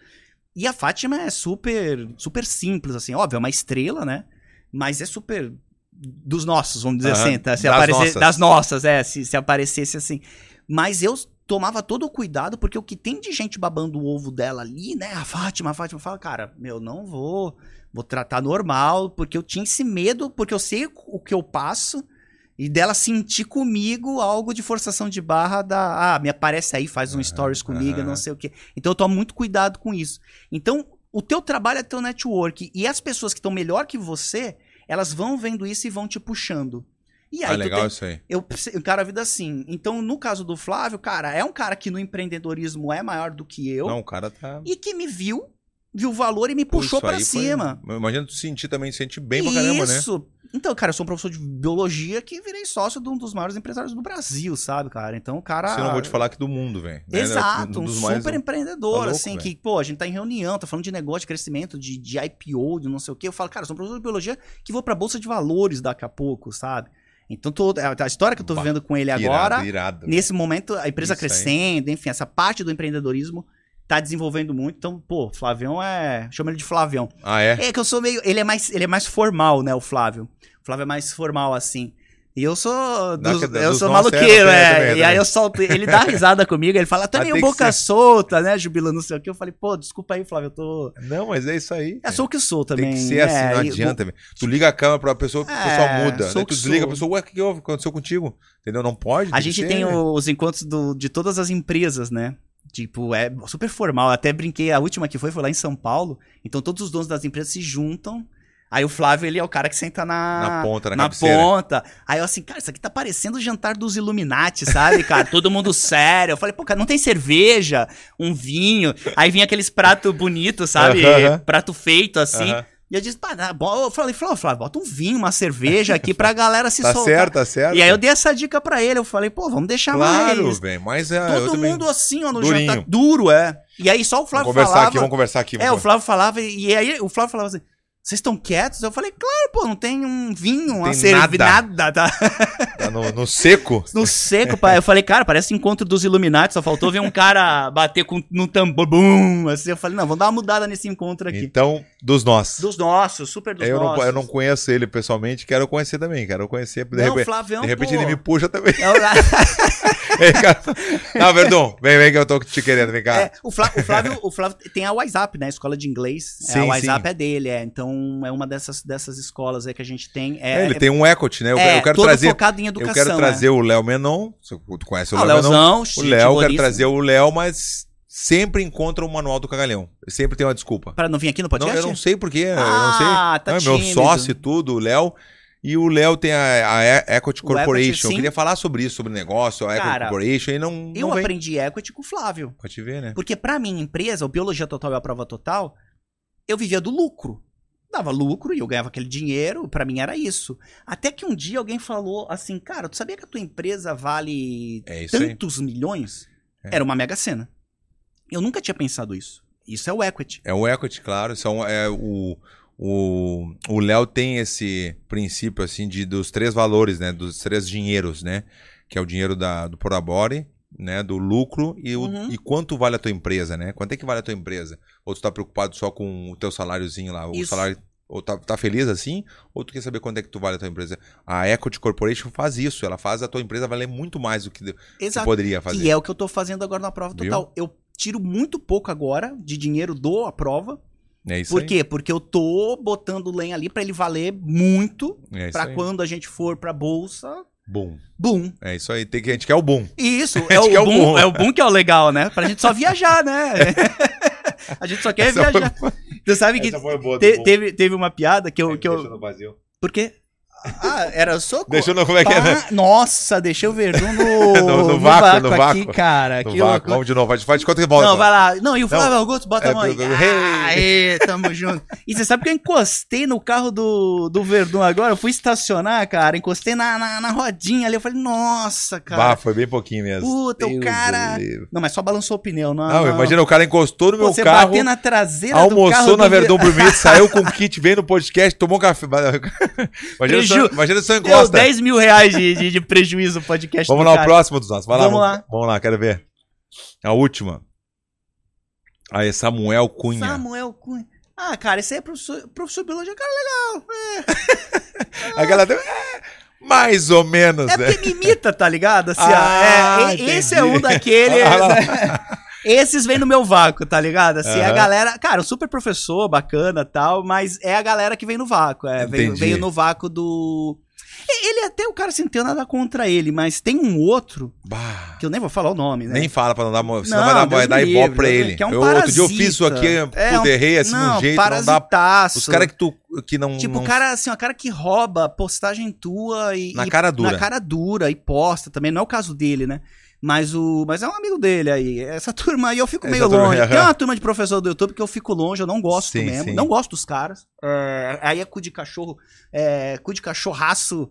Speaker 2: E a Fátima é super, super simples, assim, óbvio, é uma estrela, né? Mas é super dos nossos, vamos dizer
Speaker 1: Aham,
Speaker 2: assim, tá? Se
Speaker 1: das
Speaker 2: aparecer,
Speaker 1: nossas.
Speaker 2: das nossas, é, se, se aparecesse assim. Mas eu tomava todo o cuidado, porque o que tem de gente babando o ovo dela ali, né? A Fátima, a Fátima fala, cara, meu, não vou, vou tratar normal, porque eu tinha esse medo, porque eu sei o que eu passo, e dela sentir comigo algo de forçação de barra da. Ah, me aparece aí, faz um
Speaker 1: Aham,
Speaker 2: stories comigo,
Speaker 1: aham.
Speaker 2: não sei o quê. Então eu tomo muito cuidado com isso. Então, o teu trabalho é teu network. E as pessoas que estão melhor que você, elas vão vendo isso e vão te puxando. E aí
Speaker 1: Ah,
Speaker 2: tu
Speaker 1: legal
Speaker 2: tem-
Speaker 1: isso aí.
Speaker 2: eu, eu quero a vida assim. Então, no caso do Flávio, cara, é um cara que no empreendedorismo é maior do que eu
Speaker 1: Não, o cara tá...
Speaker 2: e que me viu, viu o valor e me puxou
Speaker 1: Isso
Speaker 2: pra
Speaker 1: aí foi-
Speaker 2: cima.
Speaker 1: Imagina tu sentir também, sentir bem pra caramba, né?
Speaker 2: Isso. Então, cara, eu sou um professor de biologia que virei sócio de um dos maiores empresários do Brasil, sabe, cara? Então, o cara.
Speaker 1: Se eu não vou te falar que do mundo, velho. Né?
Speaker 2: Exato, um
Speaker 1: dos
Speaker 2: super
Speaker 1: mais-
Speaker 2: empreendedor,
Speaker 1: Tá louco,
Speaker 2: assim, que, pô, a gente tá em reunião, tá falando de negócio, de crescimento, de, de IPO, de não sei o quê. Eu falo, cara, eu sou um professor de biologia que vou pra Bolsa de Valores daqui a pouco, sabe? Então, tô, a história que eu tô
Speaker 1: Bah,
Speaker 2: vivendo com ele
Speaker 1: Irado,
Speaker 2: agora
Speaker 1: irado.
Speaker 2: nesse momento, a empresa
Speaker 1: Isso aí.
Speaker 2: crescendo, enfim, essa parte do empreendedorismo tá desenvolvendo muito. Então, pô, Flavião é. Chama ele de Flavião.
Speaker 1: Ah,
Speaker 2: (laughs)
Speaker 1: é?
Speaker 2: É que eu sou meio. Ele é mais, ele é mais formal, né, o Flávio? O Flávio é mais formal, assim. E eu sou.
Speaker 1: Dá
Speaker 2: dos-
Speaker 1: que-
Speaker 2: eu
Speaker 1: dos
Speaker 2: sou
Speaker 1: nós certo,
Speaker 2: maluqueiro, é.
Speaker 1: é, também,
Speaker 2: e aí
Speaker 1: também.
Speaker 2: eu solto. Ele dá risada comigo, ele fala, tá
Speaker 1: Mas
Speaker 2: meio
Speaker 1: tem que
Speaker 2: boca solta, né, Jubilo, não sei o quê. Eu falei, pô, desculpa aí, Flávio, eu tô.
Speaker 1: Não, mas é isso aí.
Speaker 2: É, sou o que sou
Speaker 1: Tem
Speaker 2: também.
Speaker 1: que ser
Speaker 2: né?
Speaker 1: assim, não
Speaker 2: E-
Speaker 1: adianta. velho. Tu liga a câmera pra pessoa, a pessoa
Speaker 2: É,
Speaker 1: muda.
Speaker 2: sou
Speaker 1: Daí
Speaker 2: que
Speaker 1: tu desliga, a
Speaker 2: sou.
Speaker 1: pessoa, ué, o que que houve? aconteceu contigo? Entendeu? Não pode.
Speaker 2: A
Speaker 1: que
Speaker 2: gente
Speaker 1: ser,
Speaker 2: tem
Speaker 1: né?
Speaker 2: o- os encontros do- de todas as empresas, né? Tipo, é super formal. Até brinquei, a última que foi foi lá em São Paulo. Então todos os donos das empresas se juntam. Aí o Flávio, ele é o cara que senta na,
Speaker 1: Na ponta, na,
Speaker 2: na
Speaker 1: cabeceira.
Speaker 2: ponta. Aí eu assim, cara, isso aqui tá parecendo o jantar dos Illuminati, sabe, cara? Todo mundo sério. Eu falei, pô, cara, não tem cerveja, um vinho. Aí vinha aqueles pratos bonitos, sabe?
Speaker 1: Aham.
Speaker 2: Prato feito assim.
Speaker 1: Aham. Tá
Speaker 2: E eu disse, pá, na bo- eu falei, Flávio, Flávio, bota um vinho, uma cerveja aqui pra galera
Speaker 1: (laughs)
Speaker 2: se
Speaker 1: Tá
Speaker 2: soltar.
Speaker 1: certo, tá certo.
Speaker 2: E aí eu dei essa dica pra ele, eu falei, pô, vamos deixar
Speaker 1: Claro,
Speaker 2: mais.
Speaker 1: velho. Mas é. eu
Speaker 2: Todo
Speaker 1: também-
Speaker 2: mundo assim, ó, no
Speaker 1: Durinho.
Speaker 2: jantar. Duro, é. E aí só o
Speaker 1: Vamos
Speaker 2: Flávio
Speaker 1: conversar
Speaker 2: falava.
Speaker 1: aqui, vamos conversar aqui.
Speaker 2: é, o
Speaker 1: vamos
Speaker 2: Flávio falava, e aí o Flávio falava assim, vocês estão quietos? Eu falei, claro, pô, não tem um vinho, uma
Speaker 1: Tem
Speaker 2: cerveja,
Speaker 1: nada.
Speaker 2: nada,
Speaker 1: (laughs)
Speaker 2: tá
Speaker 1: Tá no, no
Speaker 2: (laughs)
Speaker 1: seco.
Speaker 2: no seco. pai. Eu falei, cara, parece encontro dos Illuminati, só faltou ver um cara bater com, no tambor, bum, assim. Eu falei, não, vamos dar uma mudada nesse encontro aqui.
Speaker 1: Então, dos nós.
Speaker 2: Dos nossos, super dos
Speaker 1: eu,
Speaker 2: nossos.
Speaker 1: não, eu não conheço ele pessoalmente, quero conhecer também, quero conhecer. De,
Speaker 2: Não,
Speaker 1: repe-
Speaker 2: Flavião,
Speaker 1: de repente
Speaker 2: pô.
Speaker 1: ele me puxa também. (laughs)
Speaker 2: É o-
Speaker 1: Vem cá. Não, Verdun, vem, vem que eu tô te querendo, vem cá.
Speaker 2: É, o, Flá- o Flávio, o Flávio tem a WhatsApp, né? A escola de inglês. É,
Speaker 1: Sim,
Speaker 2: a WhatsApp
Speaker 1: sim.
Speaker 2: é dele, é. Então é uma dessas, dessas escolas aí que a gente tem. É,
Speaker 1: É, ele
Speaker 2: é-
Speaker 1: tem um equity, né? Eu,
Speaker 2: é,
Speaker 1: eu quero
Speaker 2: todo
Speaker 1: trazer.
Speaker 2: focado em educação.
Speaker 1: eu quero
Speaker 2: né?
Speaker 1: trazer o Léo Menon. se Tu conhece o
Speaker 2: ah, o
Speaker 1: Léo Menon?
Speaker 2: Leozão,
Speaker 1: O
Speaker 2: gente
Speaker 1: Léo, eu quero
Speaker 2: boníssima.
Speaker 1: trazer o Léo, mas sempre encontra o manual do cagalhão. Sempre tem uma desculpa.
Speaker 2: Pra não vir aqui no
Speaker 1: Não,
Speaker 2: podcast?
Speaker 1: eu não sei porquê. eu não sei.
Speaker 2: Ah, tá
Speaker 1: Não, é meu
Speaker 2: tímido.
Speaker 1: sócio e tudo, o Léo. E o Léo tem a, a Equity
Speaker 2: O
Speaker 1: Corporation.
Speaker 2: Equity,
Speaker 1: Eu
Speaker 2: sim.
Speaker 1: queria falar sobre isso, sobre o negócio, a Equity
Speaker 2: Cara,
Speaker 1: Corporation, e não,
Speaker 2: Eu
Speaker 1: não vem.
Speaker 2: aprendi equity com o Flávio.
Speaker 1: Pode te ver, né?
Speaker 2: Porque pra minha empresa, o Biologia Total e a Prova Total, eu vivia do lucro. Dava lucro e eu ganhava aquele dinheiro, pra mim era isso. Até que um dia alguém falou assim, cara, tu sabia que a tua empresa vale
Speaker 1: É isso aí.
Speaker 2: tantos milhões?
Speaker 1: É.
Speaker 2: Era uma mega cena. Eu nunca tinha pensado isso. Isso é o equity.
Speaker 1: É o equity, claro. São, é, o o o Léo tem esse princípio assim de dos três valores, né? Dos três dinheiros, né? Que é o dinheiro da, do Porabore, né? Do lucro e, o-
Speaker 2: Uhum.
Speaker 1: e quanto vale a tua empresa, né? Quanto é que vale a tua empresa? Ou tu tá preocupado só com o teu saláriozinho lá? O
Speaker 2: Isso.
Speaker 1: salário. Ou tá, tá feliz assim? Ou tu quer saber quanto é que tu vale a tua empresa? A Equity Corporation faz isso. Ela faz a tua empresa valer muito mais do que, do que
Speaker 2: Exato.
Speaker 1: poderia fazer.
Speaker 2: Que é o que eu tô fazendo agora na prova
Speaker 1: Viu?
Speaker 2: total. Eu tiro muito pouco agora de dinheiro do a prova.
Speaker 1: É isso
Speaker 2: Por
Speaker 1: aí.
Speaker 2: quê? Porque eu tô botando o lenha ali pra ele valer muito
Speaker 1: É isso
Speaker 2: Pra
Speaker 1: aí.
Speaker 2: quando a gente for pra bolsa,
Speaker 1: Boom.
Speaker 2: boom.
Speaker 1: É isso aí. Tem que, a gente quer o boom.
Speaker 2: E isso é
Speaker 1: (laughs) Acho
Speaker 2: o,
Speaker 1: que é o
Speaker 2: boom,
Speaker 1: bom.
Speaker 2: é o boom que é o legal, né? Pra gente só viajar, né? (laughs) a gente só quer
Speaker 1: Essa foi-
Speaker 2: viajar. Tu sabe que
Speaker 1: foi boa
Speaker 2: te- teve, teve uma piada que eu. Que eu por quê? Ah, era só. co-
Speaker 1: Deixou no. Como é que é?
Speaker 2: Pá, nossa, deixa eu ver. No, no,
Speaker 1: (laughs) No- no vácuo, no
Speaker 2: aqui,
Speaker 1: vácuo.
Speaker 2: cara.
Speaker 1: No
Speaker 2: que
Speaker 1: vácuo.
Speaker 2: loucura.
Speaker 1: Vamos de novo. Faz- Faz de conta que volta.
Speaker 2: Não, vai lá. Não, e o Flávio Augusto bota
Speaker 1: É,
Speaker 2: a mão aí.
Speaker 1: eu- eu-
Speaker 2: Ah, Aê, tamo junto. E você sabe que eu encostei no carro do, do Verdun agora? Eu fui estacionar, cara. Encostei na, na, na rodinha ali. Eu falei, nossa, cara.
Speaker 1: Bah, foi bem pouquinho mesmo.
Speaker 2: Puta, o
Speaker 1: Deus
Speaker 2: cara.
Speaker 1: do livro.
Speaker 2: Não, mas só balançou o pneu. Não,
Speaker 1: Não,
Speaker 2: não, não.
Speaker 1: imagina, o cara encostou no
Speaker 2: Pô,
Speaker 1: meu
Speaker 2: você
Speaker 1: carro,
Speaker 2: bater na traseira do carro.
Speaker 1: almoçou
Speaker 2: do
Speaker 1: na
Speaker 2: Ver-
Speaker 1: Verdão
Speaker 2: (laughs)
Speaker 1: Brumito, saiu com o kit, veio no podcast, tomou um café. (laughs) Imagina, só,
Speaker 2: Preju-
Speaker 1: imagina só
Speaker 2: Deu
Speaker 1: encosta.
Speaker 2: 10 mil reais de, de, de prejuízo o podcast.
Speaker 1: Vamos
Speaker 2: do
Speaker 1: lá, o
Speaker 2: cara.
Speaker 1: próximo dos nossos. Vai lá,
Speaker 2: Vamos lá.
Speaker 1: Vamos lá, quero ver. A última. Aí, Samuel Cunha.
Speaker 2: Samuel Cunha. Ah, cara, esse aí é professor, professor de biologia. Cara, é
Speaker 1: Aquela. É, mais ou menos,
Speaker 2: é
Speaker 1: né?
Speaker 2: porque me imita, tá ligado? Assim,
Speaker 1: (laughs) Ah,
Speaker 2: ó, é, e- esse é né?
Speaker 1: entendi. (laughs)
Speaker 2: um daquele.
Speaker 1: Ah, lá.
Speaker 2: Esses vêm no meu vácuo, tá ligado? Assim, é a
Speaker 1: Aham.
Speaker 2: galera. Cara, o super professor, bacana tal, mas é a galera que vem no vácuo. É, veio,
Speaker 1: Entendi.
Speaker 2: veio no vácuo do. E- Ele até, o cara assim, não tem nada contra ele, mas tem um outro,
Speaker 1: Bah.
Speaker 2: que eu nem vou falar o nome, né?
Speaker 1: Nem fala pra não dar. mo- Senão
Speaker 2: Não,
Speaker 1: vai dar,
Speaker 2: Deus
Speaker 1: vai dar
Speaker 2: me
Speaker 1: ibope
Speaker 2: livre,
Speaker 1: pra
Speaker 2: Deus me
Speaker 1: ele.
Speaker 2: livre, que é um
Speaker 1: eu, outro dia eu
Speaker 2: parasita.
Speaker 1: fiz isso aqui, eu
Speaker 2: É um-
Speaker 1: derrei assim de um jeito, não dá
Speaker 2: parasitaço.
Speaker 1: Os caras que tu que não.
Speaker 2: Tipo,
Speaker 1: não-
Speaker 2: o cara, assim, o cara que rouba postagem tua e.
Speaker 1: Na
Speaker 2: e-
Speaker 1: cara dura.
Speaker 2: Na cara dura e posta também. Não é o caso dele, né? Mas o. Mas é um amigo dele aí. Essa turma aí eu fico
Speaker 1: Essa
Speaker 2: meio
Speaker 1: turma,
Speaker 2: longe.
Speaker 1: aham.
Speaker 2: Tem uma turma de professor do YouTube que eu fico longe, eu não gosto
Speaker 1: Sim,
Speaker 2: mesmo.
Speaker 1: sim.
Speaker 2: Não gosto dos caras. É, aí é cu de cachorro. É, cu
Speaker 1: (laughs)
Speaker 2: de cachorraço.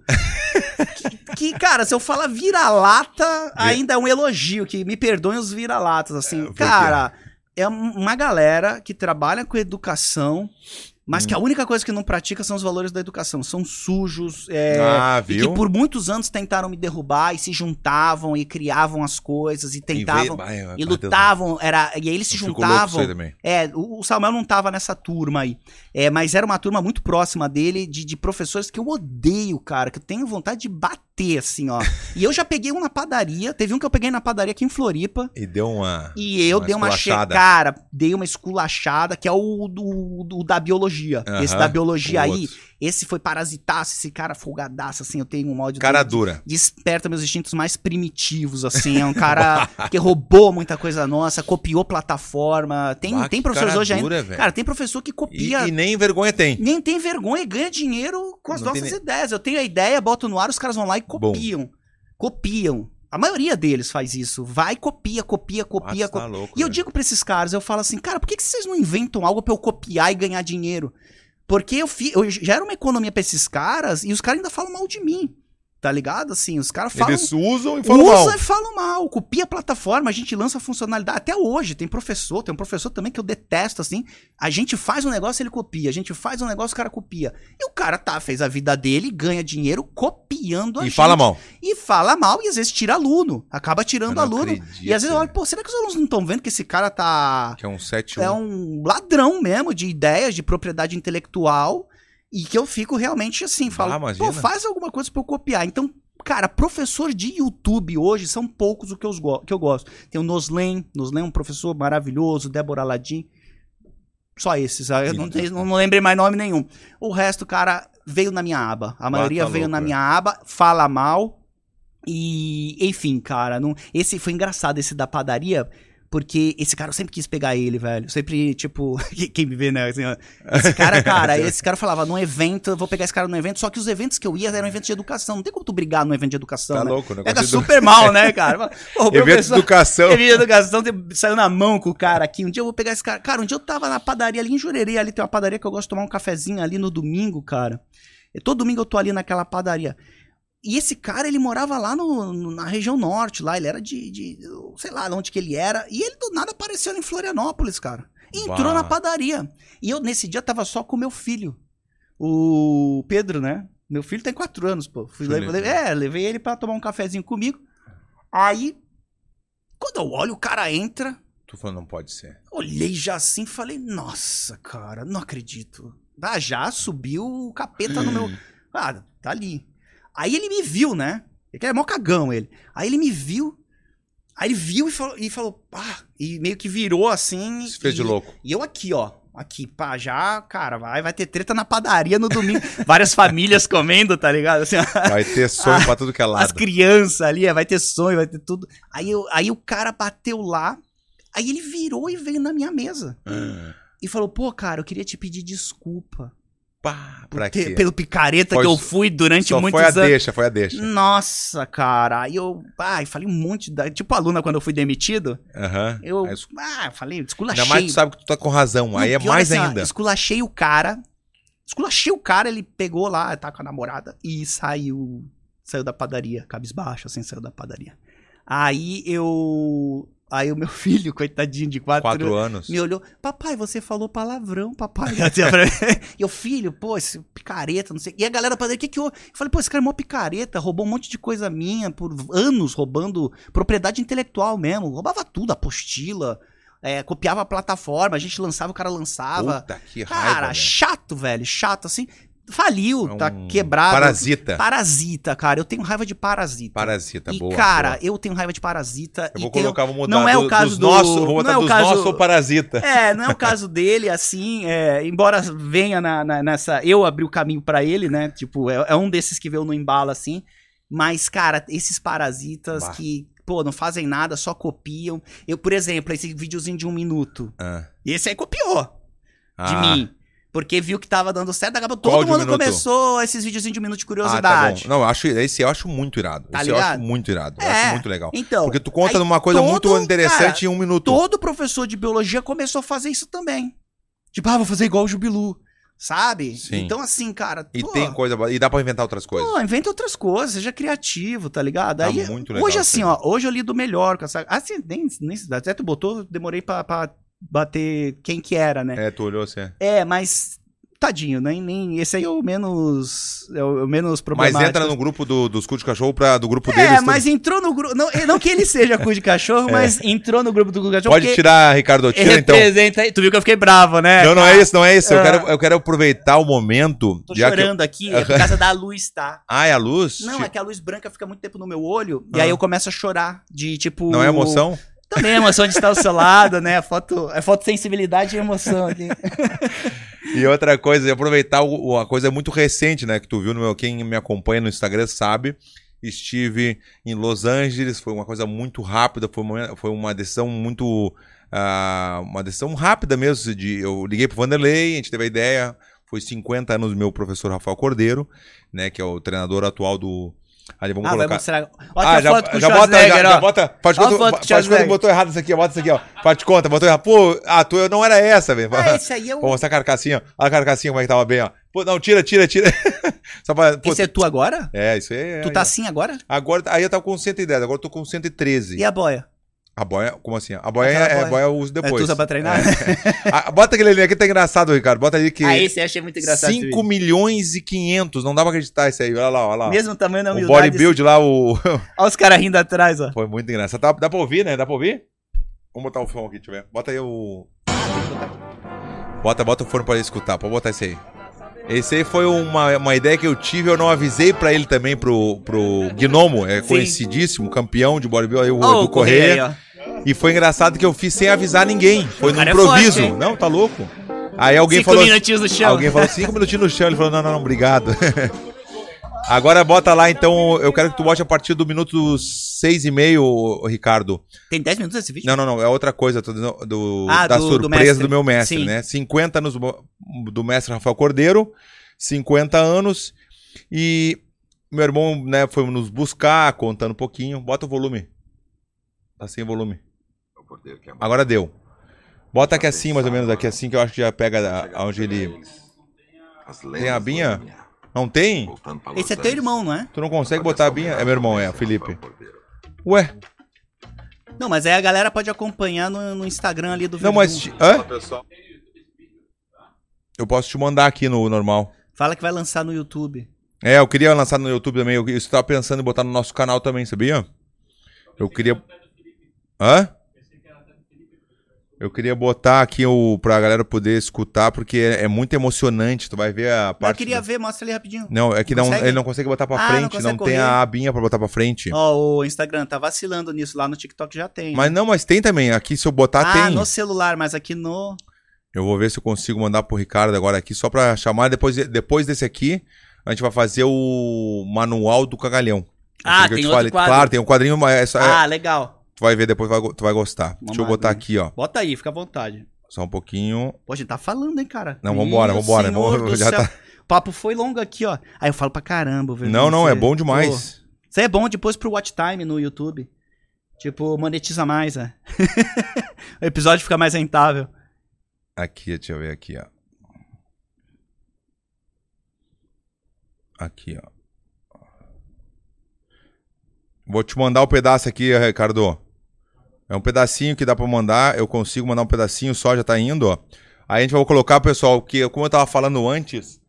Speaker 2: que, que, cara, se eu falar vira-lata, ainda é um elogio. Que me perdoem os vira-latas, assim.
Speaker 1: por quê?
Speaker 2: cara, é um- uma galera que trabalha com educação
Speaker 1: Hum.
Speaker 2: mas que a única coisa que não pratica são os valores da educação. São sujos, é,
Speaker 1: ah,
Speaker 2: e que
Speaker 1: viu?
Speaker 2: por muitos anos tentaram me derrubar e se juntavam e criavam as coisas e tentavam
Speaker 1: vai- vai-
Speaker 2: e
Speaker 1: vai-
Speaker 2: lutavam. Era, e aí eles se
Speaker 1: Deus, eu fico louco isso aí
Speaker 2: juntavam.
Speaker 1: também.
Speaker 2: É, o o Samuel não tava nessa turma aí. É, mas era uma turma muito próxima dele, de, de professores que eu odeio, cara, que eu tenho vontade de bater,
Speaker 1: (laughs)
Speaker 2: assim, ó. e eu já peguei um na padaria, teve um que eu peguei na padaria aqui em Floripa.
Speaker 1: E deu uma.
Speaker 2: E eu
Speaker 1: Uma
Speaker 2: dei uma
Speaker 1: esculachada.
Speaker 2: checada, dei uma esculachada, que é o do, do- da biologia.
Speaker 1: Aham,
Speaker 2: Esse da biologia
Speaker 1: o
Speaker 2: aí,
Speaker 1: outro.
Speaker 2: esse foi parasitaço, esse cara folgadaço, assim, eu tenho um ódio
Speaker 1: Cara
Speaker 2: dele.
Speaker 1: dura.
Speaker 2: Desperta meus instintos mais primitivos, assim. É um
Speaker 1: (laughs)
Speaker 2: cara que roubou muita coisa nossa, copiou plataforma. Tem,
Speaker 1: Bah,
Speaker 2: tem
Speaker 1: que
Speaker 2: professores
Speaker 1: cara
Speaker 2: hoje ainda.
Speaker 1: dura, velho.
Speaker 2: Cara, tem professor que
Speaker 1: e,
Speaker 2: copia.
Speaker 1: e nem vergonha tem.
Speaker 2: Nem tem vergonha e ganha dinheiro com as
Speaker 1: Não tem
Speaker 2: nossas ideias. Eu tenho a ideia, boto no ar, os caras vão lá e
Speaker 1: Bom.
Speaker 2: copiam. Copiam. A maioria deles faz isso. Vai, copia, copia, copia,
Speaker 1: Ah, tá
Speaker 2: copia.
Speaker 1: louco,
Speaker 2: E eu
Speaker 1: velho.
Speaker 2: digo pra esses caras, eu falo assim, cara, por que, que vocês não inventam algo pra eu copiar e ganhar dinheiro? Porque eu, fi, eu já era uma economia pra esses caras e os caras ainda falam mal de mim. Tá ligado? Assim, os caras falam.
Speaker 1: Eles usam e falam
Speaker 2: Usa
Speaker 1: mal.
Speaker 2: e falam mal, copia a plataforma, a gente lança a funcionalidade. Até hoje, tem professor, tem um professor também que eu detesto, assim. A gente faz um negócio, ele copia. A gente faz um negócio, o cara copia. E o cara tá, fez a vida dele, ganha dinheiro copiando a
Speaker 1: E
Speaker 2: gente.
Speaker 1: fala mal.
Speaker 2: E fala mal e às vezes tira aluno. Acaba
Speaker 1: Eu
Speaker 2: tirando
Speaker 1: não
Speaker 2: aluno.
Speaker 1: acredito,
Speaker 2: E às vezes eu olho,
Speaker 1: velho.
Speaker 2: pô, será que os alunos não estão vendo que esse cara tá.
Speaker 1: Que é um 7
Speaker 2: É um ladrão mesmo de ideias, de propriedade intelectual. E que eu fico realmente assim,
Speaker 1: Ah,
Speaker 2: falo,
Speaker 1: imagina.
Speaker 2: pô, faz alguma coisa pra eu copiar. Então, cara, professor de YouTube hoje são poucos o que eu, go- que eu gosto. Tem o Noslen, Noslen é um professor maravilhoso, Débora Aladim. Só esses, ah, eu não,
Speaker 1: Entendi.
Speaker 2: não não lembrei mais nome nenhum. O resto, cara, veio na minha aba. A maioria
Speaker 1: tá
Speaker 2: veio
Speaker 1: louco,
Speaker 2: na
Speaker 1: é.
Speaker 2: minha aba, fala mal. E, enfim, cara, não, esse foi engraçado, esse da padaria, Porque esse cara, eu sempre quis pegar ele, velho. Sempre, tipo, (laughs) quem me vê, né? assim, ó. esse
Speaker 1: (laughs)
Speaker 2: cara, cara, esse cara falava, num evento, eu vou pegar esse cara num evento. Só que os eventos que eu ia eram eventos de educação. Não tem como tu brigar num evento de educação,
Speaker 1: Tá
Speaker 2: né?
Speaker 1: louco, né?
Speaker 2: Pega
Speaker 1: Negócio de- (laughs)
Speaker 2: super mal, né, cara? Pô, o
Speaker 1: Evento de
Speaker 2: professor-
Speaker 1: educação.
Speaker 2: Teve de educação, te- saiu na mão com o cara aqui. Um dia eu vou pegar esse cara. Cara, um dia eu tava na padaria ali em Jurerê, ali tem uma padaria que eu gosto de tomar um cafezinho ali no domingo, cara. E todo domingo eu tô ali naquela padaria. E esse cara, ele morava lá no, no- na região norte, lá, ele era de, de- eu sei lá de onde que ele era. E ele do nada apareceu em Florianópolis, cara. E entrou
Speaker 1: Uau.
Speaker 2: na padaria. E eu, nesse dia, tava só com meu filho. O Pedro, né? Meu filho tem quatro anos, pô. Fui,
Speaker 1: Julinho.
Speaker 2: leve- é, levei ele pra tomar um cafezinho comigo. Aí, quando eu olho, o cara entra.
Speaker 1: Tu falou, não pode ser.
Speaker 2: Olhei já assim e falei, nossa, cara, não acredito. Ah, já subiu o capeta tá no meu.
Speaker 1: Hum.
Speaker 2: Ah, tá ali. Aí ele me viu, né? Ele era mó cagão, ele. Aí ele me viu. Aí ele viu e falou, e falou, pá, e meio que virou assim.
Speaker 1: Hum, Se fez de
Speaker 2: e-
Speaker 1: louco.
Speaker 2: e eu aqui, ó. Aqui, pá, já, cara, vai, vai ter treta na padaria no domingo. (laughs) Várias famílias comendo, tá ligado? Assim, ó,
Speaker 1: Vai ter sonho pra tudo que é
Speaker 2: (laughs) as
Speaker 1: lado.
Speaker 2: crianças ali, é, vai ter sonho, vai ter tudo. Aí, eu, aí o cara bateu lá, aí ele virou e veio na minha mesa.
Speaker 1: Hum.
Speaker 2: E falou, pô, cara, eu queria te pedir desculpa
Speaker 1: Pá,
Speaker 2: por
Speaker 1: pra
Speaker 2: ter-
Speaker 1: quê?
Speaker 2: pelo picareta
Speaker 1: Foi
Speaker 2: que eu
Speaker 1: só-
Speaker 2: fui durante
Speaker 1: Só
Speaker 2: muitos
Speaker 1: foi a
Speaker 2: anos.
Speaker 1: deixa, foi a deixa.
Speaker 2: Hum, Nossa, cara. Aí eu, ai, falei um monte da. Tipo, aluna quando eu fui demitido,
Speaker 1: Aham.
Speaker 2: eu.
Speaker 1: Aí, escu-
Speaker 2: Ah, falei, esculachei.
Speaker 1: Ainda mais tu sabe que tu tá com razão.
Speaker 2: Não,
Speaker 1: Aí é
Speaker 2: pior
Speaker 1: mais
Speaker 2: assim, ó,
Speaker 1: ainda.
Speaker 2: Esculachei o cara. Esculachei o cara, ele pegou lá, tá com a namorada e saiu. Saiu da padaria, cabisbaixo, assim, saiu da padaria. Aí eu. Aí o meu (laughs) filho, coitadinho de quatro,
Speaker 1: Quatro anos.
Speaker 2: me olhou. Papai, você falou palavrão,
Speaker 1: (laughs)
Speaker 2: papai. Ela
Speaker 1: Assim,
Speaker 2: dizia pra mim. (laughs) e eu, filho, pô, esse picareta, não sei. E a galera padaria, o que que houve? Eu falei, pô, esse cara é mó picareta, roubou um monte de coisa minha por anos roubando propriedade intelectual mesmo. Roubava tudo, apostila, é, copiava a plataforma, a gente lançava, o cara lançava.
Speaker 1: Puta que raiva.
Speaker 2: cara,
Speaker 1: velho.
Speaker 2: chato, velho, chato, assim. Faliu,
Speaker 1: É
Speaker 2: tá
Speaker 1: um
Speaker 2: quebrado.
Speaker 1: Parasita.
Speaker 2: Parasita, cara. Eu tenho raiva de parasita.
Speaker 1: Parasita,
Speaker 2: e,
Speaker 1: boa.
Speaker 2: cara,
Speaker 1: boa.
Speaker 2: eu tenho raiva de parasita.
Speaker 1: Eu
Speaker 2: e
Speaker 1: vou
Speaker 2: tenho-
Speaker 1: colocar, vou mudar
Speaker 2: não é
Speaker 1: do-
Speaker 2: o caso
Speaker 1: dos
Speaker 2: do-
Speaker 1: nossos, vou botar
Speaker 2: não é o
Speaker 1: dos
Speaker 2: caso-
Speaker 1: nossos ou parasita.
Speaker 2: É, não é o caso dele, assim, é, embora venha na, na- nessa. Eu abri o caminho pra ele, né? Tipo, é, é um desses que veio no embalo, assim. Mas, cara, esses parasitas
Speaker 1: Bah.
Speaker 2: que, pô, não fazem nada, só copiam. Eu, por exemplo, esse videozinho de um minuto.
Speaker 1: Ah.
Speaker 2: Esse aí copiou de
Speaker 1: Ah.
Speaker 2: mim. Porque viu que tava dando certo, acabou
Speaker 1: Qual de
Speaker 2: todo
Speaker 1: um
Speaker 2: mundo
Speaker 1: minuto?
Speaker 2: começou esses videozinhos de um minuto
Speaker 1: Ah,
Speaker 2: de
Speaker 1: tá
Speaker 2: curiosidade.
Speaker 1: bom. Não, eu acho, esse eu acho muito irado.
Speaker 2: Tá
Speaker 1: esse eu acho
Speaker 2: ligado?
Speaker 1: muito irado. Eu
Speaker 2: É.
Speaker 1: acho muito legal.
Speaker 2: Então,
Speaker 1: Porque tu conta
Speaker 2: aí
Speaker 1: numa coisa
Speaker 2: todo,
Speaker 1: muito interessante
Speaker 2: cara,
Speaker 1: em um minuto.
Speaker 2: todo professor de biologia começou a fazer isso também. Tipo, ah, vou fazer igual o Jubilu, sabe?
Speaker 1: Sim.
Speaker 2: Então, assim, cara.
Speaker 1: E
Speaker 2: pô,
Speaker 1: tem coisa. boa- E dá pra inventar outras coisas.
Speaker 2: Pô, inventa outras coisas, seja criativo, tá ligado?
Speaker 1: Tá
Speaker 2: Aí,
Speaker 1: muito legal
Speaker 2: hoje,
Speaker 1: isso
Speaker 2: assim,
Speaker 1: aí.
Speaker 2: ó, hoje eu lido melhor com essa. Assim, nem, nem, até tu botou, eu demorei pra, pra bater quem que era, né?
Speaker 1: É, tu olhou assim. é.
Speaker 2: É, mas. Tadinho, nem, nem. Esse aí é o menos. É o, é o menos
Speaker 1: Mas
Speaker 2: problemático.
Speaker 1: entra no grupo do, dos cu de cachorro pra, do grupo
Speaker 2: É,
Speaker 1: deles. tu-
Speaker 2: mas entrou no grupo. Não, não que ele seja cu
Speaker 1: (laughs)
Speaker 2: de cachorro, mas entrou no grupo do cu de cachorro.
Speaker 1: Pode
Speaker 2: porque
Speaker 1: tirar, Ricardo, tira então.
Speaker 2: representa. Tu viu que eu fiquei bravo, né?
Speaker 1: Não, não é
Speaker 2: É, Ah,
Speaker 1: isso, não é isso. Eu
Speaker 2: Ah.
Speaker 1: quero, eu quero aproveitar o momento.
Speaker 2: Tô
Speaker 1: já que eu-
Speaker 2: chorando aqui, é por causa da luz, tá?
Speaker 1: Ah, é a luz?
Speaker 2: Não,
Speaker 1: Ti-
Speaker 2: é que a luz branca fica muito tempo no meu olho e
Speaker 1: Ah.
Speaker 2: aí eu começo a chorar de tipo.
Speaker 1: Não é emoção?
Speaker 2: Também é emoção de estar ao seu lado, né? A foto, é fotossensibilidade e emoção. aqui.
Speaker 1: E outra coisa, e aproveitar o- o- a coisa muito recente, né? Que tu viu no meu. Quem me acompanha no Instagram sabe. Estive em Los Angeles, foi uma coisa muito rápida, foi uma, foi uma decisão muito. ah, uma decisão rápida mesmo. De, eu liguei pro Vanderlei, a gente teve a ideia. Foi 50 anos do meu professor Rafael Cordeiro, né? Que é o treinador atual do. Ali, vamos
Speaker 2: Ah, vai
Speaker 1: colocar.
Speaker 2: mostrar. Olha a foto com o
Speaker 1: já bota, já,
Speaker 2: Schwarzenegger,
Speaker 1: já
Speaker 2: ó.
Speaker 1: bota. Faz de
Speaker 2: Ó a
Speaker 1: conta, faz
Speaker 2: foto com o
Speaker 1: de conta que
Speaker 2: Schwarzenegger.
Speaker 1: botou errado isso aqui, ó, bota isso aqui, ó. Faz de conta, botou errado. Pô, a tua não era essa, velho.
Speaker 2: Ah, esse aí é
Speaker 1: Vou
Speaker 2: o.
Speaker 1: mostrar a carcassinha, ó. Olha a carcassinha como é que tava bem, ó. Pô, não, tira, tira, tira. (laughs) Só pra. pô,
Speaker 2: Esse é tu agora?
Speaker 1: É, isso aí. é-
Speaker 2: Tu tá assim agora?
Speaker 1: Agora, aí eu tava com 110, agora eu tô com 113.
Speaker 2: E a boia?
Speaker 1: A boia, como assim? A boia,
Speaker 2: Aquela
Speaker 1: é,
Speaker 2: boia.
Speaker 1: a boia eu uso
Speaker 2: É, tu
Speaker 1: depois.
Speaker 2: usa pra treinar?
Speaker 1: (laughs) Ah, bota aquele ali, aqui tá engraçado, Ricardo. Bota ali que.
Speaker 2: (laughs) Ah, esse eu achei muito engraçado. esse
Speaker 1: 5
Speaker 2: vídeo.
Speaker 1: milhões e 500, não dá pra acreditar isso aí. Olha lá, olha lá.
Speaker 2: Mesmo tamanho da
Speaker 1: o
Speaker 2: humildade. assim.
Speaker 1: bodybuild lá, o.
Speaker 2: esse- Olha os caras rindo atrás, ó.
Speaker 1: Foi muito engraçado. Tá- dá pra ouvir, né? Dá pra ouvir? Vamos botar o fone aqui, tiver. Bota aí o. Bota, bota o fone pra ele escutar. Pode botar esse aí. Esse aí foi uma, uma ideia que eu tive, eu não avisei pra ele também, pro, pro Gnomo, é
Speaker 2: Sim.
Speaker 1: conhecidíssimo, campeão de bodybuild, aí o
Speaker 2: Ó,
Speaker 1: Edu Correia. E foi engraçado que eu fiz sem avisar ninguém. Foi no
Speaker 2: cara é forte,
Speaker 1: improviso.
Speaker 2: hein?
Speaker 1: não, tá louco? Aí alguém
Speaker 2: Cinco
Speaker 1: falou. assim-
Speaker 2: minutinhos no chão.
Speaker 1: Alguém falou cinco minutinhos no chão. Ele falou: não, não, não, (laughs) obrigado. Agora bota lá, então. Eu quero que tu bote a partir do minuto seis e meio, ô, Ricardo.
Speaker 2: Tem 10 minutos esse vídeo?
Speaker 1: Não, não, não. É outra coisa tô dizendo do,
Speaker 2: Ah,
Speaker 1: da
Speaker 2: do- do
Speaker 1: surpresa
Speaker 2: mestre.
Speaker 1: do, meu mestre,
Speaker 2: Sim.
Speaker 1: né? 50 anos bo- do mestre Rafael Cordeiro, 50 anos. E meu irmão né, foi nos buscar, contando um pouquinho. Bota o volume. Tá sem volume.
Speaker 4: O porteiro que é bom.
Speaker 1: Agora deu. Bota aqui assim, mais ou menos, aqui assim, que eu acho que já pega a- aonde ele.
Speaker 4: As
Speaker 1: Tem a Binha? Não tem?
Speaker 2: Esse é teu irmão, não é?
Speaker 1: Tu não consegue botar a binha? É meu irmão, é, o Felipe. Ué,
Speaker 2: Não, mas aí a galera pode acompanhar no, no Instagram ali do
Speaker 1: não,
Speaker 2: vídeo.
Speaker 1: mas. ti- Hã? Eu posso te mandar aqui no normal.
Speaker 2: Fala que vai lançar no YouTube.
Speaker 1: É, eu queria lançar no YouTube também. Eu eu estava pensando em botar no nosso canal também, sabia? Eu queria. Hã? Eu queria botar aqui o pra galera poder escutar, porque é, é muito emocionante. Tu vai ver a
Speaker 2: Mas
Speaker 1: parte.
Speaker 2: eu queria
Speaker 1: do-
Speaker 2: ver, mostra ali rapidinho.
Speaker 1: Não, é que não,
Speaker 2: Consegue?
Speaker 1: ele não consegue botar pra
Speaker 2: Ah, não
Speaker 1: frente, não,
Speaker 2: consegue
Speaker 1: tem
Speaker 2: correr.
Speaker 1: a abinha pra botar pra frente.
Speaker 2: Ó, o Instagram tá vacilando nisso, lá no TikTok já tem.
Speaker 1: Mas não, mas tem também. Aqui se eu botar,
Speaker 2: ah,
Speaker 1: tem.
Speaker 2: no celular, mas aqui no.
Speaker 1: Eu vou ver se eu consigo mandar pro Ricardo agora aqui, só pra chamar. Depois, depois desse aqui, a gente vai fazer o manual do cagalhão.
Speaker 2: Ah,
Speaker 1: Aquele que eu
Speaker 2: tem
Speaker 1: te
Speaker 2: outro
Speaker 1: falei.
Speaker 2: quadro.
Speaker 1: Claro, tem um quadrinho, mas é só- é-
Speaker 2: Ah, legal.
Speaker 1: tu vai ver depois, vai go- tu vai gostar.
Speaker 2: Uma
Speaker 1: Deixa eu botar
Speaker 2: mágoa.
Speaker 1: aqui, ó.
Speaker 2: Bota aí, fica à vontade.
Speaker 1: Só um pouquinho.
Speaker 2: Pô, a gente tá falando, hein, cara?
Speaker 1: Não, vambora,
Speaker 2: Meu
Speaker 1: vambora,
Speaker 2: senhor
Speaker 1: vamos-
Speaker 2: do
Speaker 1: já
Speaker 2: céu.
Speaker 1: tá-
Speaker 2: O papo foi longo aqui, ó. Aí eu falo pra caramba, velho.
Speaker 1: não, não,
Speaker 2: Você-
Speaker 1: é bom demais.
Speaker 2: Pô, Isso aí é bom depois pro watch time no YouTube. Tipo, monetiza mais, né? (laughs) o episódio fica mais rentável.
Speaker 1: Aqui, deixa eu ver aqui, ó. Aqui, ó. Vou te mandar o pedaço aqui, Ricardo. É um pedacinho que dá pra mandar. Eu consigo mandar um pedacinho só, já tá indo, ó. Aí a gente vai colocar, pessoal, que como eu tava falando antes,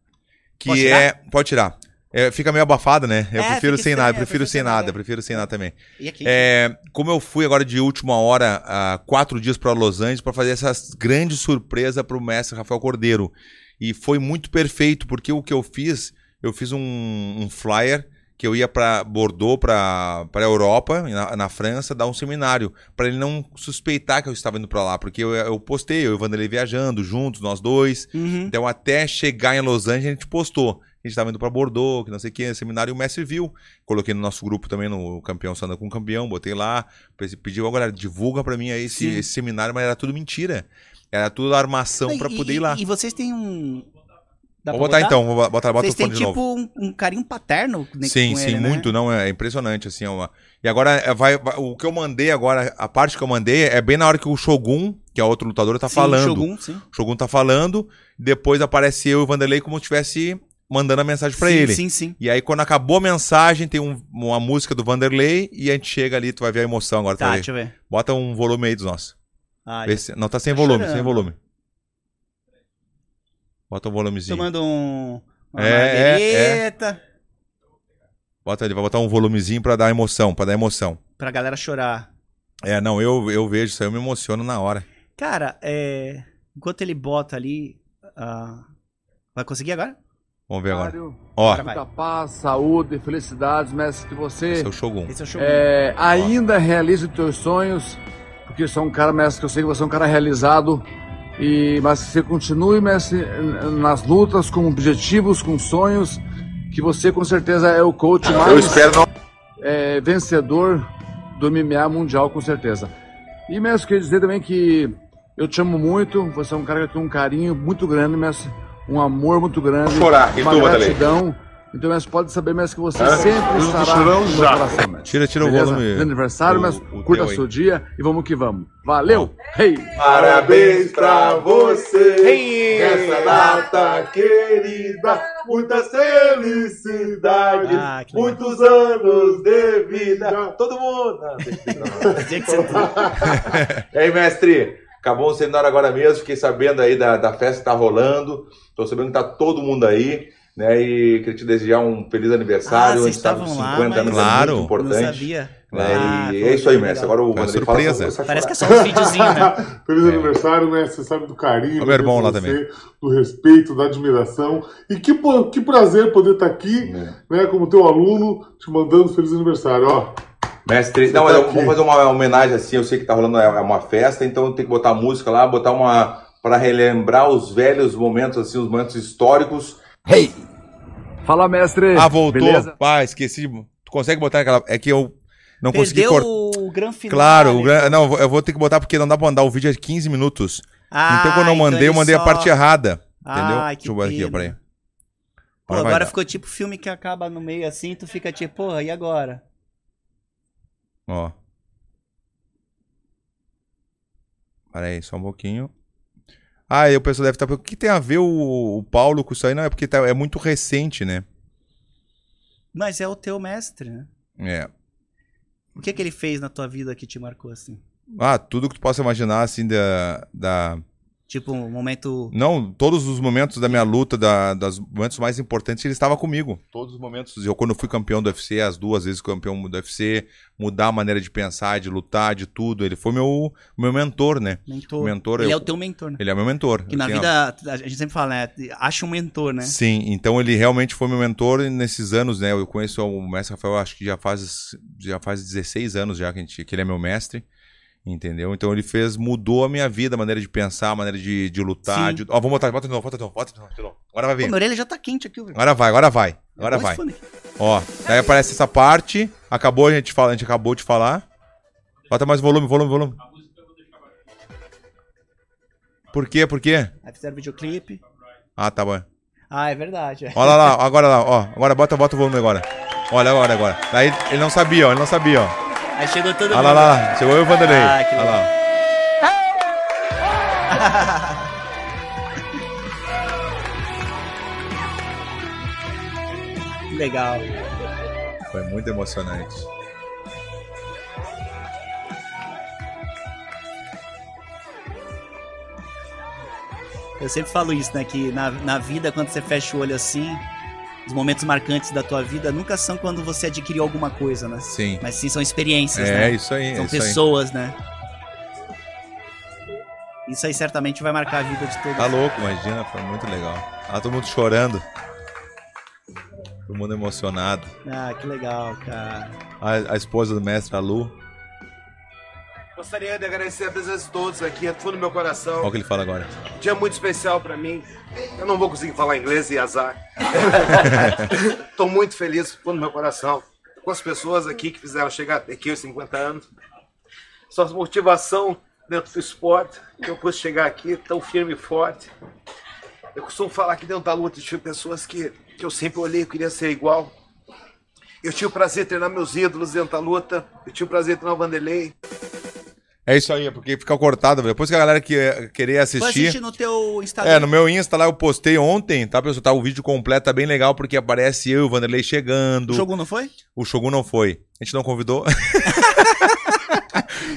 Speaker 1: que
Speaker 2: Pode tirar?
Speaker 1: é. Pode tirar. É, fica meio abafado, né? Eu
Speaker 2: É,
Speaker 1: prefiro
Speaker 2: fica
Speaker 1: sem nada,
Speaker 2: estranho,
Speaker 1: eu prefiro sem nada, eu prefiro sem nada também.
Speaker 2: E aqui?
Speaker 1: É, como eu fui agora de última hora, há quatro dias para Los Angeles, para fazer essa grande surpresa para o mestre Rafael Cordeiro. E foi muito perfeito, porque o que eu fiz, eu fiz um, um flyer que eu ia para Bordeaux, para a Europa, na, na França, dar um seminário, para ele não suspeitar que eu estava indo para lá, porque eu, eu postei, eu e o Vanderlei viajando juntos, nós dois.
Speaker 2: Uhum.
Speaker 1: Então, até chegar em Los Angeles, a gente postou. A gente estava indo para Bordeaux, que não sei o que, seminário, e o mestre viu. Coloquei no nosso grupo também, no Campeão Sanda com Campeão, botei lá, pe- pediu, "Ó, galera, divulga para mim aí esse,
Speaker 2: Sim.
Speaker 1: esse seminário, mas era tudo mentira. Era tudo armação
Speaker 2: Não,
Speaker 1: para
Speaker 2: e-
Speaker 1: Então, poder
Speaker 2: e-
Speaker 1: ir lá.
Speaker 2: E vocês têm um. Dá
Speaker 1: Vou
Speaker 2: pra
Speaker 1: botar, então, vou bo- botar, bota o
Speaker 2: vocês têm
Speaker 1: fone de
Speaker 2: tipo
Speaker 1: novo.
Speaker 2: Um, um carinho paterno né,
Speaker 1: Sim,
Speaker 2: com
Speaker 1: sim,
Speaker 2: ele, né?
Speaker 1: muito, não, é impressionante, assim, é uma... E agora, é, vai, vai- o que eu mandei agora, a parte que eu mandei, é bem na hora que o Shogun, que é outro lutador, tá
Speaker 2: Sim,
Speaker 1: falando.
Speaker 2: Shogun, sim.
Speaker 1: O Shogun tá falando, depois aparece eu e o Vanderlei como se estivesse mandando a mensagem pra
Speaker 2: sim,
Speaker 1: ele.
Speaker 2: Sim, sim.
Speaker 1: E aí, quando acabou a mensagem, tem um- uma música do Vanderlei e a gente chega ali, tu vai ver a emoção agora. tu
Speaker 2: Tá,
Speaker 1: vai ver.
Speaker 2: deixa eu ver.
Speaker 1: Bota um volume aí dos nossos.
Speaker 2: Ah,
Speaker 1: Vê
Speaker 2: eu
Speaker 1: se- Não, tá sem volume,
Speaker 2: chorando.
Speaker 1: sem volume. Bota um
Speaker 2: tô
Speaker 1: volumezinho.
Speaker 2: tomando um. Uma
Speaker 1: É, é,
Speaker 2: margarita
Speaker 1: Bota ali, vai botar um volumezinho pra dar emoção, pra dar emoção.
Speaker 2: Pra galera chorar.
Speaker 1: É, não, eu, eu vejo isso aí, eu me emociono na hora.
Speaker 2: Cara, é, enquanto ele bota ali. ah, Vai conseguir agora?
Speaker 1: Vamos ver agora.
Speaker 5: Mário,
Speaker 1: Ó,
Speaker 2: Agora vai.
Speaker 5: Muita paz, saúde, felicidades, mestre, que você
Speaker 1: esse é o Shogun.
Speaker 2: Esse é o Shogun.
Speaker 5: é, ainda realize os teus sonhos, porque você é um cara, mestre, que eu sei que você é um cara realizado, e, mas que você continue, mestre, nas lutas, com objetivos, com sonhos, que você com certeza é o coach mais é, vencedor do MMA mundial, com certeza. E, mestre, queria dizer também que eu te amo muito, você é um cara que tem um carinho muito grande, mestre, um amor muito grande.
Speaker 4: Chorar, e
Speaker 5: uma
Speaker 4: tu, Vanderlei?
Speaker 5: gratidão. Então, mas pode saber, mestre, que você
Speaker 4: Hã?
Speaker 5: sempre
Speaker 4: Eu tô
Speaker 5: estará
Speaker 4: chorando
Speaker 5: no meu
Speaker 4: já.
Speaker 1: (laughs)
Speaker 5: coração, mestre.
Speaker 1: Tira, tira o
Speaker 5: Beleza?
Speaker 1: volume.
Speaker 5: Feliz aniversário,
Speaker 1: o-
Speaker 5: mas
Speaker 1: o
Speaker 5: curta
Speaker 1: teu
Speaker 5: seu
Speaker 1: aí.
Speaker 5: dia e vamos que vamos. Valeu! Hey!
Speaker 4: Parabéns pra você nessa data querida. Muita felicidade,
Speaker 2: Ah, que legal.
Speaker 4: muitos anos de vida. Todo mundo. Não, tem
Speaker 2: (laughs)
Speaker 4: que não.
Speaker 2: Quer dizer que você-
Speaker 1: E aí, mestre? Acabou o seminário agora mesmo, fiquei sabendo aí da, da festa que tá rolando. Tô sabendo que tá todo mundo aí, né? E queria te desejar um feliz aniversário.
Speaker 2: Ah,
Speaker 1: A
Speaker 2: vocês
Speaker 1: gente sabe que
Speaker 2: estavam lá,
Speaker 1: 50 anos
Speaker 2: mas-
Speaker 1: é
Speaker 2: Claro.
Speaker 1: muito
Speaker 2: Não
Speaker 1: importante.
Speaker 2: sabia.
Speaker 1: né,
Speaker 2: Ah,
Speaker 1: e
Speaker 2: pô,
Speaker 1: é isso aí,
Speaker 2: que
Speaker 1: mestre.
Speaker 2: legal.
Speaker 1: Agora o
Speaker 6: Foi uma
Speaker 1: Vanderlei fala,
Speaker 6: surpresa.
Speaker 1: vou começar a
Speaker 2: Parece que é
Speaker 1: chorar.
Speaker 2: só um
Speaker 1: (laughs)
Speaker 2: videozinho, né?
Speaker 6: Feliz
Speaker 1: É.
Speaker 6: aniversário, né? Você sabe do carinho.
Speaker 1: Ó, meu irmão
Speaker 6: de
Speaker 1: lá
Speaker 6: você,
Speaker 1: também.
Speaker 6: Do respeito, da admiração. E que, pô- que prazer poder estar aqui,
Speaker 1: É.
Speaker 6: né? Como teu aluno, te mandando feliz aniversário. Ó,
Speaker 1: Mestre,
Speaker 6: Você
Speaker 1: não,
Speaker 6: tá
Speaker 1: eu-
Speaker 6: aqui.
Speaker 1: vamos fazer uma homenagem assim. Eu sei que tá rolando é uma festa, então tem que botar música lá, botar uma. Pra relembrar os velhos momentos, assim, os momentos históricos.
Speaker 5: Fala, mestre!
Speaker 1: Ah, voltou.
Speaker 5: Beleza?
Speaker 1: Ah, esqueci. Tu consegue botar aquela. É que eu. não consegui
Speaker 2: Perdeu
Speaker 1: cortar.
Speaker 2: o gran final.
Speaker 1: Claro, o
Speaker 2: né?
Speaker 1: gran- não, eu vou ter que botar porque não dá pra mandar o vídeo é de 15 minutos.
Speaker 2: Ah,
Speaker 1: então quando eu
Speaker 2: então
Speaker 1: mandei, eu
Speaker 2: ele
Speaker 1: mandei a
Speaker 2: só-
Speaker 1: parte errada.
Speaker 2: Ah,
Speaker 1: Entendeu?
Speaker 2: que
Speaker 1: Deixa eu botar aqui, ó,
Speaker 2: pena.
Speaker 1: peraí.
Speaker 2: Pô,
Speaker 1: Agora vai
Speaker 2: agora
Speaker 1: dar.
Speaker 2: ficou tipo filme que acaba no meio assim, tu fica tipo, porra, e agora?
Speaker 1: Ó. Peraí, só um pouquinho. Ah, e o pessoal deve estar perguntando, o que tem a ver o, o Paulo com isso aí? Não, é porque tá- é muito recente, né?
Speaker 2: Mas é o teu mestre, né?
Speaker 1: É.
Speaker 2: O que que ele fez na tua vida que te marcou assim?
Speaker 1: Ah, tudo que tu possa imaginar, assim, da... da...
Speaker 2: Tipo, um momento.
Speaker 1: Não, todos os momentos da minha luta, da, dos momentos mais importantes, ele estava comigo. Todos os momentos. Eu, quando fui campeão do UFC, as duas vezes campeão do UFC, mudar a maneira de pensar, de lutar, de tudo. Ele foi meu, meu mentor, né?
Speaker 2: Mentor.
Speaker 1: Mentor,
Speaker 2: ele
Speaker 1: eu-
Speaker 2: é o teu mentor, né?
Speaker 1: Ele é meu mentor.
Speaker 2: Que na
Speaker 1: Eu tenho-
Speaker 2: vida, a gente sempre fala, né? Acha um mentor, né?
Speaker 1: Sim, então ele realmente foi meu mentor nesses anos, né? Eu conheço o mestre Rafael, acho que já faz, já faz 16 anos já que, a gente, que ele é meu mestre, entendeu? Então ele fez, mudou a minha vida, a maneira de pensar, a maneira de, de lutar.
Speaker 2: Sim.
Speaker 1: de- Ó, vamos botar, bota de novo, bota de novo, bota de novo, bota de novo. Agora vai
Speaker 2: Pô,
Speaker 1: vir.
Speaker 2: minha orelha já tá quente aqui, velho.
Speaker 1: Agora vai, agora vai, agora vai. Ó, daí aparece essa parte, acabou, a gente, fala, a gente acabou de falar. Bota mais volume, volume, volume. Por quê, por quê?
Speaker 2: Aí fizeram videoclipe.
Speaker 1: Ah, tá bom.
Speaker 2: Ah, é verdade. é.
Speaker 1: Olha lá, agora lá, ó. Agora bota, bota o volume agora. Olha agora, agora. Daí ele não sabia, ó. Ele não sabia, ó.
Speaker 2: Aí chegou todo
Speaker 1: Olha
Speaker 2: mundo.
Speaker 1: lá, lá, lá. Chegou eu e o Vanderlei.
Speaker 2: Ah, que
Speaker 1: Olha lá.
Speaker 2: Que Legal.
Speaker 1: ó. Foi muito emocionante.
Speaker 2: Eu sempre falo isso, né? Que na, na vida, quando você fecha o olho assim, os momentos marcantes da tua vida nunca são quando você adquiriu alguma coisa, né?
Speaker 1: Sim.
Speaker 2: Mas sim, são experiências,
Speaker 1: É,
Speaker 2: né?
Speaker 1: isso aí. é
Speaker 2: São
Speaker 1: isso aí.
Speaker 2: pessoas, né? Isso aí certamente vai marcar a vida de todos.
Speaker 1: Tá louco, imagina. Foi muito legal. Ah, todo mundo chorando. Todo mundo emocionado.
Speaker 2: Ah, que legal, cara.
Speaker 1: A, a esposa do mestre, a Lu.
Speaker 7: Gostaria de agradecer a presença de todos aqui, do fundo do meu coração.
Speaker 1: Olha o que ele fala agora.
Speaker 7: Dia muito especial pra mim. Eu não vou conseguir falar inglês e azar. Tô muito feliz, do fundo do meu coração, com as pessoas aqui que fizeram chegar até aqui aos 50 anos. Sua motivação dentro do esporte, que eu pude chegar aqui tão firme e forte. Eu costumo falar que dentro da luta tive pessoas que, que eu sempre olhei e queria ser igual. Eu tive o prazer de treinar meus ídolos dentro da luta. Eu tive o prazer de treinar o Vanderlei.
Speaker 1: É isso aí, é porque fica cortado. velho. Depois que a galera que eh, querer
Speaker 2: Foi
Speaker 1: assistir.
Speaker 2: assistir no teu Instagram.
Speaker 1: É, no meu Insta lá eu postei ontem, tá, pessoal? Tá, o vídeo completo tá bem legal porque aparece eu e o Vanderlei chegando.
Speaker 2: O jogo não foi?
Speaker 1: O Shogun não foi. A gente não convidou. (laughs)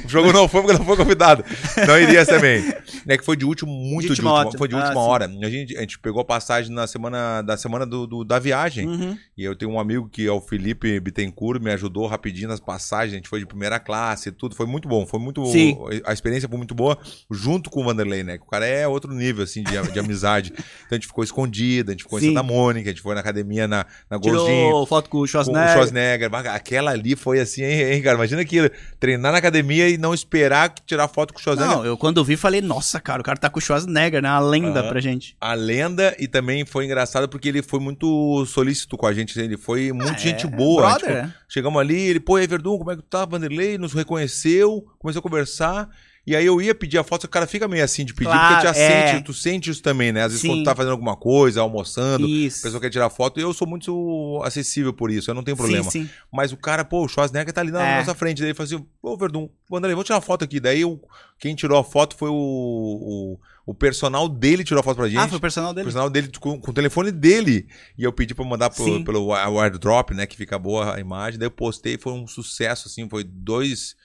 Speaker 1: o Shogun não foi porque não foi convidado. Não iria também. É que foi de último, muito
Speaker 2: De
Speaker 1: de,
Speaker 2: última
Speaker 1: última,
Speaker 2: hora.
Speaker 1: Foi de
Speaker 2: Ah,
Speaker 1: última
Speaker 2: sim.
Speaker 1: hora. A gente, a gente pegou a passagem na semana, da semana do, do- da viagem.
Speaker 2: Uhum.
Speaker 1: E eu tenho um amigo que é o Felipe Bittencourt, me ajudou rapidinho nas passagens. A gente foi de primeira classe e tudo. Foi muito bom. Foi muito.
Speaker 2: Sim.
Speaker 1: A experiência foi muito boa junto com o Vanderlei, né? O cara é outro nível, assim, de, de
Speaker 2: (laughs)
Speaker 1: amizade. Então a gente ficou escondido, a gente ficou
Speaker 2: Sim.
Speaker 1: em Santa Mônica, a gente foi na academia na, na Golzinho.
Speaker 2: Tirou foto com o
Speaker 1: Com
Speaker 2: Schwarzenegger.
Speaker 1: o Schwarzenegger. Bah, Aquela ali foi assim, hein, hein, cara? Imagina que treinar na academia e não esperar que tirar foto com o Schwarzenegger.
Speaker 2: Não, eu quando vi falei, nossa, cara, o cara tá com o Schwarzenegger, né? Uma lenda
Speaker 1: Aham.
Speaker 2: pra gente.
Speaker 1: A lenda e também foi engraçado porque ele foi muito solícito com a gente. né? Ele foi muito gente boa.
Speaker 2: brother,
Speaker 1: tipo,
Speaker 2: Ah, é.
Speaker 1: chegamos ali, ele, pô, Everdun, como é que tu tá? Vanderlei nos reconheceu, começou a conversar. E aí eu ia pedir a foto, só que o cara fica meio assim de pedir,
Speaker 2: Claro,
Speaker 1: porque a gente já
Speaker 2: é.
Speaker 1: sente, tu sente isso também, né? Às vezes
Speaker 2: Sim.
Speaker 1: quando tu tá fazendo alguma coisa, almoçando, a
Speaker 2: Isso.
Speaker 1: pessoa quer tirar foto, e eu sou muito acessível por isso, eu não tenho problema.
Speaker 2: Sim, sim.
Speaker 1: Mas o cara, pô, o Schwarzenegger tá ali na
Speaker 2: É.
Speaker 1: nossa frente. Daí ele falou assim, pô, Verdun, Vanderlei, vou tirar uma foto aqui. Daí o- quem tirou a foto foi o, o, o personal dele tirou a foto pra gente.
Speaker 2: ah, foi o personal
Speaker 1: o
Speaker 2: dele?
Speaker 1: personal dele com, com o telefone dele. E eu pedi pra mandar pro-
Speaker 2: Sim.
Speaker 1: pelo wa- airdrop, né? Que fica boa a imagem. Daí eu postei, foi um sucesso, assim. Foi dois...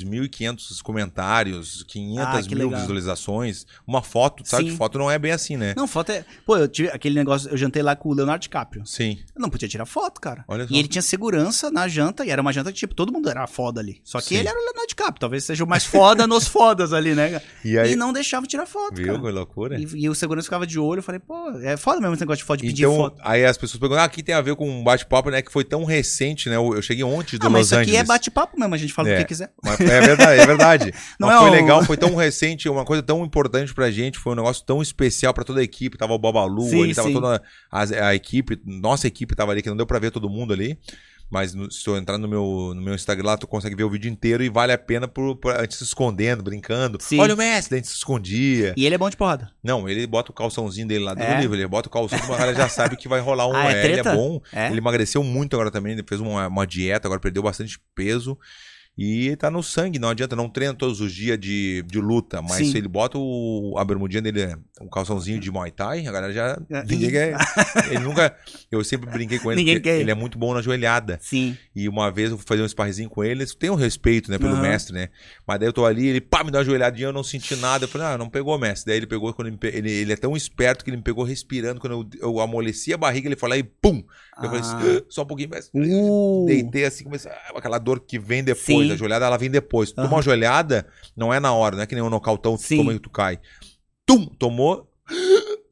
Speaker 1: 2.500 comentários, 500
Speaker 2: Ah, que
Speaker 1: mil
Speaker 2: legal.
Speaker 1: visualizações, uma foto, sabe?
Speaker 2: Sim.
Speaker 1: Que foto não é bem assim, né?
Speaker 2: Não, foto é... Pô, eu tive aquele negócio, eu jantei lá com o Leonardo DiCaprio.
Speaker 1: Sim.
Speaker 2: Eu não podia tirar foto, cara.
Speaker 1: Olha só.
Speaker 2: E ele tinha segurança na janta, e era uma janta que, tipo, todo mundo era foda ali. Só que
Speaker 1: Sim.
Speaker 2: ele era o Leonardo DiCaprio, talvez seja o mais
Speaker 1: (laughs)
Speaker 2: foda nos fodas ali, né? cara?
Speaker 1: E
Speaker 2: E,
Speaker 1: aí,
Speaker 2: não deixava tirar foto,
Speaker 1: viu que
Speaker 2: cara.
Speaker 1: loucura?
Speaker 2: E, e o segurança ficava de olho, eu falei, pô, é foda mesmo esse negócio de foto, de pedir
Speaker 1: então,
Speaker 2: foto.
Speaker 1: aí as pessoas perguntam, ah, aqui tem a ver com um bate-papo, né? Que foi tão recente, né? Eu eu cheguei ontem do
Speaker 2: Ah, mas
Speaker 1: Los
Speaker 2: isso aqui
Speaker 1: Angeles.
Speaker 2: é bate-papo mesmo, a gente fala o
Speaker 1: É.
Speaker 2: que quiser.
Speaker 1: Mas É verdade, é
Speaker 2: (laughs)
Speaker 1: verdade.
Speaker 2: Não
Speaker 1: Mas
Speaker 2: é
Speaker 1: foi
Speaker 2: um-
Speaker 1: legal, foi tão recente, uma coisa tão importante pra gente, foi um negócio tão especial pra toda a equipe. Tava o Babalu,
Speaker 2: Sim,
Speaker 1: ele tava
Speaker 2: sim.
Speaker 1: toda a, a equipe, nossa equipe tava ali, que não deu pra ver todo mundo ali. Mas no- se eu entrar no meu, no meu Instagram lá, tu consegue ver o vídeo inteiro e vale a pena por, por- a gente se escondendo, brincando.
Speaker 2: Sim.
Speaker 1: Olha o Messi, daí a gente se escondia.
Speaker 2: E ele é bom de porrada.
Speaker 1: Não, ele bota o calçãozinho dele lá do
Speaker 2: É?
Speaker 1: livro, ele bota o calção, mas o cara já sabe que vai rolar um.
Speaker 2: Ah, é
Speaker 1: é, ele
Speaker 2: treta?
Speaker 1: é bom.
Speaker 2: É?
Speaker 1: Ele emagreceu muito agora também, ele fez uma, uma dieta, agora perdeu bastante peso. E tá no sangue, não adianta, não treina todos os dias de, de luta, mas
Speaker 2: Sim.
Speaker 1: se ele bota o, a bermudinha dele, o calçãozinho de Muay Thai, a galera já.
Speaker 2: É.
Speaker 1: Ninguém
Speaker 2: (laughs)
Speaker 1: quer. Ele nunca. Eu sempre brinquei com ele,
Speaker 2: Ninguém
Speaker 1: porque
Speaker 2: quer.
Speaker 1: ele é muito bom na joelhada.
Speaker 2: Sim.
Speaker 1: E uma vez eu fui fazer um sparrezinho com ele, eles têm um respeito, né, pelo
Speaker 2: Aham.
Speaker 1: mestre, né? Mas daí eu tô ali, ele pá, me dá uma joelhadinha, eu não senti nada. Eu falei, ah, não pegou, mestre. Daí ele pegou, quando ele, me pe- ele, ele é tão esperto que ele me pegou respirando. Quando eu, eu amoleci a barriga, ele foi lá e pum! Eu falei,
Speaker 2: Ah.
Speaker 1: "Ah, só um pouquinho, mestre.
Speaker 2: Uh.
Speaker 1: Deitei assim, comecei, ah, aquela dor que vem depois,
Speaker 2: Sim.
Speaker 1: a joelhada ela vem depois. Tu Toma
Speaker 2: Aham.
Speaker 1: uma joelhada, não é na hora, não é que nem um nocautão, tu
Speaker 2: Sim.
Speaker 1: toma e tu cai. Tum! Tomou,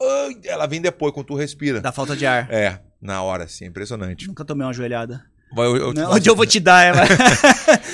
Speaker 1: ai, ela vem depois, quando tu respira.
Speaker 2: Dá falta de ar.
Speaker 1: É, na hora, assim, é impressionante.
Speaker 2: Nunca tomei uma joelhada.
Speaker 1: Vai, eu- eu te
Speaker 2: Não,
Speaker 1: mostro.
Speaker 2: onde eu vou te dar,
Speaker 1: (laughs)
Speaker 2: é,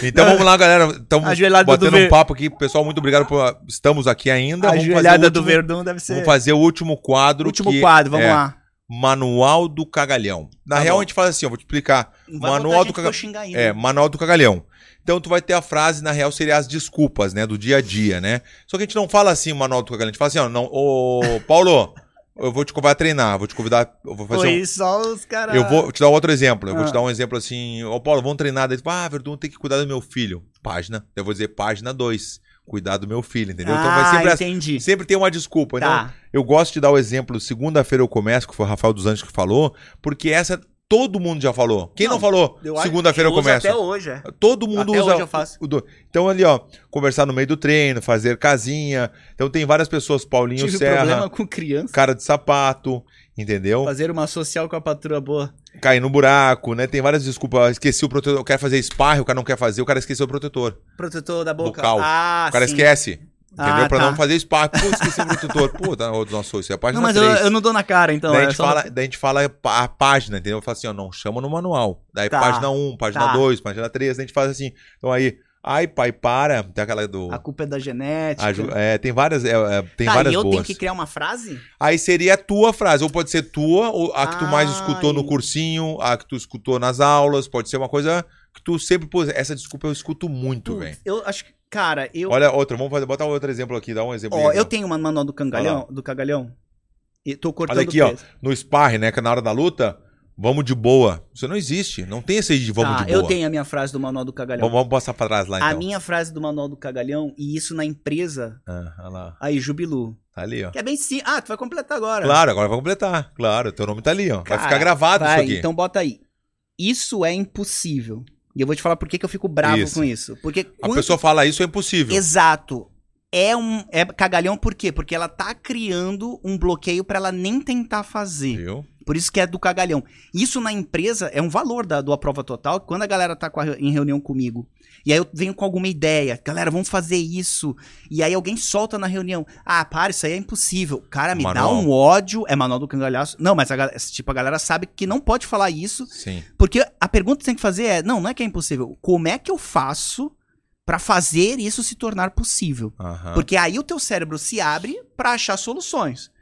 Speaker 1: Então vamos lá, galera. Estamos
Speaker 2: Ajoelhada do
Speaker 1: batendo
Speaker 2: Ver-
Speaker 1: um papo aqui. Pessoal, muito obrigado por estamos aqui ainda.
Speaker 2: A
Speaker 1: Vamos fazer o
Speaker 2: joelhada do
Speaker 1: último-
Speaker 2: Verdão deve ser.
Speaker 1: Vamos fazer o último quadro.
Speaker 2: Último
Speaker 1: que
Speaker 2: quadro, vamos
Speaker 1: é
Speaker 2: lá.
Speaker 1: Manual do Cagalhão. Na
Speaker 2: Tá
Speaker 1: real,
Speaker 2: bom.
Speaker 1: a gente faz assim, ó, vou te explicar.
Speaker 2: Não vai botar
Speaker 1: Manual
Speaker 2: gente
Speaker 1: do
Speaker 2: pra eu
Speaker 1: Cagalhão.
Speaker 2: xingar ainda.
Speaker 1: É, Manual do Cagalhão. Então tu vai ter a frase, na real, seria as desculpas, né? Do dia a dia, né? Só que a gente não fala assim, Manual do Cagalhão. A gente fala assim, ó, não, ô, Paulo, (laughs) eu vou te convidar a treinar, vou te convidar, eu vou fazer um-
Speaker 2: Foi só os caras.
Speaker 1: eu vou te dar outro exemplo. Eu vou
Speaker 2: Ah.
Speaker 1: te dar um exemplo assim. Ô, Paulo, vamos treinar. Daí, tu, ah, Verdun, tem que cuidar do meu filho. Página. Eu vou dizer página 2. Cuidar do meu filho, entendeu? então vai
Speaker 2: ah,
Speaker 1: sempre assim.
Speaker 2: entendi.
Speaker 1: Sempre tem uma desculpa. Então,
Speaker 2: Tá.
Speaker 1: eu gosto de dar o exemplo. Segunda-feira eu começo, que foi o Rafael dos Anjos que falou, porque essa todo mundo já falou. Quem não,
Speaker 2: Não,
Speaker 1: falou?
Speaker 2: acho
Speaker 1: Segunda-feira eu,
Speaker 2: uso
Speaker 1: começo.
Speaker 2: Até hoje, é.
Speaker 1: Todo mundo
Speaker 2: Até
Speaker 1: usa.
Speaker 2: hoje eu faço.
Speaker 1: o do- Então, ali, ó, conversar no meio do treino, fazer casinha. Então, tem várias pessoas. Paulinho
Speaker 2: Tive
Speaker 1: Serra,
Speaker 2: problema com criança.
Speaker 1: cara de sapato, entendeu?
Speaker 2: Fazer uma social com a patroa boa.
Speaker 1: cair no buraco, né? Tem várias desculpas. Esqueci o protetor. Eu quero fazer sparre, o cara não quer fazer, o cara esqueceu o protetor.
Speaker 2: Protetor da boca.
Speaker 1: Bucal.
Speaker 2: Ah,
Speaker 1: o cara
Speaker 2: sim.
Speaker 1: esquece. Entendeu?
Speaker 2: Ah,
Speaker 1: pra
Speaker 2: tá.
Speaker 1: não fazer sparre. Pô, esqueci o protetor. Pô, tá, ô, nossa, isso é a página
Speaker 2: Não, mas eu,
Speaker 1: 3.
Speaker 2: eu não dou na cara, então.
Speaker 1: daí, a
Speaker 2: é
Speaker 1: gente
Speaker 2: só-
Speaker 1: fala, daí a gente fala pa- a página, entendeu? Fala assim, ó, não, chama no manual. Daí
Speaker 2: Tá,
Speaker 1: página 1, página
Speaker 2: tá.
Speaker 1: 2, página 3, daí a gente faz assim. Então aí, ai pai, para. Tem aquela do...
Speaker 2: A culpa é da genética.
Speaker 1: a ju- é, tem várias, é, é, tem
Speaker 2: tá,
Speaker 1: várias
Speaker 2: e eu tenho
Speaker 1: boas.
Speaker 2: que criar uma frase?
Speaker 1: Aí seria a tua frase, ou pode ser tua, ou a que tu
Speaker 2: Ah,
Speaker 1: mais escutou
Speaker 2: Ai.
Speaker 1: no cursinho, a que tu escutou nas aulas, pode ser uma coisa que tu sempre pôs. Essa desculpa eu escuto muito,
Speaker 2: Putz,
Speaker 1: velho.
Speaker 2: Eu acho que, cara, eu.
Speaker 1: Olha outra, vamos fazer, bota outro exemplo aqui, dá um exemplo.
Speaker 2: ó,
Speaker 1: aí,
Speaker 2: eu
Speaker 1: ó.
Speaker 2: tenho uma manual do cangalhão, do cagalhão. E tô cortando
Speaker 1: Olha aqui, ó, No sparring, né, que na hora da luta, vamos de boa. Isso não existe, não tem esse de vamos
Speaker 2: Tá,
Speaker 1: de boa.
Speaker 2: eu tenho a minha frase do manual do cagalhão.
Speaker 1: Vamos, vamos passar pra trás lá, então.
Speaker 2: A minha frase do manual do cagalhão, e isso na empresa,
Speaker 1: Ah, olha lá,
Speaker 2: aí, Jubilu.
Speaker 1: tá ali, ó.
Speaker 2: Que é bem sim. Ah, tu vai completar agora.
Speaker 1: Claro, agora vai completar. Claro, teu nome tá ali, ó.
Speaker 2: Cara,
Speaker 1: vai ficar gravado
Speaker 2: Vai,
Speaker 1: isso aqui.
Speaker 2: então bota aí. Isso é impossível. E eu vou te falar por que, que eu fico bravo
Speaker 1: Isso.
Speaker 2: com isso. Porque
Speaker 1: A
Speaker 2: quando-
Speaker 1: pessoa fala isso, é impossível.
Speaker 2: Exato. É um é cagalhão por quê? Porque ela tá criando um bloqueio pra ela nem tentar fazer.
Speaker 1: Viu?
Speaker 2: Por isso que é do cagalhão. Isso na empresa é um valor da do aprova total. Quando a galera tá com a re- em reunião comigo e aí eu venho com alguma ideia, galera, vamos fazer isso. E aí alguém solta na reunião, ah, para, isso aí é impossível. Cara, me
Speaker 1: Manual.
Speaker 2: dá um ódio. É manual do cangalhaço. Não, mas a, gal- tipo a galera sabe que não pode falar isso
Speaker 1: Sim.
Speaker 2: porque a pergunta que você tem que fazer é, não, não é que é impossível. Como é que eu faço pra fazer isso se tornar possível?
Speaker 1: Aham.
Speaker 2: Porque aí o teu cérebro se abre pra achar soluções.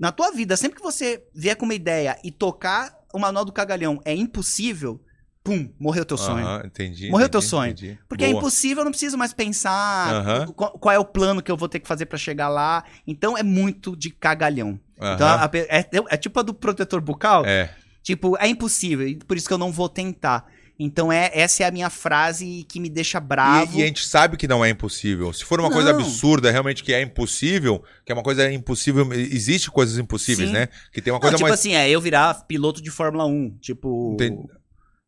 Speaker 2: Na tua vida, sempre que você vier com uma ideia e tocar o manual do cagalhão é impossível, pum, morreu é teu sonho.
Speaker 1: Aham, entendi.
Speaker 2: Morreu teu
Speaker 1: entendi,
Speaker 2: sonho.
Speaker 1: entendi.
Speaker 2: Porque é
Speaker 1: Boa.
Speaker 2: impossível, eu não preciso mais pensar
Speaker 1: Aham.
Speaker 2: qual, qual é o plano que eu vou ter que fazer pra chegar lá. Então é muito de cagalhão. Então,
Speaker 1: Aham.
Speaker 2: a- a pe- é, é tipo a do protetor bucal.
Speaker 1: É.
Speaker 2: Tipo, é impossível, e por isso que eu não vou tentar. Então, é, essa é a minha frase que me deixa bravo.
Speaker 1: E, é e a gente sabe que não é impossível. Se for uma coisa
Speaker 2: Não.
Speaker 1: absurda, realmente que é impossível, que é uma coisa impossível, existe coisas impossíveis,
Speaker 2: Sim.
Speaker 1: né? Que tem uma
Speaker 2: Não,
Speaker 1: coisa
Speaker 2: tipo
Speaker 1: mais.
Speaker 2: assim, é eu virar piloto de Fórmula 1. Tipo.
Speaker 1: Tem-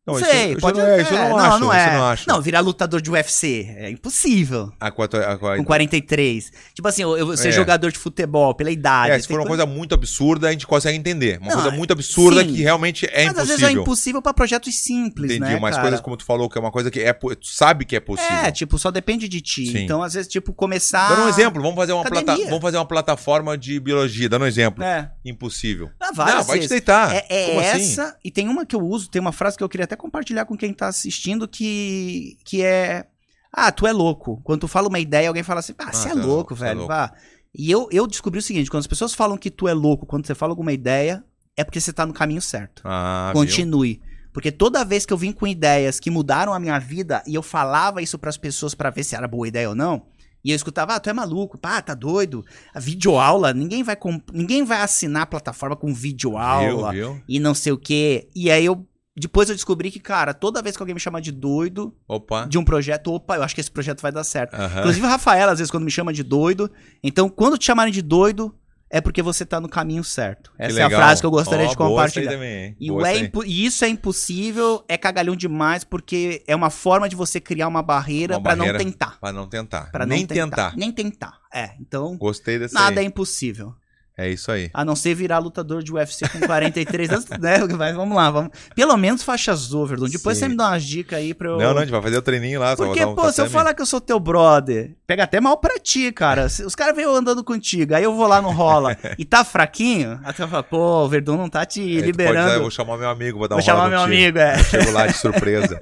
Speaker 2: Não,
Speaker 1: isso-
Speaker 2: sei,
Speaker 1: isso,
Speaker 2: pode
Speaker 1: não é, isso eu
Speaker 2: é,
Speaker 1: não, acho.
Speaker 2: Não,
Speaker 1: Isso
Speaker 2: é.
Speaker 1: eu não acho.
Speaker 2: Não, virar lutador de UFC. É impossível.
Speaker 1: A quatro- a quatro-
Speaker 2: Com 43. Tipo assim, eu, eu vou ser
Speaker 1: É.
Speaker 2: jogador de futebol pela idade.
Speaker 1: é, se for
Speaker 2: tem
Speaker 1: uma coisa muito absurda, a gente consegue entender. Uma
Speaker 2: Não, é,
Speaker 1: coisa muito absurda
Speaker 2: sim.
Speaker 1: que realmente é
Speaker 2: Mas às vezes
Speaker 1: impossível.
Speaker 2: é impossível pra projetos simples,
Speaker 1: Entendi.
Speaker 2: né?
Speaker 1: mas
Speaker 2: cara?
Speaker 1: coisas como tu falou, que é uma coisa que é, po- tu sabe que é possível.
Speaker 2: É, tipo, só depende de ti.
Speaker 1: Sim.
Speaker 2: Então, às vezes, tipo, começar.
Speaker 1: Dando um exemplo, vamos fazer, uma plata-
Speaker 2: academia.
Speaker 1: vamos fazer uma plataforma de biologia. Dando um exemplo.
Speaker 2: É.
Speaker 1: Impossível.
Speaker 2: Ah, várias
Speaker 1: não, vai te
Speaker 2: vezes.
Speaker 1: deitar.
Speaker 2: É, é
Speaker 1: Como assim?
Speaker 2: essa, e tem uma que eu uso, tem uma frase que eu queria até compartilhar com quem tá assistindo, que, que é. Ah, tu é louco. Quando tu fala uma ideia, alguém fala assim, ah, você é
Speaker 1: tu é
Speaker 2: louco,
Speaker 1: louco, você é
Speaker 2: velho.
Speaker 1: louco.
Speaker 2: vá. E eu, eu descobri o seguinte: quando as pessoas falam que tu é louco, quando você fala alguma ideia, é porque você tá no caminho certo.
Speaker 1: Ah, viu?
Speaker 2: Continue. Porque toda vez que eu vim com ideias que mudaram a minha vida e eu falava isso pras pessoas pra ver se era boa ideia ou não, e eu escutava, ah, tu é maluco, pá, tá doido, a videoaula, ninguém vai, comp- ninguém vai assinar a plataforma com videoaula
Speaker 1: Viu, viu?
Speaker 2: e não sei o quê. E aí eu. Depois eu descobri que, cara, toda vez que alguém me chama de doido
Speaker 1: Opa.
Speaker 2: de um projeto, opa, eu acho que esse projeto vai dar certo.
Speaker 1: Aham.
Speaker 2: Inclusive o Rafael, às vezes, quando me chama de doido. Então, quando te chamarem de doido, é porque você tá no caminho certo.
Speaker 1: Que
Speaker 2: Essa é a
Speaker 1: legal.
Speaker 2: frase que eu gostaria
Speaker 1: Ó,
Speaker 2: de
Speaker 1: boa essa aí
Speaker 2: compartilhar.
Speaker 1: também, hein?
Speaker 2: E,
Speaker 1: Boa
Speaker 2: o é
Speaker 1: essa aí.
Speaker 2: impo- e isso é impossível, é cagalhão demais, porque é uma forma de você criar uma barreira
Speaker 1: Uma
Speaker 2: pra não
Speaker 1: barreira.
Speaker 2: tentar.
Speaker 1: Pra não tentar.
Speaker 2: Pra
Speaker 1: Nem
Speaker 2: não
Speaker 1: tentar.
Speaker 2: Nem tentar. É, então,
Speaker 1: Gostei dessa
Speaker 2: nada
Speaker 1: aí.
Speaker 2: é impossível.
Speaker 1: É isso aí.
Speaker 2: A não ser virar lutador de UFC com 43 anos, né? Mas vamos lá, vamos. Pelo menos faixas Overdon. Depois
Speaker 1: Sim.
Speaker 2: você me dá umas dicas aí pra eu.
Speaker 1: Não, não, a gente vai fazer o treininho lá. só
Speaker 2: Porque,
Speaker 1: botar um
Speaker 2: pô, se eu
Speaker 1: tatame.
Speaker 2: falar que eu sou teu brother, pega até mal pra ti, cara. Se Os caras vêm andando contigo, aí eu vou lá
Speaker 1: (laughs)
Speaker 2: no rola e tá fraquinho, até fala, pô, o Verdun não tá te
Speaker 1: É, tu pode dizer, eu
Speaker 2: liberando.
Speaker 1: vou chamar meu amigo, vou dar
Speaker 2: Vou
Speaker 1: um rola
Speaker 2: chamar
Speaker 1: no
Speaker 2: meu
Speaker 1: tio.
Speaker 2: amigo, é.
Speaker 1: Eu Chego lá de surpresa.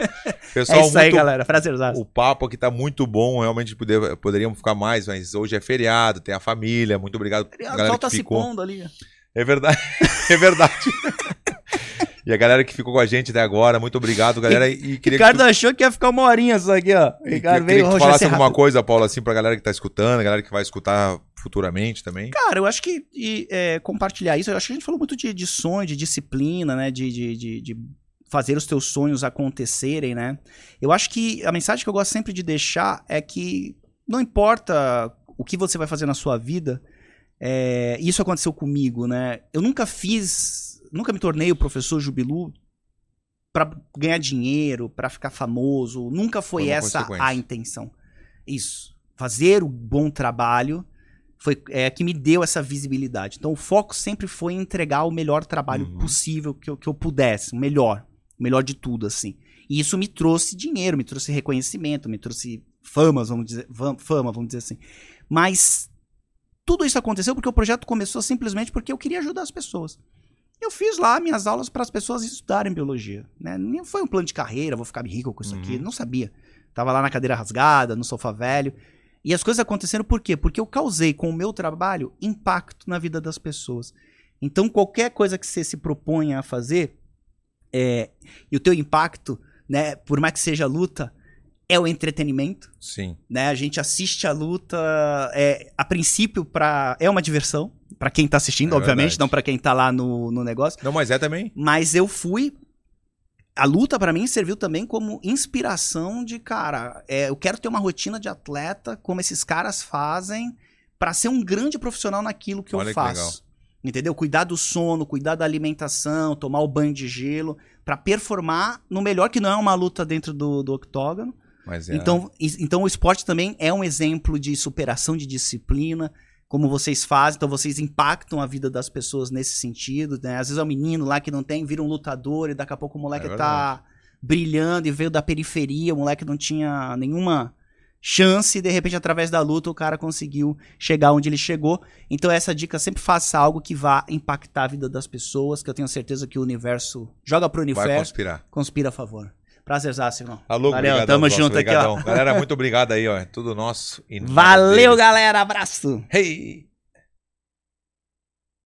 Speaker 1: Pessoal,
Speaker 2: (laughs) É isso aí,
Speaker 1: muito
Speaker 2: galera. Prazer,
Speaker 1: O papo aqui tá muito bom, realmente poder- poderíamos ficar mais, mas hoje é feriado, tem a família, muito obrigado a
Speaker 2: O
Speaker 1: galera
Speaker 2: sol
Speaker 1: que
Speaker 2: tá se
Speaker 1: ficou.
Speaker 2: pondo ali.
Speaker 1: É verdade, (laughs) é verdade. e a galera que ficou com a gente até agora, muito obrigado, galera. E, queria que
Speaker 2: Ricardo
Speaker 1: tu,
Speaker 2: achou que ia ficar uma horinha isso aqui, ó.
Speaker 1: e que- queria
Speaker 2: Ricardo veio
Speaker 1: que tu
Speaker 2: roxar
Speaker 1: falasse
Speaker 2: esse
Speaker 1: alguma
Speaker 2: rápido.
Speaker 1: coisa, Paulo, assim, pra galera que tá escutando, a galera que vai escutar futuramente também.
Speaker 2: Cara, eu acho que e, é, compartilhar isso, eu acho que a gente falou muito de, de sonho, de disciplina, né? De, de, de- de fazer os teus sonhos acontecerem, né? Eu acho que a mensagem que eu gosto sempre de deixar é que não importa o que você vai fazer na sua vida, é, isso aconteceu comigo, né? Eu nunca fiz, nunca me tornei o professor Jubilu pra ganhar dinheiro, pra ficar famoso, nunca foi,
Speaker 1: Foi uma
Speaker 2: essa
Speaker 1: consequência.
Speaker 2: a intenção. Isso, fazer o bom trabalho foi é, que me deu essa visibilidade. Então o foco sempre foi em entregar o melhor trabalho
Speaker 1: Uhum.
Speaker 2: possível que eu, que eu pudesse, o melhor, o melhor de tudo assim. E isso me trouxe dinheiro, me trouxe reconhecimento, me trouxe fama, vamos dizer, vam- fama, vamos dizer assim. Mas tudo isso aconteceu porque o projeto começou simplesmente porque eu queria ajudar as pessoas. Eu fiz lá minhas aulas para as pessoas estudarem biologia, né? Nem foi um plano de carreira, vou ficar rico com isso aqui,
Speaker 1: Uhum.
Speaker 2: não sabia. Tava lá na cadeira rasgada, no sofá velho. E as coisas aconteceram por quê? Porque eu causei com o meu trabalho impacto na vida das pessoas. Então, qualquer coisa que você se proponha a fazer, é, e o teu impacto, né, por mais que seja luta, é o entretenimento
Speaker 1: Sim.
Speaker 2: né? A gente assiste a luta, é, a princípio para é uma diversão para quem tá assistindo,
Speaker 1: É
Speaker 2: obviamente,
Speaker 1: verdade.
Speaker 2: não para quem tá lá no, no negócio.
Speaker 1: Não, mas é também.
Speaker 2: Mas eu fui a luta para mim serviu também como inspiração de cara, é, eu quero ter uma rotina de atleta como esses caras fazem para ser um grande profissional naquilo que
Speaker 1: Olha
Speaker 2: eu
Speaker 1: que
Speaker 2: faço.
Speaker 1: legal.
Speaker 2: Entendeu? Cuidar do sono, cuidar da alimentação, tomar o banho de gelo, para performar no melhor, que não é uma luta dentro do, do octógono,
Speaker 1: Mas é.
Speaker 2: então, e- então o esporte também é um exemplo de superação de disciplina, como vocês fazem, então vocês impactam a vida das pessoas nesse sentido, né? Às vezes é um menino lá que não tem, vira um lutador e daqui a pouco o moleque
Speaker 1: É
Speaker 2: tá brilhando e veio da periferia, o moleque não tinha nenhuma chance e de repente através da luta o cara conseguiu chegar onde ele chegou. Então essa dica sempre faça algo que vá impactar a vida das pessoas, que eu tenho certeza que o universo joga pro
Speaker 1: vai
Speaker 2: universo,
Speaker 1: conspirar.
Speaker 2: conspira a favor. Prazerzaço, irmão.
Speaker 1: Alô,
Speaker 2: Valeu,
Speaker 1: obrigadão,
Speaker 2: tamo
Speaker 1: Glaucio,
Speaker 2: junto aqui, ó.
Speaker 1: obrigadão. Galera, muito obrigado aí, ó. É tudo nosso. e nada
Speaker 2: Valeu,
Speaker 1: deles.
Speaker 2: galera. Abraço.
Speaker 1: Hey!